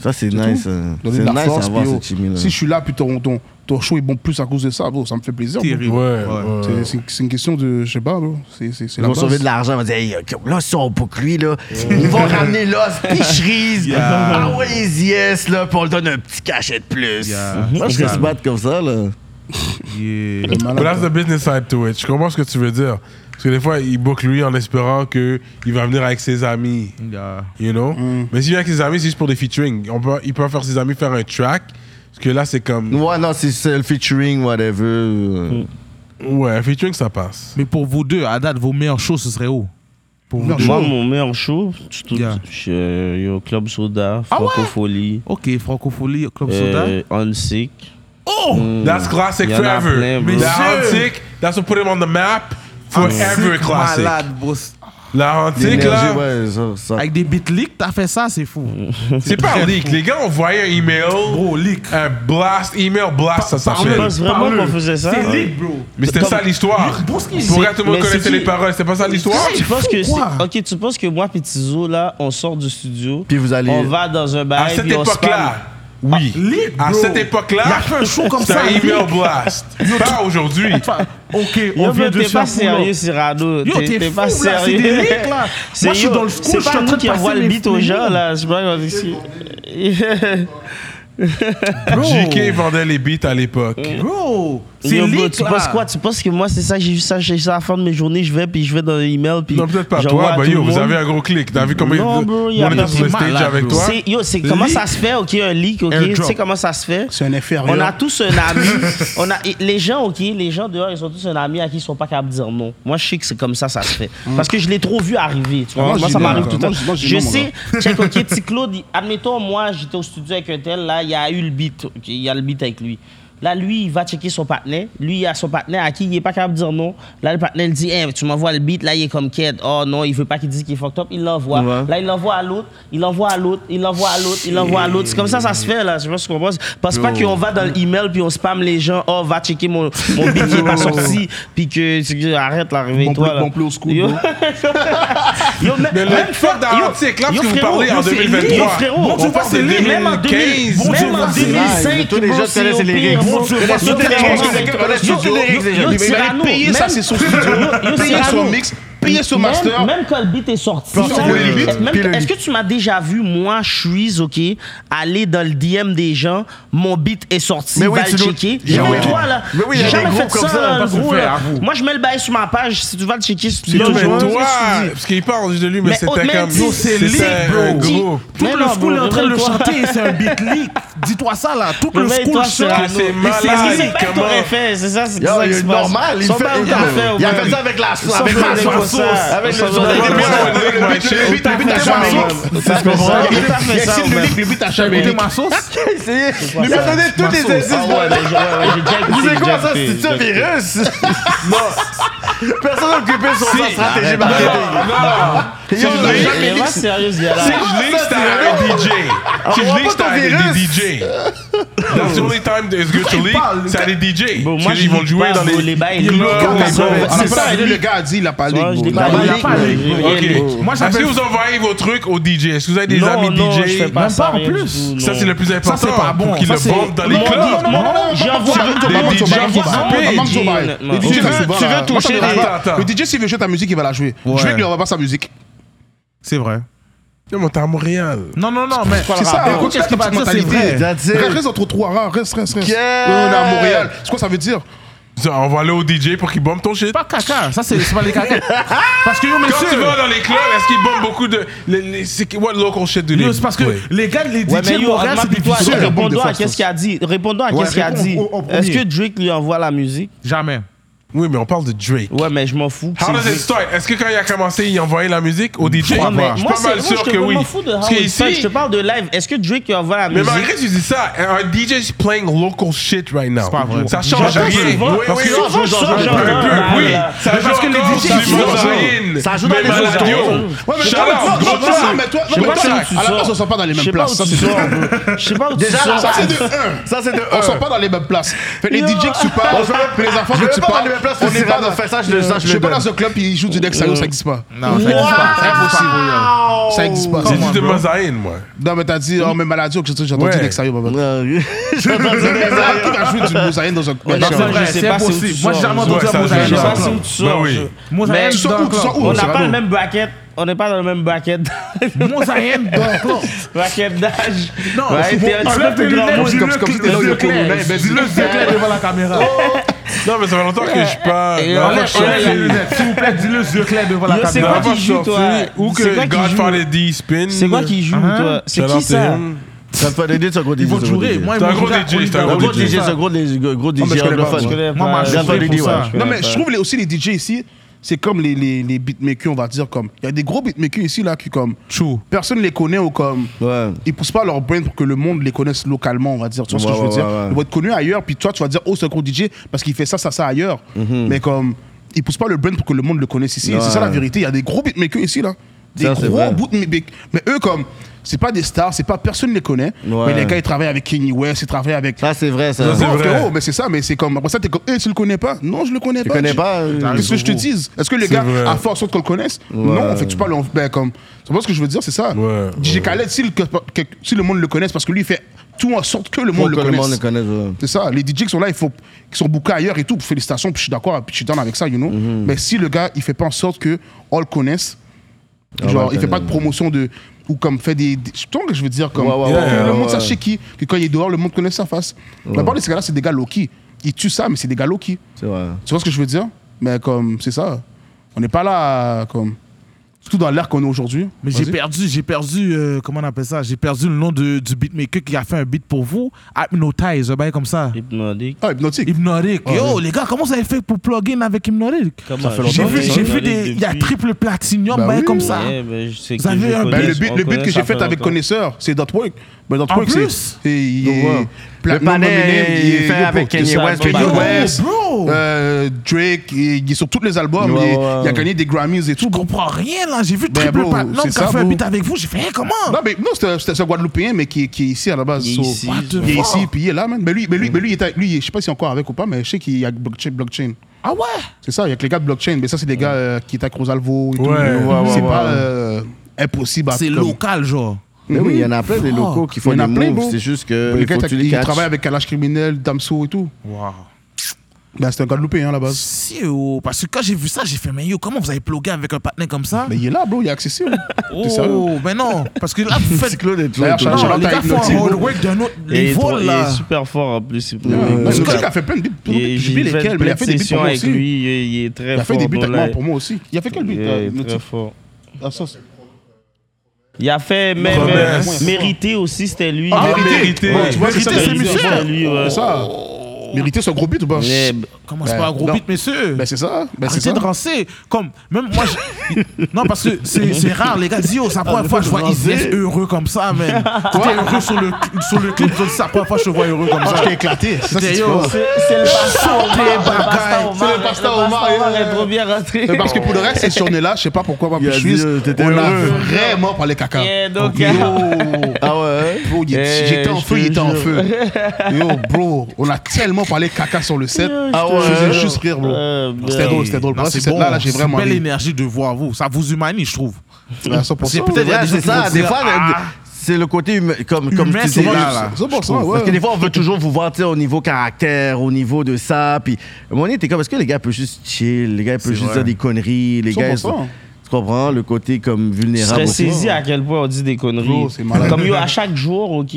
Speaker 2: Ça, c'est
Speaker 4: tout.
Speaker 2: nice. ça.
Speaker 4: Donner
Speaker 2: C'est
Speaker 4: de la
Speaker 2: nice
Speaker 4: force,
Speaker 2: à voir,
Speaker 4: puis,
Speaker 2: ce
Speaker 4: oh, Si
Speaker 2: Jimmy-là.
Speaker 4: je suis là, puis ton, ton, ton show est bon plus à cause de ça, bro, ça me fait plaisir. bro.
Speaker 3: Terrible.
Speaker 1: Ouais,
Speaker 3: Ouais.
Speaker 4: C'est- C'est c'est une question de, je sais pas, bro. C'est c'est- c'est
Speaker 2: Ils
Speaker 4: la
Speaker 2: vont
Speaker 4: base.
Speaker 2: sauver de l'argent, ils vont dire, hey, ok, là, si on boucle lui, là, ils vont ramener l'os, picherise,
Speaker 3: Yeah.
Speaker 2: ah ouais, les yes, là, puis on le donne un petit cachet de plus.
Speaker 3: Yeah.
Speaker 2: Moi, je serais se battre comme ça, là.
Speaker 3: Yeah.
Speaker 4: C'est malade,
Speaker 1: But that's
Speaker 4: bro.
Speaker 1: the business side to it. Je comprends ce que tu veux dire. Parce que des fois, il book lui en espérant qu'il va venir avec ses amis.
Speaker 3: Yeah.
Speaker 1: You know? Mais s'il vient avec ses amis, c'est juste pour des featuring. On peut, il peut faire ses amis faire un track. Parce que là, c'est comme.
Speaker 2: Ouais, non, c'est- c'est le featuring, whatever. euh,
Speaker 1: Ouais, un featuring, ça passe.
Speaker 3: Mais pour vous deux, à date, vos meilleures choses, ce serait où Pour vous
Speaker 4: Meilleures
Speaker 3: deux.
Speaker 5: Moi, mon meilleur show, c'est tout-
Speaker 3: Yeah.
Speaker 5: je- euh, yo, Club Soda,
Speaker 3: Ah
Speaker 5: Francofolie,
Speaker 3: Ok, Francophonie, Club Soda.
Speaker 5: euh, On Sick.
Speaker 3: Oh
Speaker 1: That's classic
Speaker 5: Y en a
Speaker 1: forever.
Speaker 5: plein, bro.
Speaker 1: La
Speaker 3: Monsieur. Ah,
Speaker 1: antique, that's what put him on the map. Forever
Speaker 3: C'est
Speaker 1: classic.
Speaker 3: Malade, boss.
Speaker 1: La antique,
Speaker 2: l'énergie,
Speaker 1: là,
Speaker 2: ouais, ça- ça-
Speaker 3: Avec des beats leaks, t'as fait ça, c'est fou.
Speaker 5: Mm.
Speaker 1: c'est pas leak. Les gars envoyaient un email.
Speaker 3: Bro, leak.
Speaker 1: Un blast, email blast, ça
Speaker 5: Je
Speaker 1: s'appelle.
Speaker 5: pense vraiment qu'on faisait ça.
Speaker 3: C'est
Speaker 5: Ouais.
Speaker 3: leak, bro.
Speaker 1: Mais c'était ça l'histoire. Pourquoi tout le monde
Speaker 5: mais c'est
Speaker 1: connaissait les
Speaker 5: qui-
Speaker 1: paroles C'était pas ça l'histoire
Speaker 5: Tu penses que
Speaker 3: Pourquoi?
Speaker 5: c'est- ok, tu penses que moi puis Tizo là, on sort du studio,
Speaker 2: Puis vous allez-
Speaker 5: on va dans un
Speaker 1: À
Speaker 5: bail,
Speaker 1: cette
Speaker 5: puis on se
Speaker 1: époque-là.
Speaker 5: parle.
Speaker 1: Oui.
Speaker 3: Ah, leak,
Speaker 1: À
Speaker 3: bro.
Speaker 1: cette
Speaker 3: Il
Speaker 1: époque-là,
Speaker 3: a fait un show comme
Speaker 1: c'était
Speaker 3: ça,
Speaker 1: un
Speaker 3: leak.
Speaker 1: email blast. Pas aujourd'hui.
Speaker 3: Ok, on
Speaker 5: Yo,
Speaker 3: vient
Speaker 5: mais
Speaker 3: de
Speaker 5: t'es
Speaker 3: se
Speaker 5: pas
Speaker 3: faire fouler.
Speaker 5: sérieux,
Speaker 3: Yo,
Speaker 5: Cyrano.
Speaker 3: t'es
Speaker 5: T'es
Speaker 3: fou,
Speaker 5: pas
Speaker 3: là, c'est
Speaker 5: sérieux.
Speaker 3: des leaks, là. Moi, je suis
Speaker 5: yo,
Speaker 3: dans le school, je suis
Speaker 5: C'est
Speaker 3: en
Speaker 5: pas
Speaker 3: train
Speaker 5: nous
Speaker 3: de
Speaker 5: qui envoie
Speaker 3: passer
Speaker 5: le
Speaker 3: mes
Speaker 5: beat aux gens,
Speaker 3: films.
Speaker 5: là. C'est pas comme si-
Speaker 1: JK vendait les beats à l'époque.
Speaker 3: Mm. Bro, c'est
Speaker 5: Yo, bro,
Speaker 3: leak,
Speaker 5: Tu
Speaker 3: là.
Speaker 5: penses quoi? Tu penses que moi, c'est ça, j'ai vu ça, j'ai ça à la fin de mes journées, je vais, puis je vais dans l'email, puis.
Speaker 1: Non, peut-être pas
Speaker 5: j'envoie
Speaker 1: toi.
Speaker 5: à
Speaker 1: Bah
Speaker 5: tout
Speaker 1: yo,
Speaker 5: le
Speaker 1: vous
Speaker 5: monde.
Speaker 1: avez un gros clic. T'as vu combien
Speaker 5: Non,
Speaker 1: de-
Speaker 5: bro, y
Speaker 1: on
Speaker 5: a
Speaker 1: était
Speaker 5: pas-
Speaker 1: sur le
Speaker 3: c'est
Speaker 1: stage
Speaker 3: malade,
Speaker 1: avec
Speaker 3: bro.
Speaker 1: toi
Speaker 5: C'est- Yo, c'est comment
Speaker 3: Leak.
Speaker 5: ça se fait, ok, un leak, ok? Tu
Speaker 3: Airdrop.
Speaker 5: sais comment ça se fait?
Speaker 4: C'est un effet
Speaker 5: On a
Speaker 4: réel.
Speaker 5: tous un ami. on a, les gens, OK, les gens dehors, ils ont tous un ami à qui ils sont pas capables de dire non. Moi, je sais que c'est comme ça, ça se fait. Parce que je l'ai trop vu arriver. Tu vois?
Speaker 4: Ah, Mm. moi,
Speaker 5: Moi,
Speaker 4: je dis
Speaker 5: ça
Speaker 4: non,
Speaker 5: m'arrive
Speaker 4: moi.
Speaker 5: tout le
Speaker 4: Moi,
Speaker 5: temps.
Speaker 4: je- moi, je dis
Speaker 5: je
Speaker 4: non, mon
Speaker 5: sais, check, OK, petit Claude, il- admettons, moi, j'étais au studio avec un tel, là, il y a eu le beat. ok, il y a le beat avec lui. Là, lui, il va checker son partenaire. Lui, il a son partenaire à qui il est pas capable de dire non. Là, le partenaire, il dit, Hey, tu m'envoies le beat. Là, il est comme quête. Oh non, il veut pas qu'il dise qu'il est fucked up. Il l'envoie.
Speaker 2: Ouais.
Speaker 5: Là, il l'envoie à l'autre. Il l'envoie à l'autre. Il l'envoie à l'autre. Il l'envoie à l'autre. C'est comme ça, ça se fait, là. Je pense qu'on pense. Parce pas qu'on va dans l'email puis on spamme les gens. Oh, va checker mon, mon beat qui est pas sorti. Puis que, tu- que- arrête, là,
Speaker 4: Bon
Speaker 5: réveille-toi.
Speaker 4: plus-
Speaker 5: là.
Speaker 4: bon plus au school,
Speaker 5: Yo.
Speaker 4: bro.
Speaker 5: Yo, mais,
Speaker 1: Mais le fuck d'Atlantique, là, parce que vous parlez en 2023.
Speaker 5: Yo, frérot,
Speaker 1: Bon, tu
Speaker 5: on
Speaker 1: vois,
Speaker 5: parle
Speaker 1: c'est
Speaker 5: de-
Speaker 1: les
Speaker 5: même en
Speaker 1: 2015.
Speaker 5: 2000, même
Speaker 1: Bon, tu
Speaker 5: en
Speaker 1: vois, c'est
Speaker 5: 2005.
Speaker 2: Tous les
Speaker 5: bro,
Speaker 2: jeunes
Speaker 5: c'est
Speaker 2: connaissent
Speaker 5: au
Speaker 2: les
Speaker 5: pire,
Speaker 2: lyrics.
Speaker 5: bro.
Speaker 2: Tous les jeunes
Speaker 5: Yo,
Speaker 2: connaissent les
Speaker 5: yo,
Speaker 2: lyrics.
Speaker 5: yo,
Speaker 2: Connaissent tous les lyrics, les
Speaker 5: yo,
Speaker 2: jeunes.
Speaker 5: Cyrano,
Speaker 4: payer ça,
Speaker 5: même-
Speaker 4: c'est son studio.
Speaker 5: Yo, yo,
Speaker 4: Payer
Speaker 5: Cyrano.
Speaker 4: son mix, payé ce master.
Speaker 5: Même, même quand le beat est sorti,
Speaker 4: Puis on
Speaker 5: ça,
Speaker 4: envoie le beat,
Speaker 5: même
Speaker 2: puis
Speaker 5: que-
Speaker 2: le
Speaker 5: est-ce que tu m'as déjà vu, moi, je suis, OK, aller dans le DM des gens, mon beat est sorti,
Speaker 2: Mais oui,
Speaker 5: va
Speaker 2: tu
Speaker 5: le
Speaker 2: nous-
Speaker 5: checker.
Speaker 2: Mais oui.
Speaker 5: Mais toi, là,
Speaker 2: Mais oui, il y a
Speaker 5: j'ai
Speaker 2: des
Speaker 5: jamais
Speaker 2: groupes
Speaker 5: fait
Speaker 2: comme
Speaker 5: ça,
Speaker 2: ça,
Speaker 5: là,
Speaker 1: parce que
Speaker 5: gros,
Speaker 1: tu le fais,
Speaker 5: là.
Speaker 1: avoue.
Speaker 5: Moi, je mets le bail sur ma page, si tu vas le checker, si tu
Speaker 1: C'est
Speaker 5: le
Speaker 1: tout, mais
Speaker 5: vois,
Speaker 1: toi,
Speaker 5: qu'est-ce que tu dis?
Speaker 1: parce qu'il parle de lui, mais,
Speaker 5: Mais
Speaker 1: c'était
Speaker 5: Oatman,
Speaker 1: comme.
Speaker 5: dis-
Speaker 3: c'est
Speaker 1: c'était
Speaker 3: leak,
Speaker 1: un
Speaker 3: bro.
Speaker 1: gros.
Speaker 3: Tout
Speaker 5: Mais
Speaker 3: le
Speaker 5: non,
Speaker 3: school
Speaker 5: bro,
Speaker 3: est en train de le
Speaker 5: réveille-toi.
Speaker 3: chanter, c'est un beat leak. Dis-toi ça là, tout le school
Speaker 5: Réveille-toi,
Speaker 3: chante.
Speaker 5: Cyrano.
Speaker 1: C'est malade,
Speaker 5: C'est ce que
Speaker 1: comment-
Speaker 5: t'aurais fait, c'est ça, c'est
Speaker 2: Yo,
Speaker 5: ça
Speaker 2: il
Speaker 5: qui
Speaker 2: est
Speaker 5: se passe.
Speaker 2: normal, il
Speaker 5: Son
Speaker 2: fait,
Speaker 5: bail,
Speaker 2: il,
Speaker 5: t'as fait,
Speaker 2: il a
Speaker 5: ouais.
Speaker 2: fait ça avec la sauce,
Speaker 5: Sans
Speaker 2: avec
Speaker 5: besoin
Speaker 2: ma
Speaker 5: de
Speaker 2: sauce,
Speaker 5: négocier.
Speaker 2: avec
Speaker 5: Sans
Speaker 2: le
Speaker 5: besoin de
Speaker 2: sauce.
Speaker 5: négocier.
Speaker 4: Le beat- le beat a jamais
Speaker 5: Le beat a fait ça,
Speaker 4: Exil
Speaker 5: ouais.
Speaker 4: le leak, le beat a jamais
Speaker 3: Écoutez
Speaker 4: leak.
Speaker 3: ma sauce.
Speaker 2: essayé. Il m'a donné tous les indices.
Speaker 5: Ah ouais, mais j'ai- ouais, ouais, j'ai déjà écouté,
Speaker 2: C'est
Speaker 5: j'ai
Speaker 2: quoi
Speaker 5: déjà
Speaker 2: ça,
Speaker 5: écouté,
Speaker 2: c'est
Speaker 5: j'ai
Speaker 2: un
Speaker 5: déjà écouté.
Speaker 2: virus? Non. Personne n'a occupé sur sa stratégie marketing. Yo,
Speaker 5: Il est vraiment sérieux, ce gars-là.
Speaker 1: Si
Speaker 2: Ah,
Speaker 1: je lis, c'était avec DJ. Si
Speaker 2: voit
Speaker 1: je lis,
Speaker 2: pas
Speaker 1: c'était
Speaker 2: ton
Speaker 1: avec des
Speaker 2: virus.
Speaker 1: DJ. That's the only time there's good to leak. C'est avec des DJ.
Speaker 5: Bon, moi,
Speaker 1: Parce
Speaker 5: je
Speaker 1: qu'ils vont
Speaker 5: lis
Speaker 1: jouer
Speaker 5: pas,
Speaker 1: dans
Speaker 5: bro,
Speaker 1: les.
Speaker 5: les bails,
Speaker 1: clubs,
Speaker 5: les gars,
Speaker 1: les
Speaker 5: ça,
Speaker 1: bars.
Speaker 4: C'est
Speaker 5: c'est
Speaker 4: ça,
Speaker 5: ça,
Speaker 4: le gars a dit, il a pas leak.
Speaker 5: Ouais, je
Speaker 4: bro.
Speaker 5: l'ai
Speaker 4: Il a
Speaker 5: pas
Speaker 4: pas
Speaker 5: leak.
Speaker 4: leak.
Speaker 3: pas leak.
Speaker 5: J'ai rien leak.
Speaker 1: Ok. Moi, Est-ce que vous envoyez vos trucs aux DJ? Est-ce que vous avez des
Speaker 5: Non,
Speaker 1: amis
Speaker 5: non, je
Speaker 1: DJ?
Speaker 5: fais pas
Speaker 3: Même
Speaker 5: ça,
Speaker 3: pas en
Speaker 5: rien du
Speaker 3: plus.
Speaker 5: tout,
Speaker 1: Ça,
Speaker 5: non.
Speaker 1: c'est le plus important.
Speaker 3: c'est pas bon.
Speaker 1: Pour qu'ils
Speaker 3: Ça,
Speaker 1: le
Speaker 3: c'est-
Speaker 1: bombent dans les
Speaker 5: Mon
Speaker 1: clubs.
Speaker 5: beat- mon- J'envoie
Speaker 1: Des
Speaker 4: Tu
Speaker 1: DJ
Speaker 4: vas- tu vas-
Speaker 1: zappés.
Speaker 4: Maman Zoba,
Speaker 5: DJ,
Speaker 4: elle.
Speaker 5: non.
Speaker 4: Le
Speaker 5: Tu
Speaker 4: DJ,
Speaker 5: veux-
Speaker 4: ça, c'est
Speaker 5: tu
Speaker 4: voilà.
Speaker 5: veux toucher
Speaker 4: Moi, ça me
Speaker 5: les-
Speaker 4: dérange pas.
Speaker 1: Attends, attends.
Speaker 4: Le DJ, s'il veut jouer ta musique, il va la jouer. Je
Speaker 3: Ouais.
Speaker 4: veux qu'il envoie pas sa musique.
Speaker 3: C'est vrai.
Speaker 1: Yo, mais t'es à Montréal.
Speaker 3: Non, non, non, mais.
Speaker 4: C'est ça,
Speaker 3: Écoute,
Speaker 4: écoute,
Speaker 3: ce que t'as dit, c'est vrai.
Speaker 2: That's it.
Speaker 4: Reste, reste entre trois, hein, reste, reste, reste.
Speaker 2: Yeah.
Speaker 4: On est à Montréal. C'est quoi ça veut dire
Speaker 1: On va aller au DJ pour qu'ils bombent ton shit.
Speaker 3: Pas caca, ça c'est c'est pas les caca. Parce que yo,
Speaker 1: Quand tu
Speaker 3: messieurs.
Speaker 1: vas dans les clubs, est-ce qu'ils bombent beaucoup de. les- les- C'est what local shit do
Speaker 3: yo,
Speaker 1: they
Speaker 3: C'est parce que
Speaker 1: play?
Speaker 3: les gars, les
Speaker 5: Ouais, mais
Speaker 3: DJ
Speaker 5: yo,
Speaker 3: Montréal, c'est des
Speaker 5: toi
Speaker 3: vicieux.
Speaker 5: répondons à
Speaker 4: force,
Speaker 5: qu'est-ce qu'il a dit. Répondons à qu'est-ce qu'il a
Speaker 3: réponds
Speaker 5: dit.
Speaker 3: au- au premier.
Speaker 5: Est-ce que Drake lui envoie la musique
Speaker 3: Jamais.
Speaker 1: Oui, mais on parle de Drake.
Speaker 5: Ouais, mais je m'en fous. que
Speaker 1: How does
Speaker 5: c'est
Speaker 1: it start? Est-ce que quand il a commencé, il envoyait la musique au DJ?
Speaker 5: Drake. Ouais, mais
Speaker 1: je suis
Speaker 5: moi,
Speaker 1: pas mal
Speaker 5: c'est- moi,
Speaker 1: sûr
Speaker 5: je te-
Speaker 1: que
Speaker 5: je
Speaker 1: oui.
Speaker 5: m'en fous de
Speaker 1: Parce
Speaker 5: how it starts. Je te
Speaker 1: qu'ici,
Speaker 5: parle de live. Est-ce que Drake lui envoie la
Speaker 1: mais
Speaker 5: musique
Speaker 1: malgré que tu dis ça, un DJ is playing local shit right now.
Speaker 3: pas vrai.
Speaker 1: Ça change
Speaker 5: J'entends
Speaker 1: rien.
Speaker 5: souvent-
Speaker 1: Oui,
Speaker 5: parce
Speaker 1: oui,
Speaker 5: que
Speaker 1: oui.
Speaker 5: souvent, je sors,
Speaker 1: Un
Speaker 5: j'entends,
Speaker 1: peu,
Speaker 5: bah,
Speaker 1: oui.
Speaker 5: là.
Speaker 1: Ça
Speaker 3: Mais
Speaker 1: joue
Speaker 3: parce que les
Speaker 1: encore
Speaker 3: DJ,
Speaker 1: sur
Speaker 3: ça joue.
Speaker 1: Mosaïne,
Speaker 5: Ça joue dans
Speaker 1: même
Speaker 5: les
Speaker 1: à la
Speaker 5: autres
Speaker 1: radio.
Speaker 5: endroits.
Speaker 4: Ouais, mais
Speaker 1: Shout
Speaker 4: toi,
Speaker 1: out,
Speaker 4: toi,
Speaker 1: gros
Speaker 4: toi,
Speaker 1: shout.
Speaker 4: mais toi,
Speaker 5: Je sais
Speaker 4: mais
Speaker 5: pas
Speaker 4: toi,
Speaker 5: si
Speaker 4: à
Speaker 5: tu
Speaker 4: la
Speaker 5: sors.
Speaker 4: base, on sort pas dans les
Speaker 5: Je
Speaker 4: mêmes
Speaker 5: sais pas
Speaker 4: places.
Speaker 5: où
Speaker 4: Ça,
Speaker 5: tu
Speaker 4: c'est sûr.
Speaker 5: sors. bro. Je sais pas où tu
Speaker 2: Déjà,
Speaker 5: sors.
Speaker 2: là,
Speaker 4: Ça, c'est de un.
Speaker 2: Ça, c'est de
Speaker 4: On
Speaker 2: un.
Speaker 4: sort pas dans les mêmes places. Fait que les
Speaker 5: Yo.
Speaker 4: DJ que tu parles, les enfants
Speaker 2: Je vais
Speaker 4: que tu
Speaker 2: pas dans
Speaker 4: parles,
Speaker 2: les mêmes places,
Speaker 4: on
Speaker 2: faut
Speaker 4: n'est
Speaker 2: que
Speaker 4: pas
Speaker 2: Cyrano
Speaker 4: dans-
Speaker 2: fasse ça, je le- ça, je
Speaker 4: Je sais
Speaker 2: le
Speaker 4: pas
Speaker 2: donne.
Speaker 4: dans ce club, ils jouent du Dexayo, ça existe pas.
Speaker 3: Non, ça existe pas.
Speaker 4: C'est impossible. Ça existe pas.
Speaker 1: J'ai
Speaker 4: C'est-
Speaker 1: dit de Mosaïne, moi.
Speaker 4: Non, mais t'as dit, oh, mais maladie, que j'ai entendu
Speaker 1: Ouais.
Speaker 4: Dexayo, papa.
Speaker 2: Euh, je vais pas dire
Speaker 4: Qui
Speaker 2: ça.
Speaker 4: va jouer du mosaïque dans un club?
Speaker 5: Ouais,
Speaker 3: C'est
Speaker 5: Moi, je
Speaker 3: vrai,
Speaker 5: sais
Speaker 3: c'est
Speaker 5: pas, c'est où
Speaker 3: impossible.
Speaker 5: tu
Speaker 3: Moi j'ai
Speaker 5: sors.
Speaker 3: jamais
Speaker 1: Ouais,
Speaker 3: entendu
Speaker 1: ça,
Speaker 3: à
Speaker 1: je
Speaker 3: Mosaïque.
Speaker 1: sais
Speaker 5: Je sais
Speaker 1: pas.
Speaker 5: pas si où tu
Speaker 1: Ben
Speaker 5: sors.
Speaker 1: oui.
Speaker 5: je-
Speaker 3: Mosaïque,
Speaker 5: Mais tu sors
Speaker 3: dans
Speaker 4: où, tu
Speaker 3: le
Speaker 4: sors
Speaker 3: club.
Speaker 4: où?
Speaker 5: On
Speaker 4: c'est
Speaker 5: n'a
Speaker 4: pas
Speaker 5: pas le
Speaker 4: nous.
Speaker 5: même bracket. On n'est pas dans le même bracket.
Speaker 3: Mosaïque, dans le club.
Speaker 5: Bracket d'âge.
Speaker 3: Non,
Speaker 5: Ouais,
Speaker 3: c'est
Speaker 5: t'es un
Speaker 3: bon,
Speaker 5: petit
Speaker 3: enlève
Speaker 5: peu
Speaker 3: tes
Speaker 5: plus grand.
Speaker 3: lunettes,
Speaker 5: moi,
Speaker 3: dis-le
Speaker 4: comme- comme
Speaker 3: clair,
Speaker 4: si t'étais dans le
Speaker 3: dis-le
Speaker 4: Congolais,
Speaker 3: clair.
Speaker 4: ben,
Speaker 3: Dis-le c'est clair devant la caméra.
Speaker 1: Non, mais ça fait longtemps que je suis pas.
Speaker 5: Et
Speaker 1: La
Speaker 5: enlève-
Speaker 1: dernière fois que je
Speaker 3: Enlève
Speaker 1: suis
Speaker 3: les
Speaker 1: sorti-
Speaker 3: lunettes, s'il vous plaît, dis-le yeux clairs devant la
Speaker 5: Yo, c'est
Speaker 1: la
Speaker 3: caméra.
Speaker 1: dernière fois que je suis
Speaker 5: Qui joue, toi?
Speaker 1: sorti, ou
Speaker 5: C'est quoi
Speaker 1: que
Speaker 5: qui
Speaker 1: Godfather D spin.
Speaker 5: C'est quoi qui joue,
Speaker 3: Hein?
Speaker 5: toi C'est
Speaker 1: Shout out
Speaker 5: qui
Speaker 1: to
Speaker 5: ça
Speaker 1: him.
Speaker 2: Ça te fait des deux, c'est un gros DJ.
Speaker 3: Ils vont
Speaker 2: c'est un
Speaker 3: te
Speaker 2: gros
Speaker 3: jurer.
Speaker 2: DJ.
Speaker 3: Moi, ils
Speaker 1: C'est un
Speaker 3: vont
Speaker 1: gros
Speaker 3: jurer à
Speaker 1: DJ,
Speaker 3: Oliver.
Speaker 1: c'est un
Speaker 2: Le
Speaker 1: gros
Speaker 2: gros DJ, c'est un gros DJ gros DJ anglophone.
Speaker 3: Moi, moi, je
Speaker 2: Godfather
Speaker 3: suis
Speaker 2: D,
Speaker 3: pour
Speaker 2: ouais.
Speaker 3: ça.
Speaker 4: Non, mais je trouve les- aussi les DJ ici, c'est comme les, les, les beatmakers, on va dire, comme. Il y a des gros beatmakers ici, là, qui, comme.
Speaker 3: Chou.
Speaker 4: Personne les connaît ou comme.
Speaker 2: Ouais.
Speaker 4: Ils poussent pas leur brand pour que le monde les connaisse localement, on va dire. Tu vois ce
Speaker 2: Ouais,
Speaker 4: que je veux
Speaker 2: ouais,
Speaker 4: dire
Speaker 2: ouais, ouais.
Speaker 4: Ils vont être connus ailleurs, puis toi, tu vas dire, oh, c'est un gros DJ parce qu'il fait ça, ça, ça ailleurs. Mais comme. Ils poussent pas le brand pour que le monde le connaisse ici.
Speaker 2: Mhm. Ouais.
Speaker 4: C'est ça la vérité. Il y a des gros beatmakers ici, là. Des
Speaker 2: Ça, c'est vrai.
Speaker 4: gros beatmakers. Mais eux, comme. C'est pas des stars, c'est pas personne les connaît.
Speaker 2: Ouais.
Speaker 4: Mais les gars, ils travaillent avec Kanye West, ils travaillent avec
Speaker 2: Ça, c'est vrai, ça.
Speaker 1: Ça, c'est
Speaker 4: non,
Speaker 1: vrai.
Speaker 4: frérot, mais c'est ça, mais c'est comme. Après ça, t'es comme, eh, tu le connais pas Non, je le connais
Speaker 2: Tu
Speaker 4: pas.
Speaker 2: connais
Speaker 4: Je-
Speaker 2: pas euh,
Speaker 4: Qu'est-ce que je te dise Est-ce que les
Speaker 1: C'est
Speaker 4: gars,
Speaker 1: vrai.
Speaker 4: à force qu'on le connaisse Non, fait que tu parles en. Ben, comme. C'est pas ce que je veux dire, c'est ça.
Speaker 1: Ouais,
Speaker 4: DJ
Speaker 1: ouais.
Speaker 4: Khaled, si le, que- si le monde le connaisse, parce que lui, il fait tout en sorte que le
Speaker 2: Faut
Speaker 4: monde
Speaker 2: que le
Speaker 4: le connaisse.
Speaker 2: monde le connaisse. ouais.
Speaker 4: C'est ça, les DJ qui sont là, il faut, qui sont bookés ailleurs et tout, félicitations, puis je suis d'accord, puis je suis down avec ça, you know.
Speaker 2: Mhm.
Speaker 4: Mais si le gars, il fait pas en sorte que all le connaisse, genre,
Speaker 2: Ah ouais,
Speaker 4: il fait pas
Speaker 2: connaît.
Speaker 4: de promotion de. Ou comme fait des. des- Tu comprends ce que je veux dire comme,
Speaker 2: Ouais, ouais,
Speaker 4: Que
Speaker 2: ouais,
Speaker 4: le
Speaker 2: ouais,
Speaker 4: monde
Speaker 2: ouais.
Speaker 4: sache c'est qui, que quand il est dehors, le monde connaît sa face. La part de ces gars-là, c'est des gars low-key. Ils tuent ça, mais c'est des gars low-key.
Speaker 2: C'est vrai.
Speaker 4: Tu vois ce que je veux dire Mais comme, c'est ça. On n'est pas là, comme. Surtout dans l'ère qu'on est aujourd'hui.
Speaker 3: Mais j'ai
Speaker 4: Vas-y.
Speaker 3: perdu, j'ai perdu, euh, comment on appelle ça J'ai perdu le nom de, du beatmaker qui a fait un beat pour vous, Hypnotize, un bail comme ça.
Speaker 5: Hypnotique.
Speaker 4: Ah, hypnotique.
Speaker 3: Hypnotic. Yo, les gars, comment ça a fait pour plugin avec Hypnotic
Speaker 5: Comment
Speaker 2: fait
Speaker 3: J'ai
Speaker 2: longtemps,
Speaker 3: vu,
Speaker 2: ça.
Speaker 3: j'ai vu des. Il y a triple platinum,
Speaker 4: Bah
Speaker 3: bail
Speaker 4: oui.
Speaker 3: comme ça. Vous avez un
Speaker 4: Ben,
Speaker 3: Ben,
Speaker 4: le beat, le beat que j'ai fait avec Connaisseur, c'est Dotwork. Mais Dotwork, c'est.
Speaker 3: plus
Speaker 4: c'est- il est-
Speaker 2: Ouais. Le
Speaker 4: Platinum
Speaker 2: panel
Speaker 4: Eminem, il
Speaker 2: il est
Speaker 4: est-
Speaker 2: fait
Speaker 4: yo,
Speaker 2: avec
Speaker 4: bro,
Speaker 2: Kanye
Speaker 5: ça,
Speaker 2: West, Oh,
Speaker 5: bon,
Speaker 2: Kanye
Speaker 5: bah,
Speaker 2: West.
Speaker 3: bro
Speaker 4: euh, Drake, il est sur tous les albums,
Speaker 2: Ouais,
Speaker 4: il,
Speaker 2: ouais, ouais.
Speaker 4: il a gagné des Grammys et tout.
Speaker 3: Je comprends rien là, j'ai vu
Speaker 4: Ben,
Speaker 3: triple
Speaker 4: bro,
Speaker 3: platinum
Speaker 4: c'est
Speaker 3: qui a
Speaker 4: ça,
Speaker 3: fait un
Speaker 4: bro.
Speaker 3: beat avec vous, j'ai fait hey,
Speaker 2: Ah.
Speaker 3: comment
Speaker 4: Non, mais non, c'est un- c'est un Guadeloupéen, mais qui, est- qui est ici à la base.
Speaker 5: Il est
Speaker 4: so-
Speaker 5: ici. What
Speaker 3: the
Speaker 4: Il est
Speaker 3: fuck?
Speaker 4: ici, puis il est là, man. Mais lui, mais lui, mais lui, il est à- lui, je sais pas s'il est encore avec ou pas, mais je sais qu'il y a blockchain. blockchain.
Speaker 3: Ah ouais
Speaker 4: C'est ça, il y a que les gars de blockchain, mais ça, c'est des gars euh, qui étaient à Cruzalvo et tout.
Speaker 1: Ouais, ouais, ouais,
Speaker 4: c'est pas
Speaker 1: ouais.
Speaker 4: euh, impossible à
Speaker 3: C'est
Speaker 4: comme-
Speaker 3: local, genre.
Speaker 2: Mais oui, il y en a plein des locaux qui font
Speaker 4: Il y en
Speaker 2: des
Speaker 4: a plein,
Speaker 2: moves.
Speaker 4: bro.
Speaker 2: C'est juste que
Speaker 4: Les
Speaker 2: il
Speaker 4: gars,
Speaker 2: faut que
Speaker 4: t'as-
Speaker 2: tu les
Speaker 4: ils
Speaker 2: catches.
Speaker 4: travaillent avec Kalash Criminel, Damso et tout.
Speaker 3: Wow.
Speaker 4: Ben, c'est un Guadeloupéen hein, à la base.
Speaker 3: Si, oh, parce que quand j'ai vu ça, j'ai fait, mais yo, comment vous avez plugué avec un partenaire comme ça
Speaker 4: Mais il est là, bro, il est accessible. T'es sérieux
Speaker 3: Oh, mais non, parce que là, vous faites.
Speaker 2: Claude est
Speaker 4: D'ailleurs,
Speaker 3: Non,
Speaker 4: Shout out
Speaker 3: les
Speaker 4: à
Speaker 3: gars font
Speaker 4: Hypnotic,
Speaker 3: un
Speaker 4: bro.
Speaker 3: roadwork d'un autre
Speaker 5: Et il est
Speaker 3: niveau
Speaker 5: trop- il
Speaker 3: là.
Speaker 5: est super fhypnotique. fort en plus. Il- il-
Speaker 4: Ben, Parce
Speaker 5: il-
Speaker 4: que le gars a fait plein de beats. pour-
Speaker 5: il-
Speaker 4: Je
Speaker 5: J'ai
Speaker 4: sais
Speaker 5: fait
Speaker 4: lesquels, mais il a
Speaker 5: plein de
Speaker 4: fait des beats pour
Speaker 5: sessions
Speaker 4: moi
Speaker 5: avec
Speaker 4: aussi.
Speaker 5: lui. Il il est très
Speaker 4: Il a
Speaker 5: fort.
Speaker 4: fait des beats
Speaker 5: dans
Speaker 4: avec
Speaker 5: la-
Speaker 4: moi pour moi aussi. Il a fait quel beat
Speaker 5: Il
Speaker 4: euh,
Speaker 5: est très
Speaker 4: Hypnotic
Speaker 5: fort.
Speaker 4: Ah, ça, c'est-
Speaker 5: Il a fait même euh,
Speaker 1: Promesse.
Speaker 5: mérité aussi, c'était lui.
Speaker 4: Ah,
Speaker 5: Mérité,
Speaker 1: Mérité.
Speaker 4: Ouais, tu vois, c'est ça,
Speaker 3: Mérité,
Speaker 4: c'est
Speaker 3: c'est
Speaker 4: lui,
Speaker 3: Michel.
Speaker 4: c'est lui, ouais.
Speaker 5: Ouais.
Speaker 4: C'est ça. Mérité, c'est un gros beat ou pas
Speaker 5: Mais,
Speaker 3: Comment c'est pas un gros
Speaker 4: non.
Speaker 3: beat, messieurs
Speaker 4: Ben, c'est ça. Ben, c'est
Speaker 3: Arrêtez
Speaker 4: ça.
Speaker 3: de rancer. Comme, même moi, je- non, parce que c'est c'est rare, les gars. Dis, oh, c'est la première fois que je vois Isles heureux comme ça, man. T'étais heureux sur le, sur le clip, donc c'est la première fois que je te vois heureux
Speaker 4: Ah,
Speaker 3: comme ça.
Speaker 2: J'étais éclaté.
Speaker 4: Ben,
Speaker 2: Ça,
Speaker 3: C'était
Speaker 2: c'est
Speaker 3: yo.
Speaker 2: différent.
Speaker 6: C'est c'est le pasta au mar.
Speaker 5: C'est
Speaker 6: le pasta au mar.
Speaker 5: Le pasta au mar
Speaker 6: yeah.
Speaker 5: est trop bien rentré.
Speaker 4: Mais parce que pour le reste, cette journée-là, je sais pas pourquoi, moi,
Speaker 2: Il
Speaker 4: puis
Speaker 2: a
Speaker 4: je
Speaker 2: dit,
Speaker 4: suis.
Speaker 2: euh, t'étais
Speaker 4: On a
Speaker 2: heureux.
Speaker 4: vraiment parlé caca.
Speaker 5: Yeah, donc,
Speaker 4: Yo,
Speaker 2: Ah ouais?
Speaker 4: bro, il est-
Speaker 5: Eh,
Speaker 4: j'étais en
Speaker 5: je
Speaker 4: feu,
Speaker 5: te
Speaker 4: il était en
Speaker 5: jure.
Speaker 4: feu. Yo, bro, on a tellement parlé caca sur le set.
Speaker 5: Ah
Speaker 4: Je faisais
Speaker 5: ouais.
Speaker 4: juste rire, bro.
Speaker 5: Euh,
Speaker 4: C'était
Speaker 5: ben,
Speaker 4: drôle, c'était drôle.
Speaker 3: Non,
Speaker 4: Là,
Speaker 3: c'est
Speaker 4: cette-
Speaker 3: bon.
Speaker 4: Là, là, j'ai
Speaker 3: C'est
Speaker 4: vraiment.
Speaker 3: belle
Speaker 4: ri.
Speaker 3: énergie de voir vous. Ça vous humanise, je trouve.
Speaker 4: À 100%.
Speaker 3: C'est peut-être-
Speaker 2: Ouais, c'est ça. Des fois,
Speaker 3: Ah.
Speaker 2: c'est le côté humain- comme, comme
Speaker 3: Humain,
Speaker 2: tu
Speaker 3: c'est
Speaker 2: dis.
Speaker 3: bon,
Speaker 2: là.
Speaker 3: là.
Speaker 4: C'est bon, ça,
Speaker 2: Parce que
Speaker 4: ouais.
Speaker 2: des fois, on veut toujours vous voir tu sais, au niveau caractère, au niveau de ça. Puis, à un moment donné, t'es comme, est-ce que les gars peuvent juste chill? Les gars peuvent juste dire des conneries? Les gars, ils sont-
Speaker 4: 100%.
Speaker 2: tu comprends? Le côté comme
Speaker 5: Je
Speaker 2: vulnérable.
Speaker 5: serais
Speaker 2: aussi.
Speaker 5: saisi à quel point on dit des conneries.
Speaker 4: Yo, c'est malade.
Speaker 5: Comme yo, à chaque jour, OK,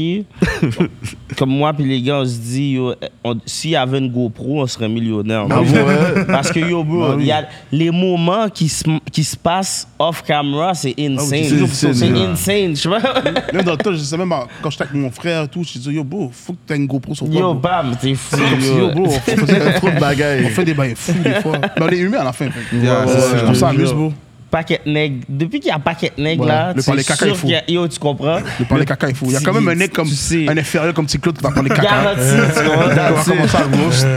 Speaker 5: comme moi puis les gars, on se dit, yo, on- s'il y avait une GoPro, on serait millionnaire.
Speaker 4: Ah
Speaker 2: Bravo, hein?
Speaker 5: Parce que yo,
Speaker 4: Bah
Speaker 5: bro, il y a les moments qui se, qui se passent off camera,
Speaker 4: Ah
Speaker 5: c'est insane.
Speaker 2: c'est-
Speaker 5: c'est
Speaker 2: c'est-
Speaker 5: insane, je vois.
Speaker 4: Même dans le temps, je sais même, quand j'étais avec mon frère et tout, je disais, yo, bro, faut que t'aies une GoPro sur toi.
Speaker 5: Yo,
Speaker 4: bro.
Speaker 5: bam, t'es fou.
Speaker 4: Comme si, yo,
Speaker 5: Yo,
Speaker 4: bro, on faisait-
Speaker 2: C'est trop de
Speaker 4: on
Speaker 2: bagailles.
Speaker 4: fait des bails fous des fois. Mais on est humain à la fin.
Speaker 3: Yeah, c'est ça.
Speaker 4: Je trouve ça amuse, bro.
Speaker 5: Paquet nègre. Depuis qu'il y a paquet nègre,
Speaker 4: Ouais,
Speaker 5: là,
Speaker 4: le
Speaker 5: c'est
Speaker 4: parler caca est
Speaker 5: sûr
Speaker 4: fou.
Speaker 5: qu'il y a- Yo, tu comprends?
Speaker 4: De parler caca, il faut. Il y a quand même un nec comme.
Speaker 5: Tu sais.
Speaker 4: Un inférieur comme petit Claude qui va parler caca.
Speaker 5: Garanti, tu comprends?
Speaker 4: On va commencer à le roast.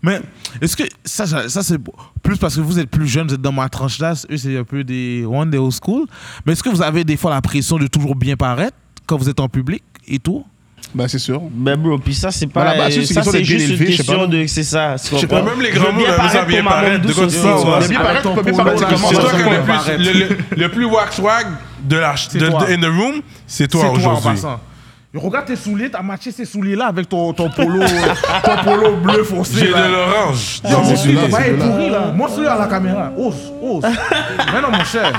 Speaker 3: Mais est-ce que ça, ça, ça, c'est plus parce que vous êtes plus jeune, vous êtes dans ma tranche d'âge, eux c'est un peu des one day old school. Mais est-ce que vous avez des fois la pression de toujours bien paraître quand vous êtes en public et tout
Speaker 4: Ben, c'est sûr.
Speaker 5: Ben bro, puis ça c'est pas.
Speaker 4: Voilà, bah, c'est
Speaker 5: euh,
Speaker 4: une
Speaker 5: ça
Speaker 4: question
Speaker 5: c'est
Speaker 4: d'être
Speaker 5: juste
Speaker 4: bien
Speaker 5: une
Speaker 4: élevé, je sais
Speaker 5: question
Speaker 4: pas.
Speaker 5: de c'est ça. tu
Speaker 4: sais
Speaker 5: comprends?
Speaker 4: pas,
Speaker 1: même les
Speaker 5: Je veux
Speaker 1: grands mots,
Speaker 5: bien
Speaker 1: là, vous avez
Speaker 5: paraître pour ma
Speaker 1: paraître,
Speaker 5: Mamdouce
Speaker 1: de quoi tu parles, ouais.
Speaker 5: aussi, tu vois.
Speaker 4: Bien paraître,
Speaker 3: ton
Speaker 4: pas bien
Speaker 3: boulot,
Speaker 4: paraître,
Speaker 3: tu
Speaker 4: comment
Speaker 1: C'est
Speaker 3: commences
Speaker 4: ça
Speaker 1: toi qui as
Speaker 3: à
Speaker 4: se
Speaker 1: le
Speaker 4: fait
Speaker 3: paraître.
Speaker 1: plus, le, le- le plus wax wag de la de,
Speaker 3: toi.
Speaker 1: de- in the room, c'est
Speaker 3: C'est
Speaker 1: toi
Speaker 3: toi en
Speaker 1: aujourd'hui.
Speaker 3: passant. Regarde tes souliers, t'as matché ces souliers-là avec ton, ton polo, ton polo bleu foncé.
Speaker 1: J'ai de
Speaker 3: là.
Speaker 1: l'orange.
Speaker 3: Yo, mon celui
Speaker 4: c'est celui-là,
Speaker 3: là,
Speaker 4: c'est
Speaker 3: est
Speaker 4: celui-là.
Speaker 3: pourri là. Moi, celui à la caméra. Ose, ose. Mais non, mon cher.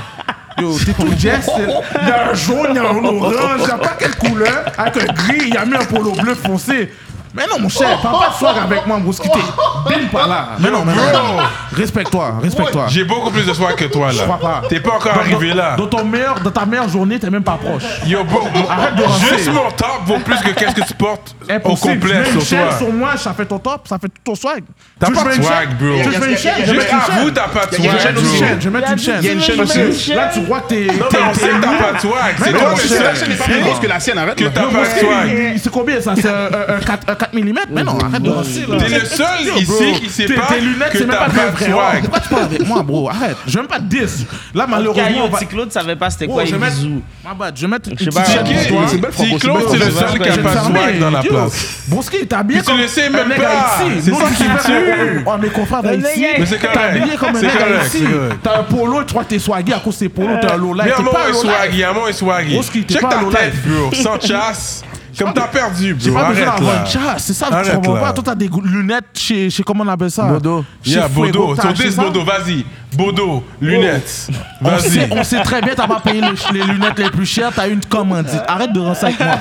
Speaker 3: Yo, t'es tout jazz. t'es- Il y a un jaune, il y a un orange, il n'y a pas quelle couleur. Avec un gris, il y a mis un polo bleu foncé. Mais non, mon cher, parle pas de swag avec moi, Bruce, qui t'es bim par là. Mais non, mais non. Respecte-toi, respecte-toi.
Speaker 1: J'ai beaucoup plus de soins que toi
Speaker 3: Je crois pas.
Speaker 1: là. T'es pas encore
Speaker 3: Dans-
Speaker 1: arrivé
Speaker 3: dans-
Speaker 1: là.
Speaker 3: Dans, ton meilleur, dans ta meilleure journée, t'es même pas proche.
Speaker 1: Yo, bro, mon-
Speaker 3: Arrête de rancer.
Speaker 1: juste mon top vaut plus que qu'est-ce que tu portes au
Speaker 3: Impossible.
Speaker 1: complet
Speaker 3: Tu mets une
Speaker 1: sur
Speaker 3: chaîne
Speaker 1: toi.
Speaker 3: sur moi, ça fait ton top, ça fait tout ton swag.
Speaker 1: T'as
Speaker 3: Tu veux
Speaker 1: pas
Speaker 3: que
Speaker 1: de
Speaker 3: je mette une
Speaker 1: swag,
Speaker 3: chaîne?
Speaker 1: bro.
Speaker 3: Tu veux que je mette une chaîne? Je mets
Speaker 1: Juste
Speaker 3: une
Speaker 1: à
Speaker 3: chaîne.
Speaker 1: vous, t'as pas de
Speaker 3: Il y a une
Speaker 1: swag,
Speaker 3: chaîne
Speaker 1: bro.
Speaker 3: aussi. Je vais mettre une chaîne.
Speaker 5: Il y a une chaîne aussi.
Speaker 3: Là, tu vois que t'es.
Speaker 1: T'es- on sait que t'as pas de swag. C'est toi,
Speaker 3: non,
Speaker 1: mais
Speaker 3: c'est
Speaker 4: C'est
Speaker 1: c'est
Speaker 4: la
Speaker 3: vrai.
Speaker 4: chaîne n'est pas plus grosse que la sienne, arrête.
Speaker 1: que
Speaker 4: là.
Speaker 1: t'as pas de swag.
Speaker 3: C'est combien ça C'est un, un- un 4, un 4 mm Mais non, arrête de rosser là.
Speaker 1: T'es le seul
Speaker 3: Yo, bro,
Speaker 1: ici qui sait
Speaker 3: tes-
Speaker 1: pas
Speaker 3: Tes lunettes,
Speaker 1: que
Speaker 3: c'est même
Speaker 1: t'as
Speaker 3: pas
Speaker 1: pas
Speaker 3: de
Speaker 1: de
Speaker 3: frère.
Speaker 1: swag.
Speaker 3: Pourquoi tu parles avec moi, bro oh, Arrête. Je vais même pas te dire. Là, malheureusement.
Speaker 5: Caillou,
Speaker 3: on va-
Speaker 5: petit Claude savait pas c'était
Speaker 3: Bro,
Speaker 5: quoi
Speaker 3: je
Speaker 5: les
Speaker 3: vais mettre.
Speaker 5: bisous.
Speaker 3: Ma bad, je vais mettre une
Speaker 5: Je sais
Speaker 3: petite
Speaker 5: pas.
Speaker 3: chaîne
Speaker 4: C'est
Speaker 3: pour toi.
Speaker 4: une belle
Speaker 1: Si
Speaker 4: franco,
Speaker 1: Claude,
Speaker 4: c'est
Speaker 1: c'est
Speaker 4: une
Speaker 1: le
Speaker 4: belle
Speaker 1: seul
Speaker 4: franco.
Speaker 1: qui a pas de swag dans la place.
Speaker 3: Broski, t'as bien
Speaker 1: Mais tu le sais même pas. C'est
Speaker 3: C'est
Speaker 1: ça
Speaker 3: ça
Speaker 1: qui tue.
Speaker 3: On est Oh, confrères d'Haïti.
Speaker 1: Mais c'est correct.
Speaker 3: T'as habillé comme un
Speaker 1: C'est
Speaker 3: mec
Speaker 1: correct,
Speaker 3: d'Haïti.
Speaker 1: c'est correct.
Speaker 3: T'as un polo, tu crois que t'es swaggy à cause de tes polos, t'es un Lola. T'es
Speaker 1: Yamon
Speaker 3: pas un
Speaker 1: est
Speaker 3: Lola.
Speaker 1: swaggy, Yamon est swaggy.
Speaker 3: Broski, t'es
Speaker 1: Check
Speaker 3: pas
Speaker 1: ta
Speaker 3: un Lola.
Speaker 1: tête, bro. Sans chasse. Comme t'as perdu,
Speaker 3: J'ai
Speaker 1: bro.
Speaker 3: pas besoin
Speaker 1: Arrête
Speaker 3: d'avoir
Speaker 1: là.
Speaker 3: une chasse, c'est ça, tu
Speaker 1: Arrête
Speaker 3: comprends
Speaker 1: là.
Speaker 3: pas. Toi, t'as des gou- lunettes chez, chez comment on appelle ça
Speaker 2: Bodo.
Speaker 3: Chez
Speaker 1: Yeah, Bodo.
Speaker 3: Fuego, t'as
Speaker 1: So
Speaker 3: acheté
Speaker 1: this
Speaker 3: ça
Speaker 1: Bodo, vas-y. Bodo, lunettes.
Speaker 3: On sait,
Speaker 1: Vas-y.
Speaker 3: on sait très bien, t'as pas payé les, les lunettes les plus chères, t'as une commandite. Arrête de rentrer avec moi.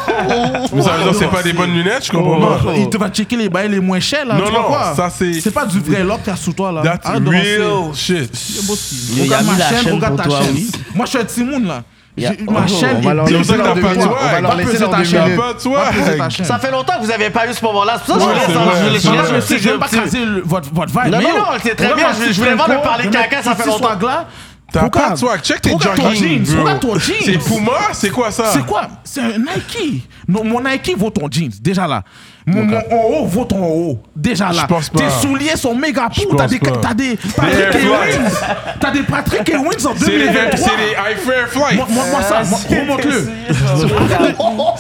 Speaker 1: Mais ça veut dire que c'est pas des bonnes lunettes, je comprends pas.
Speaker 3: Il te va checker les bails les moins chers là.
Speaker 1: Oh, Non,
Speaker 3: tu vois
Speaker 1: non,
Speaker 3: quoi
Speaker 1: ça, c'est-
Speaker 3: C'est pas du vrai lock qu'il y a sous toi là.
Speaker 1: That's
Speaker 3: Arrête de rentrer.
Speaker 1: real shit.
Speaker 5: Il y a
Speaker 3: Regarde
Speaker 5: mis
Speaker 3: ma
Speaker 5: la
Speaker 3: chaîne,
Speaker 5: chaîne
Speaker 3: regarde
Speaker 5: pour
Speaker 3: ta
Speaker 5: toi
Speaker 3: chaîne.
Speaker 5: aussi.
Speaker 3: Moi, je suis un Timoun là.
Speaker 5: Yeah.
Speaker 3: J'ai- Ma
Speaker 5: Oh,
Speaker 3: chaîne
Speaker 2: on va
Speaker 3: est
Speaker 2: leur
Speaker 3: dégueu
Speaker 2: laisser
Speaker 3: dans
Speaker 1: leur
Speaker 3: deux
Speaker 1: faire
Speaker 3: minutes.
Speaker 1: du swag.
Speaker 3: Va te
Speaker 2: On va leur
Speaker 3: peser
Speaker 2: laisser
Speaker 3: ta
Speaker 2: leur
Speaker 3: chaîne.
Speaker 2: dégueuler.
Speaker 1: Pas de
Speaker 3: Va te peser ta
Speaker 1: swag.
Speaker 3: chaîne.
Speaker 6: Ça fait longtemps que vous avez pas eu ce moment-là. C'est pour ça
Speaker 1: Ouais,
Speaker 6: que je voulais
Speaker 1: c'est
Speaker 6: savoir,
Speaker 1: vrai,
Speaker 6: je voulais
Speaker 1: c'est
Speaker 6: connaître
Speaker 1: vrai.
Speaker 6: le
Speaker 3: Je
Speaker 6: sujet.
Speaker 3: veux pas craser le- votre votre vibe.
Speaker 6: Non,
Speaker 3: mais
Speaker 6: non,
Speaker 3: yo,
Speaker 6: non, c'est très
Speaker 3: regarde
Speaker 6: bien,
Speaker 3: ma
Speaker 6: je- je
Speaker 3: petite
Speaker 6: voulais voir le
Speaker 3: Franco,
Speaker 6: parler
Speaker 3: je mets
Speaker 6: caca, ça fait
Speaker 3: petit
Speaker 6: longtemps.
Speaker 3: swag, là.
Speaker 1: T'as
Speaker 3: Regarde.
Speaker 1: pas de swag. Check tes
Speaker 3: Regarde ton
Speaker 1: jogging,
Speaker 3: jeans,
Speaker 1: bro.
Speaker 3: regarde ton jeans.
Speaker 1: C'est Puma? C'est quoi ça?
Speaker 3: C'est quoi C'est un Nike. Non, mon Nike vaut ton jeans, déjà là. Mon, mon en haut vaut ton en haut, déjà là.
Speaker 1: Je pense pas.
Speaker 3: Tes souliers sont méga
Speaker 1: Je
Speaker 3: pour. T'as
Speaker 1: pense
Speaker 3: des,
Speaker 1: pas.
Speaker 3: t'as des
Speaker 1: Air
Speaker 3: Patrick
Speaker 1: Flight.
Speaker 3: Ewings. T'as des Patrick Ewings en
Speaker 1: C'est les,
Speaker 3: 2023.
Speaker 1: c'est les Air Flight.
Speaker 3: Moi, moi, moi, ça, moi, remonte-le.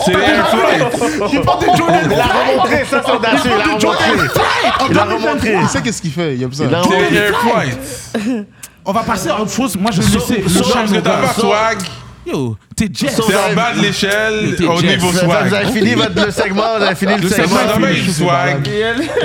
Speaker 1: C'est les Air Flight.
Speaker 3: Il porte des Jordan
Speaker 2: Il a remontré, ça, c'est
Speaker 3: Il
Speaker 2: audacieux. Il a
Speaker 3: porte des Jordan
Speaker 2: remontré.
Speaker 3: Flight
Speaker 2: Il
Speaker 3: en
Speaker 2: a
Speaker 3: 2023.
Speaker 2: remontré.
Speaker 4: Il sait qu'est-ce qu'il fait, il y a ça.
Speaker 2: Il a
Speaker 1: C'est les
Speaker 2: remontré.
Speaker 1: Air Flight.
Speaker 3: On va passer à autre chose. Moi, je vais laisser.
Speaker 1: Non, parce que t'as pas de swag.
Speaker 3: Yo, t'es Jess.
Speaker 1: C'est en
Speaker 2: avez-
Speaker 1: bas de l'échelle
Speaker 3: T'es
Speaker 1: au
Speaker 3: Jess.
Speaker 1: niveau
Speaker 2: Vous avez- vous
Speaker 1: swag.
Speaker 2: avez fini votre le segment, vous avez fini le
Speaker 1: Le segment
Speaker 2: segment.
Speaker 1: d'en bas, il swag.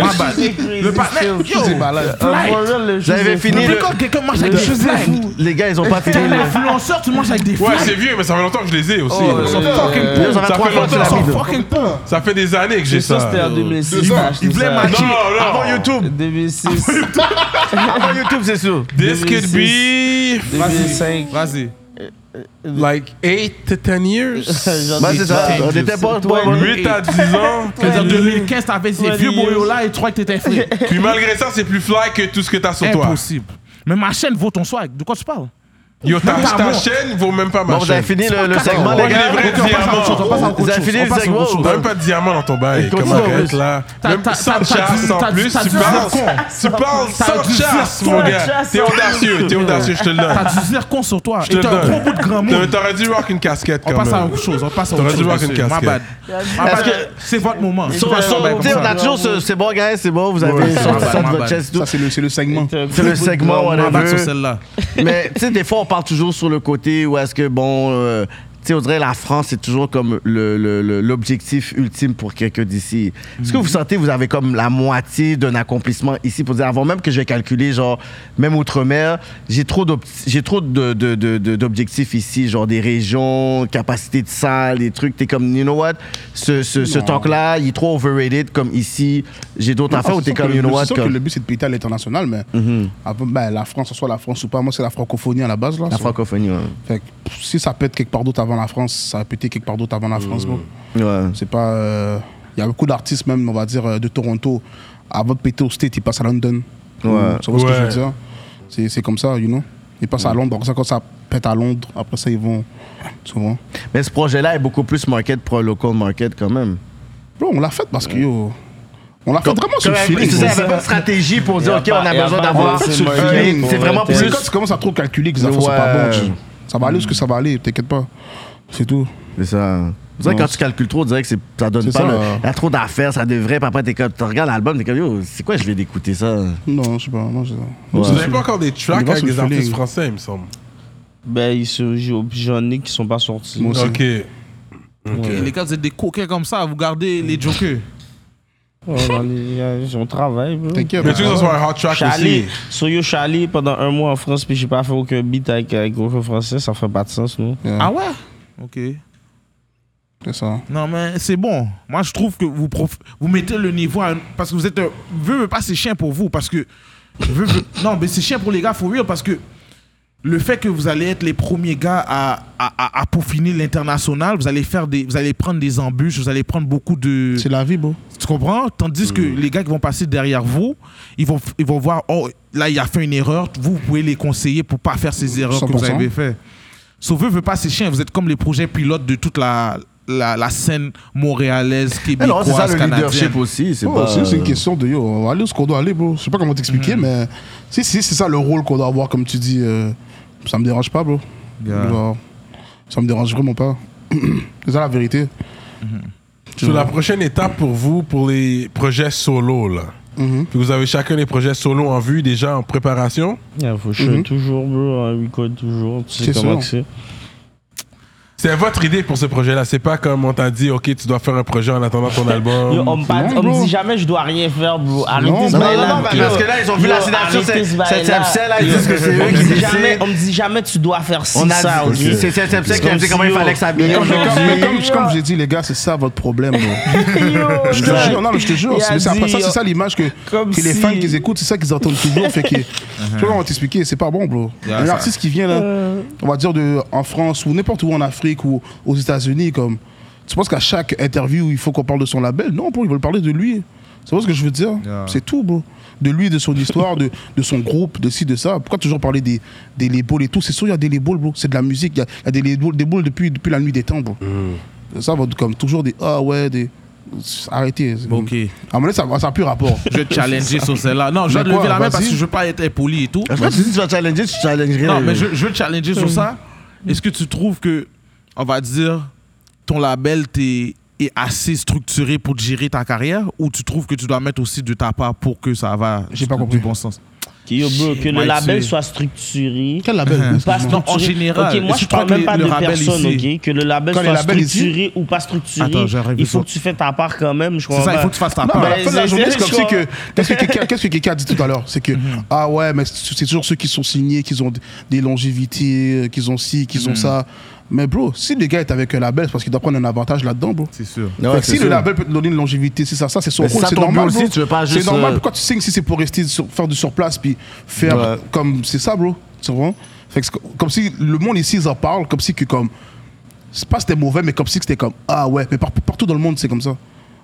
Speaker 3: Ma bad.
Speaker 5: Le
Speaker 3: partenaire, yo,
Speaker 4: C'est malade.
Speaker 2: J'avais fini
Speaker 3: Depuis
Speaker 2: le-
Speaker 3: quand quelqu'un marche avec des
Speaker 2: le-
Speaker 3: flingues
Speaker 2: Les gars, ils ont pas
Speaker 3: T'es
Speaker 2: fini
Speaker 3: un
Speaker 2: le.
Speaker 3: influenceur, tu manges avec des
Speaker 1: Ouais,
Speaker 3: flingues.
Speaker 1: c'est vieux, mais ça fait longtemps que je les ai aussi.
Speaker 3: Ils sont fucking
Speaker 2: Là, j'en ai
Speaker 1: Ça
Speaker 2: trois
Speaker 1: fait
Speaker 2: fois que tu
Speaker 3: Ils
Speaker 2: l'as
Speaker 1: longtemps.
Speaker 3: sont
Speaker 2: mis, là.
Speaker 3: fucking pauvres.
Speaker 1: Ça fait des années que j'ai
Speaker 5: Ça,
Speaker 1: ça.
Speaker 5: c'était en 2006.
Speaker 3: Ils voulaient
Speaker 1: Non,
Speaker 3: matcher.
Speaker 1: non.
Speaker 2: Avant YouTube.
Speaker 5: 2006.
Speaker 2: Avant YouTube, c'est sûr.
Speaker 1: This could be
Speaker 5: 2005.
Speaker 1: vas-y.
Speaker 3: Euh,
Speaker 1: Like 8 to 10 years.
Speaker 5: Genre
Speaker 2: Bah,
Speaker 5: des-
Speaker 2: c'est ça. On était pas toi. moi.
Speaker 1: 8 à 10 ans.
Speaker 3: C'est-à-dire 2015, t'avais ces
Speaker 5: Ouais,
Speaker 3: vieux
Speaker 5: les-
Speaker 3: boyaux-là et tu crois que t'étais frais.
Speaker 1: Puis malgré ça, c'est plus fly que tout ce que t'as sur toi.
Speaker 3: Impossible. Mais ma chaîne vaut ton swag. De quoi tu parles
Speaker 1: Yo, ta,
Speaker 3: Même pas
Speaker 1: ta
Speaker 3: moi.
Speaker 1: chaîne vaut même pas ma
Speaker 2: Bon, vous avez
Speaker 1: chaîne.
Speaker 2: fini le le
Speaker 3: Quatre-
Speaker 2: segment,
Speaker 3: Oh,
Speaker 2: les
Speaker 3: j'ai
Speaker 1: les
Speaker 2: gars.
Speaker 3: les vrais
Speaker 1: vrais
Speaker 3: diamants. On passe à autre chose, on passe à autre
Speaker 2: Vous avez
Speaker 3: chose,
Speaker 2: fini
Speaker 3: on
Speaker 2: le
Speaker 3: passe à
Speaker 2: segment
Speaker 3: autre
Speaker 2: ou
Speaker 3: chose.
Speaker 1: T'as même pas de diamant dans ton bail.
Speaker 2: continue,
Speaker 1: Comment arrête
Speaker 2: Bruce.
Speaker 1: là
Speaker 3: T'as-
Speaker 1: Même
Speaker 3: t'as-
Speaker 1: sans
Speaker 3: t'as- t'as
Speaker 1: chasse
Speaker 3: dû-
Speaker 1: en
Speaker 3: t'as dû-
Speaker 1: plus,
Speaker 3: t'as
Speaker 1: tu
Speaker 3: dû dire
Speaker 1: parles.
Speaker 3: con.
Speaker 1: Tu parles
Speaker 3: T'as
Speaker 1: sans
Speaker 3: dû dire
Speaker 1: chasse,
Speaker 3: con.
Speaker 1: mon gars.
Speaker 5: Chasse
Speaker 1: T'es
Speaker 5: en
Speaker 1: audacieux, t'es audacieux, je te le donne.
Speaker 3: T'as du zircon sur toi.
Speaker 1: Je
Speaker 3: Et
Speaker 1: te
Speaker 3: t'as un
Speaker 1: le
Speaker 3: gros bout de grand
Speaker 1: donne. T'aurais-
Speaker 3: monde.
Speaker 1: T'aurais dû voir qu'une casquette
Speaker 3: On
Speaker 1: quand
Speaker 3: passe à
Speaker 1: même.
Speaker 3: autre chose. On passe à
Speaker 1: T'aurais
Speaker 3: autre
Speaker 1: dû
Speaker 3: chose.
Speaker 1: voir qu'une
Speaker 3: monsieur. Ma
Speaker 1: casquette.
Speaker 3: bad. Ma
Speaker 2: Est-ce
Speaker 3: bad.
Speaker 2: que-
Speaker 3: C'est votre moment.
Speaker 2: Sur le
Speaker 3: Sur- sur-
Speaker 2: son,
Speaker 3: comme
Speaker 2: tu sais, on a
Speaker 3: ça.
Speaker 2: toujours ce. C'est bon, gars, c'est bon, vous avez
Speaker 3: Ouais,
Speaker 2: sorti
Speaker 3: ouais,
Speaker 2: ça de
Speaker 3: ouais,
Speaker 2: votre
Speaker 3: ouais.
Speaker 2: chest. et tout.
Speaker 4: Ça, c'est le, c'est le segment.
Speaker 2: C'est le segment,
Speaker 3: Ma bad sur
Speaker 2: whatever.
Speaker 3: celle-là.
Speaker 2: Mais tu sais, des fois, on parle toujours sur le côté où est-ce que, bon, euh, tu sais, on dirait la France, c'est toujours comme le- le- le- l'objectif ultime pour quelqu'un d'ici. Est-ce
Speaker 4: Mhm.
Speaker 2: que vous sentez, vous avez comme la moitié d'un accomplissement ici pour dire, avant même que j'ai calculé, genre, même outre-mer, j'ai trop d'ob- j'ai trop de- de- de- de- d'objectifs ici, genre des régions, capacité de salle, des trucs. T'es comme, you know what, ce, ce, ce
Speaker 4: Non.
Speaker 2: talk-là, il est trop overrated, comme ici, j'ai d'autres affaires, ou t'es
Speaker 4: C'est sûr
Speaker 2: comme,
Speaker 4: que
Speaker 2: you know
Speaker 4: le-
Speaker 2: what,
Speaker 4: c'est sûr que
Speaker 2: comme
Speaker 4: le but, c'est de péter à l'international, mais
Speaker 2: Mm-hmm.
Speaker 4: avant- ben, la France, soit la France ou pas, moi, c'est la francophonie à la base. Là,
Speaker 2: la
Speaker 4: ça.
Speaker 2: francophonie. ouais.
Speaker 4: Fait que, pff, si ça pète quelque part d'autre avant la France, ça va péter quelque part d'autre avant la
Speaker 2: Mm.
Speaker 4: France. bro.
Speaker 2: Ouais.
Speaker 4: C'est pas. euh, Il y a beaucoup d'artistes, même, on va dire, euh, de Toronto. Avant de péter au State, ils passent à London. Mm.
Speaker 2: Ouais.
Speaker 4: Tu vois ce que je veux
Speaker 1: Ouais.
Speaker 4: dire? C'est c'est comme ça, you know? Ils passent
Speaker 2: Mm.
Speaker 4: à Londres. Donc, ça, quand ça pète à Londres, après ça, ils vont. Souvent.
Speaker 2: Mais ce projet-là est beaucoup plus market pour un local market quand même.
Speaker 4: Bro, on l'a fait parce que, yo, On l'a fait vraiment sur le
Speaker 2: Ben C'est
Speaker 4: feeling.
Speaker 2: ça, il
Speaker 4: bro.
Speaker 2: n'y avait pas de stratégie pour dire,
Speaker 5: a
Speaker 2: OK,
Speaker 5: pas-
Speaker 2: on
Speaker 5: il y
Speaker 2: a
Speaker 5: a
Speaker 2: besoin
Speaker 5: pas de-
Speaker 2: d'avoir.
Speaker 5: c'est
Speaker 4: le
Speaker 2: Mais
Speaker 4: feeling,
Speaker 2: C'est
Speaker 5: ouais,
Speaker 2: vraiment
Speaker 5: t'es-
Speaker 4: C'est
Speaker 2: plus.
Speaker 4: quand tu commences à trop calculer que les affaires sont
Speaker 2: Ouais.
Speaker 4: pas bonnes. tu- Ça va aller ce que ça va aller, t'inquiète pas. C'est tout.
Speaker 2: C'est ça. C'est vrai que quand tu calcules trop, on dirait que c'est- ça donne pas.
Speaker 4: C'est ça.
Speaker 2: le- Il y a trop d'affaires, ça devrait. Puis après, t'es comme- tu regardes l'album, t'es comme, yo, c'est quoi, je vais d'écouter ça?
Speaker 4: Non, je sais pas. Moi, je...
Speaker 2: Ouais.
Speaker 1: Vous avez pas encore des
Speaker 4: On y
Speaker 1: tracks
Speaker 4: va
Speaker 1: avec
Speaker 4: sur le
Speaker 1: des artistes
Speaker 4: feeling.
Speaker 1: français, il me semble.
Speaker 5: Ben, ils se- j'en- j'en ai qui sont pas sortis.
Speaker 4: Moi aussi.
Speaker 1: Ok.
Speaker 3: Et Les gars, vous êtes des coquets comme ça. Vous gardez les jokers.
Speaker 5: Ouais, j'en ai- On travaille, bro.
Speaker 4: T'inquiète.
Speaker 1: Mais tu veux que ce soit un hot track
Speaker 5: Charlie,
Speaker 1: aussi.
Speaker 5: so yo, Charlie, pendant un mois en France, puis j'ai pas fait aucun beat avec, avec aucun français, ça fait pas de sens, non?
Speaker 4: Yeah,
Speaker 3: Ah ouais? Ok.
Speaker 4: C'est ça.
Speaker 3: Non, mais c'est bon. Moi, je trouve que vous, prof- vous mettez le niveau à... un- Parce que vous êtes... un- Veux, veux pas, c'est chien pour vous. Parce que... veux, veux- Non, mais c'est chien pour les gars, faut rire. Parce que le fait que vous allez être les premiers gars à, à, à- à peaufiner l'international, vous allez faire des... Vous allez prendre des embûches, vous allez prendre beaucoup de...
Speaker 4: C'est la vie, bro.
Speaker 3: Tu comprends? Tandis que
Speaker 2: Mm.
Speaker 3: les gars qui vont passer derrière vous, ils vont, ils vont voir, oh, là, il a fait une erreur. Vous, vous pouvez les conseiller pour pas faire ces erreurs que vous
Speaker 4: 100%.
Speaker 3: avez faites. Sauf eux, veut pas ces chiens. Vous êtes comme les projets pilotes de toute la, la, la scène montréalaise,
Speaker 2: Mais Eh non,
Speaker 3: québécoise,
Speaker 2: c'est ça le
Speaker 3: canadienne.
Speaker 2: leadership aussi. C'est
Speaker 4: Oh,
Speaker 2: pas.
Speaker 4: C'est c'est une question de yo, on va aller où ce qu'on doit aller, bro. Je sais pas comment t'expliquer, mais si, si, c'est ça le rôle qu'on doit avoir, comme tu dis. euh, ça me dérange pas, bro.
Speaker 3: Yeah.
Speaker 4: Genre, ça me dérange vraiment pas. c'est ça la vérité.
Speaker 1: Sur la prochaine étape pour vous, pour les projets solo, là.
Speaker 4: Mhm.
Speaker 1: Puis Vous avez chacun des projets solo en vue, déjà en préparation.
Speaker 5: Yeah, faut je
Speaker 4: Mhm.
Speaker 5: toujours, bro, on record toujours, tu sais
Speaker 4: C'est
Speaker 5: comment
Speaker 4: sûr.
Speaker 5: que c'est.
Speaker 1: C'est votre idée pour ce projet-là. C'est pas comme on t'a dit, OK, tu dois faire un projet en attendant ton
Speaker 5: Yo, oh.
Speaker 1: album.
Speaker 5: on me pas-
Speaker 4: non,
Speaker 5: on me
Speaker 4: bro.
Speaker 5: dit jamais je dois rien faire, bro. Arrêtez
Speaker 4: Non,
Speaker 5: ce
Speaker 2: Non, non,
Speaker 5: bail-là.
Speaker 2: non,
Speaker 5: bro.
Speaker 2: parce que là, ils ont vu
Speaker 5: Yo,
Speaker 2: la signature,
Speaker 5: arrêtez
Speaker 2: c'est
Speaker 5: ce bail-là.
Speaker 2: septième ciel, là, ils
Speaker 5: Yo,
Speaker 2: disent que c'est
Speaker 5: on
Speaker 2: eux
Speaker 5: me
Speaker 2: qui
Speaker 5: dit
Speaker 2: décident.
Speaker 5: jamais- On me dit jamais tu dois faire ci,
Speaker 2: On
Speaker 5: ça.
Speaker 2: a
Speaker 5: on
Speaker 2: dit.
Speaker 5: dit-
Speaker 2: C'est Septième Ciel qui a dit comment il fallait que ça
Speaker 4: Mais
Speaker 2: vienne.
Speaker 4: comme, mais comme-
Speaker 5: Yo.
Speaker 4: comme je l'ai dit, les gars, c'est ça votre problème, bro.
Speaker 5: Yo,
Speaker 4: Je te
Speaker 5: ça.
Speaker 4: jure, non, mais je te jure,
Speaker 5: Il
Speaker 4: c'est
Speaker 5: a
Speaker 4: mais c'est après
Speaker 5: dit,
Speaker 4: ça,
Speaker 5: yo,
Speaker 4: c'est ça l'image que,
Speaker 5: comme
Speaker 4: que les
Speaker 5: si-
Speaker 4: fans qu'ils écoutent, c'est ça qu'ils entendent toujours. fait que, tu vois, on va t'expliquer, c'est pas bon, bro.
Speaker 3: Yeah,
Speaker 4: un
Speaker 3: ça-
Speaker 4: artiste qui vient là,
Speaker 5: Euh.
Speaker 4: on va dire de, en France ou n'importe où en Afrique ou aux États-Unis, comme, tu penses qu'à chaque interview, il faut qu'on parle de son label Non, bro, ils veulent parler de lui. C'est pas ce que je veux dire.
Speaker 3: Yeah.
Speaker 4: C'est tout, bro. De lui, de son histoire, de, de son groupe, de ci, de ça. Pourquoi toujours parler des, des labels et tout C'est sûr, il y a des labels, bro. C'est de la musique. Il y a, il y a des labels, des labels depuis, depuis la nuit des temps, bro. Ça va être comme toujours des ah ouais, des. Arrêtez. c'est
Speaker 3: Ok.
Speaker 4: comme- À mon avis, ça n'a plus rapport.
Speaker 3: Je vais te challenger sur celle-là. Non, je vais
Speaker 4: Mais
Speaker 3: te lever
Speaker 4: quoi,
Speaker 3: la main parce
Speaker 4: vas-y.
Speaker 3: que je veux pas être impoli et tout.
Speaker 2: Est-ce que tu dis tu vas challenger, tu challengerais.
Speaker 3: Non,
Speaker 4: euh,
Speaker 3: mais je, je veux te challenger sur
Speaker 4: Hmm.
Speaker 3: ça. Est-ce que tu trouves que, on va dire, ton label t'es- est assez structuré pour gérer ta carrière ou tu trouves que tu dois mettre aussi de ta part pour que ça va
Speaker 4: J'ai pas
Speaker 3: du
Speaker 4: compris.
Speaker 3: bon sens
Speaker 5: que yo, bro, que le
Speaker 3: Ouais,
Speaker 5: label
Speaker 3: tu-
Speaker 5: soit structuré.
Speaker 4: Quel label
Speaker 3: Uh-huh.
Speaker 5: ou
Speaker 4: excuse-moi.
Speaker 5: pas structuré.
Speaker 3: en général.
Speaker 5: Ok, moi,
Speaker 3: Et
Speaker 5: je
Speaker 3: surtout
Speaker 5: parle
Speaker 3: que
Speaker 5: même pas
Speaker 3: le
Speaker 5: de
Speaker 3: rappel
Speaker 5: personne,
Speaker 3: ici-
Speaker 5: ok? Que le label
Speaker 4: Quand les
Speaker 5: soit
Speaker 4: labels ici-
Speaker 5: structuré ou pas structuré,
Speaker 3: Attends, j'arrive
Speaker 5: il faut
Speaker 3: sur-
Speaker 5: que tu fais ta part quand même. je
Speaker 3: C'est
Speaker 5: comprends
Speaker 3: ça, il
Speaker 5: pas.
Speaker 3: faut que tu fasses ta
Speaker 4: Non, mais à
Speaker 3: part.
Speaker 4: la fin de la
Speaker 5: Mais
Speaker 4: journée,
Speaker 5: c'est-
Speaker 4: c'est comme
Speaker 5: c'est-
Speaker 4: si que. Qu'est-ce que quelqu'un qu'est-ce que quelqu'un a dit tout à l'heure C'est que,
Speaker 3: Mm-hmm.
Speaker 4: ah ouais, mais c'est c'est toujours ceux qui sont signés, qui ont des longévités, euh, qui ont ci, qui
Speaker 3: Mm-hmm.
Speaker 4: ont ça. Mais bro, si le gars est avec un label, c'est parce qu'il doit prendre un avantage là-dedans, bro.
Speaker 3: C'est sûr.
Speaker 2: Ouais,
Speaker 4: Fait que
Speaker 2: c'est
Speaker 4: si
Speaker 2: sûr.
Speaker 4: le label peut te donner une longévité, c'est ça, ça c'est son
Speaker 2: Mais c'est
Speaker 4: rôle,
Speaker 2: ça
Speaker 4: c'est
Speaker 2: ton but
Speaker 4: normal.
Speaker 2: aussi,
Speaker 4: bro.
Speaker 2: tu veux pas
Speaker 4: C'est
Speaker 2: juste,
Speaker 4: normal.
Speaker 2: euh,
Speaker 4: Pourquoi tu signes si c'est pour rester sur- faire du surplace puis faire
Speaker 2: Ouais.
Speaker 4: comme c'est ça, bro Tu comprends Fait que c'est co- comme si le monde ici ils en parlent, comme si que comme c'est pas c'était mauvais, mais comme si que c'était comme ah ouais, mais par- partout dans le monde c'est comme ça.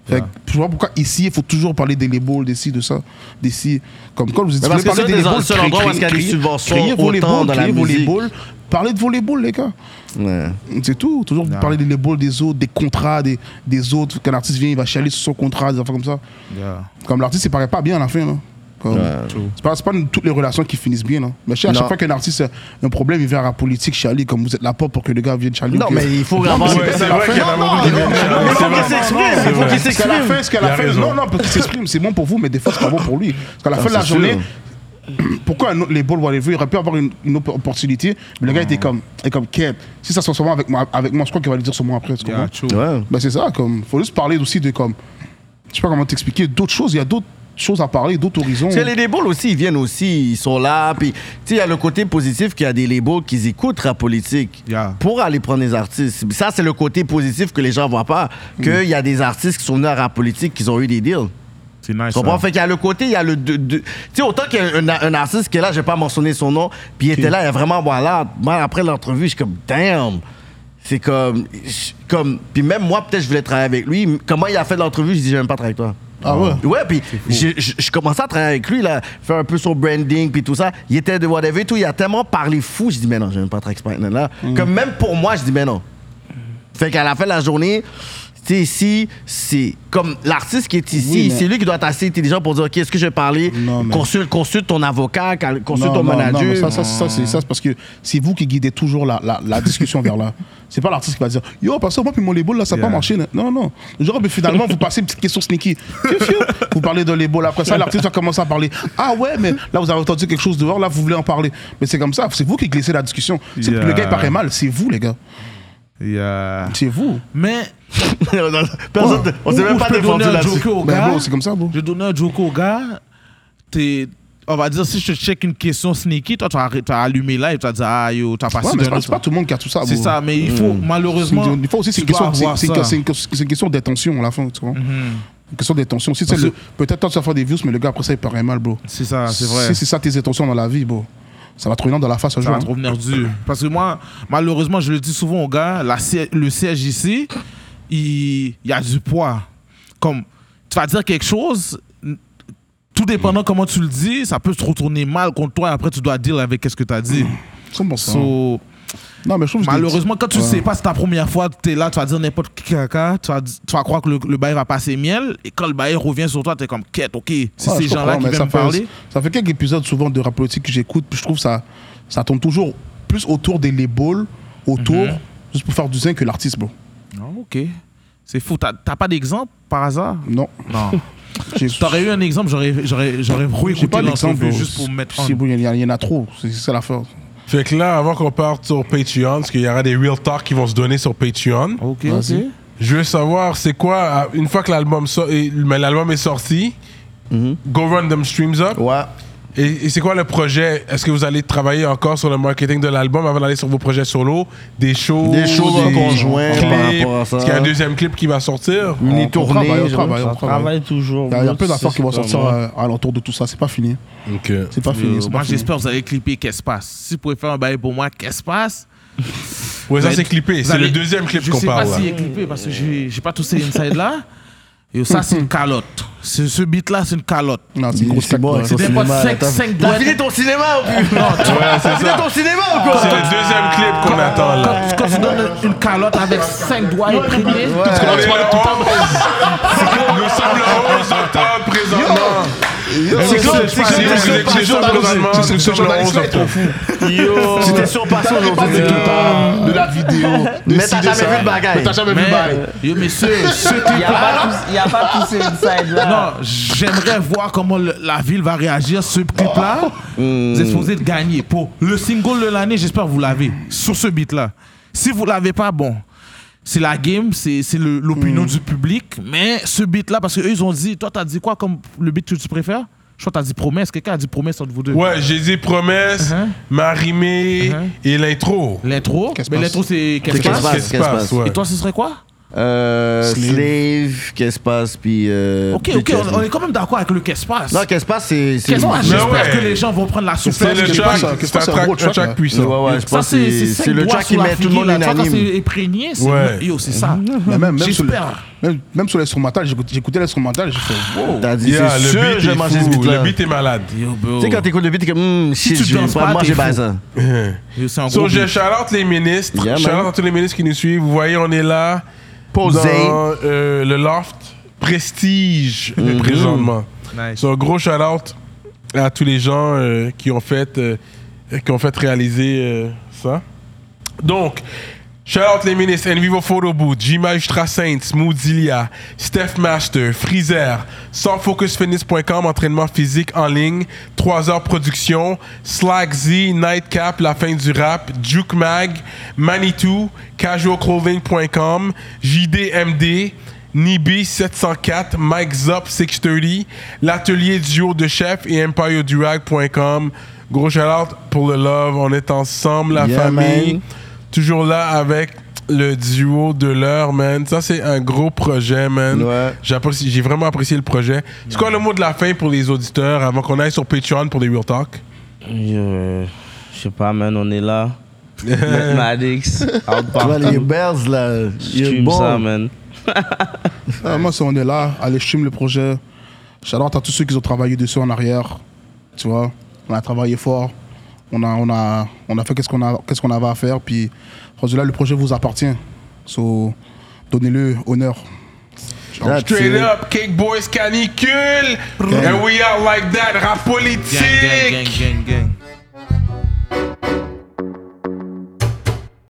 Speaker 4: Fait que, je vois pourquoi ici il faut toujours parler des labels, des ci, de ça, des ci. Comme quand vous dites,
Speaker 2: Mais parce
Speaker 4: vous voulez
Speaker 2: que
Speaker 4: parler
Speaker 2: ça,
Speaker 4: des
Speaker 2: c'est
Speaker 4: labels,
Speaker 2: le seul
Speaker 4: créez-
Speaker 2: endroit où
Speaker 4: créez-
Speaker 2: est-ce qu'il y a des
Speaker 4: créez-
Speaker 2: subventions
Speaker 4: créez vos
Speaker 2: autant
Speaker 4: labels,
Speaker 2: dans la
Speaker 4: créez vos
Speaker 2: musique.
Speaker 4: labels. Parlez de vos labels, les gars.
Speaker 2: Ouais.
Speaker 4: C'est tout. Toujours parler des labels des autres, des contrats des, des autres. Qu'un artiste vient, il va chialer sur son contrat, des affaires comme ça.
Speaker 3: Yeah.
Speaker 4: Comme l'artiste, il paraît pas bien à la fin. Là. Comme, C'est pas, c'est pas toutes les relations qui finissent bien. Là. Mais je sais, à
Speaker 2: Non.
Speaker 4: chaque fois qu'un artiste a un problème, il vient à la politique chialer. Comme vous êtes là pour que le gars vienne chialer.
Speaker 2: Non,
Speaker 4: que-
Speaker 2: mais il faut
Speaker 4: Non, mais
Speaker 2: avoir-
Speaker 4: c'est-
Speaker 2: Ouais,
Speaker 4: c'est
Speaker 2: c'est
Speaker 4: la
Speaker 2: vrai
Speaker 4: fin.
Speaker 2: qu'il y en a
Speaker 4: Non,
Speaker 2: beaucoup
Speaker 4: non,
Speaker 2: qui
Speaker 4: non,
Speaker 2: viennent
Speaker 4: non,
Speaker 2: chialer. C'est
Speaker 4: non,
Speaker 2: vrai.
Speaker 4: non, non,
Speaker 2: Faut qu'il
Speaker 4: non,
Speaker 2: s'exprime,
Speaker 4: non,
Speaker 2: faut
Speaker 4: non,
Speaker 2: qu'il
Speaker 4: parce qu'à la
Speaker 2: s'exprime.
Speaker 4: fin, ce qu'à la
Speaker 1: Il a
Speaker 4: fin-
Speaker 1: raison.
Speaker 4: Non, non, parce que s'exprime, c'est bon pour vous, mais des fois, c'est pas bon pour lui. Parce qu'à la
Speaker 2: Non,
Speaker 4: fin de la
Speaker 2: c'est
Speaker 4: journée,
Speaker 2: sûr.
Speaker 4: pourquoi un autre- les balles whatever, il aurait pu avoir une, une autre opportunité, mais le gars était comme, est comme quête. Si ça se transforme avec moi, avec moi, je crois qu'il va le dire sur moi après. Tu
Speaker 3: Yeah,
Speaker 4: comprends?
Speaker 3: true.
Speaker 2: Ouais.
Speaker 4: Ben, c'est ça, comme, faut juste parler aussi de comme, je sais pas comment t'expliquer, d'autres choses, il y a d'autres choses à parler, d'autres horizons.
Speaker 2: Tu sais, les labels aussi, ils viennent aussi, ils sont là. Puis, tu sais, il y a le côté positif qu'il y a des labels qui écoutent la politique
Speaker 3: Yeah.
Speaker 2: pour aller prendre des artistes. Ça, c'est le côté positif que les gens voient pas. Qu'il y a des artistes qui sont venus à la politique qui ont eu des deals.
Speaker 3: C'est nice.
Speaker 2: Tu comprends?
Speaker 3: ça.
Speaker 2: Fait qu'il y a le côté, il y a le. de- de- Tu sais, autant qu'il y a un, un artiste qui est là, j'ai pas mentionné son nom, puis il était là, il a vraiment, voilà. Moi, après l'entrevue, je suis comme, damn! C'est comme. je- comme puis même moi, peut-être, je voulais travailler avec lui. Comment il a fait l'entrevue, je dis, j'aime pas travailler avec toi.
Speaker 4: Ah ouais?
Speaker 2: Ouais, puis j'ai- je je commençais à travailler avec lui, là, faire un peu son branding, puis tout ça. Il était de whatever et tout. Il a tellement parlé fou, je dis, mais non, j'aime pas Trax Partner là.
Speaker 4: Mm.
Speaker 2: Comme même pour moi, je dis, mais non. Fait qu'à la fin de la journée, tu sais, ici, c'est comme l'artiste qui est ici,
Speaker 4: Oui, mais-
Speaker 2: c'est lui qui doit être assez intelligent pour dire, OK, est-ce que je vais parler?
Speaker 4: Non, mais-
Speaker 2: Consulte, consulte ton avocat, cal-
Speaker 4: Non,
Speaker 2: consulte ton
Speaker 4: non, non,
Speaker 2: manager.
Speaker 4: mais ça, ça, ça, c'est ça, c'est parce que c'est vous qui guidez toujours la, la, la discussion vers là. C'est pas l'artiste qui va dire Yo, parce que moi, puis mon label, là, ça n'a
Speaker 3: Yeah.
Speaker 4: pas marché. là. Non, non. Genre, mais finalement, vous passez une petite question sneaky. Fiu, fiu. vous parlez de label. Après ça, l'artiste va commencer à parler Ah ouais, mais là, vous avez entendu quelque chose dehors, là, vous voulez en parler. Mais c'est comme ça, c'est vous qui glissez la discussion. C'est-
Speaker 3: Yeah.
Speaker 4: Le gars, il paraît mal. C'est vous, les gars.
Speaker 3: hein. Yeah.
Speaker 4: C'est vous.
Speaker 3: Mais
Speaker 2: Personne-
Speaker 3: Ouais.
Speaker 2: on s'est
Speaker 3: Ou-
Speaker 2: même
Speaker 3: ou
Speaker 2: pas
Speaker 3: je peux
Speaker 2: défendu
Speaker 3: donner un
Speaker 2: là-dessus.
Speaker 3: joker au
Speaker 4: Ben,
Speaker 3: gars.
Speaker 4: bro, c'est comme ça, bro.
Speaker 3: Je vais donner un joke au gars. T'es- On va dire, si je te check une question sneaky, toi, tu vas arrêter- t'as allumé là et tu vas dire, ah yo, t'as
Speaker 4: Ouais,
Speaker 3: passé
Speaker 4: mais
Speaker 3: d'un
Speaker 4: c'est pas,
Speaker 3: autre.
Speaker 4: c'est pas tout le monde qui a tout ça.
Speaker 3: C'est
Speaker 4: bro.
Speaker 3: ça, mais il faut, malheureusement.
Speaker 4: Une fois aussi, c'est
Speaker 3: tu
Speaker 4: une
Speaker 3: dois
Speaker 4: question,
Speaker 3: avoir
Speaker 4: c'est- c'est une-
Speaker 3: ça. Mhm.
Speaker 4: c'est une, c'est une question d'intention à la fin, tu vois. Une question d'intention. Si tu sais,
Speaker 3: Parce
Speaker 4: le- peut-être toi, tu vas faire des views, mais le gars, après ça, il paraît mal, bro.
Speaker 3: C'est ça, c'est vrai.
Speaker 4: Si c'est ça tes intentions dans la vie, bro, ça va te revenir dans la face un
Speaker 3: Ça
Speaker 4: jour.
Speaker 3: va te
Speaker 4: hein.
Speaker 3: revenir dur. Parce que moi, malheureusement, je le dis souvent aux gars, la C- le CSJC, il il y a du poids. Comme, tu vas dire quelque chose, n- tout dépendant comment tu le dis, ça peut se retourner mal contre toi et après tu dois deal avec ce que tu as dit.
Speaker 4: C'est bon, ça.
Speaker 3: So,
Speaker 4: hein. Non, mais je trouve que
Speaker 3: Malheureusement, quand tu
Speaker 4: Ouais.
Speaker 3: sais pas, c'est ta première fois, tu es là, tu vas dire n'importe qui caca, tu vas, di- tu vas croire que le, le bail va passer miel, et quand le bail revient sur toi, tu es comme quête, ok, c'est
Speaker 4: Ouais,
Speaker 3: ces
Speaker 4: je
Speaker 3: gens-là qui
Speaker 4: comprends, mais
Speaker 3: viennent
Speaker 4: ça
Speaker 3: me
Speaker 4: fait-
Speaker 3: parler.
Speaker 4: Ça fait quelques épisodes souvent de rap politique que j'écoute, puis je trouve ça, ça tourne toujours plus autour des labels, autour,
Speaker 3: Mhm.
Speaker 4: juste pour faire du zin que l'artiste, bro.
Speaker 3: Non, ok, c'est fou. T'as t'as pas d'exemple par hasard
Speaker 4: Non.
Speaker 3: Non.
Speaker 4: J'ai-
Speaker 3: T'aurais eu un exemple, j'aurais j'aurais j'aurais
Speaker 4: J'ai
Speaker 3: réécouté
Speaker 4: pas d'exemple.
Speaker 3: l'entrevue juste pour me mettre en.
Speaker 4: Si, bro, Il y, en a- il y en a trop, c'est c'est ça l'affaire.
Speaker 1: Fait que là, avant qu'on parte sur Patreon, parce qu'il y aura des real talk qui vont se donner sur Patreon,
Speaker 3: Ok, Euh, ok.
Speaker 1: je veux savoir, c'est quoi, à- une fois que l'album so- et- mais l'album est sorti, go run them streams up.
Speaker 2: Ouais.
Speaker 1: Et, et c'est quoi le projet Est-ce que vous allez travailler encore sur le marketing de l'album avant d'aller sur vos projets solo Des shows
Speaker 2: Des shows en conjoint
Speaker 1: clips,
Speaker 2: par rapport à ça.
Speaker 1: Est-ce qu'il y a un deuxième clip qui va sortir
Speaker 4: On- on
Speaker 2: Mini tournée.
Speaker 4: travaille, on
Speaker 2: genre.
Speaker 4: travaille, on
Speaker 5: On travaille toujours.
Speaker 4: Il y a, il y a
Speaker 5: bro, tu
Speaker 4: plein
Speaker 5: sais,
Speaker 4: d'affaires qui vont
Speaker 5: c'est
Speaker 4: sortir
Speaker 5: comme-
Speaker 4: euh, à l'entour de tout ça. C'est pas fini.
Speaker 1: Ok.
Speaker 4: C'est pas fini.
Speaker 3: Euh,
Speaker 4: c'est pas
Speaker 3: moi,
Speaker 4: fini.
Speaker 3: j'espère que vous allez clipper qu'est-ce qui se passe. Si vous pouvez faire un bail pour moi, qu'est-ce qui se passe
Speaker 1: Ouais, ça
Speaker 3: Mais
Speaker 1: c'est clippé.
Speaker 3: vous
Speaker 1: C'est
Speaker 3: allez-
Speaker 1: le deuxième clip
Speaker 3: Je
Speaker 1: qu'on
Speaker 3: sais
Speaker 1: parle.
Speaker 3: pas
Speaker 1: là.
Speaker 3: s'il est clippé parce que j'ai j'ai pas tous ces inside là. Et ça, c'est une calotte. Ce, ce beat là, c'est une calotte.
Speaker 4: Non, c'est une grosse
Speaker 2: C'est bon,
Speaker 4: claque,
Speaker 2: c'est-
Speaker 4: ouais.
Speaker 3: Des potes
Speaker 2: cinéma,
Speaker 3: 5,
Speaker 2: la
Speaker 3: 5
Speaker 2: T'as fini ton cinéma ou plus Non, tu
Speaker 1: Ouais, c'est
Speaker 2: T'as fini
Speaker 1: ça.
Speaker 2: ton cinéma ou quoi
Speaker 1: C'est le deuxième clip qu'on attend là.
Speaker 3: Quand, quand tu donnes une calotte avec 5 doigts imprimés,
Speaker 1: On est le 11. Nous sommes le 11 octobre présentement.
Speaker 2: C'est
Speaker 1: C'est
Speaker 6: c'est-
Speaker 4: c'est-
Speaker 6: c'est-
Speaker 4: c'est-
Speaker 6: c'est-
Speaker 4: c'est- c'est- c'est- ce journaliste-là est trop fou.
Speaker 6: Yo.
Speaker 4: C'était
Speaker 6: surpassé
Speaker 4: Il parle de guitare, de la vidéo, de
Speaker 6: Mais
Speaker 4: ci,
Speaker 6: t'as
Speaker 4: de
Speaker 6: jamais
Speaker 4: ça.
Speaker 6: vu de bagaille.
Speaker 4: Mais t'as jamais vu de
Speaker 3: Mais,
Speaker 4: bagaille.
Speaker 3: yo, mais ce- ce
Speaker 6: Il n'y a pas tous- y a pas tous ces insides-là.
Speaker 3: Non, j'aimerais voir comment le- la ville va réagir sur ce clip-là. Vous êtes supposé de gagner. Pour le single de l'année, j'espère que vous l'avez. Sur ce beat-là. Si vous l'avez pas, bon. C'est la game, c'est c'est le- l'opinion du public. Mais ce beat-là, parce qu'eux, ils ont dit, toi, t'as dit quoi comme le beat que tu préfères Je crois que t'as dit promesse. Quelqu'un a dit promesse entre vous deux.
Speaker 1: Ouais, j'ai dit promesse,
Speaker 3: Uh-huh.
Speaker 1: ma rimée
Speaker 3: Uh-huh.
Speaker 1: et l'intro.
Speaker 3: L'intro.
Speaker 4: Qu'est-ce
Speaker 3: Mais
Speaker 4: passe
Speaker 3: l'intro, c'est qu'est-ce
Speaker 2: C'est
Speaker 3: qui se
Speaker 2: qu'est-ce
Speaker 3: passe.
Speaker 2: passe, qu'est-ce passe.
Speaker 1: ouais.
Speaker 3: Et toi, ce serait quoi
Speaker 2: Euh,
Speaker 4: Slave.
Speaker 2: Slave, qu'est-ce passe, puis. euh,
Speaker 3: Ok,
Speaker 2: puis
Speaker 3: ok,
Speaker 2: qu'est-ce-
Speaker 3: on, on est quand même d'accord avec le qu'est-ce passe.
Speaker 2: Non, qu'est-ce passe, c'est. c'est-
Speaker 3: Qu'est-ce passe
Speaker 1: Mais
Speaker 3: J'espère
Speaker 1: ouais.
Speaker 3: que les gens vont prendre la
Speaker 1: C'est
Speaker 3: souffrance.
Speaker 1: le
Speaker 3: que-
Speaker 4: passe,
Speaker 1: track,
Speaker 4: qu'est-ce qui
Speaker 1: c'est un
Speaker 4: passe, c'est un
Speaker 1: track,
Speaker 4: gros
Speaker 1: un
Speaker 4: track,
Speaker 1: track
Speaker 4: là.
Speaker 1: puissant.
Speaker 2: Ouais, ouais, je
Speaker 3: Ça,
Speaker 2: pense que
Speaker 3: c'est
Speaker 2: c'est c'est le track qui met tout le monde unanime.
Speaker 3: c'est imprégné, c'est
Speaker 1: Ouais.
Speaker 3: yo, c'est ça.
Speaker 4: Mais même- même sur le-
Speaker 3: J'espère.
Speaker 4: Même même sur l'instrumental, j'écout- j'écoutais l'instrumental, j'ai fait wow.
Speaker 2: T'as dit,
Speaker 1: Yeah,
Speaker 2: c'est
Speaker 1: le
Speaker 2: sûr,
Speaker 1: beat
Speaker 2: je vais
Speaker 1: est
Speaker 2: manger ce
Speaker 1: fou.
Speaker 2: beat-là.
Speaker 1: Le beat est malade.
Speaker 3: Yo, bro.
Speaker 2: Tu sais, quand t'écoutes le beat, t'es comme, hmm, shit,
Speaker 3: tu
Speaker 2: je vais
Speaker 3: danses
Speaker 2: pas
Speaker 3: pas,
Speaker 2: manger
Speaker 3: t'es fou.
Speaker 2: bazin.
Speaker 3: Yo, C'est un
Speaker 1: So,
Speaker 3: gros
Speaker 1: je
Speaker 3: beat.
Speaker 1: shout-out les ministres.
Speaker 2: Yeah, man.
Speaker 1: shout-out à tous les ministres qui nous suivent. Vous voyez, on est là.
Speaker 2: Posé.
Speaker 1: Dans euh, le loft Prestige, présentement.
Speaker 3: Nice.
Speaker 1: So, gros shout-out à tous les gens euh, qui ont fait, euh, qui ont fait réaliser euh, ça. Donc, shout-out les ministres Envivo Photo Boot, J Magistra Saints, Moodilia, Steph Master, Freezer, sansfocusfitness.com, entraînement physique en ligne, 3 heures production, Slack Z, Nightcap, La Fin du Rap, Juke Mag, Manitou, casualclothing.com, JDMD, Nibi 704, Mike Zop 630, l'atelier duo de chef et empiredurag.com. Gros shout pour le love, on est ensemble, la
Speaker 2: Yeah,
Speaker 1: famille.
Speaker 2: man.
Speaker 1: Toujours là avec le duo de l'heure, man. Ça, c'est un gros projet, man.
Speaker 2: Ouais.
Speaker 1: J'apprécie- J'ai vraiment apprécié le projet. C'est quoi le mot de la fin pour les auditeurs avant qu'on aille sur Patreon pour les Real Talk?
Speaker 5: Yo, euh, Je sais pas, man, on est là. Met Maddox, out
Speaker 2: Tu vois, les
Speaker 5: partout.
Speaker 2: bells, là, il est
Speaker 5: Stream ça,
Speaker 2: bon.
Speaker 5: man.
Speaker 4: Ah, Moi, si on est là, allez, stream le projet. J'adore à tous ceux qui ont travaillé dessus en arrière. Tu vois, on a travaillé fort. On a, on a, on a fait qu'est-ce qu'on a, qu'est-ce qu'on avait à faire. Puis, rendu là, le projet vous appartient. So, donnez-le honneur.
Speaker 2: That's
Speaker 1: Straight
Speaker 2: it.
Speaker 1: up, Cake Boys Canicule! And we are like that, rap politique!
Speaker 3: Gang, gang, gang, gang, gang.